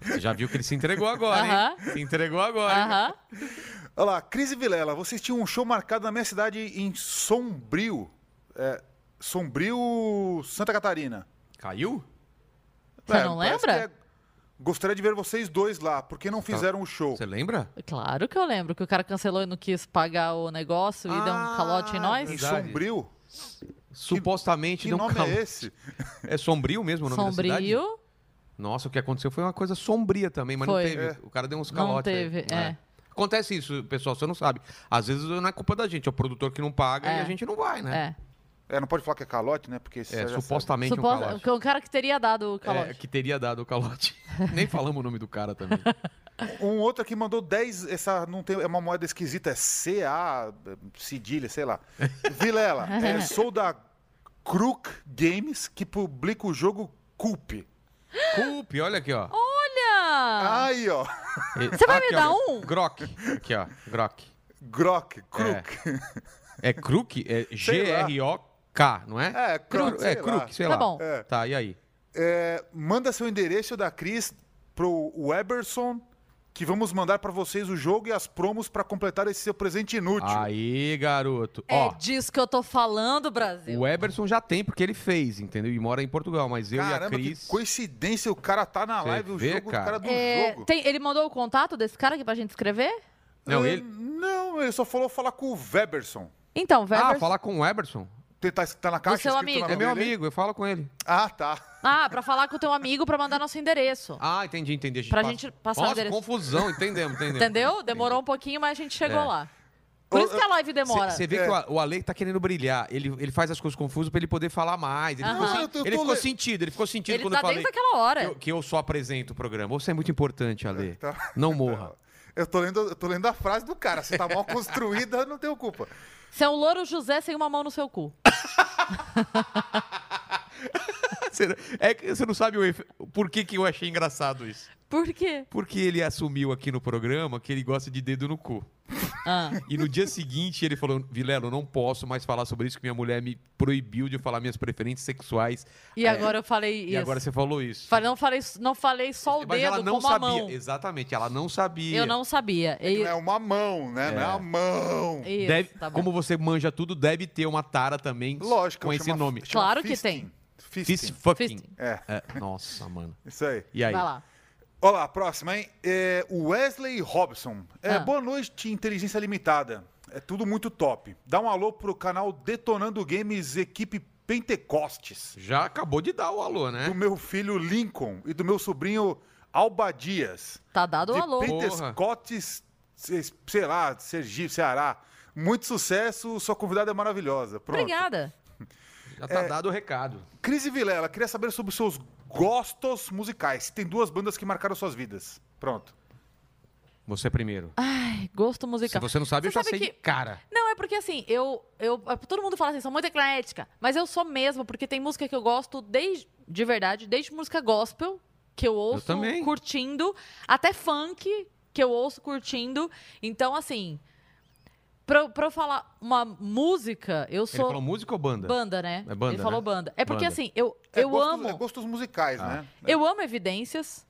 Você já viu que ele se entregou agora, hein? Aham. Se entregou agora. hein? Aham. Olha lá, Cris e Vilela, vocês tinham um show marcado na minha cidade em Sombrio. É, Sombrio, Santa Catarina. Ah. Caiu? Você não parece lembra? que é- Gostaria de ver vocês dois lá, porque Tá. não fizeram o show. Você lembra? Claro que eu lembro que o cara cancelou e não quis pagar o negócio e deu um Ah, calote em nós. Em Verdade. Sombrio? Supostamente Que não nome calou. é esse? É sombrio mesmo o nome da cidade? Sombrio, Nossa, o que aconteceu foi uma coisa sombria também, mas Foi. não teve. É. O cara deu uns Não calotes. aí. teve, é. Acontece isso, pessoal, você não sabe. Às vezes não é culpa da gente, é o produtor que não paga É. e a gente não vai, né? é. É, não pode falar que é calote, né? Porque É, você já supostamente um Suposta- calote. o cara que teria dado o calote. É, que teria dado o calote. Nem falamos o nome do cara também. sabe. Um outro aqui mandou 10, essa não tem, é uma moeda esquisita, é CA, cedilha, sei lá. Vilela, é, sou da Crook Games, que publica o jogo Coop. Culpe, olha aqui, ó. Ah. Olha! Aí, ó, Você Oh, vai me dar um? Grok. Aqui, ó. Grok. Grok, Crook. É Kruk? É Sei lá. G-R-O-K, não é? É, Crook, É sei lá. Kruk, sei Tá lá. bom. É. Tá, e aí? É, manda seu endereço da Cris pro Weberson, que vamos mandar pra vocês o jogo e as promos pra completar esse seu presente inútil. Ah, Aí, garoto. É Ó, disso que eu tô falando, Brasil. o Eberson já tem, porque ele fez, entendeu? E mora em Portugal, mas eu e a Caramba, Cris... que coincidência, o cara tá na Cê live, o vê, jogo cara? do cara do É, jogo. tem- ele mandou o contato desse cara aqui pra gente escrever? Não, Ah, ele... Não, ele só falou falar com o Weberson. Então, velho. Ah, falar com o Eberson? Tá, tá na caixa seu escrito amigo. o É nome meu dele? amigo, eu falo com ele. Ah, tá. Ah, pra falar com o teu amigo pra mandar nosso endereço. Ah, entendi, entendi. A Pra passa- gente passar o Nossa, endereço. confusão, entendemos, entendemos. Entendeu? Demorou um pouquinho, mas a gente chegou É. lá. Por Ô, isso que a live demora. Você vê É. que o A- o Ale tá querendo brilhar. Ele, ele faz as coisas confusas pra ele poder falar mais. Ele, Aham. ficou, Eu tô- eu ele tô ficou le- sentido, ele ficou sentido ele quando tá eu falei desde aquela hora. que eu, que eu só apresento o programa. Você é muito importante, Ale. tá. Não morra. Então, Eu tô, lendo, eu tô lendo a frase do cara. Se tá mal construída, não tenho culpa. Você é um louro José sem uma mão no seu cu. Você- é que você não sabe o efe- por que, que eu achei engraçado isso. Por quê? Porque ele assumiu aqui no programa que ele gosta de dedo no cu. Ah, E no dia seguinte ele falou: Vilelo, eu não posso mais falar sobre isso, que minha mulher me proibiu de falar minhas preferências sexuais. e agora eu falei isso. É. E agora você falou isso. Falei- não, falei, não falei só o Mas dedo, ela não como sabia. a mão. Exatamente, ela não sabia. Eu não sabia. Não é uma mão, né? Não é uma mão. Isso, Deve- tá bom. como você manja tudo, deve ter uma tara também Lógico. com eu esse chamo- nome. chamo Claro que fisting. tem. Fisting. Fist fucking. Fisting. É, É, nossa, mano. isso aí. E aí? Vai lá. Olha lá, próxima, hein? É, Wesley Robson. É, Ah. Boa noite, Inteligência Limitada. É tudo muito top. Dá um alô pro canal Detonando Games Equipe Pentecostes. Já acabou de dar o alô, Do né? meu filho Lincoln e do meu sobrinho Albadias. Tá dado o de alô. Pentecostes, se- sei lá, Sergipe, Ceará. Muito sucesso, sua convidada é maravilhosa. Pronto. Obrigada. Já é. tá dado o recado. Cris e Vilela, queria saber sobre os seus gostos musicais. Tem duas bandas que marcaram suas vidas. Pronto. Você primeiro. Ai, gosto Se musical. você não sabe, Você eu já sei sabe de que- cara. Não, é porque assim, eu, eu. Todo mundo fala assim, sou muito eclética. Mas eu sou mesmo, porque tem música que eu gosto desde. De verdade, desde música gospel, que eu ouço também. curtindo, até funk, que eu ouço curtindo. Então, assim. Pra, eu- pra eu falar uma música, eu Ele sou. falou música ou banda? Banda, né? É banda, Ele falou né? banda. É porque Banda. assim, eu, É eu gostos- amo. é gostos musicais, Ah. né? Eu amo evidências.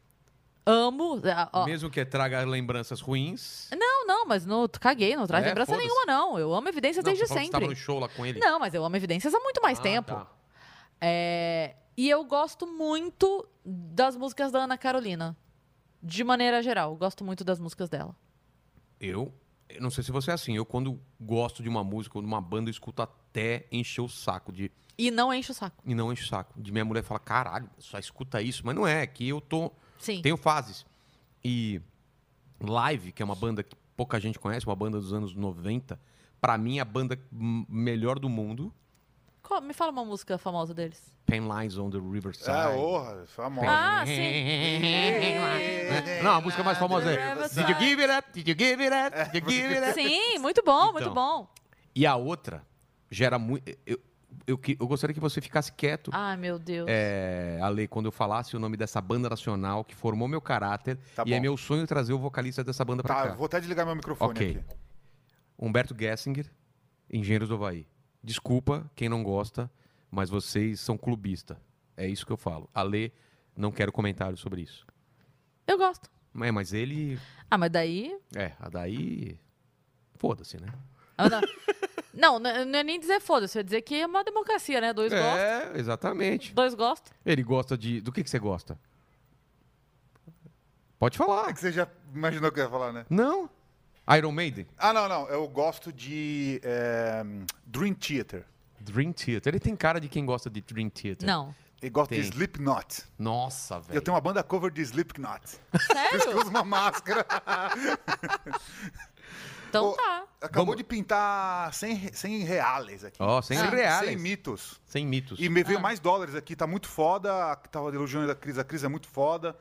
Amo. ah, ó. Mesmo que traga lembranças ruins. Não, não, mas não caguei, não traz É, lembrança foda-se. nenhuma, não. Eu amo evidências Não, desde você falou que Você sempre. tava no show lá com ele. Não, mas eu amo evidências há muito mais Ah, tempo. tá. É, E eu gosto muito das músicas da Ana Carolina. De maneira geral, eu gosto muito das músicas dela. Eu, eu não sei se você é assim. Eu, quando gosto de uma música ou de uma banda, eu escuto até encher o saco de. E não enche o saco. E não enche o saco. De minha mulher falar, caralho, só escuta isso. Mas não é, é que eu tô. Sim. Tenho fases. E Live, que é uma banda que pouca gente conhece, uma banda dos anos 90, pra mim é a banda m- melhor do mundo. Qual- Me fala uma música famosa deles. Pen Lines on the Riverside. Ah, orra, famosa. Ah, sim. Né? Não, a música mais famosa é Did you give it up? Did you give it É. up? Did you give it up? Sim, muito bom, muito Então. bom. E a outra gera muito. Eu, eu, que- eu gostaria que você ficasse quieto, Ai, meu Deus. é, Ale, quando eu falasse o nome dessa banda nacional que formou meu caráter. Tá e é bom. meu sonho trazer o vocalista dessa banda pra Tá, cá. eu vou até desligar meu microfone Ok. aqui. Humberto Gessinger, Engenheiros do Havaí. Desculpa quem não gosta, mas vocês são clubista. É isso que eu falo. Ale, não quero comentário sobre isso. Eu gosto. É, mas ele. Ah, mas daí É, a daí. foda-se, né? Ah, não. Não, n- não é nem dizer foda-se, é dizer que é uma democracia, né? Dois gostam, É, exatamente. dois gostam. Ele gosta de. Do que, que você gosta? Pode É falar. que você já imaginou o que eu ia falar, né? Não? Iron Maiden? Ah, não, não. Eu gosto de eh, Dream Theater. Dream Theater. Ele tem cara de quem gosta de Dream Theater. Não. Eu gosto de Tem. Slipknot. Nossa, velho. Eu tenho uma banda cover de Slipknot. Eu Sério? uso uma máscara. Então Ô, tá. Acabou Vamos. de pintar 100, re- 100 reais aqui. Ó, sem Ah, reais. Sem mitos. Sem mitos. E me veio mais dólares aqui, tá muito foda. Tava elogiando a Cris, a Cris é muito foda.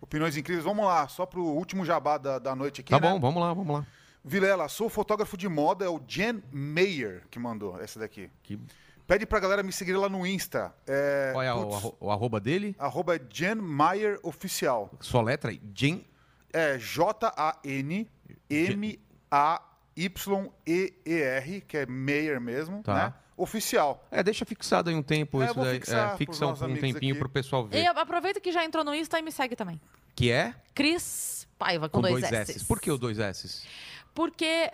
Opiniões incríveis. Vamos lá, só pro último jabá da, da noite aqui. Tá né? bom, vamos lá, vamos lá. Vilela, sou fotógrafo de moda, é o Jen Mayer que mandou essa daqui. Que- Pede pra galera me seguir lá no Insta. É, Qual é o, putz, arro- o arroba dele? Arroba é Jen Mayer Oficial. Sua letra aí. Jen. É J-A-N-M-A-Y-E-E-R, que é Mayer mesmo, Tá. né? Oficial. É, deixa fixado aí um tempo É, isso eu vou daí. fixar é, pros fixa nossos um, um amigos tempinho aqui. pro pessoal ver. E aproveita que já entrou no Insta e me segue também. Que é Cris Paiva, com, com dois S. S's. Por que os dois S's? Porque,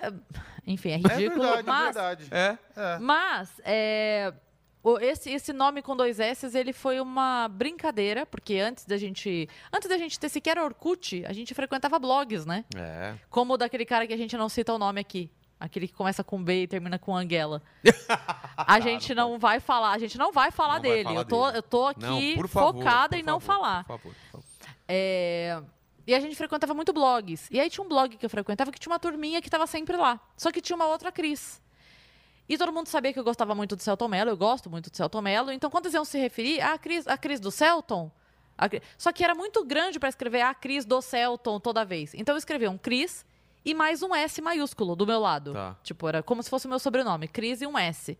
enfim, é É ridículo, verdade, é mas verdade. É. Mas é, o- esse, esse nome com dois S's, ele foi uma brincadeira, porque antes da gente. Antes da gente ter sequer Orkut, a gente frequentava blogs, né? É. Como o daquele cara que a gente não cita o nome aqui. Aquele que começa com B e termina com Anguela. A gente não, vai falar, a gente não vai falar Não vai dele. falar eu, tô, dele. eu tô aqui Não, por favor. focada por em não favor, falar. Por favor, por favor. É, E a gente frequentava muito blogs. E aí tinha um blog que eu frequentava que tinha uma turminha que estava sempre lá. Só que tinha uma outra Cris. E todo mundo sabia que eu gostava muito do Celton Mello, eu gosto muito do Celton Mello. Então, quando eles iam se referir à Cris, à Cris do Celton. a Cri- Só que era muito grande para escrever a Cris do Celton toda vez. Então, eu escrevia um Cris e mais um S maiúsculo do meu lado. Tá. Tipo, era como se fosse o meu sobrenome, Cris e um S.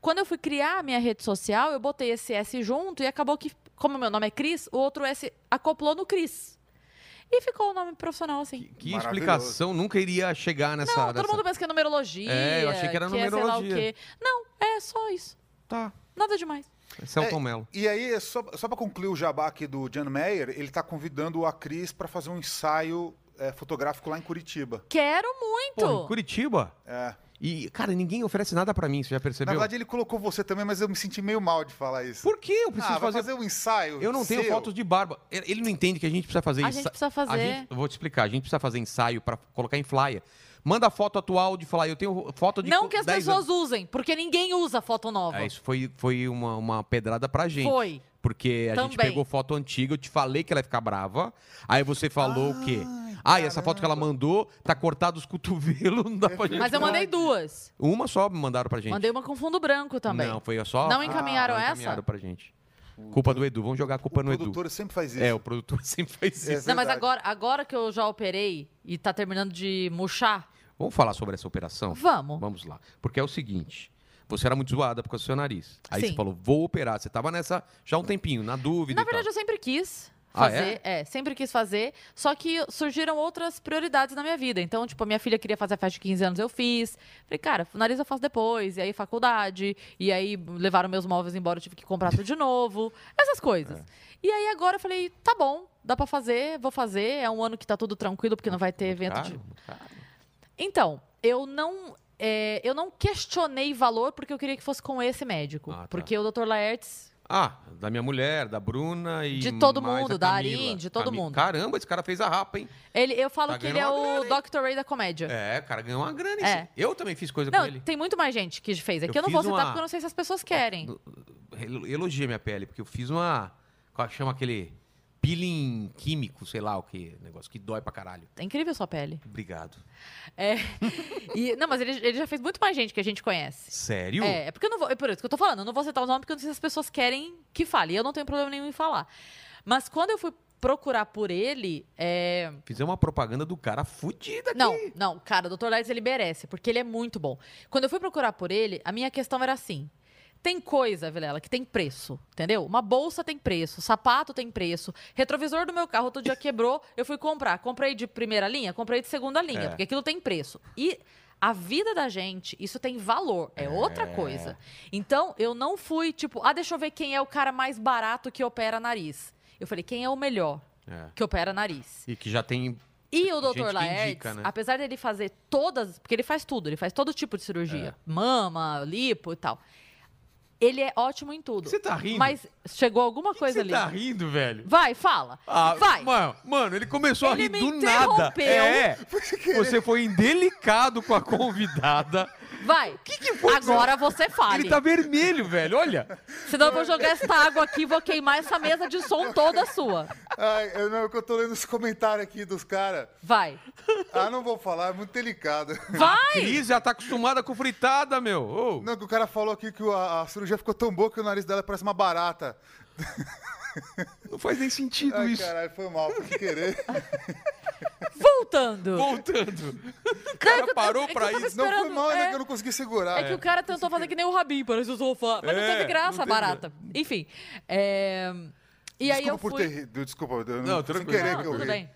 Quando eu fui criar a minha rede social, eu botei esse S junto e acabou que, como meu nome é Cris, o outro S acoplou no Cris. E ficou o nome profissional assim. Que Maravilhoso. explicação nunca iria chegar nessa. Não, nessa- todo mundo pensa que é numerologia. É, eu achei que era É, sei lá o numerologia. quê. Não, é só isso. Tá. Nada demais. É, Celton Mello. E aí, só, só para concluir o jabá aqui do Jan Mayer, ele tá convidando a Cris para fazer um ensaio é, fotográfico lá em Curitiba. Quero Pô, em muito. Curitiba. É. E, cara, ninguém oferece nada pra mim, você já Na percebeu? verdade, ele colocou você também, mas eu me senti meio mal de falar isso. Por que eu preciso ah, vai fazer... fazer um ensaio. Eu não tenho seu? fotos de barba. Ele ele não entende que a gente precisa fazer a ensa- gente precisa A fazer. gente- eu vou te explicar. A gente precisa fazer ensaio pra colocar em flyer. Manda a foto atual de flyer. Eu tenho foto de Não co- que as 10 pessoas usem, porque ninguém usa foto nova. anos. É, isso foi, foi uma, uma pedrada pra gente. Foi. Porque a gente Também. pegou foto antiga, eu te falei que ela ia ficar brava. Aí você falou o quê? Ai, Ah, e essa foto que ela caramba. mandou tá cortado os cotovelos, não dá É pra gente. Mas eu mandei duas. Uma só me mandaram pra gente. Mandei uma com fundo branco também. Não, é foi só. Ah, Não encaminharam não essa? Encaminharam pra gente. Culpa do Edu. Vamos jogar a culpa O no Edu. produtor sempre faz isso. É, o produtor sempre faz isso. É. Não, mas verdade. agora, agora que eu já operei e tá terminando de murchar, Vamos falar sobre essa operação? vamos. Vamos lá. Porque é o seguinte. Você era muito zoada por causa do seu nariz. Aí Sim. você falou, vou operar. Você tava nessa já há um tempinho, na dúvida. Na e tal. verdade, eu sempre quis Ah, fazer. é? sempre quis fazer. Só que surgiram outras prioridades na minha vida. Então, tipo, a minha filha queria fazer a festa de 15 anos, eu fiz. Falei, cara, o nariz eu faço depois. E aí, faculdade. E aí, levaram meus móveis embora, eu tive que comprar tudo de novo. Essas É. coisas. E aí, agora eu falei, tá bom, dá pra fazer, vou fazer. É um ano que tá tudo tranquilo, porque não vai ter evento de. Caro, caro. Então, eu não. é, eu não questionei valor porque eu queria que fosse com esse médico. Ah, tá. Porque o Dr. Laertes Ah, da minha mulher, da Bruna e. De todo mais a mundo, da Camila. Arin, de todo mundo. Caramba, esse cara fez a rapa, hein? Ele, eu falo Tá que ele é ganhando uma o Dr. Ray da comédia. É, o cara ganhou uma grana. É. hein? Eu também fiz coisa com Não, ele. tem muito mais gente que fez. É Eu que eu, não vou fiz citar uma- Ah, porque eu não sei se as pessoas querem. Elo- Elogia minha pele, porque eu fiz uma. Qual chama aquele? Peeling químico, sei lá o que. Negócio que dói pra caralho. É incrível sua pele. Obrigado. E- não, mas ele, ele já fez muito mais gente que a gente conhece. Sério? É, é porque eu não vou. É por isso que eu tô falando. Eu não vou citar os nomes porque eu não sei se as pessoas querem que fale. E eu não tenho problema nenhum em falar. Mas quando eu fui procurar por ele. é, Fizemos uma propaganda do cara fudida aqui. Não, não, cara, o Dr. Laertes ele merece, porque ele é muito bom. Quando eu fui procurar por ele, a minha questão era assim: tem coisa, Vilela, que tem preço, entendeu? Uma bolsa tem preço, sapato tem preço, retrovisor do meu carro outro dia quebrou, eu fui comprar. Comprei de primeira linha, comprei de segunda linha, É. porque aquilo tem preço. E a vida da gente, isso tem valor, é, outra coisa. Então, eu não fui tipo, ah, deixa eu ver quem é o cara mais barato que opera nariz. Eu falei, quem é o melhor É. que opera nariz? E que já tem E o Dr. que Laertes, indica, né? apesar dele fazer todas, porque ele faz tudo, ele faz todo tipo de É. cirurgia, mama, lipo e tal. Ele é ótimo em tudo. Você tá rindo? Mas chegou alguma que coisa você ali. tá rindo, velho? Vai, fala. Ah, Vai. Mano, mano, ele começou a Ele rir me do nada. interrompeu. É. Você foi indelicado com a convidada. Vai. O que, foi? Agora você fale. Ele tá vermelho, velho. Olha. Senão eu vou jogar essa água aqui e vou queimar essa mesa de som toda sua. Ai, eu é não, que eu tô lendo os comentários aqui dos caras. Vai. Ah, não vou falar, é muito delicado. Ah, Vai! Cris já tá acostumada com fritada, meu. Ô. Não, que o cara falou aqui que o- a, a cirurgia ficou tão boa que o nariz dela parece uma barata. Não faz nem sentido Ai, isso. caralho, foi mal, por querer. Tá Voltando. Voltando. O Não, é cara que eu- é parou que pra eu tava isso. Não foi Esperando, mal, né, é. que eu não consegui segurar. É que o cara tentou fazer que nem o Rabin, parece o sofá. Mas não É, teve não graça, teve barata. Enfim. é, E aí desculpa por eu fui. ter rido, desculpa. Eu Não, não, sem tranquilo. querer Não, que eu tudo ri. bem.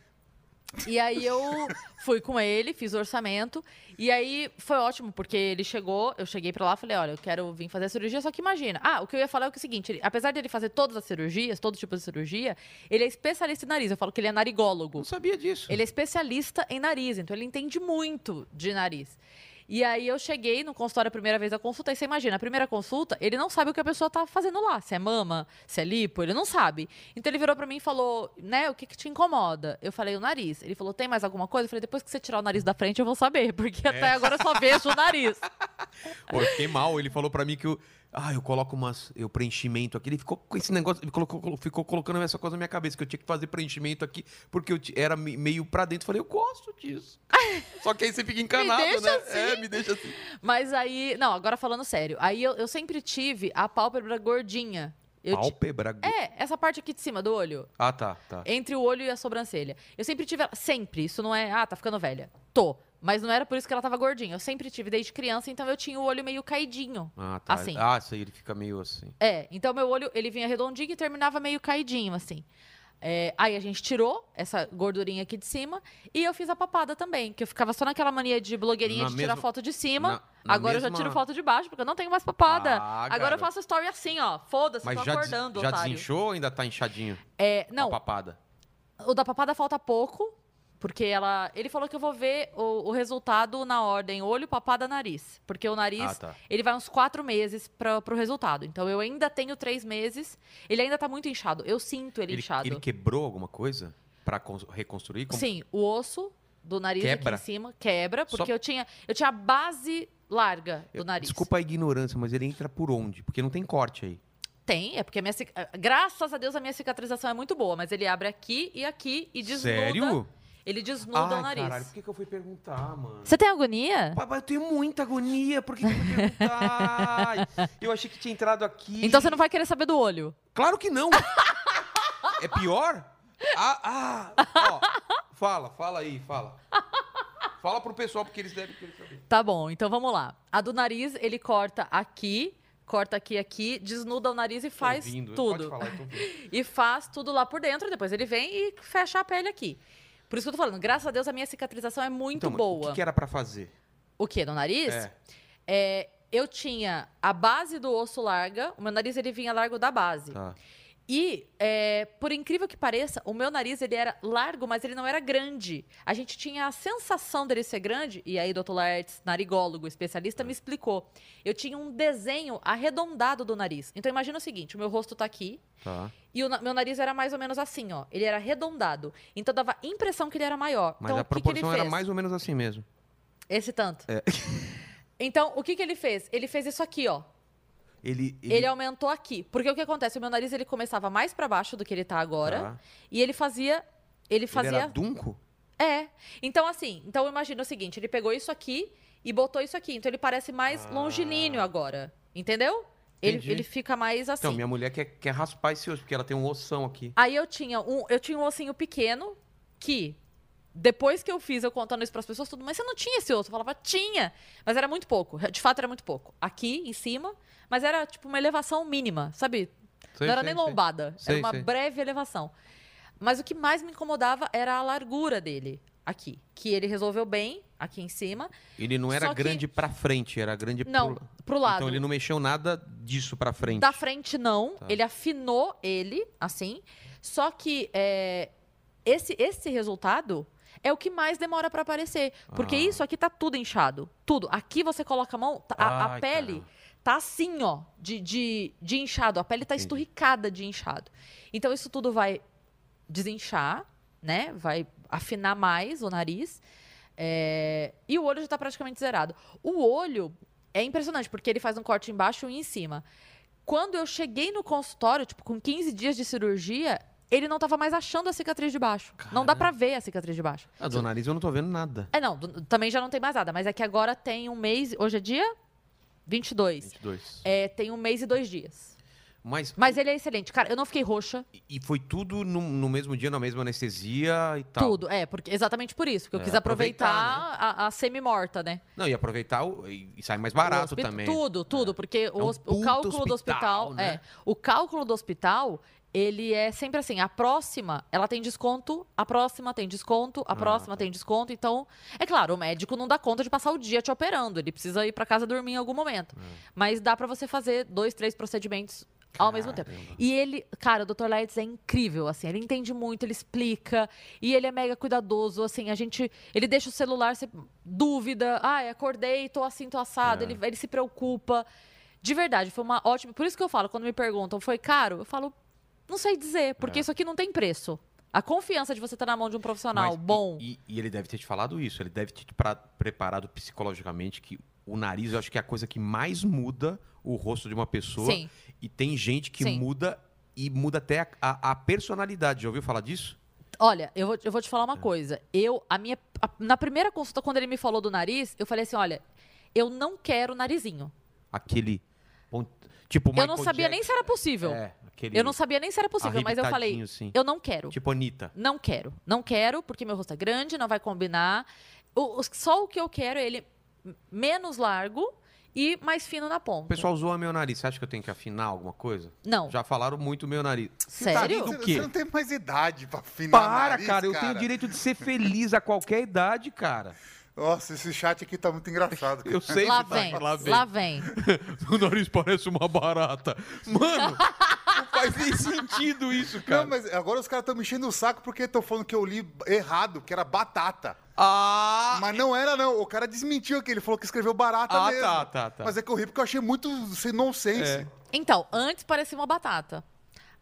E aí eu fui com ele, fiz o orçamento. E aí foi ótimo, porque ele chegou, eu cheguei pra lá falei, olha, eu quero vir fazer a cirurgia, só que imagina. Ah, o que eu ia falar é o seguinte, ele- apesar dele fazer todas as cirurgias, todo tipo de cirurgia, ele é especialista em nariz. Eu falo que ele é narigólogo. Não sabia disso. Ele é especialista em nariz, então ele entende muito de nariz. E aí eu cheguei no consultório a primeira vez da consulta, e você imagina, a primeira consulta, ele não sabe o que a pessoa tá fazendo lá, se é mama, se é lipo, ele não sabe. Então ele virou pra mim e falou, né, o que que te incomoda? Eu falei, o nariz. Ele falou, tem mais alguma coisa? Eu falei, depois que você tirar o nariz da frente, eu vou saber, porque até agora eu só vejo o nariz. Pô, eu fiquei mal. Ele falou pra mim que eu. Ah, eu coloco umas. Eu preenchimento aqui. Ele ficou com esse negócio. Ele colocou, colo- ficou colocando essa coisa na minha cabeça, que eu tinha que fazer preenchimento aqui, porque eu ti- era me- meio pra dentro. Eu falei, eu gosto disso. Só que aí você fica encanado, deixa né? assim. É, me deixa assim. Mas aí, não, agora falando sério, aí eu, eu sempre tive a pálpebra gordinha. Eu ti- Pálpebra. go- É, essa parte aqui de cima do olho. Ah, tá, tá. Entre o olho e a sobrancelha. Eu sempre tive. ela- Sempre. Isso não é. Ah, tá ficando velha. Tô. Mas não era por isso que ela tava gordinha. Eu sempre tive desde criança, então eu tinha o olho meio caidinho. Ah, tá. Assim. Ah, isso aí ele fica meio assim. É, então meu olho, ele vinha redondinho e terminava meio caidinho, assim. É, aí a gente tirou essa gordurinha aqui de cima e eu fiz a papada também, que eu ficava só naquela mania de blogueirinha Na de tirar mesma- foto de cima. na- na Agora eu já mesma- tiro foto de baixo, porque eu não tenho mais papada. Ah, Agora eu garoto. faço story assim, ó. Foda-se, tô Mas já, des- acordando, já otário. desinchou ou ainda tá inchadinho? É, A não, papada. O da papada falta pouco, porque ela. Ele falou que eu vou ver o, o resultado na ordem olho, papada, nariz. Porque o nariz, Ah, tá. ele vai uns quatro meses para pro resultado. Então eu ainda tenho três meses. Ele ainda tá muito inchado. Eu sinto ele, inchado. ele quebrou alguma coisa pra cons- reconstruir? Como- Sim, o osso do nariz Quebra. aqui em cima quebra, porque Só- eu tinha eu tinha a base larga do Eu- nariz. Desculpa a ignorância, mas ele entra por onde? Porque não tem corte aí. Tem, é porque a minha cic- graças a Deus a minha cicatrização é muito boa, mas ele abre aqui e aqui e desnuda. Sério? Ele desnuda o Ai, nariz. Caralho, por que, que eu fui perguntar, mano? Você tem agonia? Papai, eu tenho muita agonia, por que, que eu fui perguntar? Ai, eu achei que tinha entrado aqui. Então você não vai querer saber do olho. Claro que não! é pior? Ah, ah, ó, fala, fala aí, fala. Fala pro pessoal, porque eles devem querer saber. Tá bom, então vamos lá. A do nariz, ele corta aqui, corta aqui, aqui, desnuda o nariz e faz Tô ouvindo, tudo. Pode falar, eu tô ouvindo. E faz tudo lá por dentro, depois ele vem e fecha a pele aqui. Por isso que eu tô falando, graças a Deus a minha cicatrização é muito Então, mano, boa. O que, que era pra fazer? O quê? No nariz? É. É, eu tinha a base do osso larga, o meu nariz ele vinha largo da base. Tá. E, é, por incrível que pareça, o meu nariz ele era largo, mas ele não era grande. A gente tinha a sensação dele ser grande, e aí o Dr. Laertes, narigólogo, especialista, me explicou. Eu tinha um desenho arredondado do nariz. Então, imagina o seguinte, o meu rosto tá aqui, Tá. e o na- meu nariz era mais ou menos assim, ó. Ele era arredondado. Então, dava a impressão que ele era maior. Mas então, a o que, que ele proporção fez? era mais É. ou menos assim mesmo. Esse tanto. Então, o que, que ele fez? Ele fez isso aqui, ó. Ele. tá. Ele... é aumentou aqui. Porque o que acontece? O meu nariz ele começava mais pra baixo do que ele tá agora. Tá. E ele fazia. Ele Ele era fazia. dunco? É. Então, assim, então imagina o seguinte: ele pegou isso aqui e botou isso aqui. Então ele parece mais Ah. longilíneo agora. Entendeu? Ele, Entendi. ele fica mais assim. Então, minha mulher quer, quer raspar esse osso, porque ela tem um ossão aqui. Aí eu tinha um, eu tinha um ossinho pequeno que depois que eu fiz, eu contando isso para as pessoas tudo, mas você não tinha esse osso? Eu falava, tinha, mas era muito pouco. De fato era muito pouco. Aqui em cima, mas era tipo uma elevação mínima, sabe? Sei, não era sei, nem sei. lombada, Sei, era uma sei. breve elevação. Mas o que mais me incomodava era a largura dele aqui, que ele resolveu bem aqui em cima. Ele não era Só que- grande pra frente, era grande Não, pro... pro lado. Então ele não mexeu nada disso pra frente. Da frente, não. Tá. Ele afinou ele, assim. Só que é, esse, esse resultado é o que mais demora pra aparecer. Porque Ah. isso aqui tá tudo inchado. Tudo. Aqui você coloca a mão, tá- a, a Ai, pele cara. tá assim, ó, de, de, de inchado. A pele tá Entendi. esturricada de inchado. Então isso tudo vai desinchar, né? Vai afinar mais o nariz. É, E o olho já tá praticamente zerado. O olho é impressionante, porque ele faz um corte embaixo e um em cima. Quando eu cheguei no consultório, tipo, com 15 dias de cirurgia, ele não tava mais achando a cicatriz de baixo. Não dá pra ver a cicatriz de baixo. Ah, do nariz eu não tô vendo nada. É, não, do- também já não tem mais nada, mas é que agora tem um mês. Hoje é dia 22. 22. É, tem um mês e dois dias. Mas, Mas ele é excelente. Cara, eu não fiquei roxa, e foi tudo no, no mesmo dia, na mesma anestesia e tal. tudo. É, porque exatamente por isso, porque eu Tá. É, quis aproveitar, aproveitar, a, a semi-morta, né? Não, e aproveitar o- e e sai mais O barato hospi- também. Tudo, tudo, porque o, um hosp- o puto cálculo do hospital, hospital, né? é, o cálculo do hospital, ele é sempre assim, a próxima, ela tem desconto, a próxima tem desconto, a Ah, próxima tem desconto, então, é claro, o médico não dá conta de passar o dia te operando, ele precisa ir pra casa dormir em algum momento. É. Mas dá pra você fazer dois, três procedimentos ao mesmo tempo. Caramba. E ele, cara, o Dr. Letts é incrível, assim, ele entende muito, ele explica, e ele é mega cuidadoso, assim, a gente, ele deixa o celular, você, dúvida, ai, acordei, tô assim, tô assado, É. ele, ele se preocupa. De verdade, foi uma ótima, por isso que eu falo, quando me perguntam, foi caro? Eu falo, não sei dizer, porque É. isso aqui não tem preço. A confiança de você estar na mão de um profissional Mas e- bom. E, e ele deve ter te falado isso, ele deve ter te pra- preparado psicologicamente que o nariz eu acho que é a coisa que mais muda o rosto de uma pessoa. Sim. E tem gente que Sim. muda e muda até a, a- a personalidade. Já ouviu falar disso? Olha, eu vou, eu vou te É. falar uma coisa. Eu, a minha, a- na primeira consulta, quando ele me falou do nariz, eu falei assim, olha, eu não quero narizinho. Aquele. pon- Tipo, eu não sabia nem se era possível. É, aquele Eu não sabia nem se era possível, mas eu falei, arrebitadinho, assim. eu não quero. Tipo Anitta. Não quero. Não quero, porque meu rosto é grande, não vai combinar. O- o- só o que eu quero é ele menos largo e mais fino na O ponta. pessoal zoa meu nariz. Você acha que eu tenho que afinar alguma coisa? não, Já falaram muito meu nariz. sério? tá Você, do quê? você não tem mais idade pra afinar Para, nariz, cara, eu tenho direito de ser feliz a qualquer idade, cara. Nossa, esse chat aqui tá muito engraçado. cara. Eu sei Lá que tá- vem, lá vem. O nariz parece uma barata. Mano, não faz nem sentido isso, cara. Não, mas agora os caras estão me enchendo o saco porque estão falando que eu li errado, que era batata. Ah, Mas não era, não. O cara desmentiu aqui. Ele falou que escreveu barata Ah, mesmo. tá, tá, tá. Mas é que eu ri porque eu achei muito sem nonsense. É. Então, antes parecia uma batata.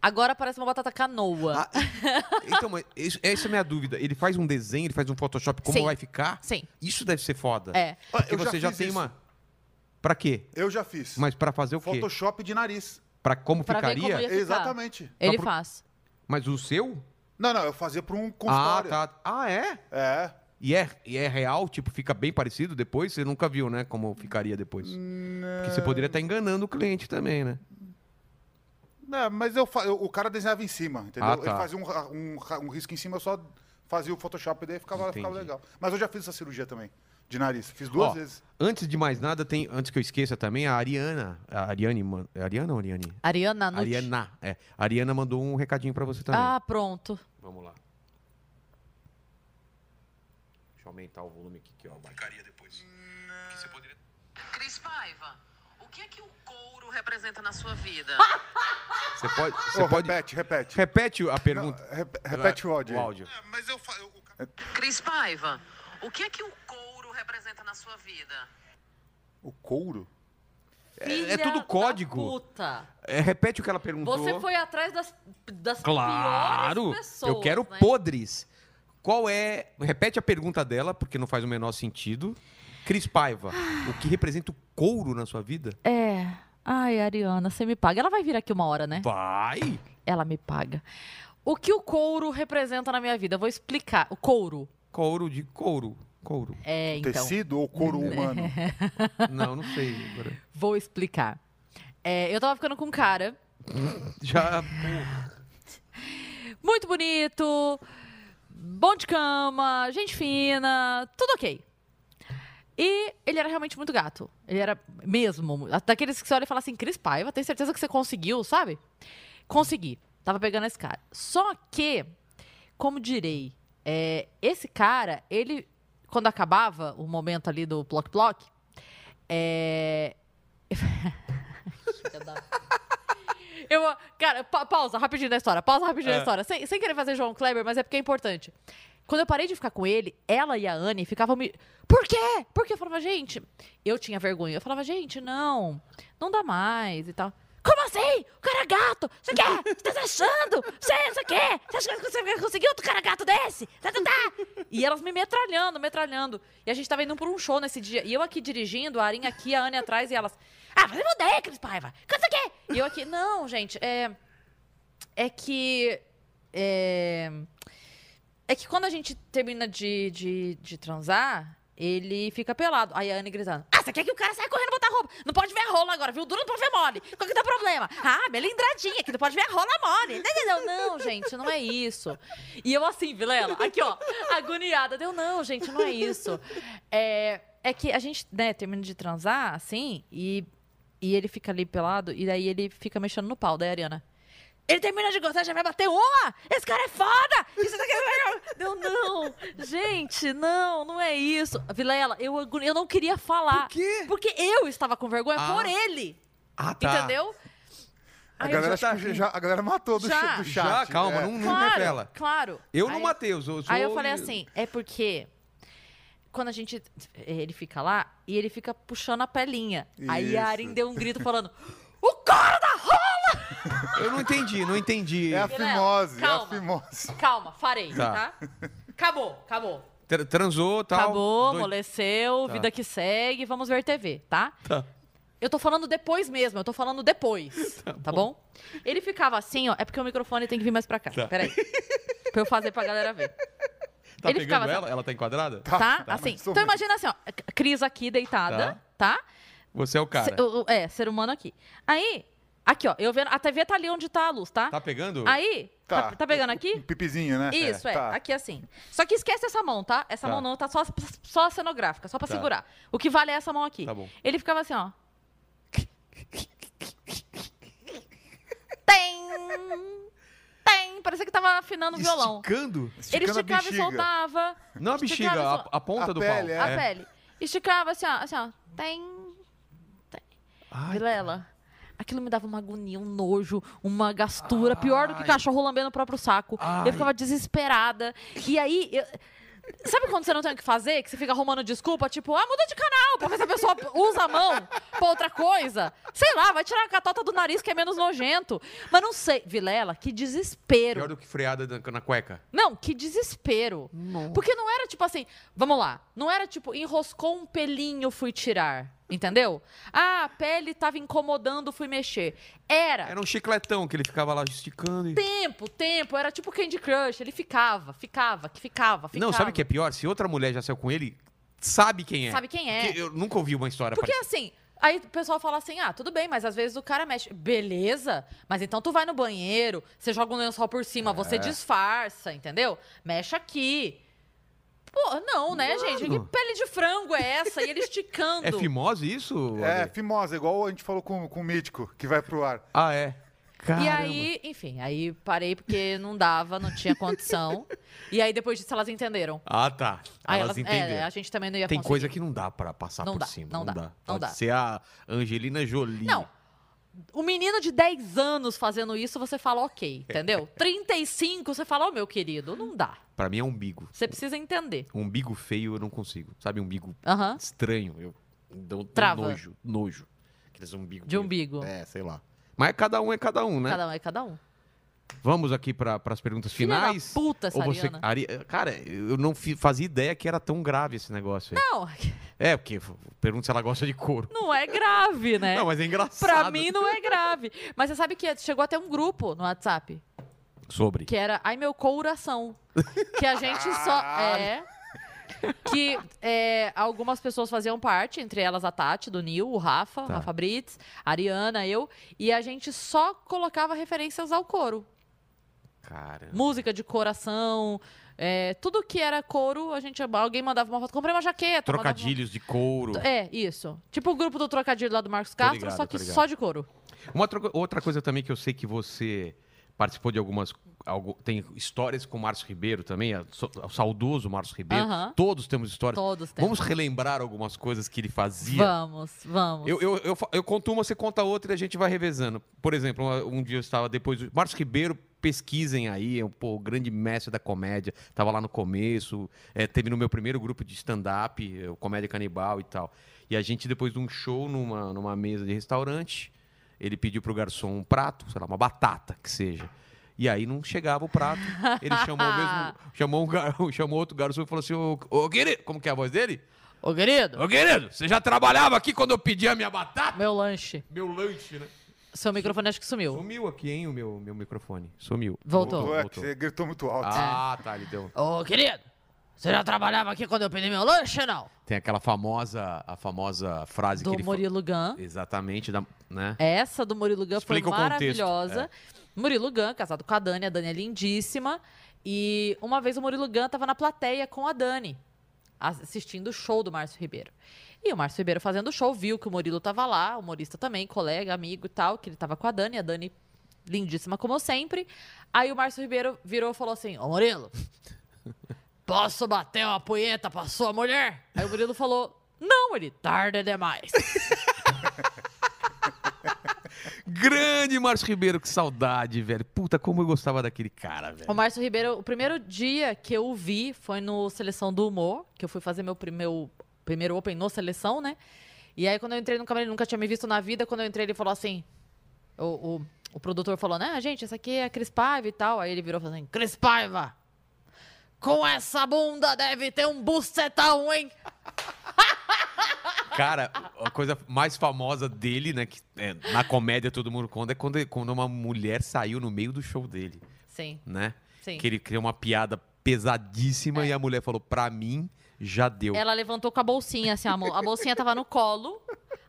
Agora parece uma batata canoa. Ah, então, mas isso- essa é a minha dúvida. Ele faz um desenho, ele faz um Photoshop, como Sim. vai ficar? Sim. Isso deve ser foda. É. Porque Eu já você já, fiz tem isso. uma. Pra quê? Eu já fiz. Mas pra fazer o quê? Photoshop de nariz. Pra como Pra ver como ficaria? ia- Pra ficar. Exatamente. Ele pro- faz. Mas o seu? Não, não, eu fazia pra um Ah, consultório. tá. Ah, é? É. E é, e é real? Tipo, fica bem parecido depois? Você nunca viu, né? Como ficaria depois. Porque você poderia estar enganando o cliente também, né? Não, É, mas eu, fa- eu- o cara desenhava em cima, entendeu? Ah, tá. Ele fazia um, ra- um, ra- um risco em cima, eu só fazia o Photoshop e daí ficava, ficava Entendi. legal. Mas eu já fiz essa cirurgia também, de nariz. Fiz duas Ó, vezes. Antes de mais nada, tem, antes que eu esqueça também, a Ariana. A Ariane, man- é Ariana ou Ariane? Ariana Nutt. Ariana, é. A Ariana mandou um recadinho pra você também. Ah, pronto. Vamos lá. Deixa eu aumentar o volume aqui, que ó. Ficaria depois. Porque você poderia. Cris Paiva, o que é que o couro representa na sua vida? Você pode. Você Ô, pode... Repete, repete. Ah, Repete a pergunta. Rep- repete o áudio. O aí. áudio. Mas eu, fa- eu- o cara- Cris Paiva, o que é que o couro representa na sua vida? O couro? É, é Filha tudo da código. Puta. É, repete o que ela perguntou. Você foi atrás das, das Claro! piores pessoas. Eu quero né? podres. Qual é. Repete a pergunta dela, porque não faz o menor sentido. Cris Paiva, o que representa o couro na sua vida? É. Ai, Ariana, você me paga. Ela vai vir aqui uma hora, né? Vai! Ela me paga. O que o couro representa na minha vida? Eu Vou explicar. O couro. Couro de couro. Couro. É, então. Tecido ou couro humano? Não, não sei. agora. Vou explicar. É, eu tava ficando com um cara Já. muito bonito, bom de cama, gente fina, tudo ok. E ele era realmente muito gato. Ele era mesmo. Daqueles que você olha e fala assim, Cris Paiva, tem certeza que você conseguiu, sabe? Consegui. Tava pegando esse cara. Só que, como direi, é, esse cara, ele, quando acabava o momento ali do Block Block, é. Filha da eu vou. Cara, pa- pausa rapidinho da história. Pausa rapidinho da história. Sem, sem querer fazer João Kleber, mas é porque é importante. Quando eu parei de ficar com ele, ela e a Anne ficavam me. Por quê? Por quê? Eu falava, gente, eu tinha vergonha. Eu falava, gente, não, não dá mais e tal. Como assim? O cara é gato! Você quer? Você tá se achando? Você, você quer? Você acha que você vai conseguir outro cara gato desse? Tá, tá, tá. E elas me metralhando, metralhando. E a gente tava indo pra um show nesse dia. E eu aqui dirigindo, a Arinha aqui, a Anne atrás, e elas. Ah, mas eu mudei, Cris Paiva! Quanto você quer? E eu aqui, não, gente, é. É que. É, é que quando a gente termina de, de, de transar, ele fica pelado. Aí a Anne gritando: Ah, você quer que o cara saia correndo botar roupa? Não pode ver a rola agora, viu? Duro não pode ver mole. Qual que dá problema? Ah, melindradinha, que não pode ver a rola mole. Não, não, não, não, gente, não é isso. E eu assim, Vilela, aqui ó, agoniada. Deu, não, gente, não é isso. É, é que a gente, né, termina de transar, assim, e, e ele fica ali pelado, e daí ele fica mexendo no pau, daí a Ariana. Ele termina de gostar, já vai bater uma! Esse cara é foda! Isso daqui é Deu, não! Gente, não, não é isso. Vilela, eu, agoni- eu não queria falar. Por quê? Porque eu estava com vergonha Ah. por ele. Ah, tá. Entendeu? A Aí eu galera, já tá- acho que já- a galera matou do, Já. cha- do Já, chat. calma, é. não, não Claro, revela. claro. Eu não Aí- matei, eu sou, Aí eu sou- falei assim, é porque quando a gente. Ele fica lá e ele fica puxando a pelinha. Aí a Isso. Arin deu um grito falando: O cara da rola! Eu não entendi, não entendi. É a Vilela, fimose, é a calma. fimose. Calma, farei, Tá. tá? Acabou, acabou. Tra- Transou, tal. Acabou, dois- amoleceu, Tá. vida que segue, vamos ver TV, tá? Tá. Eu tô falando depois mesmo, eu tô falando depois, tá, bom. Ele ficava assim, ó, é porque o microfone tem que vir mais pra cá, Tá. peraí. Pra eu fazer pra galera ver, Tá Ele pegando ficava ela? Ela tá enquadrada? tá? tá, assim, mais ou então menos. imagina assim, ó, Cris aqui deitada, tá? Você é o cara. Se- o- o- é, ser humano aqui. Aí, aqui ó, eu vendo, a TV tá ali onde tá a luz, tá? Tá pegando? Aí, tá, tá pegando Um aqui? pipizinho, né? Isso, é. tá. Aqui assim. Só que esquece essa mão, tá? Essa Tá. mão não tá só, só cenográfica, só pra Tá. segurar. O que vale é essa mão aqui. Tá bom. Ele ficava assim, ó. Tem! Tem! Parecia que tava afinando o violão. Esticando? Esticando Ele a esticava e bexiga. soltava Não a bexiga, Esticava a, e sol- a ponta A do pele, pau. a É. pele. Esticava assim, ó. Assim, ó. Tem! Ai, Vilela. Aquilo me dava uma agonia, um nojo, uma gastura, pior do que cachorro lambendo o próprio saco. Ai. Eu ficava desesperada. E aí. eu- Sabe quando você não tem o que fazer? Que você fica arrumando desculpa, tipo, ah, muda de canal, pra ver se a pessoa usa a mão pra outra coisa. Sei lá, vai tirar a catota do nariz que é menos nojento. Mas não sei. Vilela, que desespero. pior do que freada na, na cueca. Não, que desespero. Porque não era tipo assim, vamos lá, não era tipo, enroscou um pelinho, fui tirar. Entendeu? Ah, a pele tava incomodando, fui mexer. Era Era um chicletão que ele ficava lá esticando e... tempo, tempo, era tipo Candy Crush, ele ficava, ficava, que ficava, ficava. Não, sabe o que é pior? Se outra mulher já saiu com ele, sabe quem é. Sabe quem é. Porque eu nunca ouvi uma história Porque parecida. assim, aí o pessoal fala assim: ah, tudo bem, mas às vezes o cara mexe. Beleza, mas então tu vai no banheiro, você joga um lençol por cima, você É. disfarça, entendeu? Mexe aqui. Pô, não, né, gente? Que pele de frango é essa? E ele esticando. É fimose isso? É, André? fimosa, igual a gente falou com, com o Mítico, que vai pro ar. Ah, é. Caramba. E aí, enfim, aí parei porque não dava, não tinha condição. e aí depois disso elas entenderam. Ah, tá. Aí elas elas, entenderam. é, a gente também não ia Tem conseguir. coisa que não dá pra passar Não por dá, cima. não dá, não Pode dá. ser a Angelina Jolie. Não. O menino de 10 anos fazendo isso, você fala É. ok, entendeu? 35, você fala, ô meu querido, não dá. Pra mim é umbigo. Você precisa entender. Umbigo feio eu não consigo. Sabe, umbigo Aham. estranho. Eu dou Trava. nojo. Nojo. Aqueles umbigo. De umbigo. É, sei lá. Mas cada um é cada um, né? Cada um é cada um. Vamos aqui para as perguntas Filha finais. da puta, essa Ou você, Ariana. Ari- eh, Cara, eu não fi- fazia ideia que era tão grave esse negócio aí. Não, É, porque f- pergunta se ela gosta de couro. não é grave, né? Não, mas é engraçado. Pra mim não é grave. Mas você sabe que chegou até um grupo no WhatsApp, Sobre. que era Ai Meu Coração. Que a gente só. Ah. É. Que é, algumas pessoas faziam parte, entre elas a Tati, do Nil, o Rafa, Tá. Rafa Brits, a Ariana, eu. E a gente só colocava referências ao coro. Cara. Música de coração. é, tudo que era coro, a gente. Alguém mandava uma foto. Comprei uma jaqueta. mandava uma- Trocadilhos de couro. É, isso. Tipo o grupo do trocadilho lá do Marcos Castro, ligado, só tô que ligado. só de couro. Uma outra, outra coisa também que eu sei que você participou de algumas algo- tem histórias com o Márcio Ribeiro também, a- so- o saudoso Márcio Ribeiro. Aham. Todos temos histórias. Todos temos. Vamos relembrar algumas coisas que ele fazia. Vamos, vamos. Eu, eu, eu, fa- eu conto uma, você conta outra e a gente vai revezando. Por exemplo, uma- um dia eu estava depois. do- Marcos Ribeiro, pesquisem aí, é um, pô, o grande mestre da comédia. Estava lá no começo, é, teve no meu primeiro grupo de stand-up, é, o Comédia Canibal e tal. E a gente, depois de um show numa, numa mesa de restaurante, ele pediu pro garçom um prato, sei lá, uma batata que seja. E aí não chegava o prato. Ele chamou o mesmo. Chamou, um gar- chamou outro garçom e falou assim: ô, ô querido, como que é a voz dele? Ô, querido, Ô querido, você já trabalhava aqui quando eu pedi a minha batata? meu lanche. Meu lanche, né? Seu microfone acho que sumiu. Sumiu aqui, hein, o meu, meu microfone. Sumiu. Voltou. Ué, que você gritou muito alto. Ah, tá, ele deu. Ô, querido, você já trabalhava aqui quando eu pedi meu lanche, não? Tem aquela famosa, a famosa frase que Do ele fa- Murilo É. Gun. Exatamente, da, né? Essa do Murilo Gun Explica o foi contexto, é. maravilhosa. Murilo Gun, casado com a Dani, a Dani é lindíssima. E uma vez o Murilo Gun estava na plateia com a Dani, assistindo o show do Márcio Ribeiro. E o Márcio Ribeiro fazendo o show, viu que o Murilo estava lá, humorista também, colega, amigo e tal, que ele estava com a Dani, a Dani lindíssima como sempre. Aí o Márcio Ribeiro virou e falou assim: Ô Murilo, posso bater uma punheta pra sua mulher? Aí o Murilo falou: Não, ele tarda demais. Grande Márcio Ribeiro, que saudade, velho. Puta, como eu gostava daquele cara, velho. O Márcio Ribeiro, o primeiro dia que eu o vi foi no Seleção do Humor, que eu fui fazer meu, pri- meu primeiro Open no Seleção, né? E aí, quando eu entrei no camarim, ele nunca tinha me visto na vida. Quando eu entrei, ele falou assim: o, o, o produtor falou, né, gente, essa aqui é a Cris Paiva e tal. Aí ele virou e falou assim: Cris Paiva, com essa bunda deve ter um bucetão, hein? Cara, a coisa mais famosa dele, né, que é, na comédia todo mundo conta, é quando, quando uma mulher saiu no meio do show dele, Sim, né? sim. É. Que ele criou uma piada pesadíssima e a mulher falou, pra mim, já deu. Ela levantou com a bolsinha, assim, a, mo- a bolsinha tava no colo.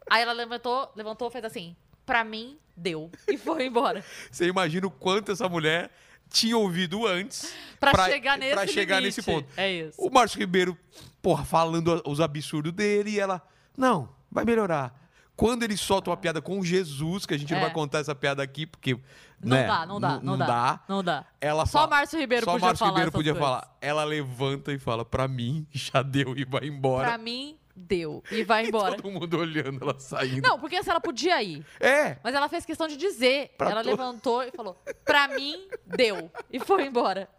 Aí ela levantou, levantou, fez assim: pra mim, deu. E foi embora. Você imagina o quanto essa mulher tinha ouvido antes Pra, chegar nesse pra chegar limite. nesse ponto. É isso. O Márcio Ribeiro, porra, falando a- os absurdos dele e ela, não, vai melhorar. Quando ele solta uma piada com Jesus, que a gente não É. vai contar essa piada aqui, porque. Não né, dá, não dá, n- não, dá, Não dá. Ela Só fala- o Márcio Ribeiro só podia Márcio falar. Ribeiro essas podia coisas. falar. Ela levanta e fala, pra mim, já deu e vai Pra embora. mim, deu. E vai embora. Todo mundo olhando ela saindo. Não, porque assim, ela podia ir. É! Mas ela fez questão de dizer. Pra ela to- levantou e falou: pra mim, deu. E foi embora.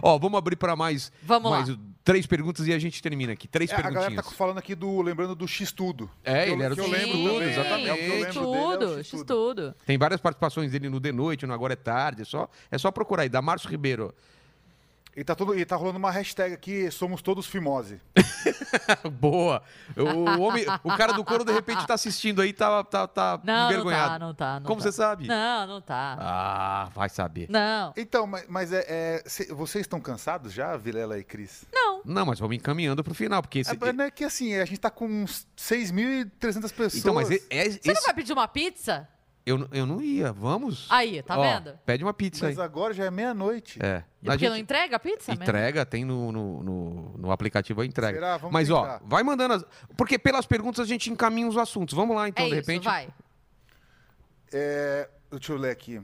Ó, vamos abrir pra mais, Vamos lá. mais três perguntas e a gente termina aqui. Três É, a galera tá perguntinhas. falando aqui do. Lembrando do X-Tudo. É, Que eu- ele era que do eu lembro Sim, também, exatamente. é o que eu lembro dele, é o X-Tudo, X-Tudo. X-Tudo. Tem várias participações dele no De Noite, no Agora é Tarde. É só, é só procurar aí, da Márcio Ribeiro. E tá, todo, e tá rolando uma hashtag aqui, somos todos fimose. Boa! O, homem, o cara do couro, de repente, tá assistindo aí, tá, tá, tá Não, não envergonhado. tá, não tá. Não Como tá. você sabe? Não, não tá. Ah, vai saber. Não. Então, mas, mas é, é, cê- vocês estão cansados já, Vilela e Cris? Não. Não, mas vamos encaminhando pro final, porque esse... É, mas não é que assim, a gente tá com uns 6.300 pessoas. então, mas é- é- Você não esse- vai pedir uma pizza? eu, não- eu não ia, vamos. Aí, tá Ó, vendo? Pede uma pizza Mas aí. agora já é meia-noite. É. A Porque não gente- entrega a pizza mesmo? Entrega, tem no, no, no, no aplicativo a entrega. Será? Vamos Mas, tentar. ó, vai mandando. As... Porque pelas perguntas a gente encaminha os assuntos. Vamos lá, então, é de isso, repente. vai. É, deixa eu ler aqui.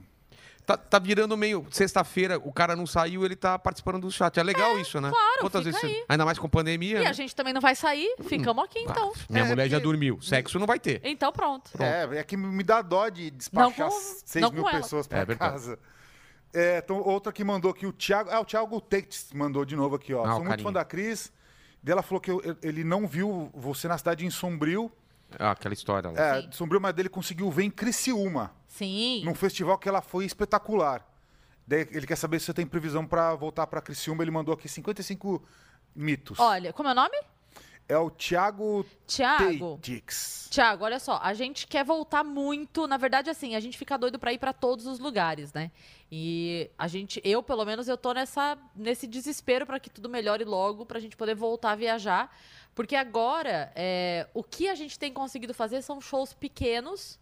Tá, tá virando meio. Sexta-feira, o cara não saiu, ele tá participando do chat. É legal isso, né? claro, fica vezes. aí. Ainda mais com pandemia. E né? a gente também não vai sair, ficamos aqui então. Ah, minha É, mulher já porque- dormiu. Sexo não vai ter. Então pronto. É, é que me dá dó de despachar Não com- 6 não mil com ela. pessoas É pra verdade. casa. É, então, outra que mandou aqui, o Thiago. Ah, o Thiago Tates mandou de novo aqui, ó. Ah, o Sou muito carinha. fã da Cris. Daí Ela falou que eu- ele não viu você na cidade em Sombrio. Ah, aquela história lá. É, Sim. Sombrio, mas dele conseguiu ver em Criciúma, Sim. num festival que ela foi espetacular. Daí ele quer saber se você tem previsão pra voltar pra Criciúma. Ele mandou aqui 55 mitos. Olha, como é o nome? É o Thiago Tiago. Tates. Tiago, olha só, a gente quer voltar muito, na verdade assim, a gente fica doido pra ir pra todos os lugares, né? E a gente, eu pelo menos eu tô nessa nesse desespero pra que tudo melhore logo pra gente poder voltar a viajar, porque agora é, o que a gente tem conseguido fazer são shows pequenos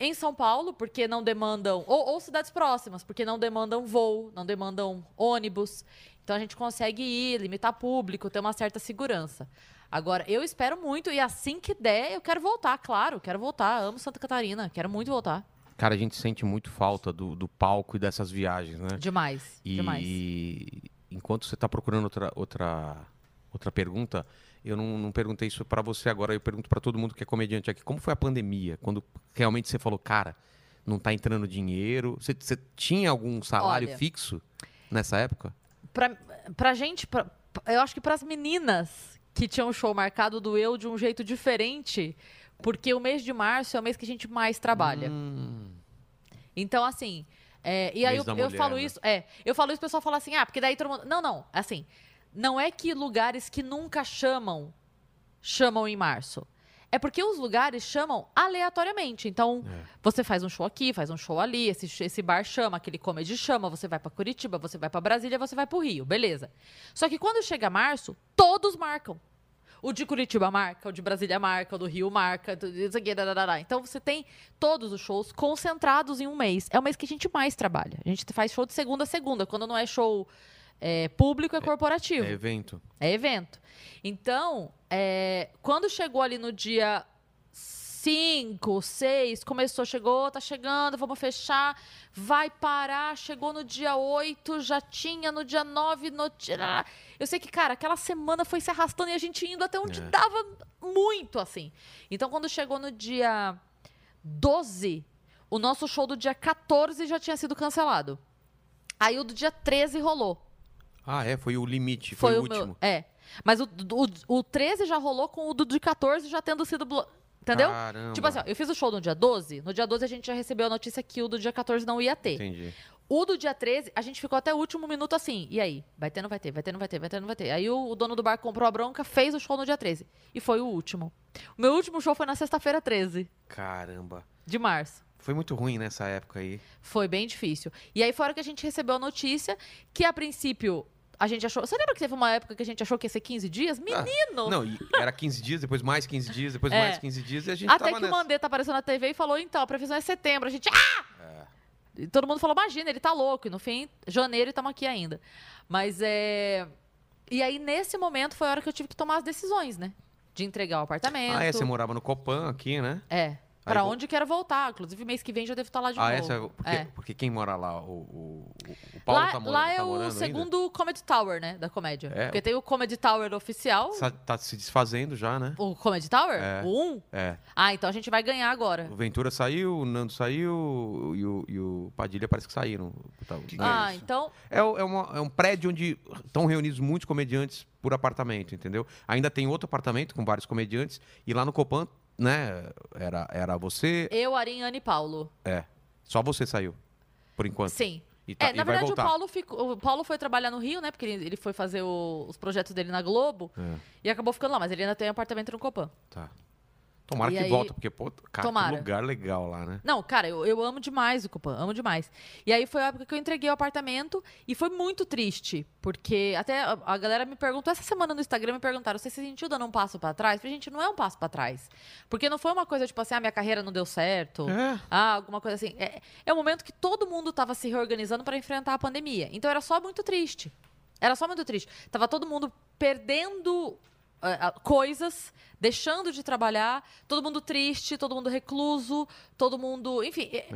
em São Paulo, porque não demandam, ou, ou cidades próximas, porque não demandam voo, não demandam ônibus. Então a gente consegue ir, limitar público, ter uma certa segurança. Agora, eu espero muito, e assim que der, eu quero voltar, claro, quero voltar. Amo Santa Catarina, quero muito voltar. Cara, a gente sente muito falta do, do palco e dessas viagens, né? Demais, E demais. enquanto você está procurando outra, outra, outra pergunta, eu não, não perguntei isso para você agora, eu pergunto para todo mundo que é comediante aqui. Como foi a pandemia? Quando realmente você falou, cara, não tá entrando dinheiro? Você, você tinha algum salário Olha. Pra, pra gente, pra- eu acho que pras meninas que tinham show marcado doeu de um jeito diferente, porque o mês de março é o mês que a gente mais Hum. trabalha. Então, assim. é, e aí Mês eu, da eu mulher, falo né? isso. É, eu falo isso, o pessoal fala assim, ah, porque daí todo mundo. Não, não. Assim, não é que lugares que nunca chamam, chamam em março. É porque os lugares chamam aleatoriamente. Então, você faz um show aqui, faz um show ali, esse, sh- esse bar chama, aquele comedy chama, você vai pra Curitiba, você vai pra Brasília, você vai pro Rio, beleza. Só que quando chega março, todos marcam. O de Curitiba marca, o de Brasília marca, o do Rio marca, do- isso aqui, dadadadá. Então você tem todos os shows concentrados em um mês. É o mês que a gente mais trabalha. A gente faz show de segunda a segunda. Quando não é show é, público, é corporativo. É evento. É evento. Então, é, quando chegou ali no dia 5, 6, começou, chegou, tá chegando, vamos fechar, vai parar, chegou no dia 8, já tinha no dia 9, no dia... Eu sei que, cara, aquela semana foi se arrastando e a gente indo até onde É. dava muito, assim. Então, quando chegou no dia 12, o nosso show do dia 14 já tinha sido cancelado. Aí o do dia 13 rolou Ah, é, foi o limite, foi, foi, o o último. meu. É. Mas o, o, o 13 já rolou com o do de 14 já tendo sido. blo- Entendeu? Caramba. Tipo assim, ó, eu fiz o show no dia 12. No dia 12 a gente já recebeu a notícia que o do dia 14 não ia ter. Entendi. O do dia 13, a gente ficou até o último minuto assim. E aí? Vai ter, não vai ter, vai ter, não vai ter, vai ter, não vai ter. Aí o, o dono do bar comprou a bronca, fez o show no dia 13. E foi o último. O meu último show foi na sexta-feira 13 Caramba. de março. Foi muito ruim nessa época aí. Foi bem difícil. E aí foi a hora que a gente recebeu a notícia que, a princípio, a gente achou. Você lembra que teve uma época que a gente achou que ia ser 15 Ah, dias? Menino! Não, e era 15 dias, depois mais 15 dias, depois É. mais 15 dias, e a gente Até tava que o nessa. Mandetta apareceu na TV e falou, então, a previsão é setembro. A gente, ah! E todo mundo falou, imagina, ele tá louco. E no fim, janeiro, estamos aqui ainda. Mas é... E aí, nesse momento, foi a hora que eu tive que tomar as decisões, né? De entregar o apartamento. Ah, é, você morava no Copan aqui, né? É. Pra vou- onde quero voltar. Inclusive, mês que vem já devo estar lá Tá de ah, novo. essa. Porque, É. porque quem mora lá, o, o, o Paulo lá tá morando. lá é tá morando o ainda? segundo Comedy Tower, né? Da comédia. É. Porque tem o Comedy Tower oficial. Sa- Tá, se desfazendo já, né? O Comedy Tower? É. O 1? É. Ah, então a gente vai ganhar agora. O Ventura saiu, o Nando saiu e o, e o Padilha parece que saíram. Tá- Que- né? ah, isso? então... É, o- é uma- é um prédio onde estão reunidos muitos comediantes por apartamento, entendeu? Ainda tem outro apartamento com vários comediantes e lá no Copan, né? Era, era você, Eu, Ariane e Paulo. só você saiu, por enquanto. Sim. E, tá- é, na e vai verdade, o voltar. Paulo, ficou, o Paulo foi trabalhar no Rio, né? Porque ele, ele foi fazer o- os projetos dele na Globo É. e acabou ficando lá, mas ele ainda tem um apartamento no Copan. Tá. Tomara E que aí- volta, porque, pô, cara, Tomara. que lugar legal lá, né? Não, cara, eu, eu amo demais o Copan, amo demais. E aí foi a época que eu entreguei o apartamento e foi muito triste, porque até a, a galera me perguntou, essa semana no Instagram me perguntaram, você se sentiu dando um passo pra trás? Eu falei, gente, não é um passo pra trás. Porque não foi uma coisa tipo assim, ah, minha carreira não deu certo, É. ah, alguma coisa assim. É, é o momento que todo mundo estava se reorganizando para enfrentar a pandemia. Então era só muito triste. Era só muito triste. Tava todo mundo perdendo ah, ah, coisas, deixando de trabalhar, todo mundo triste, todo mundo recluso, todo mundo. Enfim, é,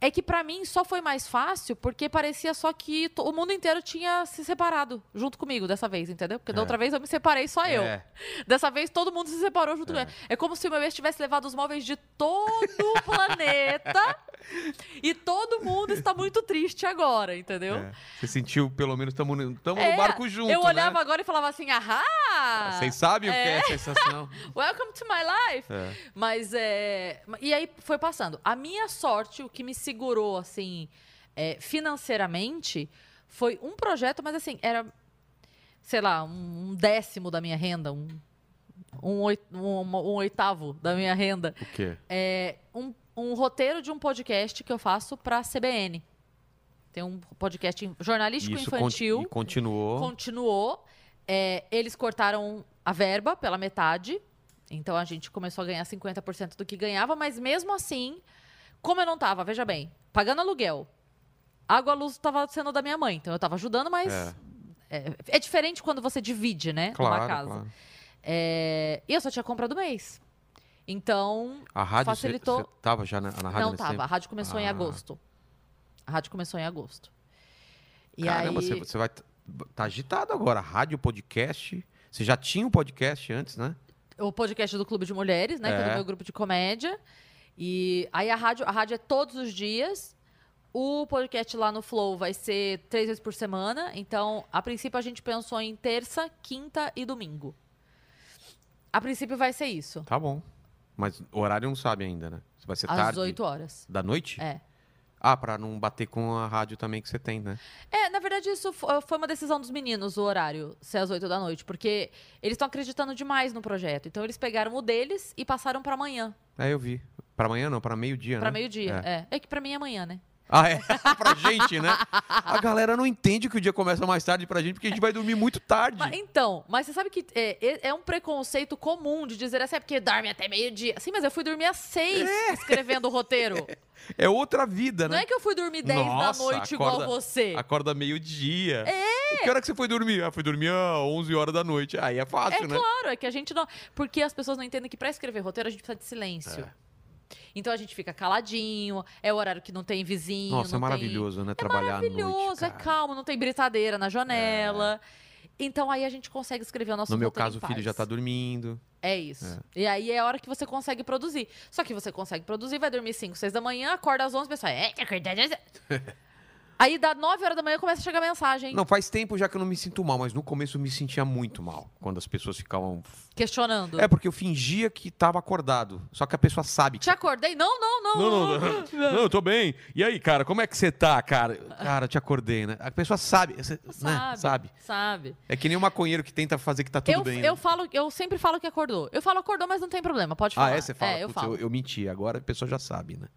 É. é que para mim só foi mais fácil porque parecia só que to- o mundo inteiro tinha se separado junto comigo dessa vez, entendeu? Porque da É. outra vez eu me separei só eu. É. Dessa vez todo mundo se separou junto comigo. É como se o meu ex tivesse levado os móveis de todo o planeta e todo mundo está muito triste agora, entendeu? É. Você sentiu, pelo menos, estamos no É, barco junto, eu olhava né? agora e falava assim, ahá! Vocês sabem o que é É. a sensação? Welcome to my life! É. Mas é. E aí foi passando. A minha sorte, o que me segurou, assim, é, financeiramente, foi um projeto, mas assim, era, sei lá, um décimo da minha renda, um, um, oit- um- um oitavo da minha renda. O quê? É um, um roteiro de um podcast que eu faço pra CBN. Tem um podcast in- jornalístico Isso con- infantil e continuou. continuou. É, eles cortaram a verba pela metade. Então a gente começou a ganhar 50% do que ganhava, mas mesmo assim, como eu não tava, veja bem, pagando aluguel, água, luz tava sendo da minha mãe, então eu tava ajudando, mas É. é, é diferente quando você divide, né, uma Claro, casa. claro. É, e eu só tinha compra do mês. Então, A rádio, você Facilitou. tava já na, na rádio não nesse tava. A tempo? rádio começou em Ah. agosto. A rádio começou em agosto. E Caramba, aí, você, você vai... t- Tá agitado agora, rádio, podcast. Você já tinha um podcast antes, né? o podcast do Clube de Mulheres, né? Que é É. do meu grupo de comédia. E aí a rádio, a rádio é todos os dias. O podcast lá no Flow vai ser três vezes por semana. Então, a princípio, a gente pensou em terça, quinta e domingo. A princípio vai ser isso. Tá bom. Mas o horário não sabe ainda, né? Você vai ser às tarde 8 horas. da noite? É. Ah, pra não bater com a rádio também que você tem, né? É, na verdade, isso fo- foi uma decisão dos meninos, o horário, ser às 8 da noite, porque eles estão acreditando demais no projeto. Então, eles pegaram o deles e passaram pra amanhã, É, eu vi. Pra amanhã não, pra meio-dia, pra né? meio-dia. É. é que pra mim é amanhã, né? Ah, é? pra gente, né? A galera não entende que o dia começa mais tarde pra gente, porque a gente vai dormir muito tarde. Mas, então, mas você sabe que é, é- é um preconceito comum de dizer assim, é porque dorme até meio-dia. Sim, mas eu fui dormir às seis escrevendo o roteiro. É outra vida, Não né? é que eu fui dormir 10 da Nossa, noite igual acorda- você. Acorda meio-dia. É! Que hora que você foi dormir? Ah, fui dormir às 11 horas da noite. Aí é fácil, É né? claro, é que a gente não. Porque as pessoas não entendem que pra escrever roteiro a gente precisa de silêncio. É. Então a gente fica caladinho, é o horário que não tem vizinho. Nossa, é não tem- maravilhoso, né? Trabalhar à noite. Maravilhoso, é cara. É. calmo, não tem britadeira na janela. Então aí a gente consegue escrever o nosso No meu roteiro em caso, o filho paz. já tá dormindo. É isso. E aí é a hora que você consegue produzir. Só que você consegue produzir, vai dormir 5, 6 da manhã, acorda às 11, pessoal. "É, é, é, é, é." aí dá 9 horas da manhã começa a chegar mensagem Não, faz tempo já que eu não me sinto mal, mas no começo eu me sentia muito mal. Quando as pessoas ficavam. questionando. É porque eu fingia que tava acordado. Só que a pessoa sabe que. Te acordei? Não, não, não. Não, não, não, não, eu tô bem. E aí, cara, como é que você tá, cara? Cara, eu te acordei, né? A pessoa sabe, você- né? Sabe, sabe. sabe. É que nem um maconheiro que tenta fazer que tá tudo eu, bem. eu né? falo, eu sempre falo que acordou. Eu falo acordou, mas não tem problema, pode falar. Ah, é? Você fala? É, eu Putz, falo. eu menti. Agora a pessoa já sabe, né?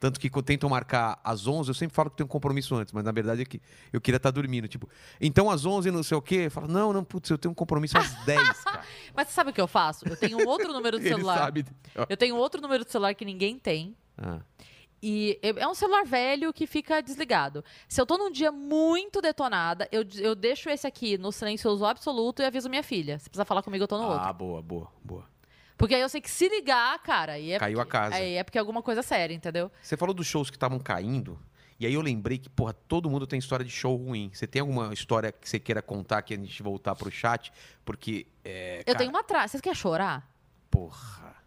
Tanto que quando tentam marcar às 11, eu sempre falo que tem um compromisso antes, mas na verdade é que eu queria estar dormindo. Tipo, então às 11 não sei o quê. Fala, não, não, putz, eu tenho um compromisso às 10, cara. Mas você sabe o que eu faço? Eu tenho um outro número de Ele celular. sabe. Eu tenho um outro número de celular que ninguém tem. Ah, E eu- é um celular velho que fica desligado. Se eu tô num dia muito detonada, eu, des- eu deixo esse aqui no silencioso absoluto e aviso minha filha. Se precisar falar comigo, eu tô no Ah, outro. boa, boa, boa. Porque aí eu sei que se ligar, cara, aí é Caiu a casa. Aí é porque é alguma coisa séria, entendeu? Você falou dos shows que estavam caindo, e aí eu lembrei que, porra, todo mundo tem história de show ruim. Você tem alguma história que você queira contar que a gente voltar pro chat? Porque, é, eu cara, tenho uma atrás. Vocês querem chorar? Porra.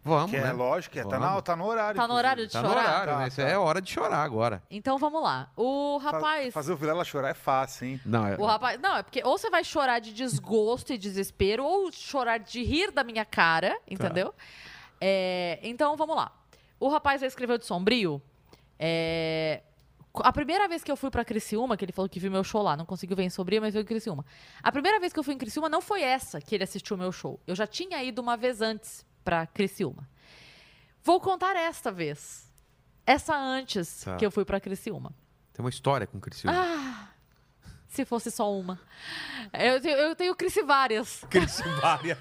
Vamos, Que é né? lógico, é, tá, na, Vamos. tá no horário. Tá no inclusive. horário de Tá no chorar? horário, Tá, né? Isso tá. É hora de chorar agora. Então vamos lá. O Fa- rapaz. Fazer o Vilela chorar é fácil, hein? Não, é... O rapaz. Não, é porque ou você vai chorar de desgosto e desespero, ou chorar de rir da minha cara, entendeu? É, então vamos lá. O rapaz aí escreveu de sombrio. é, co- a primeira vez que eu fui pra Criciúma, que ele falou que viu meu show lá, não conseguiu ver em Sombrio, mas viu em Criciúma. A primeira vez que eu fui em Criciúma não foi essa que ele assistiu meu show. Eu já tinha ido uma vez antes pra Criciúma. Vou contar esta vez. Essa antes Tá. que eu fui pra Criciúma. Tem uma história com o Criciúma. Ah, se fosse só uma. Eu tenho, eu tenho Cris várias. Criciúmária.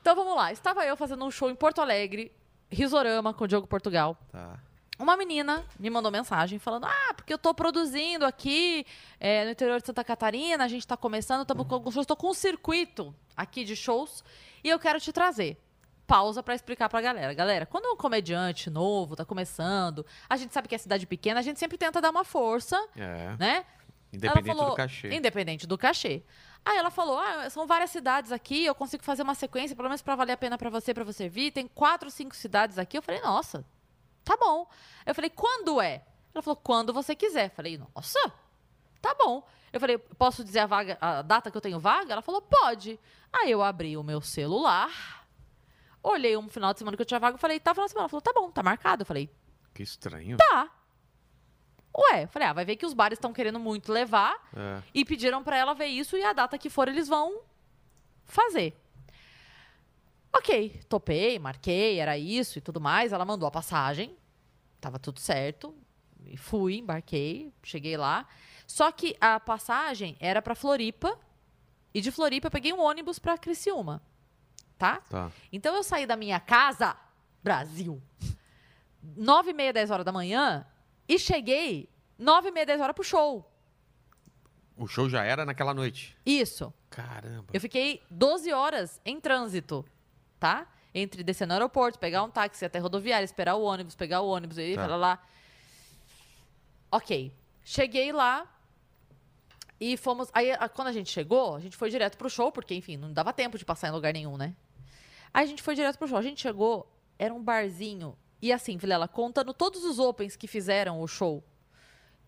Então vamos lá. Estava eu fazendo um show em Porto Alegre, Risorama, com o Diogo Portugal. tá. Uma menina me mandou mensagem falando: Ah, porque eu tô produzindo aqui é, no interior de Santa Catarina, a gente tá começando, estamos com alguns shows, tô com um circuito aqui de shows e eu quero te trazer. Pausa pra explicar pra galera. Galera, quando um comediante novo tá começando, a gente sabe que é cidade pequena, a gente sempre tenta dar uma força, É. né? Independente Ela falou- do cachê. Independente do cachê. Aí ela falou: ah, são várias cidades aqui, eu consigo fazer uma sequência, pelo menos pra valer a pena pra você, pra você vir. Tem quatro, cinco cidades aqui. Eu falei: nossa, tá bom. Eu falei: quando é? Ela falou: quando você quiser. Eu falei: nossa, tá bom. Eu falei: posso dizer a, vaga- a data que eu tenho vaga? Ela falou: pode. Aí eu abri o meu celular, olhei um final de semana que eu tinha vaga, eu falei: tá final de semana. Ela falou: tá bom, tá marcado. Eu falei: Que estranho. tá. Ué, eu falei, ah, vai ver que os bares estão querendo muito levar. É. E pediram pra ela ver isso e a data que for eles vão fazer. Ok, topei, marquei, era isso e tudo mais. Ela mandou a passagem, tava tudo certo. E fui, embarquei, cheguei lá. Só que a passagem era pra Floripa e de Floripa eu peguei um ônibus pra Criciúma, tá? Tá. Então eu saí da minha casa, Brasil, nove e meia, dez horas da manhã e cheguei nove e meia, dez horas pro show. O show já era naquela noite. Isso. Caramba. Eu fiquei 12 horas em trânsito, tá? Entre descer no aeroporto, pegar um táxi até rodoviária, esperar o ônibus, pegar o ônibus e Tá. lá, lá. Ok. Cheguei lá e fomos. Aí, a- quando a gente chegou, a gente foi direto pro show, porque, enfim, não dava tempo de passar em lugar nenhum, né? Aí a gente foi direto pro show. A gente chegou, era um barzinho. E assim, Vilela, contando todos os opens que fizeram o show,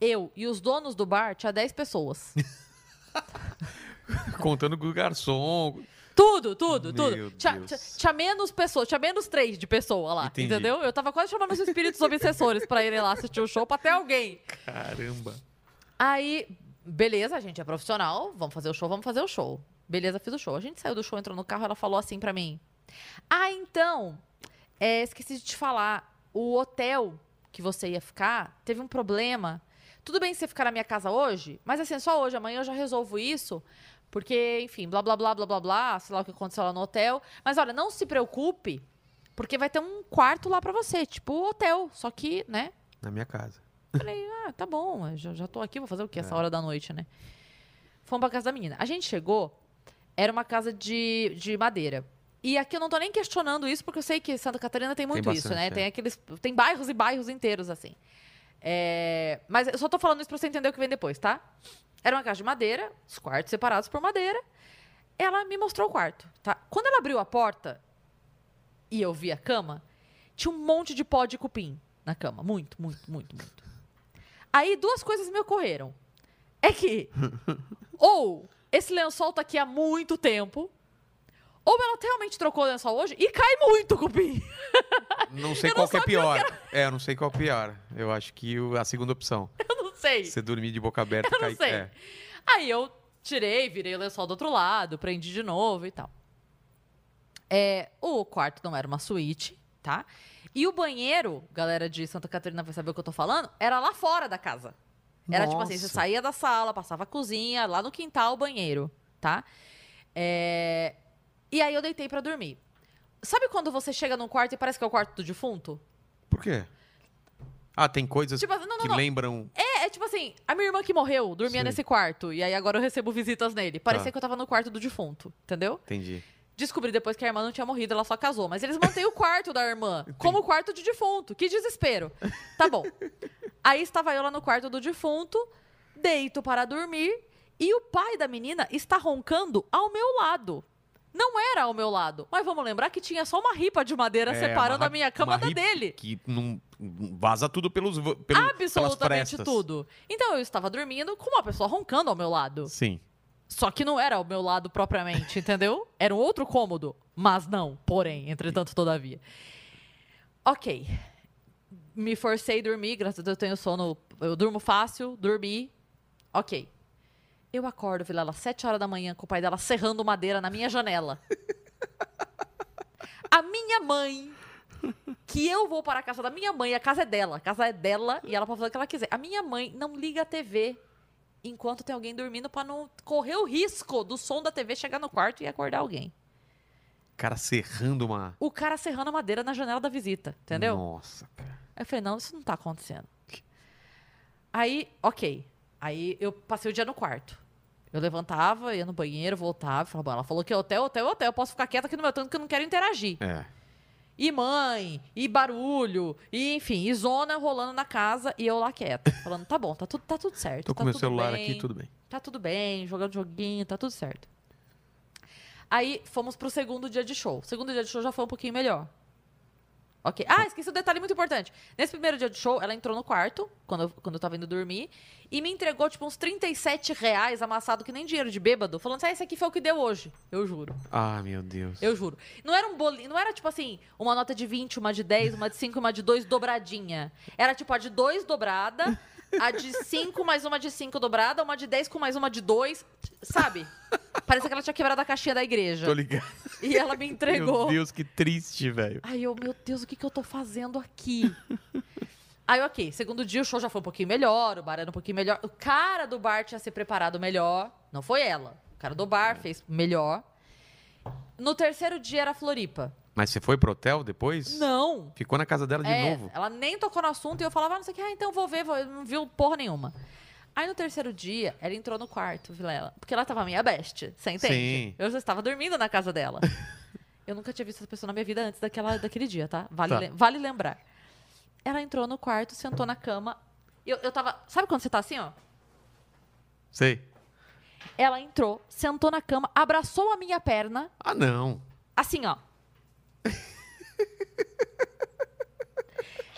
eu e os donos do bar tinha 10 pessoas. Tá Contando com o garçom. Tudo, Meu tudo, tudo. Tinha, Deus. tinha- tinha menos pessoas, tinha menos três de pessoa lá, Entendi. entendeu? Eu tava quase chamando os espíritos obsessores pra irem lá assistir o show, pra ter alguém. Caramba. Aí, beleza, a gente é profissional, vamos fazer o show, vamos fazer o show. Beleza, fiz o show. A gente saiu do show, entrou no carro, ela falou assim pra mim. Ah, então, é, esqueci de te falar, o hotel que você ia ficar teve um problema. Tudo bem você ficar na minha casa hoje, mas assim, só hoje, amanhã eu já resolvo isso. Porque, enfim, blá, blá, blá, blá, blá, blá, sei lá o que aconteceu lá no hotel. Mas olha, não se preocupe, porque vai ter um quarto lá pra você, tipo hotel, só que, né, Na minha casa. ah, tá bom, eu já, já tô aqui, vou fazer o quê É. essa hora da noite, né? Fomos pra casa da menina. A gente chegou, era uma casa de, de madeira. E aqui eu não tô nem questionando isso, porque eu sei que Santa Catarina tem muito isso, bastante, né? é. Tem aqueles. Tem bairros e bairros inteiros, assim. É, mas eu só tô falando isso pra você entender o que vem depois, tá? Era uma casa de madeira, os quartos separados por madeira. Ela me mostrou o quarto, tá? Quando ela abriu a porta e eu vi a cama, tinha um monte de pó de cupim na cama. Muito, muito, muito, muito. Aí duas coisas me ocorreram. É que, ou esse lençol tá aqui há muito tempo, ou ela realmente trocou o lençol hoje e cai muito cupim. Não sei Eu não qual que é sabia pior. É, eu não sei qual é pior. Eu acho que o- a segunda opção. Eu não sei. Você dormir de boca aberta Eu cair. não sei. É. Aí eu tirei, virei o lençol do outro lado, prendi de novo e tal. É, o quarto não era uma suíte, tá? E o banheiro, galera de Santa Catarina vai saber o que eu tô falando, era lá fora da casa. Era tipo assim, É. você Nossa. saía da sala, passava a cozinha, lá no quintal o banheiro, tá? É, E aí eu deitei pra dormir. Sabe quando você chega num quarto e parece que é o quarto do defunto? Por quê? Ah, tem coisas Tipo assim, não, não, que não. lembram. É, é tipo assim, a minha irmã que morreu dormia Sei. nesse quarto. E aí agora eu recebo visitas nele. Parecia Tá. que eu tava no quarto do defunto, entendeu? Entendi. Descobri depois que a irmã não tinha morrido, ela só casou. Mas eles mantêm o quarto da irmã como o quarto de defunto. Que desespero. Tá bom. Aí estava eu lá no quarto do defunto, deito para dormir. E o pai da menina está roncando ao meu lado. Não era ao meu lado. Mas vamos lembrar que tinha só uma ripa de madeira É, separando uma a minha cama uma da ripa dele. Que não vaza tudo pelos vo- pelo, pelas Absolutamente prestas. tudo. Então eu estava dormindo com uma pessoa roncando ao meu lado. Sim. Só que não era ao meu lado propriamente, entendeu? Era um outro cômodo. Mas não, porém, entretanto, todavia. Ok. Me forcei a dormir, graças a Deus eu tenho sono. Eu durmo fácil, dormi. Ok. Eu acordo, Vilela, às 7 horas da manhã, com o pai dela serrando madeira na minha janela. A minha mãe, que eu vou para a casa da minha mãe, a casa é dela, a casa é dela e ela pode fazer o que ela quiser. A minha mãe não liga a TV enquanto tem alguém dormindo para não correr o risco do som da TV chegar no quarto e acordar alguém. O cara serrando uma. O cara serrando a madeira na janela da visita, entendeu? Nossa, cara. Aí eu falei, não, isso não tá acontecendo. Aí, ok. Aí eu passei o dia no quarto. Eu levantava, ia no banheiro, voltava, falava, bom, ela falou que é hotel, hotel, hotel, eu posso ficar quieta aqui no meu tanto que eu não quero interagir. É. E mãe, e barulho, e enfim, e zona rolando na casa e eu lá quieta, falando, tá bom, tá tudo, tá tudo certo. Tô tá com meu tudo celular bem, aqui, tudo bem. Tá tudo bem, jogando joguinho, tá tudo certo. Aí fomos pro segundo dia de show. O segundo dia de show já foi um pouquinho melhor. Ok. Ah, esqueci um detalhe muito importante. Nesse primeiro dia de show, ela entrou no quarto, quando eu, quando eu tava indo dormir, e me entregou, tipo, uns 37 reais amassado, que nem dinheiro de bêbado, falando assim, ah, esse aqui foi o que deu hoje. Eu juro. Ah, meu Deus. Eu juro. Não era um bolinho, não era tipo assim, uma nota de 20, uma de 10, uma de 5, uma de 2 dobradinha. Era tipo a de 2 dobrada, a de 5 mais uma de 5 dobrada, uma de 10 com mais uma de 2, sabe? Parece que ela tinha quebrado a caixinha da Tô igreja. ligado. E ela me entregou. Meu Deus, que triste, velho. Aí eu, meu Deus, o que, que eu tô fazendo aqui? Aí, ok, segundo dia o show já foi um pouquinho melhor, o bar era um pouquinho melhor. O cara do bar tinha se preparado melhor, não foi ela. O cara do É. bar fez melhor. No terceiro dia era a Floripa. Mas você foi pro hotel depois? Não. Ficou na casa dela de É, novo? Ela nem tocou no assunto e eu falava, ah, não sei o que, ah, então vou ver, vou- não viu porra nenhuma. Aí no terceiro dia, ela entrou no quarto, Vilela. Porque ela tava minha best, você entende? Sim. Eu já estava dormindo na casa dela. Eu nunca tinha visto essa pessoa na minha vida antes daquela, daquele dia, tá? Vale, Tá. lem- vale lembrar. Ela entrou no quarto, sentou na cama. Eu, eu tava. Sabe quando você tá assim, ó? Sei. Ela entrou, sentou na cama, abraçou a minha perna, Ah, não. assim, ó.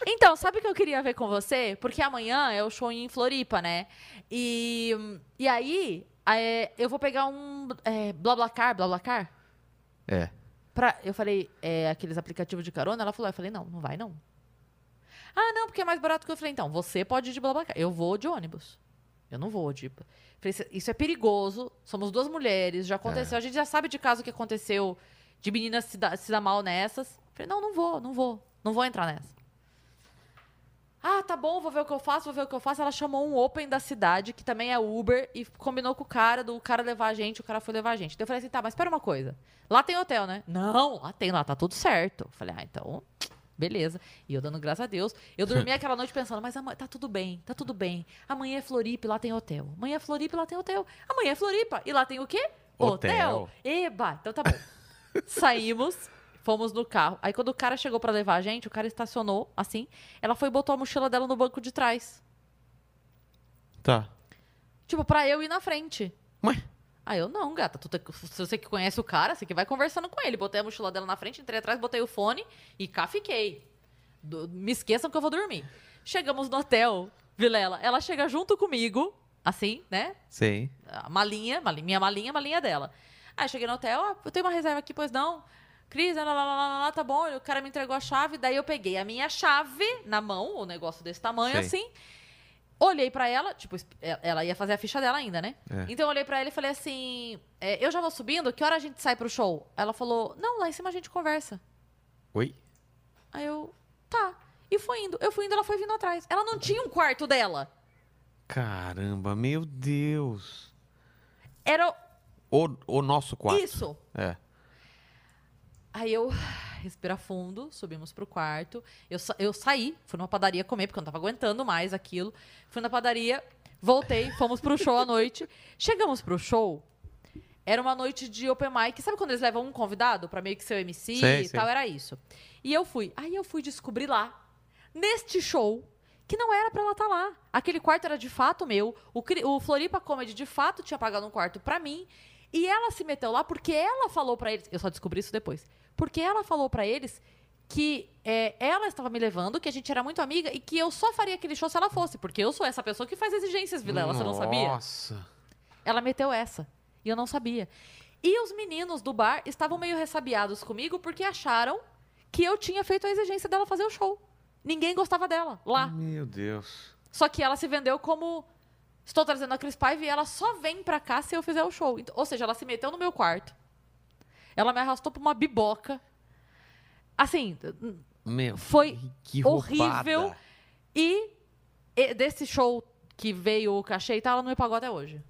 Então, sabe o que eu queria ver com você? Porque amanhã é o show em Floripa, né? E, e aí, é, eu vou pegar um é, BlaBlaCar, BlaBlaCar? É. Pra, eu falei, é, aqueles aplicativos de carona? Ela falou, eu falei, não, não vai não. Ah, não, porque é mais barato que eu Eu falei, então, você pode ir de BlaBlaCar. Eu vou de ônibus. Eu não vou de... Falei, "Isso- isso é perigoso, somos duas mulheres, já aconteceu, a gente já sabe de caso que aconteceu de meninas se dar, se dar mal nessas. Falei, não, não vou, não vou, não vou entrar nessa. Ah, tá bom, vou ver o que eu faço, vou ver o que eu faço. Ela chamou um open da cidade, que também é Uber, e combinou com o cara, do cara levar a gente, o cara foi levar a gente. Daí eu falei assim, tá, mas espera uma coisa. Lá tem hotel, né? Não, lá tem, lá tá tudo certo. Eu falei, ah, então, beleza. E eu dando graças a Deus. Eu dormi aquela noite pensando, mas amanhã tá tudo bem, tá tudo bem. Amanhã é Floripa e lá tem hotel. Amanhã é Floripa e lá tem hotel. Amanhã é Floripa e lá tem o quê? Hotel. Eba, então tá bom. Saímos, fomos no carro. Aí quando o cara chegou pra levar a gente, o cara estacionou assim. Ela foi e botou a mochila dela no banco de trás. Tá. Tipo, pra eu ir na frente. Mas, Aí eu não, gata. Tu, tá- se você que conhece o cara, você que vai conversando com ele. Botei a mochila dela na frente, entrei atrás, botei o fone e cá fiquei. Do- me esqueçam que eu vou dormir. Chegamos no hotel, Vilela. Ela chega junto comigo, assim, né? sei. a malinha, mali- minha malinha, a malinha dela. Aí cheguei no hotel, ah, eu tenho uma reserva aqui, pois não? Cris, lá, lá, lá, lá, lá, tá bom. O cara me entregou a chave, daí eu peguei a minha chave na mão, o negócio desse tamanho Sei. assim. Olhei pra ela, tipo, es- e- ela ia fazer a ficha dela ainda, né? É. Então eu olhei pra ela e falei assim: é, eu já vou subindo, que hora a gente sai pro show? Ela falou: não, lá em cima a gente conversa. Oi? Aí eu, tá. E fui indo, eu fui indo, ela foi vindo atrás. Ela não tinha um quarto dela. Caramba, meu Deus. Era O, o nosso quarto. isso. É. Aí eu respira fundo, subimos pro quarto. Eu, sa- eu saí, fui numa padaria comer, porque eu não tava aguentando mais aquilo. Fui na padaria, voltei, fomos pro show à noite. Chegamos pro show, era uma noite de open mic. Sabe quando eles levam um convidado pra meio que ser o Sei, MC e sei. tal? Era isso. E eu fui. Aí eu fui descobrir lá, neste show, que não era pra ela estar lá. Aquele quarto era de fato meu. O, Cri- o Floripa Comedy de fato tinha pagado um quarto pra mim. E ela se meteu lá porque ela falou pra eles. Eu só descobri isso depois. Porque ela falou pra eles que é, ela estava me levando, que a gente era muito amiga e que eu só faria aquele show se ela fosse. Porque eu sou essa pessoa que faz exigências, Vilela. Você não sabia? Nossa. Ela meteu essa. E eu não sabia. E os meninos do bar estavam meio ressabiados comigo porque acharam que eu tinha feito a exigência dela fazer o show. Ninguém gostava dela lá. Meu Deus. Só que ela se vendeu como. Estou trazendo a Cris Paiva e ela só vem pra cá se eu fizer o show. Então, Ou seja, ela se meteu no meu quarto. Ela me arrastou pra uma biboca. Assim, Meu. Foi que horrível. roubada. e, e desse show que veio o cachê e tal, ela não me pagou até hoje.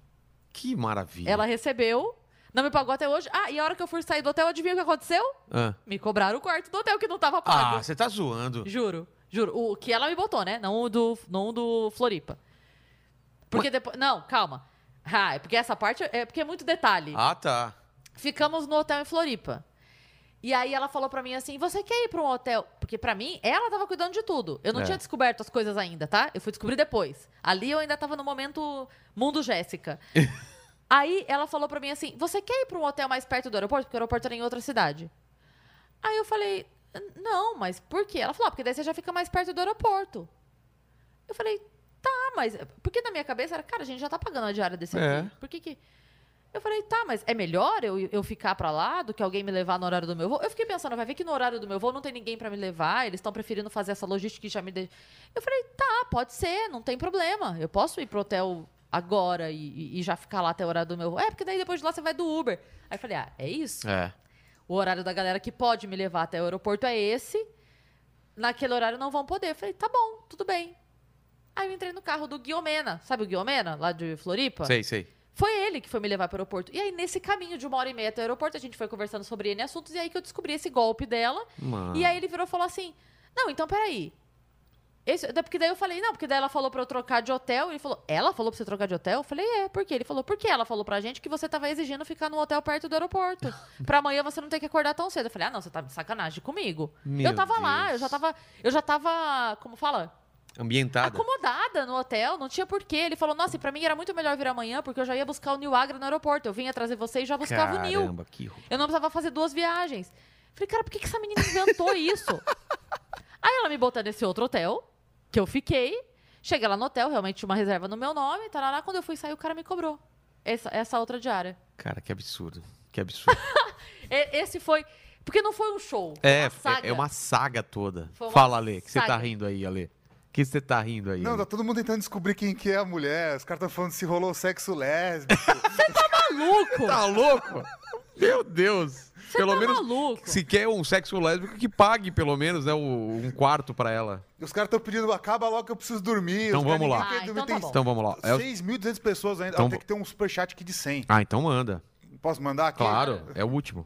Que maravilha. Ela recebeu, não me pagou até hoje. Ah, e a hora que eu for sair do hotel, adivinha o que aconteceu? Ah, Me cobraram o quarto do hotel que não tava Ah, pago. você tá zoando. Juro, juro. O que ela me botou, né? Não o do, não o do Floripa. Porque depois. Não, calma. Ah, é porque essa parte é porque é muito detalhe. Ah, tá. Ficamos no hotel em Floripa. E aí ela falou pra mim assim: "Você quer ir pra um hotel?" Porque pra mim, ela tava cuidando de tudo. Eu não É. tinha descoberto as coisas ainda, tá? Eu fui descobrir depois. Ali eu ainda tava no momento mundo Jéssica. aí ela falou pra mim assim: "Você quer ir pra um hotel mais perto do aeroporto? Porque o aeroporto era em outra cidade." Aí eu falei: "Não, mas por quê?" Ela falou: "Ah, "Porque daí você já fica mais perto do aeroporto." Eu falei: "Tá, mas porque na minha cabeça era, cara, a gente já tá pagando a diária desse É. aqui. Por que que eu falei, tá, mas é melhor eu, eu ficar pra lá do que alguém me levar no horário do meu voo? Eu fiquei pensando, vai ver que no horário do meu voo não tem ninguém pra me levar, eles estão preferindo fazer essa logística que já me. De... Eu falei, tá, pode ser, não tem problema. Eu posso ir pro hotel agora e- e, e já ficar lá até o horário do meu voo. É, porque daí depois de lá você vai do Uber. Aí eu falei, ah, é isso? É. O horário da galera que pode me levar até o aeroporto é esse. Naquele horário não vão poder. Eu falei, tá bom, tudo bem. Aí eu entrei no carro do Guiomena. Sabe o Guiomena, lá de Floripa? Sei, sei. Foi ele que foi me levar para o aeroporto. E aí, nesse caminho de uma hora e meia até o aeroporto, a gente foi conversando sobre N assuntos, e aí que eu descobri esse golpe dela. Mano. E aí ele virou e falou assim: Não, então peraí. Esse, da- porque daí eu falei, não, porque daí ela falou pra eu trocar de hotel. Ele falou, ela falou pra você trocar de hotel? Eu falei, é, por quê? Ele falou, porque ela falou pra gente que você tava exigindo ficar num hotel perto do aeroporto. pra amanhã você não ter que acordar tão cedo. Eu falei, ah, não, você tá de sacanagem comigo. Meu eu tava lá, Deus. eu já tava. Eu já tava. Como fala? Ambientada. acomodada no hotel, não tinha porquê. Ele falou, nossa, e pra mim era muito melhor vir amanhã, porque eu já ia buscar o Nil Agra no aeroporto. Eu vinha trazer você e já buscava o Nil. Caramba, que roupa. Eu não precisava fazer duas viagens. Falei, cara, por que, que essa menina inventou isso? Aí ela me botou nesse outro hotel, que eu fiquei. Cheguei lá no hotel, realmente tinha uma reserva no meu nome, tarará. Quando eu fui sair, o cara me cobrou. Essa, essa outra diária. Cara, que absurdo. Que absurdo. E- esse foi. Porque não foi um show. foi É, uma saga. é uma saga toda. Foi uma Fala, Ale, que você saga. tá rindo aí, Ale. que você tá rindo aí? Não, Ale? tá todo mundo tentando descobrir quem que é a mulher. Os caras estão falando se rolou sexo lésbico. Maluco! Tá louco? Meu Deus. Você pelo tá menos maluco. se quer um sexo lésbico que pague pelo menos, né, o- um quarto pra ela. Os caras estão pedindo, acaba logo que eu preciso dormir. Então Os caras, vamos lá. ninguém quer Ah, dormir. então tá Tem bom. Então vamos lá. É o- 6.200 pessoas ainda. Então Tem que ter um superchat aqui de 100. Ah, então manda. Posso mandar aqui? Claro, é o último.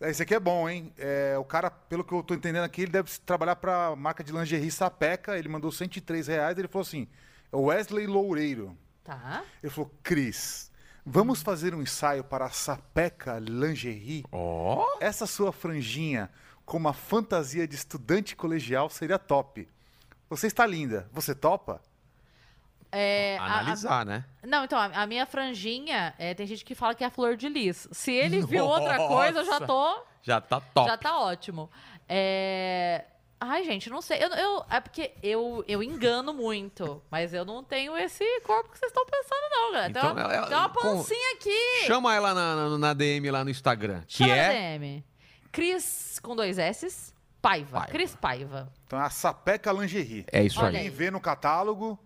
Esse aqui é bom, hein? É, o cara, pelo que eu tô entendendo aqui, ele deve trabalhar pra marca de lingerie Sapeca. Ele mandou 103 reais. Ele falou assim: é o Wesley Loureiro. Tá. Ele falou: Cris, vamos fazer um ensaio para a Sapeca Lingerie? Ó, Essa sua franjinha com uma fantasia de estudante colegial seria top. Você está linda. Você topa? É, a- a- analisar, né? Não, então, a, a minha franjinha, é, tem gente que fala que é a flor de lis. Se ele viu outra coisa, eu já tô. Já tá top. Já tá ótimo. É. Ai, gente, não sei. Eu, eu- é porque eu, eu engano muito, mas eu não tenho esse corpo que vocês estão pensando, não, galera. Tem, Então, uma, ela- tem uma com- pancinha aqui. Chama ela na, na- na DM lá no Instagram, que Chama na é DM. Cris com dois S, Paiva. Paiva. Cris Paiva. Então é a Sapeca Lingerie. É isso Olha aí. Quem vê no catálogo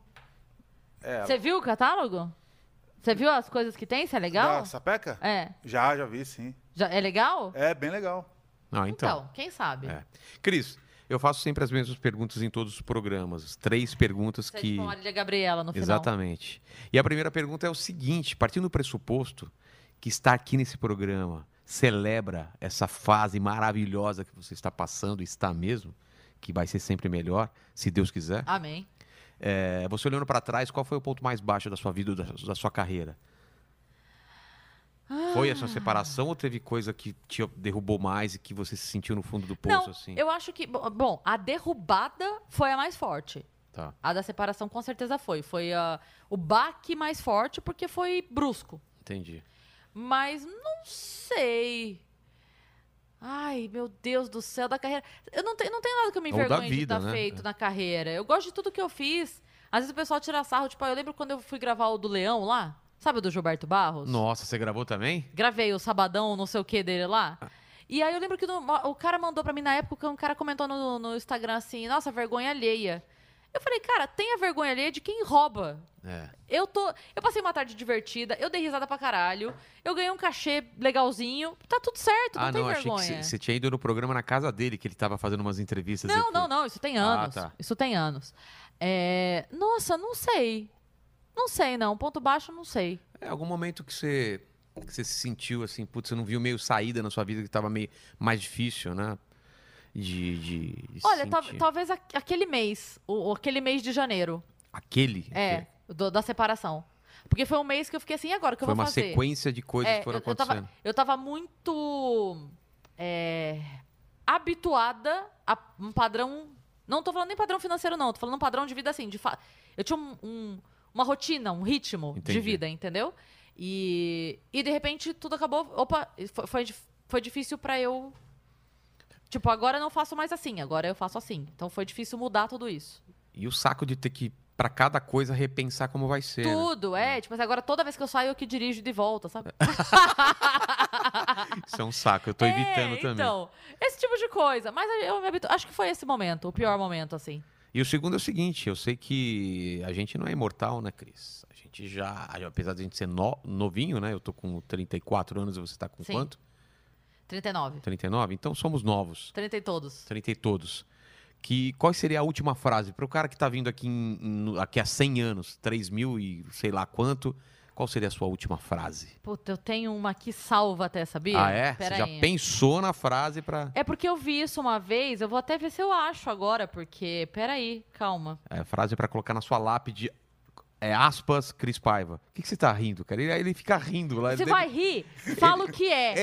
Você viu o catálogo? Você viu as coisas que tem? Isso é legal? da Sapeca? É. Já, já vi, sim. Já, é legal? É bem legal. Não, então. Então, quem sabe? É. Cris, eu faço sempre as mesmas perguntas em todos os programas. Três perguntas Você é que. tipo a Marília Gabriela no final. Exatamente. E a primeira pergunta é o seguinte: partindo do pressuposto que está aqui nesse programa, celebra essa fase maravilhosa que você está passando, e está mesmo, que vai ser sempre melhor, se Deus quiser. Amém. É, você olhando para trás, qual foi o ponto mais baixo da sua vida, ou da, da sua carreira? Foi Ah. essa separação ou teve coisa que te derrubou mais e que você se sentiu no fundo do poço Não, assim? eu acho que. bo- Bom, a derrubada foi a mais forte. Tá. A da separação com certeza foi. Foi ah, o baque mais forte porque foi brusco. Entendi. Mas não sei. Ai, meu Deus do céu, da carreira. Eu não, tenho não tenho nada que eu me Ou da envergonhe de vida, ter né? feito É. na carreira. Eu gosto de tudo que eu fiz. Às vezes o pessoal tira sarro. Tipo, eu lembro quando eu fui gravar o do Leão lá. Sabe o do Gilberto Barros? Nossa, você gravou também? gravei o sabadão, não sei o que dele lá. E aí eu lembro que no- o cara mandou pra mim na época, um cara comentou no, no Instagram assim, nossa, vergonha alheia. Eu falei, cara, tem a vergonha alheia de quem rouba. É. Eu tô. Eu passei uma tarde divertida, eu dei risada pra caralho, eu ganhei um cachê legalzinho, tá tudo certo, não ah, tem não, achei que vergonha. você- você tinha ido no programa na casa dele, que ele tava fazendo umas entrevistas. eu Não, fui. não, não, isso tem Ah, anos. tá. Isso tem anos. É, Nossa, não sei. Não sei, não. Ponto baixo, não sei. É algum momento que você, que você se sentiu assim, putz, você não viu meio saída na sua vida que tava meio mais difícil, né? De. de, de Olha, tal- sentir. talvez a- aquele mês, o- o- aquele mês de janeiro. Aquele. É, do- da separação. Porque foi um mês que eu fiquei assim, e agora o que Foi eu vou uma fazer? sequência de coisas É, que foram eu, eu, tava, acontecendo. eu tava muito é, habituada a um padrão. Não tô falando nem padrão financeiro, não. Tô falando um padrão de vida assim. De fa- Eu tinha um- um- uma rotina, um ritmo Entendi. de vida, entendeu? E, e de repente tudo acabou. Opa, foi, foi, dif- foi difícil pra eu. Tipo, agora eu não faço mais assim, agora eu faço assim. Então foi difícil mudar tudo isso. E o saco de ter que, pra cada coisa, repensar como vai ser. né? Tudo, é. Tipo assim, agora toda vez que eu saio, eu que dirijo de volta, sabe? Isso é um saco, eu tô É, evitando também. Então, esse tipo de coisa. Mas eu me habitu... Acho que foi esse momento, o pior momento, assim. E o segundo é o seguinte, eu sei que a gente não é imortal, né, Cris? A gente já, apesar de a gente ser no- novinho, né? Eu tô com 34 anos e você tá com Sim. quanto? 39. 39? Então somos novos. 30 e todos. 30 e todos. Que, qual seria a última tá frase? Para o cara que está vindo aqui, em, em- no- aqui há 100 anos, 3 mil e sei lá quanto, Qual seria a sua última frase? Puta, eu tenho uma aqui salva até, sabia? ah, é? Pera Você já aí. pensou na frase pra. É porque eu vi isso uma vez, eu vou até ver se eu acho agora, porque. Peraí, calma. É, frase pra colocar na sua lápide. É aspas, Cris Paiva. O que, que você tá rindo, cara? Ele, ele fica rindo lá. Você ele- vai rir? Fala o que é.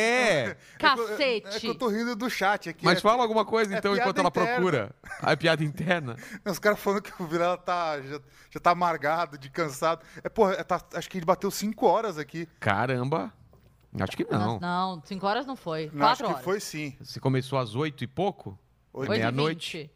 É! Cacete. É que eu tô rindo do chat aqui. Mas é- fala alguma coisa, é então, piada enquanto ela interna. procura. A piada interna. Os caras falando que o Vilela tá, já, já tá amargado, de cansado. É, porra, é, tá- acho que ele bateu 5 horas aqui. Caramba! Acho que não. Nossa, Não, 5 horas não foi. Não, acho 4 horas. que foi sim. Você começou às oito e pouco? Oito Oito e Meia-noite. vinte.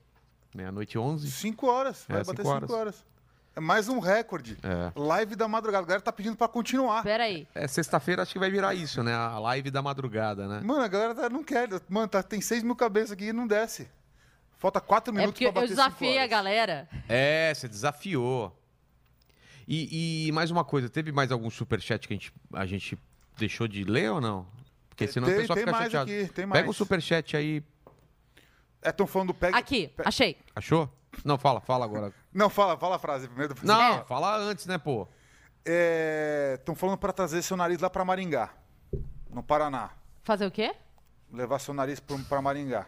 Meia-noite e onze? 5 horas. É, Vai bater cinco 5 horas. É mais um recorde. É. Live da madrugada. A galera tá pedindo pra continuar. Peraí. É, sexta-feira acho que vai virar isso, né? A live da madrugada, né? Mano, a galera tá- não quer. Mano, tá- tem 6 mil cabeças aqui e não desce. Falta É 4 minutos porque eu pra bater cinco desafiei a horas. galera. É, você desafiou. E, e mais uma coisa, teve mais algum superchat que a gente, a gente deixou de ler ou não? Porque senão o Tem- pessoal tem fica mais chateado. aqui, Pega tem mais. o superchat aí. É, tão falando do PEG. Aqui, achei. Achou? Não, fala, fala agora. Não, fala, fala a frase primeiro. depois- Não, fala antes, né, pô? Estão falando pra trazer seu nariz lá pra Maringá, no Paraná. Fazer o quê? Levar seu nariz pro- pra Maringá.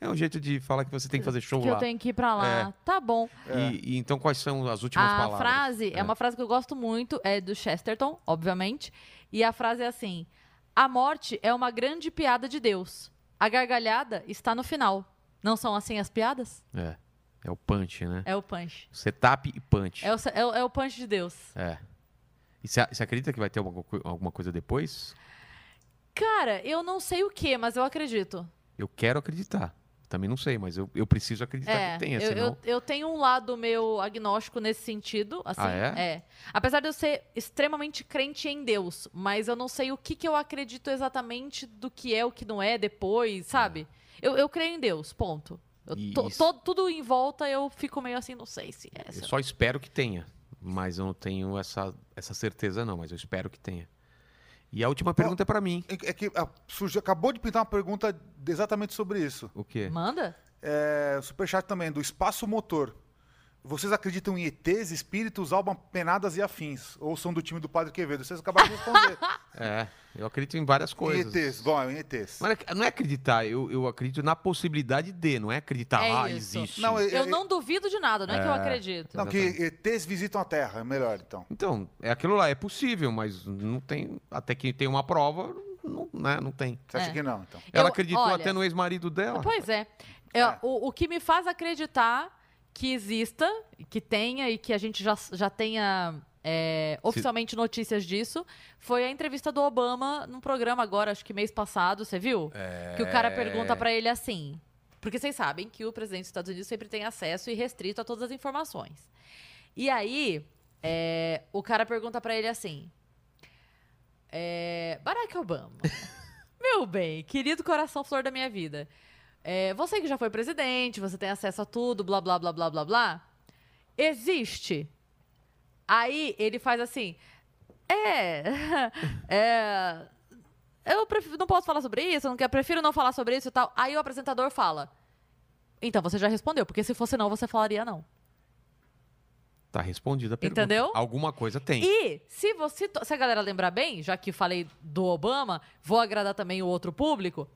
É um jeito de falar que você tem que fazer Então show que lá. eu tenho que ir pra lá. É. Tá bom. E, e então quais são as últimas A palavras? frase é. uma frase que eu gosto muito, é do Chesterton, obviamente. E a frase é assim: A morte é uma grande piada de Deus. A gargalhada está no final. Não são assim as piadas? É. É o punch, né? É o punch. Setup e punch. É o, é o- é o punch de Deus. É. E você você acredita que vai ter alguma co- alguma coisa depois? Cara, eu não sei o que, mas eu acredito. Eu quero acreditar. Também não sei, mas eu, eu preciso acreditar É, que tenha, eu, senão... eu, eu tenho um lado meu agnóstico nesse sentido, assim, Ah, é? Apesar de eu ser extremamente crente em Deus, mas eu não sei o que, que eu acredito exatamente do que é, o que não é depois, sabe? Eu, eu creio em Deus, ponto. Eu E to- É. isso- to- tudo em volta eu fico meio assim, não sei se é. Eu se- só espero que tenha. Mas eu não tenho essa, essa certeza, não. Mas eu espero que tenha. E a última pergunta é pra mim. É que- É que ah, surgiu, acabou de pintar uma pergunta exatamente sobre isso. O quê? Manda? É, superchat também, do Espaço Motor. Vocês acreditam em ETs, espíritos, almas penadas e afins? Ou são do time do Padre Quevedo? Vocês acabaram de responder. É, eu acredito em várias coisas. Em ETs, bom, em ETs. Mas é- não é acreditar, eu, eu acredito na possibilidade de, não é acreditar, É ah, isso. existe. Não, é- Eu não duvido de nada, não é, que eu acredito. Não, que ETs visitam a Terra, é melhor então. Então, é aquilo lá, é possível, mas não tem. Até que tem uma prova, não, né, não tem. Você acha É. que não, então? Ela Eu- acreditou olha- até no ex-marido dela. Pois é. É, É. O, o que me faz acreditar que exista, que tenha e que a gente já, já tenha é, oficialmente notícias disso foi a entrevista do Obama num programa agora, acho que mês passado, você viu? Que o cara pergunta pra ele assim. Porque vocês sabem que o presidente dos Estados Unidos sempre tem acesso e restrito a todas as informações. E aí, é, o cara pergunta pra ele assim: é, Barack Obama, meu bem, querido coração flor da minha vida, é, você que já foi presidente, você tem acesso a tudo, blá, blá, blá, blá, blá, blá, existe. Aí ele faz assim: é, é, eu prefiro, não posso falar sobre isso, eu não quero, prefiro não falar sobre isso e tal. Aí o apresentador fala. Então você já respondeu, porque se fosse não, você falaria não. Tá respondida a pergunta. Entendeu? Alguma coisa tem. E se você, se a galera lembrar bem, já que falei do Obama, vou agradar também o outro público.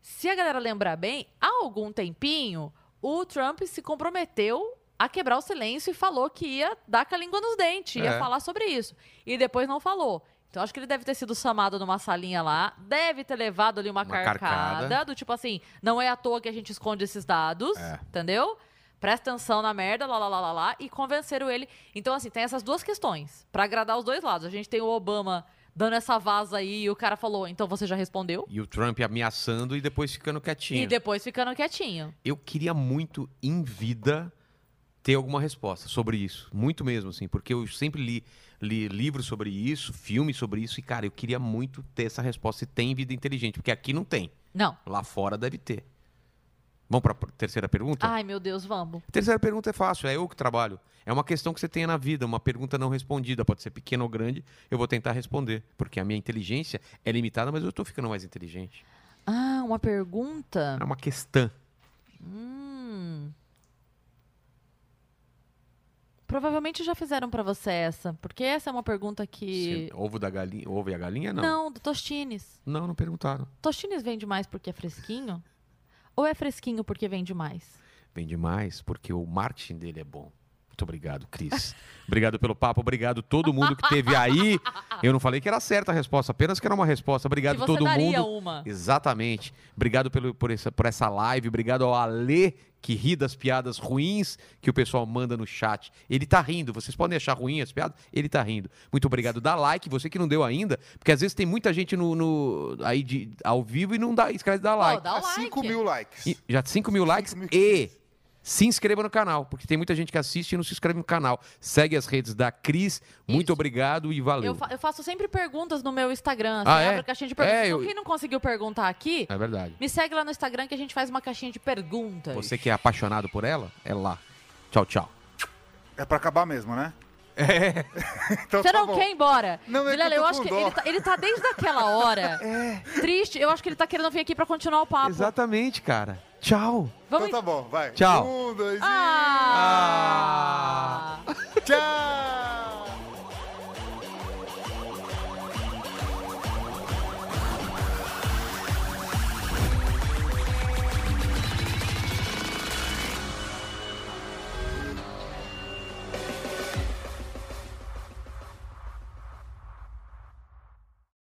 Se a galera lembrar bem, há algum tempinho o Trump se comprometeu a quebrar o silêncio e falou que ia dar com a língua nos dentes, ia É. falar sobre isso. E depois não falou. Então acho que ele deve ter sido chamado numa salinha lá, deve ter levado ali uma, Uma carcada, carcada. do tipo assim, não é à toa que a gente esconde esses dados, É. entendeu? Presta atenção na merda, lá, lá, lá, lá, lá, e convenceram ele. Então, assim, tem essas duas questões, pra agradar os dois lados. A gente tem o Obama dando essa vaza aí, e o cara falou, então você já respondeu? E o Trump ameaçando e depois ficando quietinho. E depois ficando quietinho. Eu queria muito, em vida, ter alguma resposta sobre isso. Muito mesmo, assim, porque eu sempre li, li livros sobre isso, filmes sobre isso, e, cara, eu queria muito ter essa resposta. Se tem vida inteligente, porque aqui não tem. Não. Lá fora deve ter. Vamos para a terceira pergunta? Ai, meu Deus, vamos. A terceira pergunta é fácil, é eu que trabalho. É uma questão que você tenha na vida, uma pergunta não respondida, pode ser pequena ou grande, eu vou tentar responder, porque a minha inteligência é limitada, mas eu estou ficando mais inteligente. Ah, uma pergunta. É uma questão. Hum. Provavelmente já fizeram pra você essa, porque essa é uma pergunta que. Se- Ovo da galinha. Ovo e a galinha? Não. Não, do Tostines. Não, não perguntaram. Tostines vende mais porque é fresquinho? Ou é fresquinho porque vende mais? Vem demais, porque o marketing dele é bom. Muito obrigado, Cris. Obrigado pelo papo, obrigado todo mundo que teve aí. Eu não falei que era certa a resposta, apenas que era uma resposta. Obrigado que você todo daria mundo. uma. Exatamente. Obrigado pelo, por, essa, por essa live, obrigado ao Alê, que ri das piadas ruins que o pessoal manda no chat. Ele tá rindo, vocês podem achar ruim as piadas, ele tá rindo. Muito obrigado. Dá like, você que não deu ainda, porque às vezes tem muita gente no, no- aí de, ao vivo e não dá, escreve dar like. Pô, é dá o like. 5 mil likes. E já 5 mil likes mil e se inscreva no canal, porque tem muita gente que assiste e não se inscreve no canal. Segue as redes da Cris. Muito Isso. obrigado e valeu. Eu, fa- eu faço sempre perguntas no meu Instagram. Assim, Ah, é? Abro a caixinha de perguntas. É, Então, eu- Quem não conseguiu perguntar aqui, É verdade. me segue lá no Instagram que a gente faz uma caixinha de perguntas. Você que é apaixonado por ela, é lá. Tchau, tchau. É pra acabar mesmo, né? É. então Você tá não bom. quer ir embora? Não, é que Vilela, eu tô eu acho com que dó. ele tá, ele tá desde aquela hora triste. Eu acho que ele tá querendo vir aqui pra continuar o papo. Exatamente, cara. Tchau. Então tá Vamos Então tá Um, bom, vai. Tchau. Um, dois, Ah! e... Tchau!